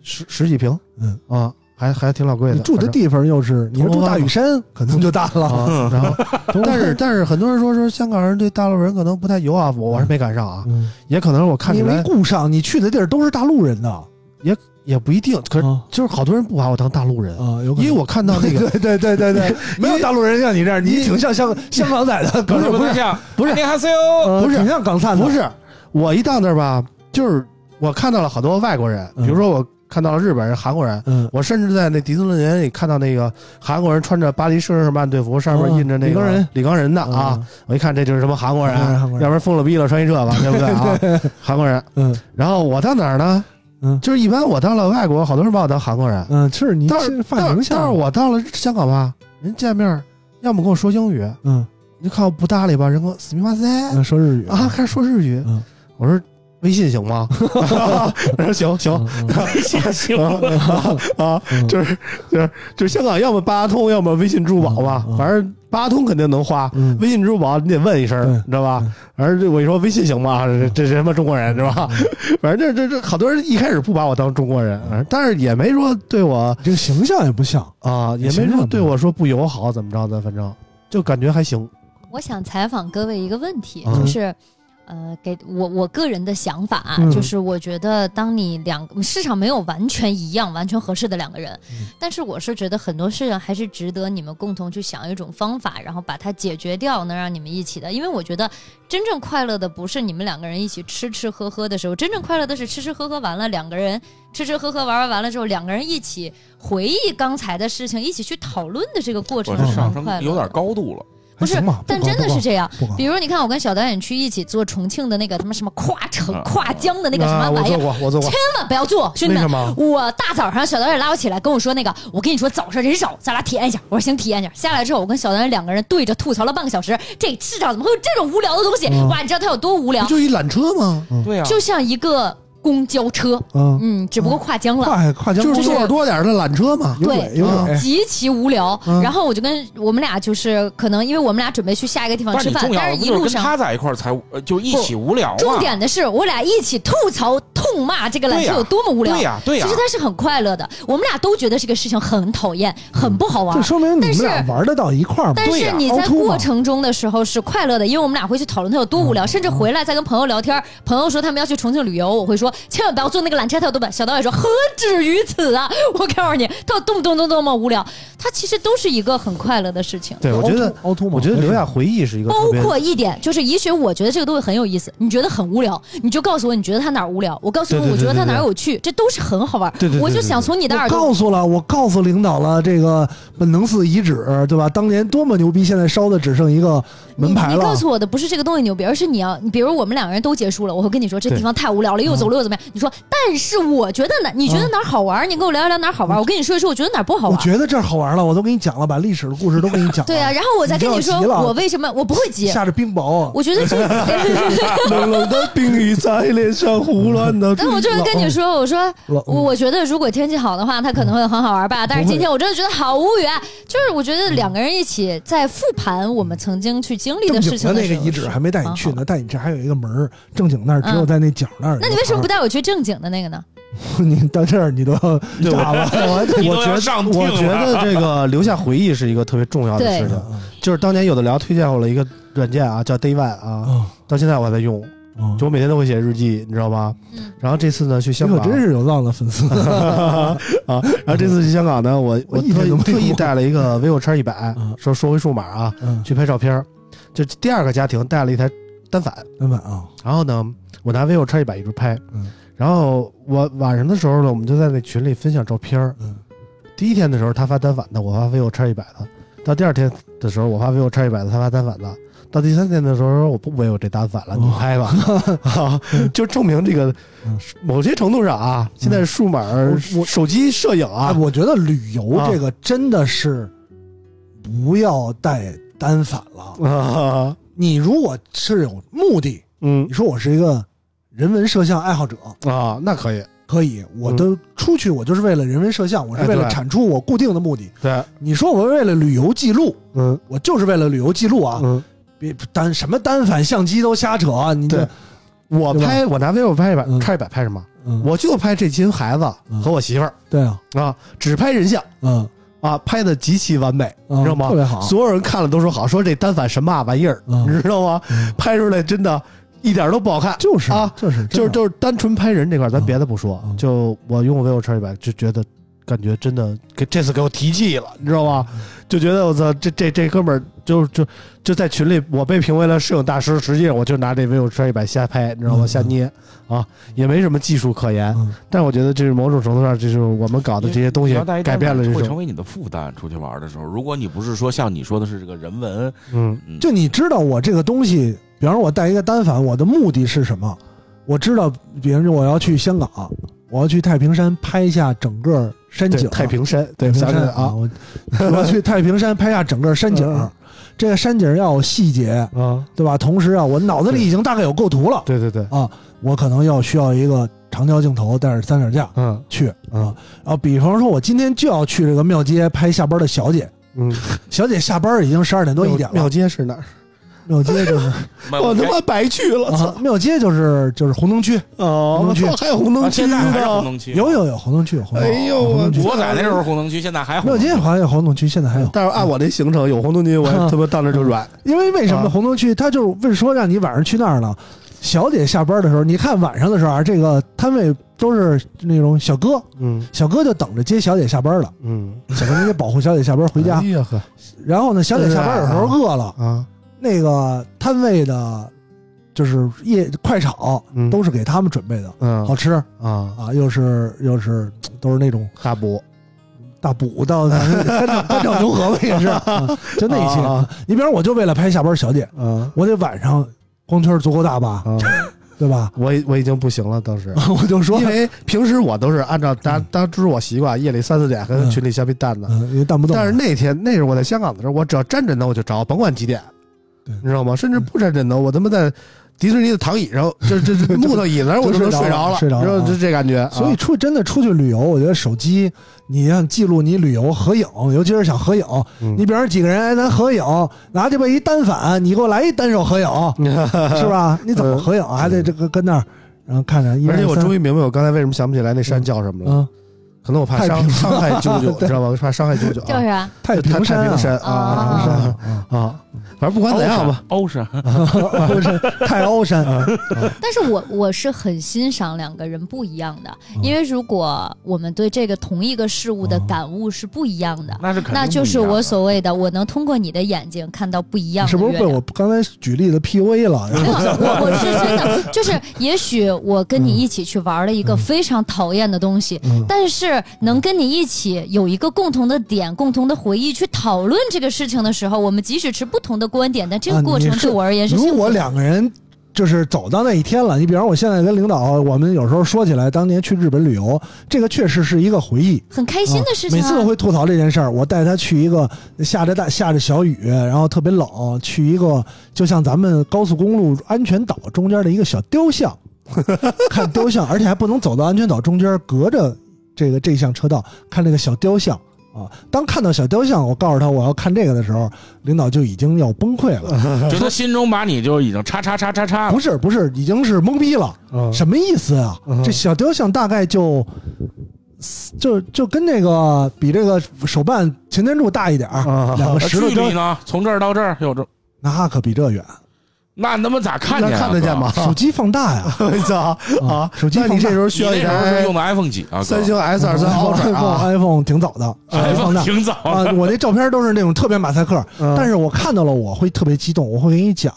[SPEAKER 3] 十十几平，
[SPEAKER 4] 嗯
[SPEAKER 3] 啊，还还挺老贵
[SPEAKER 4] 你
[SPEAKER 3] 的。
[SPEAKER 4] 住的地方又是你是住大屿山，可能就大
[SPEAKER 3] 反
[SPEAKER 4] 了。
[SPEAKER 3] 正啊，然后但是但是很多人说说香港人对大陆人可能不太友好，我我是没赶上啊，
[SPEAKER 4] 嗯
[SPEAKER 3] 也可能是我看起
[SPEAKER 4] 你没
[SPEAKER 3] 来
[SPEAKER 4] 顾上，你去的地儿都是大陆人的，
[SPEAKER 3] *laughs* 也不一定，可是
[SPEAKER 4] 啊
[SPEAKER 3] 就是好多人不把我当大陆人，
[SPEAKER 4] 啊，有可
[SPEAKER 3] 因
[SPEAKER 4] 能 *laughs*
[SPEAKER 3] 为我看到那个
[SPEAKER 4] 对对对对对，没有大陆人像你这样，你挺像香香港仔的，
[SPEAKER 3] 嗯不是不是
[SPEAKER 5] 像
[SPEAKER 3] 不是嗯
[SPEAKER 5] 你还 C O，
[SPEAKER 4] 呃
[SPEAKER 3] 不是
[SPEAKER 4] 挺像港灿的，
[SPEAKER 3] 不是，我一到那儿吧，就是我看到了好多外国人，比
[SPEAKER 4] 嗯
[SPEAKER 3] 如说我看到了日本人、韩国人，
[SPEAKER 4] 嗯，
[SPEAKER 3] 我甚至在那迪士尼乐园里看到那个韩国人穿着巴黎圣日耳曼队服，上面
[SPEAKER 4] 哦
[SPEAKER 3] 印着那个
[SPEAKER 4] 李刚人
[SPEAKER 3] 李刚人的啊，
[SPEAKER 4] 嗯，
[SPEAKER 3] 我一看这就是什么韩国人，
[SPEAKER 4] 韩国人韩国人
[SPEAKER 3] 要不然疯了逼了穿一这
[SPEAKER 4] *laughs*
[SPEAKER 3] 个，对不对啊？韩国人。
[SPEAKER 4] 嗯
[SPEAKER 3] 然后我到哪儿呢？
[SPEAKER 4] 嗯
[SPEAKER 3] 就是一般我到了外国，好多人把我当韩国人，
[SPEAKER 4] 嗯，是你
[SPEAKER 3] 但
[SPEAKER 4] 这
[SPEAKER 3] 是
[SPEAKER 4] 发
[SPEAKER 3] 但
[SPEAKER 4] 型
[SPEAKER 3] 是但是
[SPEAKER 4] 像，
[SPEAKER 3] 我到了香港吧，人见面要么跟我说英语，
[SPEAKER 4] 嗯，
[SPEAKER 3] 你看我不搭理吧，人跟我死命哇塞
[SPEAKER 4] 嗯说日语
[SPEAKER 3] 啊，，开始说日语
[SPEAKER 4] 嗯，
[SPEAKER 3] 我说微信行吗？ *laughs* 他说行行，
[SPEAKER 4] *laughs*
[SPEAKER 3] 啊，
[SPEAKER 4] 嗯
[SPEAKER 3] 就是就是就是香港，要么八达通，要么微信支付宝吧
[SPEAKER 4] 嗯，嗯
[SPEAKER 3] 反正八达通肯定能花，
[SPEAKER 4] 嗯
[SPEAKER 3] 微信支付宝你得问一声
[SPEAKER 4] 对，
[SPEAKER 3] 你知道吧
[SPEAKER 4] 嗯？
[SPEAKER 3] 反正这我一说微信行吗？这这什么中国人是吧？反正这这这好多人一开始不把我当中国人，反正但是也没说对我
[SPEAKER 4] 这个形象也不像，
[SPEAKER 3] 啊，也没
[SPEAKER 4] 行
[SPEAKER 3] 说
[SPEAKER 4] 啊
[SPEAKER 3] 对我说不友好怎么着的，反正就感觉还行。
[SPEAKER 2] 我想采访各位一个问题，
[SPEAKER 3] 嗯
[SPEAKER 2] 就是。呃，给我我个人的想法啊、
[SPEAKER 3] 嗯
[SPEAKER 2] 就是，我觉得当你两个市场没有完全一样、完全合适的两个人，
[SPEAKER 4] 嗯
[SPEAKER 2] 但是我是觉得很多事情还是值得你们共同去想一种方法，然后把它解决掉，能让你们一起的。因为我觉得真正快乐的不是你们两个人一起吃吃喝喝的时候，真正快乐的是吃吃喝喝完了，两个人吃吃喝喝玩玩完了之后，两个人一起回忆刚才的事情，一起去讨论的这个过程
[SPEAKER 5] 我这
[SPEAKER 2] 是
[SPEAKER 3] 嗯
[SPEAKER 5] 上
[SPEAKER 2] 很
[SPEAKER 5] 升
[SPEAKER 2] 快乐的。
[SPEAKER 5] 有点高度了，
[SPEAKER 2] 不是
[SPEAKER 4] 还行吧
[SPEAKER 2] 但真的是这样。
[SPEAKER 4] 不
[SPEAKER 5] 啊
[SPEAKER 4] 搞
[SPEAKER 2] 比如你看，我跟小导演去一起做重庆的那个他妈什么跨城
[SPEAKER 5] 啊
[SPEAKER 2] 跨江的那个什
[SPEAKER 3] 啊
[SPEAKER 2] 么
[SPEAKER 3] 我
[SPEAKER 2] 玩意
[SPEAKER 3] 做
[SPEAKER 2] 儿，
[SPEAKER 3] 过，我做过
[SPEAKER 2] 千，万不要做，兄弟
[SPEAKER 3] 为
[SPEAKER 2] 们
[SPEAKER 3] 什。么？
[SPEAKER 2] 我大早上小导演拉我起来跟我说那个，我跟你说早上人少，咱俩体验一下。我说行，体验一下。下来之后，我跟小导演两个人对着吐槽了半个小时，这世上怎么会有这种无聊的东西？哇，你知道它有多无聊
[SPEAKER 3] 不？就一缆车吗？
[SPEAKER 5] 对啊，
[SPEAKER 2] 就像一个公交车，
[SPEAKER 5] 啊
[SPEAKER 4] 嗯，
[SPEAKER 2] 嗯，只不过跨江了。
[SPEAKER 4] 跨跨江
[SPEAKER 3] 就是
[SPEAKER 2] 就是
[SPEAKER 3] 坐着多点儿的缆车嘛。啊
[SPEAKER 4] 有
[SPEAKER 2] 对
[SPEAKER 4] 鬼有
[SPEAKER 5] 哎
[SPEAKER 4] 鬼，
[SPEAKER 2] 极其无聊，
[SPEAKER 5] 啊
[SPEAKER 3] 嗯
[SPEAKER 2] 然后我就跟我们俩就是可能，因为我们俩准备去下一个地方
[SPEAKER 5] 但是
[SPEAKER 2] 吃
[SPEAKER 5] 你
[SPEAKER 2] 饭
[SPEAKER 5] 重，要
[SPEAKER 2] 但
[SPEAKER 5] 的
[SPEAKER 2] 是
[SPEAKER 5] 不
[SPEAKER 2] 一
[SPEAKER 5] 就是
[SPEAKER 2] 路
[SPEAKER 5] 跟
[SPEAKER 2] 上
[SPEAKER 5] 他在一块儿才呃就一起无聊嘛？
[SPEAKER 2] 重点的是，我俩一起吐槽、痛骂这个篮
[SPEAKER 5] 对
[SPEAKER 2] 球
[SPEAKER 5] 呀
[SPEAKER 2] 有多么无聊。
[SPEAKER 5] 对呀对呀
[SPEAKER 2] 其实它是很快乐的，我们俩都觉得这个事情很讨厌、很不好玩
[SPEAKER 4] 这。说明你
[SPEAKER 2] 但
[SPEAKER 4] 们
[SPEAKER 2] 是
[SPEAKER 4] 俩玩得到一块儿嘛
[SPEAKER 2] 但
[SPEAKER 5] 对
[SPEAKER 2] 是
[SPEAKER 5] 呀
[SPEAKER 2] 你
[SPEAKER 4] 凹
[SPEAKER 2] 在
[SPEAKER 4] 凸嘛
[SPEAKER 2] 过程中的时候是快乐的，因为我们俩会去讨论它有多
[SPEAKER 5] 嗯
[SPEAKER 2] 无聊，甚至回来再跟朋友聊天。朋友说他们要去重庆旅游，我会说千万不要坐那个缆车，它有多本。小导演说何止于此啊！我告诉你，它有动不动都多么无聊，它其实都是一个很快乐的事情。
[SPEAKER 3] 对，我觉得，
[SPEAKER 4] 凹凸嘛，
[SPEAKER 3] 我觉得留下回忆是一个
[SPEAKER 2] 包
[SPEAKER 3] 特别
[SPEAKER 2] 括一点就是，也许我觉得这个东西很有意思，你觉得很无聊，你就告诉我你觉得它哪儿无聊，我告诉我
[SPEAKER 3] 对对
[SPEAKER 2] 我觉得
[SPEAKER 3] 对
[SPEAKER 2] 它
[SPEAKER 3] 对
[SPEAKER 2] 哪儿有趣，这都是很好玩。
[SPEAKER 3] 对对对
[SPEAKER 2] 我就
[SPEAKER 3] 对
[SPEAKER 2] 想从你的
[SPEAKER 4] 我
[SPEAKER 2] 耳朵
[SPEAKER 4] 告诉了，我告诉领导了，这个本能寺遗址，对吧？当年多么牛逼，现在烧的只剩一个门牌
[SPEAKER 2] 你。你
[SPEAKER 4] 了
[SPEAKER 2] 告。诉我的不是这个东西牛逼，而是你要，你比如我们两个人都结束了，我会跟你说这地方太无聊了，又走路又怎么样？你说，但是我觉得哪，你觉得哪儿好玩？你跟我聊一聊哪儿好玩，我跟你说一说，我觉得哪儿不好
[SPEAKER 4] 我
[SPEAKER 2] 玩。
[SPEAKER 4] 觉得这儿好玩了，我都给你讲了，把历史的故事都给你讲了。
[SPEAKER 2] *laughs* 对啊，，然后我再跟你说
[SPEAKER 4] 你就要急了
[SPEAKER 2] 我为什么我不会急。
[SPEAKER 4] 下着冰雹，啊
[SPEAKER 2] 我觉得这， *laughs*
[SPEAKER 3] 冷冷的冰雨在脸上胡乱的。
[SPEAKER 2] 但我就是跟你说，我说
[SPEAKER 4] 老
[SPEAKER 2] 我我觉得如果天气好的话，它可能嗯会很好玩吧。但是今天我真的觉得好无语啊，就是我觉得两个人一起在复盘我们曾经去经历
[SPEAKER 4] 正
[SPEAKER 2] 的
[SPEAKER 4] 经
[SPEAKER 2] 事情
[SPEAKER 4] 那个
[SPEAKER 2] 时候
[SPEAKER 4] 遗址
[SPEAKER 2] 是
[SPEAKER 4] 还没带你
[SPEAKER 2] 蛮
[SPEAKER 4] 去
[SPEAKER 2] 好
[SPEAKER 4] 呢，带你这还有一个门儿，正经那儿只有
[SPEAKER 2] 嗯
[SPEAKER 4] 在那角那儿。啊
[SPEAKER 2] 的。那你为什么不？带我去正经的那个呢？
[SPEAKER 4] *laughs* 你到这儿你都要炸了，我
[SPEAKER 6] 你
[SPEAKER 3] 我
[SPEAKER 6] 都
[SPEAKER 3] 觉
[SPEAKER 6] 要
[SPEAKER 3] 得
[SPEAKER 6] 上
[SPEAKER 3] 我
[SPEAKER 6] 镜
[SPEAKER 3] 觉
[SPEAKER 6] 了
[SPEAKER 3] 得这
[SPEAKER 6] *laughs*
[SPEAKER 3] 个留下回忆是一个特别重要的事情。就是当年有的聊推荐我了一个软件啊，叫 Day One 啊，
[SPEAKER 4] 啊！
[SPEAKER 3] 到现在我还在用，
[SPEAKER 4] 嗯
[SPEAKER 3] 就我每天都会写日记，你知道吗？
[SPEAKER 2] 嗯
[SPEAKER 3] 然后这次呢去
[SPEAKER 4] 结
[SPEAKER 3] 香
[SPEAKER 4] 果
[SPEAKER 3] 港，
[SPEAKER 4] 真是有浪的
[SPEAKER 3] *laughs*
[SPEAKER 4] 粉丝，
[SPEAKER 3] 啊，然后这次去香港呢，我我
[SPEAKER 4] 我一天
[SPEAKER 3] 特
[SPEAKER 4] 都没
[SPEAKER 3] 特意
[SPEAKER 4] 用
[SPEAKER 3] 带了一个 vivo X 一百
[SPEAKER 4] 嗯，
[SPEAKER 3] 说说回数码啊，
[SPEAKER 4] 嗯，
[SPEAKER 3] 去拍照片儿。就第二个家庭带了一台单反，
[SPEAKER 4] 老板啊，
[SPEAKER 3] 然后呢，我拿 vivo X 一百一直拍
[SPEAKER 4] 嗯，
[SPEAKER 3] 然后我晚上的时候呢，我们就在那群里分享照片儿
[SPEAKER 4] 嗯。
[SPEAKER 3] 第一天的时候，他发单反的，我发 vivo X 一百的；到第二天的时候，我发 vivo X 一百的，他发单反的；到第三天的时候，我不没有这单反了，你
[SPEAKER 4] 哦
[SPEAKER 3] 拍吧，
[SPEAKER 4] *laughs*
[SPEAKER 3] 啊，就证明这个
[SPEAKER 4] 嗯
[SPEAKER 3] 某些程度上啊，现在数码
[SPEAKER 4] 我我
[SPEAKER 3] 手机摄影
[SPEAKER 4] 哎，
[SPEAKER 3] 啊，
[SPEAKER 4] 我觉得旅游这个真的是不要带单反了。
[SPEAKER 3] 啊，
[SPEAKER 4] 你如果是有目的，
[SPEAKER 3] *laughs* 嗯
[SPEAKER 4] 你说我是一个人文摄像爱好者，
[SPEAKER 3] 啊，那可以，
[SPEAKER 4] 可以，我都出去，我就是为了人文摄像，我是为了
[SPEAKER 3] 嗯哎对
[SPEAKER 4] 产出我固定的目的。
[SPEAKER 3] 对，
[SPEAKER 4] 你说我为了旅游记录，
[SPEAKER 3] 嗯
[SPEAKER 4] 我就是为了旅游记录啊，
[SPEAKER 3] 嗯，
[SPEAKER 4] 别单什么单反相机都瞎扯啊，你这
[SPEAKER 3] 对，我
[SPEAKER 4] 对吧
[SPEAKER 3] 拍我拿 vivo 拍一百
[SPEAKER 4] 嗯
[SPEAKER 3] ，X 一百拍什么？
[SPEAKER 4] 嗯
[SPEAKER 3] 我就拍这群孩子
[SPEAKER 4] 嗯
[SPEAKER 3] 和我媳妇儿
[SPEAKER 4] 对啊，
[SPEAKER 3] 啊，只拍人像
[SPEAKER 4] 嗯，
[SPEAKER 3] 啊，拍的极其完美，
[SPEAKER 4] 嗯
[SPEAKER 3] 你知道吗
[SPEAKER 4] 特？别好，
[SPEAKER 3] 所有人看了都说好，说这单反神马玩意儿，
[SPEAKER 4] 嗯
[SPEAKER 3] 你知道吗？拍出来真的一点都不好看，
[SPEAKER 4] 就是
[SPEAKER 3] 啊就
[SPEAKER 4] 就是
[SPEAKER 3] 是
[SPEAKER 4] 真的
[SPEAKER 3] 就是单纯拍人这块儿，咱别的不说
[SPEAKER 4] 嗯嗯，
[SPEAKER 3] 就我用 vivo X 一百就觉得。感觉真的给这次给我提气了，你知道
[SPEAKER 4] 嗯
[SPEAKER 3] 吗？就觉得我操，这这这哥们儿就就就在群里，我被评为了摄影大师，实际上我就拿这 vivo X 一百瞎拍，你知道
[SPEAKER 4] 嗯
[SPEAKER 3] 吗？
[SPEAKER 4] 嗯
[SPEAKER 3] 瞎捏啊，也没什么技术可言。
[SPEAKER 4] 嗯
[SPEAKER 3] 但我觉得这是某种程度上，这就是我们搞的这些东西
[SPEAKER 5] 你要带一
[SPEAKER 3] 改
[SPEAKER 5] 单
[SPEAKER 3] 变了
[SPEAKER 5] 反
[SPEAKER 3] 这
[SPEAKER 5] 会成
[SPEAKER 3] 种，
[SPEAKER 5] 为你的负担。出去玩的时候，如果你不是说像你说的是这个人文，
[SPEAKER 3] 嗯
[SPEAKER 5] 嗯，
[SPEAKER 4] 就你知道我这个东西，比方说我带一个单反，我的目的是什么？我知道，比方说我要去香港，我要去太平山拍一下整个山
[SPEAKER 3] 对
[SPEAKER 4] 景，
[SPEAKER 3] 太平山，对
[SPEAKER 4] 啊太平
[SPEAKER 3] 想起
[SPEAKER 4] 山
[SPEAKER 3] 来啊
[SPEAKER 4] 我我去太平山拍下整个
[SPEAKER 3] *laughs*
[SPEAKER 4] 山景
[SPEAKER 3] 嗯，
[SPEAKER 4] 这个山景要有细节，
[SPEAKER 3] 啊，
[SPEAKER 4] 对吧？同时啊，我脑子里已经大概有构图了，
[SPEAKER 3] 对对对，
[SPEAKER 4] 我可能要需要一个长焦镜头，带着三脚架
[SPEAKER 3] 嗯
[SPEAKER 4] 去
[SPEAKER 3] 嗯
[SPEAKER 4] 啊。然后，比方说，我今天就要去这个庙街拍下班的小姐，
[SPEAKER 3] 嗯，
[SPEAKER 4] 小姐下班已经十二点多一点
[SPEAKER 3] 庙
[SPEAKER 4] 了，
[SPEAKER 3] 街是哪儿？哎
[SPEAKER 4] 庙街 *laughs* 就是
[SPEAKER 3] 我他妈白去了，操
[SPEAKER 4] 啊！庙街就是就是红灯区，
[SPEAKER 3] 哦，
[SPEAKER 4] 红
[SPEAKER 3] 我
[SPEAKER 4] 灯区
[SPEAKER 3] 操，还有红灯
[SPEAKER 5] 啊
[SPEAKER 3] 区
[SPEAKER 5] 现在还是红
[SPEAKER 3] 呢。
[SPEAKER 5] 灯区，
[SPEAKER 4] 有有有红灯区有红灯
[SPEAKER 3] 哎
[SPEAKER 4] 区，
[SPEAKER 3] 呦
[SPEAKER 4] 红
[SPEAKER 3] 我
[SPEAKER 4] 灯，区
[SPEAKER 5] 我在那时候红灯区，现在还红
[SPEAKER 4] 庙
[SPEAKER 5] 灯区
[SPEAKER 4] 街好像有红灯区，现在还有。
[SPEAKER 3] 但是按我这行程，有红灯区我也他妈到那儿就软。
[SPEAKER 4] 因为为什么
[SPEAKER 3] 啊
[SPEAKER 4] 红灯区它就是为说让你晚上去那儿呢？小姐下班的时候，你看晚上的时候啊，这个摊位都是那种小哥，
[SPEAKER 3] 嗯
[SPEAKER 4] 小哥就等着接小姐下班了，
[SPEAKER 3] 嗯，
[SPEAKER 4] 小哥直接保护小姐下班回家
[SPEAKER 3] *laughs* 哎。呀呵
[SPEAKER 4] 然后呢，小姐下班有时候饿了，
[SPEAKER 3] 啊，
[SPEAKER 4] 那个摊位的，就是夜快炒
[SPEAKER 3] 嗯
[SPEAKER 4] 都是给他们准备的，
[SPEAKER 3] 嗯
[SPEAKER 4] 好吃
[SPEAKER 3] 啊，
[SPEAKER 4] 啊，又是又是都是那种
[SPEAKER 3] 大补
[SPEAKER 4] 大补到 *laughs* 干炒干炒牛河吧也是，啊就那
[SPEAKER 3] 啊
[SPEAKER 4] 些。你比方我就为了拍下班小姐，
[SPEAKER 3] 啊
[SPEAKER 4] 我得晚上光圈足够大吧，
[SPEAKER 3] 啊，
[SPEAKER 4] 对吧？ *laughs*
[SPEAKER 3] 我已我已经不行了，当时。
[SPEAKER 4] 我就说
[SPEAKER 3] 因，为平时我都是按照大家当时我习惯，夜里三四点跟群里瞎逼蛋的。
[SPEAKER 4] 嗯嗯，也干不动。
[SPEAKER 3] 但是那天那是我在香港的时候，我只要沾枕头我就着，甭管几点，
[SPEAKER 4] 对嗯
[SPEAKER 3] 你知道吗？甚至不沾枕头，我他妈在迪士尼的躺椅上，这
[SPEAKER 4] *laughs*
[SPEAKER 3] 这这木头椅子上我都能睡着了，
[SPEAKER 4] 睡着了
[SPEAKER 3] 你知道
[SPEAKER 4] 啊
[SPEAKER 3] 就这感觉。
[SPEAKER 4] 所以
[SPEAKER 3] 啊
[SPEAKER 4] 出真的出去旅游，我觉得手机你像记录你旅游合影，尤其是想合影，
[SPEAKER 3] 嗯
[SPEAKER 4] 你比方说几个人，哎，咱合影，拿这边一单反，你给我来一单手
[SPEAKER 3] *laughs*
[SPEAKER 4] 合影，是吧？你怎么合影啊？还得这个跟那儿，然后看着一。
[SPEAKER 3] 嗯而且我终
[SPEAKER 4] 于
[SPEAKER 3] 于明白我刚才为什么想不起来那山叫什么了。
[SPEAKER 4] 啊，
[SPEAKER 3] 可能我怕
[SPEAKER 4] 太
[SPEAKER 3] 伤
[SPEAKER 4] 平
[SPEAKER 3] 伤害舅
[SPEAKER 4] *laughs*
[SPEAKER 3] 舅，你知道吧？我怕伤害舅舅啊，
[SPEAKER 2] 就是啊，
[SPEAKER 4] 太
[SPEAKER 3] 太
[SPEAKER 4] 平山
[SPEAKER 3] 太
[SPEAKER 4] 啊
[SPEAKER 3] 平山
[SPEAKER 2] 啊
[SPEAKER 3] 啊
[SPEAKER 4] 啊
[SPEAKER 3] 啊啊！反正不管怎样吧，
[SPEAKER 5] 欧是，
[SPEAKER 4] 啊不是太凹山啊，
[SPEAKER 2] 但是我我是很欣赏两个人不一样的，因为如果我们对这个同一个事物的感悟是不一样的，
[SPEAKER 5] 那是肯定
[SPEAKER 2] 嗯那就
[SPEAKER 5] 不一
[SPEAKER 2] 是
[SPEAKER 5] 样
[SPEAKER 2] 我
[SPEAKER 5] 的
[SPEAKER 2] 所谓的，我能通过你的眼睛看到不一样
[SPEAKER 4] 你
[SPEAKER 2] 的
[SPEAKER 4] 是不是
[SPEAKER 2] 月
[SPEAKER 4] 被
[SPEAKER 2] 亮
[SPEAKER 4] 我刚才举例子 PUA 了？
[SPEAKER 2] *laughs* 没有，我我是
[SPEAKER 4] *laughs*
[SPEAKER 2] 真的，就是也许我跟你一起去玩了一个非常讨厌的东西，
[SPEAKER 4] 嗯
[SPEAKER 2] 但是能跟你一起有一个共同的点、共同的回忆去讨论这个事情的时候，我们即使持不同的观点，但这
[SPEAKER 4] 啊
[SPEAKER 2] 个
[SPEAKER 4] 你
[SPEAKER 2] 过程
[SPEAKER 4] 是
[SPEAKER 2] 对我而言是幸
[SPEAKER 4] 如
[SPEAKER 2] 福
[SPEAKER 4] 果
[SPEAKER 2] 的。
[SPEAKER 4] 两个人就是走到那一天了，你比方我现在跟领导，我们有时候说起来当年去日本旅游，这个确实是一个回忆。
[SPEAKER 2] 很开心的事情、
[SPEAKER 4] 嗯每
[SPEAKER 2] 啊
[SPEAKER 4] 次都会吐槽这件事儿。我带他去一个下着大下着小雨，然后特别冷，去一个就像咱们高速公路安全岛中间的一个小雕像， *laughs* 看雕像，而且还不能走到安全岛中间，隔着这个这项车道看这个小雕像。啊！当看到小雕像，我告诉他我要看这个的时候，领导就已经要崩溃了。
[SPEAKER 5] 就他心中把你就已经叉叉叉叉叉了
[SPEAKER 4] 不。是不是，已经是懵逼了。
[SPEAKER 3] 嗯
[SPEAKER 4] 什么意思啊？
[SPEAKER 3] 嗯
[SPEAKER 4] 这小雕像大概就就就跟那个比这个手办擎天柱大一点儿，
[SPEAKER 3] 啊
[SPEAKER 4] 两个
[SPEAKER 5] 那
[SPEAKER 4] 石头
[SPEAKER 5] 距
[SPEAKER 4] 雕
[SPEAKER 5] 离，呢？从这儿到这儿有这，
[SPEAKER 4] 那可比这远，
[SPEAKER 3] 啊
[SPEAKER 5] 那他妈咋看
[SPEAKER 3] 那
[SPEAKER 5] 见啊？
[SPEAKER 3] 看得见吗？
[SPEAKER 4] 手机放大呀，
[SPEAKER 3] 我 *laughs* 操啊！
[SPEAKER 4] 手机
[SPEAKER 3] 那你
[SPEAKER 4] 放
[SPEAKER 3] 这
[SPEAKER 4] 大嗯
[SPEAKER 3] 时。候
[SPEAKER 5] 哥？
[SPEAKER 3] 需要
[SPEAKER 5] 你
[SPEAKER 3] 一
[SPEAKER 5] 那时候是
[SPEAKER 3] 台
[SPEAKER 5] 用的 iPhone 几啊？哥
[SPEAKER 3] 三星 S 二三 *laughs* Ultra 啊
[SPEAKER 4] iPhone，iPhone 挺早的，呃放大
[SPEAKER 5] ，iPhone 挺早
[SPEAKER 4] 啊！我那照片都是那种特别马赛克，
[SPEAKER 3] 嗯
[SPEAKER 4] 但是我看到了我会特别激动，我会给你讲，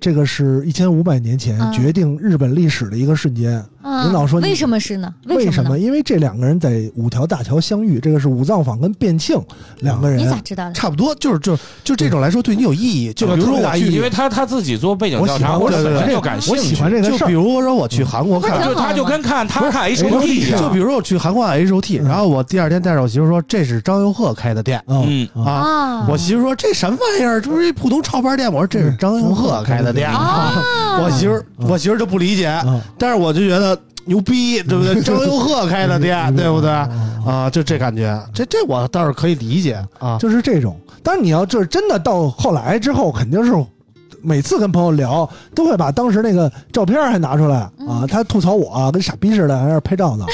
[SPEAKER 4] 这个是一千五百年前
[SPEAKER 2] 嗯
[SPEAKER 4] 决定日本历史的一个瞬间。
[SPEAKER 2] 啊
[SPEAKER 4] 领导说你
[SPEAKER 2] 为什么是呢？
[SPEAKER 4] 为
[SPEAKER 2] 什
[SPEAKER 4] 什
[SPEAKER 2] 么
[SPEAKER 4] 么？
[SPEAKER 2] 呢？
[SPEAKER 4] 因为这两个人在五条大桥相遇，这个是武藏坊跟卞庆两个人。
[SPEAKER 2] 你咋知道的？
[SPEAKER 3] 差不多就是就就这种来说对你有意义。就
[SPEAKER 4] 对
[SPEAKER 3] 啊比如说
[SPEAKER 4] 特别
[SPEAKER 3] 我
[SPEAKER 4] 大
[SPEAKER 3] 去，
[SPEAKER 4] 意义
[SPEAKER 5] 因为他他自己做背景
[SPEAKER 4] 我
[SPEAKER 5] 调
[SPEAKER 4] 喜
[SPEAKER 5] 查，
[SPEAKER 4] 欢
[SPEAKER 5] 或者
[SPEAKER 3] 对对
[SPEAKER 5] 本身
[SPEAKER 3] 对
[SPEAKER 5] 就感兴
[SPEAKER 4] 我
[SPEAKER 5] 趣。
[SPEAKER 4] 喜欢这个
[SPEAKER 3] 就
[SPEAKER 4] 事
[SPEAKER 3] 比
[SPEAKER 4] 儿。
[SPEAKER 3] 如说我去韩国
[SPEAKER 2] 不是
[SPEAKER 3] 看
[SPEAKER 2] 挺
[SPEAKER 5] 就他就跟看他看 H O T 一
[SPEAKER 3] 就
[SPEAKER 5] 样
[SPEAKER 3] 比。如说我去韩国看 H O T，然后我第二天带着我媳妇说这是张佑赫开的店
[SPEAKER 4] 嗯，
[SPEAKER 5] 嗯，
[SPEAKER 4] 啊
[SPEAKER 2] 啊，
[SPEAKER 3] 我媳妇说这什么玩意儿？这不是一普通潮牌店？我说这是嗯张佑赫开的店。
[SPEAKER 2] 啊，
[SPEAKER 3] 我媳妇儿我媳妇儿就不理解，
[SPEAKER 4] 嗯
[SPEAKER 3] 但是我就觉得牛逼，对不 *laughs* 对？张佑赫开的店，嗯对不对？啊，就这感觉，这这我倒是可以理解啊。
[SPEAKER 4] 就是这种。但是你要就是真的到后来之后，肯定是每次跟朋友聊，都会把当时那个照片还拿出来啊
[SPEAKER 2] 嗯。
[SPEAKER 4] 他吐槽我、啊跟傻逼似的，还在那儿拍照呢，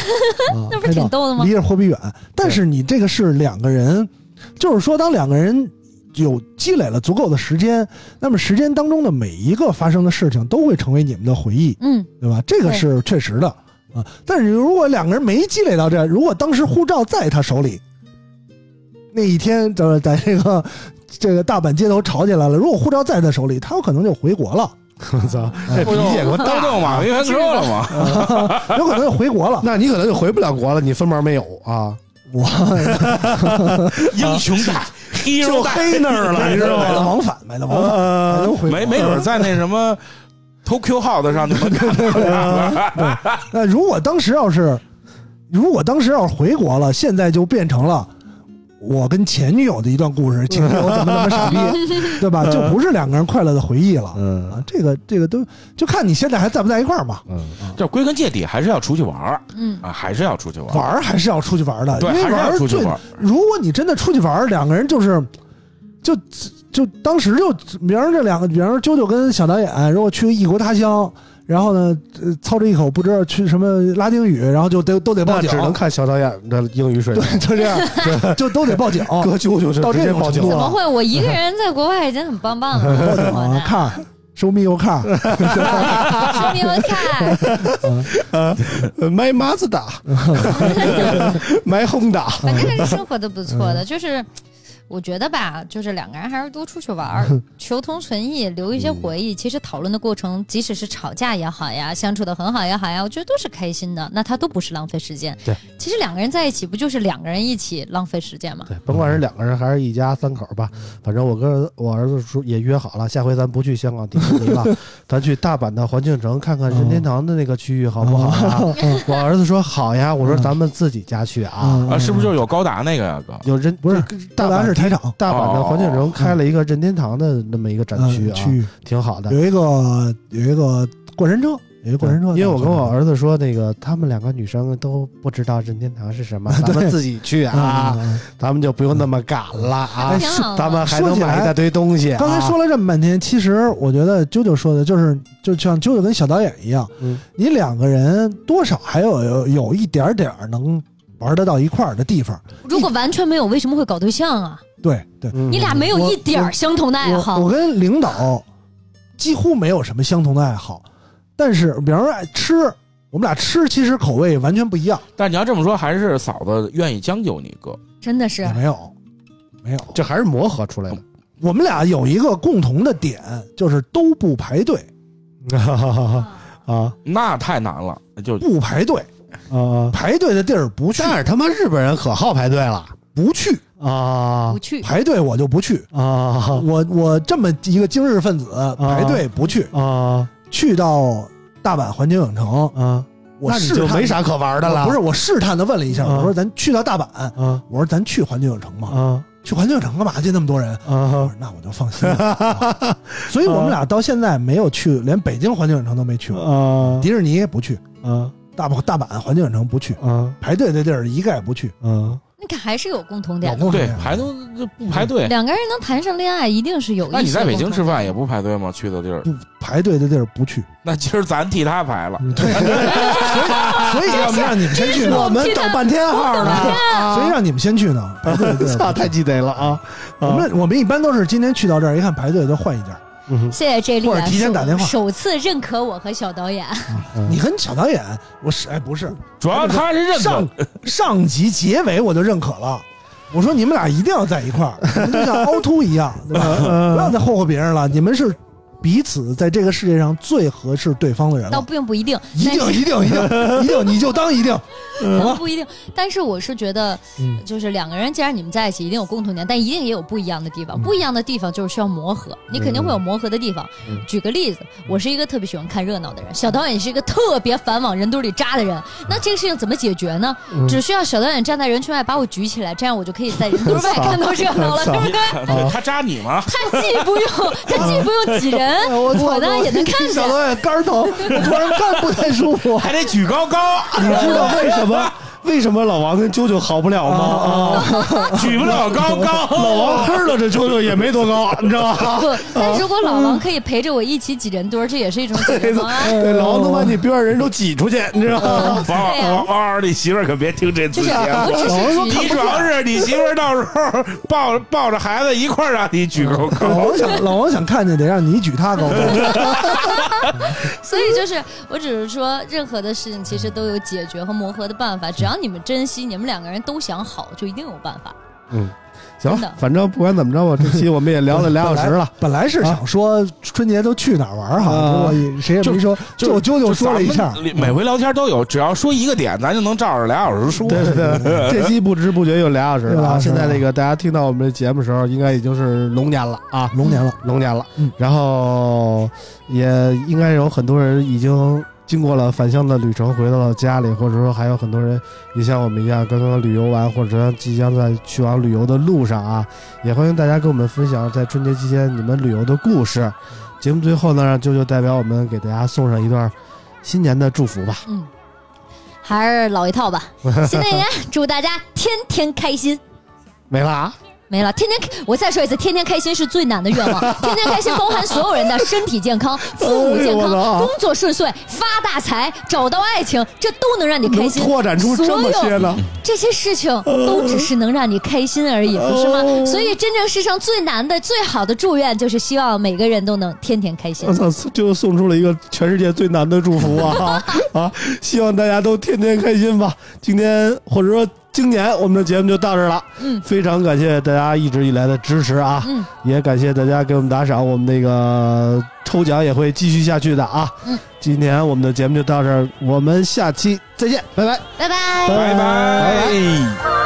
[SPEAKER 4] 啊、
[SPEAKER 2] *laughs* 那不
[SPEAKER 4] 拍
[SPEAKER 2] 是挺
[SPEAKER 4] 照
[SPEAKER 2] 逗的吗
[SPEAKER 4] 离着货币远。但是你这个是两个人，就是说当两个人。有积累了足够的时间，那么时间当中的每一个发生的事情都会成为你们的回忆。
[SPEAKER 2] 嗯，
[SPEAKER 4] 对吧？这个
[SPEAKER 2] 对
[SPEAKER 4] 是确实的啊。但是如果两个人没积累到这，如果当时护照在他手里，那一天就是在这个这个大阪街头吵起来了，如果护照在他手里，他有可能就回国了，
[SPEAKER 3] 我操，
[SPEAKER 5] 哎
[SPEAKER 3] 这哎理解我
[SPEAKER 5] 都
[SPEAKER 3] 大
[SPEAKER 5] 弄马
[SPEAKER 3] 嘛？
[SPEAKER 5] 云元哥了嘛？
[SPEAKER 4] 有可能就回国了。
[SPEAKER 3] 那你可能就回不了国了，你分毛没有啊？
[SPEAKER 5] 英雄大 hero
[SPEAKER 3] 就
[SPEAKER 5] 大，
[SPEAKER 3] 黑那儿 *laughs* 了，你知道
[SPEAKER 4] 买了
[SPEAKER 3] 吗？
[SPEAKER 4] 往返，买了往返，还
[SPEAKER 3] 呃
[SPEAKER 4] 能回国
[SPEAKER 5] 没没准在那什么 Tokyo House 上就能看到了。
[SPEAKER 4] 那如果当时要是，如果当时要是回国了，现在就变成了。我跟前女友的一段
[SPEAKER 5] *laughs*
[SPEAKER 4] 故事，前女友怎么怎么傻逼，对
[SPEAKER 5] 嗯
[SPEAKER 4] 吧？就不是两个人快乐的回忆了
[SPEAKER 3] 嗯
[SPEAKER 4] 啊！这个这个都就看你现在还在不在一块儿嘛。
[SPEAKER 5] 嗯 *laughs* 这归根结底还是要出去玩儿
[SPEAKER 2] 嗯
[SPEAKER 5] 啊，还是要出去玩
[SPEAKER 4] 玩
[SPEAKER 5] 儿。
[SPEAKER 4] 儿还是要出去玩儿的，
[SPEAKER 5] 对
[SPEAKER 4] 因为
[SPEAKER 5] 还是
[SPEAKER 4] 玩
[SPEAKER 5] 要
[SPEAKER 4] 儿
[SPEAKER 5] 出去
[SPEAKER 4] 最
[SPEAKER 5] 玩儿
[SPEAKER 4] 如果你真的出去玩儿，两个人就是，就就当时就，比方说这两个，比方说啾啾跟小导演，如果去异国他乡，然后呢，呃操着一口不知道去什么拉丁语，然后就得都得报
[SPEAKER 3] 那
[SPEAKER 4] 警
[SPEAKER 3] 只，能看小导演的英语水平。
[SPEAKER 4] *laughs* 就这
[SPEAKER 3] *laughs*
[SPEAKER 4] 样，就都得报警。
[SPEAKER 3] 哥舅舅是
[SPEAKER 4] 到
[SPEAKER 3] 直
[SPEAKER 4] 这
[SPEAKER 3] 接
[SPEAKER 4] 种
[SPEAKER 3] 报警
[SPEAKER 4] 程度
[SPEAKER 2] 怎
[SPEAKER 4] 了
[SPEAKER 2] 么
[SPEAKER 3] 了，
[SPEAKER 2] 会？我一个人在国外已经很棒
[SPEAKER 4] *laughs*
[SPEAKER 2] 棒了。
[SPEAKER 4] 啊，
[SPEAKER 2] 我
[SPEAKER 4] 看，show me your car，
[SPEAKER 2] 的，说明我
[SPEAKER 3] *laughs*
[SPEAKER 2] 看，
[SPEAKER 3] 买马自达，买 Honda，
[SPEAKER 2] 反正还是生活的不错的，就是。我觉得吧，就是两个人还是多出去玩儿，求同存异，留一些回忆。其实讨论的过程，即使是吵架也好呀，相处的很好也好呀，我觉得都是开心的。那他都不是浪费时间。
[SPEAKER 3] 对，
[SPEAKER 2] 其实两个人在一起，不就是两个人一起浪费时间吗？
[SPEAKER 3] 对，甭管是两个人还是一家三口吧，反正我跟我儿子说也约好了，下回咱不去香港迪士尼 *laughs* 了，咱去大阪的环球影城看看任天堂的那个区域好不好 *laughs* 啊？我儿子说好呀，我说咱们自己家去啊，
[SPEAKER 5] 啊，是不是就是有高达那个呀，哥？
[SPEAKER 3] 有人
[SPEAKER 4] 不是
[SPEAKER 3] 大
[SPEAKER 4] 嗯大
[SPEAKER 3] 阪
[SPEAKER 4] 阪是台场
[SPEAKER 3] 大阪的环球影城开了一个任天堂的那么一个展
[SPEAKER 4] 嗯
[SPEAKER 3] 区啊，
[SPEAKER 4] 区域
[SPEAKER 3] 挺好的。
[SPEAKER 4] 有一个有一个过山车，有一个过山车，
[SPEAKER 3] 因为我跟我儿子说，那个他们两个女生都不知道任天堂是什么，咱们自己去啊。
[SPEAKER 4] 嗯。嗯嗯
[SPEAKER 3] 咱们就不用那么赶了啊
[SPEAKER 2] 哎挺好！的
[SPEAKER 3] 咱们还能买一大堆东西啊。
[SPEAKER 4] 刚才说了这么半天，其实我觉得啾啾说的就是，就像啾啾跟小导演一样，
[SPEAKER 3] 嗯
[SPEAKER 4] 你两个人多少还有有有一点点儿能玩得到一块儿的地方。
[SPEAKER 2] 如果完全没有，为什么会搞对象啊？
[SPEAKER 4] 对对，
[SPEAKER 3] 嗯
[SPEAKER 2] 你俩没有
[SPEAKER 4] 我
[SPEAKER 2] 一点儿相同的爱
[SPEAKER 4] 我
[SPEAKER 2] 好
[SPEAKER 4] 我，跟领导几乎没有什么相同的爱好，但是比方说爱吃，我们俩吃其实口味完全不一样，
[SPEAKER 5] 但你要这么说，还是嫂子愿意将就你哥。
[SPEAKER 2] 真的是
[SPEAKER 4] 也没有，没有。
[SPEAKER 3] 这还是磨合出来的。
[SPEAKER 4] 我们俩有一个共同的点，就是都不排队，
[SPEAKER 3] 啊
[SPEAKER 5] 那太难了，就
[SPEAKER 4] 不排队，
[SPEAKER 3] 啊！
[SPEAKER 4] 排队的地儿不去，
[SPEAKER 3] 但是他妈日本人可好排队了
[SPEAKER 4] 不去，
[SPEAKER 3] 啊
[SPEAKER 2] 不去。
[SPEAKER 4] 排队我就不去。
[SPEAKER 3] 啊
[SPEAKER 4] 我我这么一个今日分子，
[SPEAKER 3] 嗯
[SPEAKER 4] 排队不去，
[SPEAKER 3] 啊
[SPEAKER 4] 去到大阪环球影城，
[SPEAKER 3] 啊！
[SPEAKER 4] 我
[SPEAKER 3] 那你
[SPEAKER 4] 试
[SPEAKER 3] 就
[SPEAKER 4] 探
[SPEAKER 3] 没啥可玩的了。
[SPEAKER 4] 不是，我试探的问了一下，
[SPEAKER 3] 啊
[SPEAKER 4] 我说咱去到大阪，
[SPEAKER 3] 啊
[SPEAKER 4] 我说咱去环球影城吗？
[SPEAKER 3] 啊
[SPEAKER 4] 去环球影城干嘛去？那么多人。我
[SPEAKER 3] 啊
[SPEAKER 4] 说那我就放心了， *laughs* 啊所以我们俩到现在没有去，连北京环球影城都没去过，
[SPEAKER 3] 啊
[SPEAKER 4] 迪士尼也不去，
[SPEAKER 3] 啊
[SPEAKER 4] 大阪大阪环球影城不去，
[SPEAKER 3] 啊
[SPEAKER 4] 排队的地儿一概不去。
[SPEAKER 3] 啊！
[SPEAKER 2] 那个还是有共同
[SPEAKER 4] 老
[SPEAKER 2] 点的。
[SPEAKER 4] 公是
[SPEAKER 5] 对
[SPEAKER 4] 这样
[SPEAKER 5] 排队不排队。
[SPEAKER 2] 两个人能谈上恋爱，一定是有一些
[SPEAKER 5] 那
[SPEAKER 2] 共同
[SPEAKER 5] 你
[SPEAKER 2] 点。
[SPEAKER 5] 在北京吃饭也不排队吗？去的地儿，
[SPEAKER 4] 不排队的地儿不去，
[SPEAKER 5] 那今儿咱替他排了。
[SPEAKER 4] 对，所以所以让让你们先去呢，
[SPEAKER 3] 我们等半天号呢
[SPEAKER 4] 所以
[SPEAKER 3] 啊！
[SPEAKER 4] 让你们先去呢。排队的地儿不去
[SPEAKER 3] 操，太鸡贼了啊！
[SPEAKER 4] 我们我们一般都是今天去到这儿，一看排队就换一家。
[SPEAKER 2] 谢谢这里
[SPEAKER 4] 或者提前打电话
[SPEAKER 2] 首次认可我和小导演，
[SPEAKER 4] 你跟小导演，我是哎不是
[SPEAKER 5] 主要他是认
[SPEAKER 4] 上
[SPEAKER 5] 可，
[SPEAKER 4] 上集结尾我就认可了。我说你们俩一定要在一块儿，你们就像凹凸一样，对吧？不要再霍霍别人了，你们是彼此在这个世界上最合适对方的人
[SPEAKER 2] *laughs* 倒
[SPEAKER 4] 了。
[SPEAKER 2] 并不一定，
[SPEAKER 4] 一
[SPEAKER 2] 但
[SPEAKER 4] 定
[SPEAKER 2] 是
[SPEAKER 4] 一定一定
[SPEAKER 2] *laughs*
[SPEAKER 4] 一定，你就当一定，好吧？
[SPEAKER 2] 不一定。但是我是觉得，
[SPEAKER 4] 嗯
[SPEAKER 2] 就是两个人，既然你们在一起，一定有共同点，但一定也有不一样的地
[SPEAKER 4] 嗯
[SPEAKER 2] 方。不一样的地方就是需要磨合，你肯定会有磨合的地方。
[SPEAKER 4] 嗯
[SPEAKER 2] 举个例子，我是一个特别喜欢看热闹的人，小导演是一个特别烦往人堆里扎的人。那这个事情怎么解决呢？
[SPEAKER 4] 嗯
[SPEAKER 2] 只需要小导演站在人群外把我举起来，这样我就可以
[SPEAKER 4] *laughs*
[SPEAKER 2] 在人堆外看到热闹了，对不对？
[SPEAKER 5] 对 *laughs* 他扎你吗？
[SPEAKER 2] 他既不用他既不用挤人，
[SPEAKER 4] 哎
[SPEAKER 2] 我呢也
[SPEAKER 4] *laughs*
[SPEAKER 2] 能看见
[SPEAKER 4] 小。导演肝
[SPEAKER 2] *laughs*
[SPEAKER 4] 疼，我突然看不太舒服。
[SPEAKER 5] 还得举高高， *laughs*
[SPEAKER 3] 你知道为什么为什么老王跟啾啾好不了吗？啊，
[SPEAKER 5] 举不了高高。
[SPEAKER 3] 老王黑了这啾啾也没多高，你知道吗？
[SPEAKER 2] 不，但如果老王可以陪着我一起挤人堆儿，这也是一种解决方案。啊
[SPEAKER 3] 对，老王能把你边上人都挤出去，你知道吗？
[SPEAKER 5] 王
[SPEAKER 2] 对呀
[SPEAKER 5] 王王二，你媳妇儿可别听这
[SPEAKER 2] 就
[SPEAKER 5] 自
[SPEAKER 2] 是
[SPEAKER 5] 己啊
[SPEAKER 2] 我！只是举
[SPEAKER 5] 你
[SPEAKER 2] 一
[SPEAKER 5] 主要是你媳妇儿到时候抱抱着孩子一块儿让你举高高。
[SPEAKER 4] 老王想，老王想看见，得让你举他高高。
[SPEAKER 2] 所以就是，我只是说，任何的事情其实都有解决和磨合的办法，只要你们珍惜，你们两个人都想好，就一定有办法。
[SPEAKER 3] 行
[SPEAKER 2] 真的，
[SPEAKER 3] 反正不管怎么着吧，这期我们也聊了俩小时了。
[SPEAKER 4] 本来是想说春节都去哪儿玩哈，
[SPEAKER 3] 啊
[SPEAKER 4] 结果谁也没说，就啾啾说了一下
[SPEAKER 5] 咱。们每回聊天都有，只要说一个点，咱就能照着俩小时
[SPEAKER 4] *laughs*
[SPEAKER 5] 说。
[SPEAKER 3] 对对对， *laughs* 这期不知不觉又俩小时了啊。
[SPEAKER 4] 又俩小时
[SPEAKER 3] 现
[SPEAKER 4] 了
[SPEAKER 3] 在这个大家听到我们这节目的时候，应该已经是龙年了啊，
[SPEAKER 4] 龙年了，
[SPEAKER 3] 龙年了
[SPEAKER 4] 嗯。
[SPEAKER 3] 然后也应该有很多人已经经过了返乡的旅程，回到了家里，或者说还有很多人也像我们一样刚刚旅游完，或者说即将在去往旅游的路上啊，也欢迎大家跟我们分享在春节期间你们旅游的故事。节目最后呢，让啾啾代表我们给大家送上一段新年的祝福吧。
[SPEAKER 2] 嗯，还是老一套吧。新的一年，祝大家天天开心。
[SPEAKER 3] 没了啊，
[SPEAKER 2] 没了，天天我再说一次，天天开心是最难的愿望。
[SPEAKER 3] *laughs*
[SPEAKER 2] 天天开心包含所有人的身体健康、父母健
[SPEAKER 3] 哎呦我
[SPEAKER 2] 康、
[SPEAKER 3] 的啊
[SPEAKER 2] 工作顺遂、发大财、找到爱情，这都能让你开
[SPEAKER 3] 能
[SPEAKER 2] 心。
[SPEAKER 3] 拓展出这么
[SPEAKER 2] 所
[SPEAKER 3] 些
[SPEAKER 2] 有
[SPEAKER 3] 呢？
[SPEAKER 2] 这些事情都只是能让你开心而
[SPEAKER 3] 哦
[SPEAKER 2] 已，不是吗？所以，真正世上最难的、最好的祝愿，就是希望每个人都能天天开心
[SPEAKER 3] 我。操，就送出了一个全世界最难的祝福啊啊！希望大家都天天开心吧。今天或者说今年我们的节目就到这儿了，
[SPEAKER 2] 嗯
[SPEAKER 3] 非常感谢大家一直以来的支持啊，
[SPEAKER 2] 嗯
[SPEAKER 3] 也感谢大家给我们打赏，我们那个抽奖也会继续下去的啊。
[SPEAKER 2] 嗯，
[SPEAKER 3] 今年我们的节目就到这儿，我们下期再见，拜拜。
[SPEAKER 2] 拜拜。
[SPEAKER 4] 哎
[SPEAKER 5] 拜拜。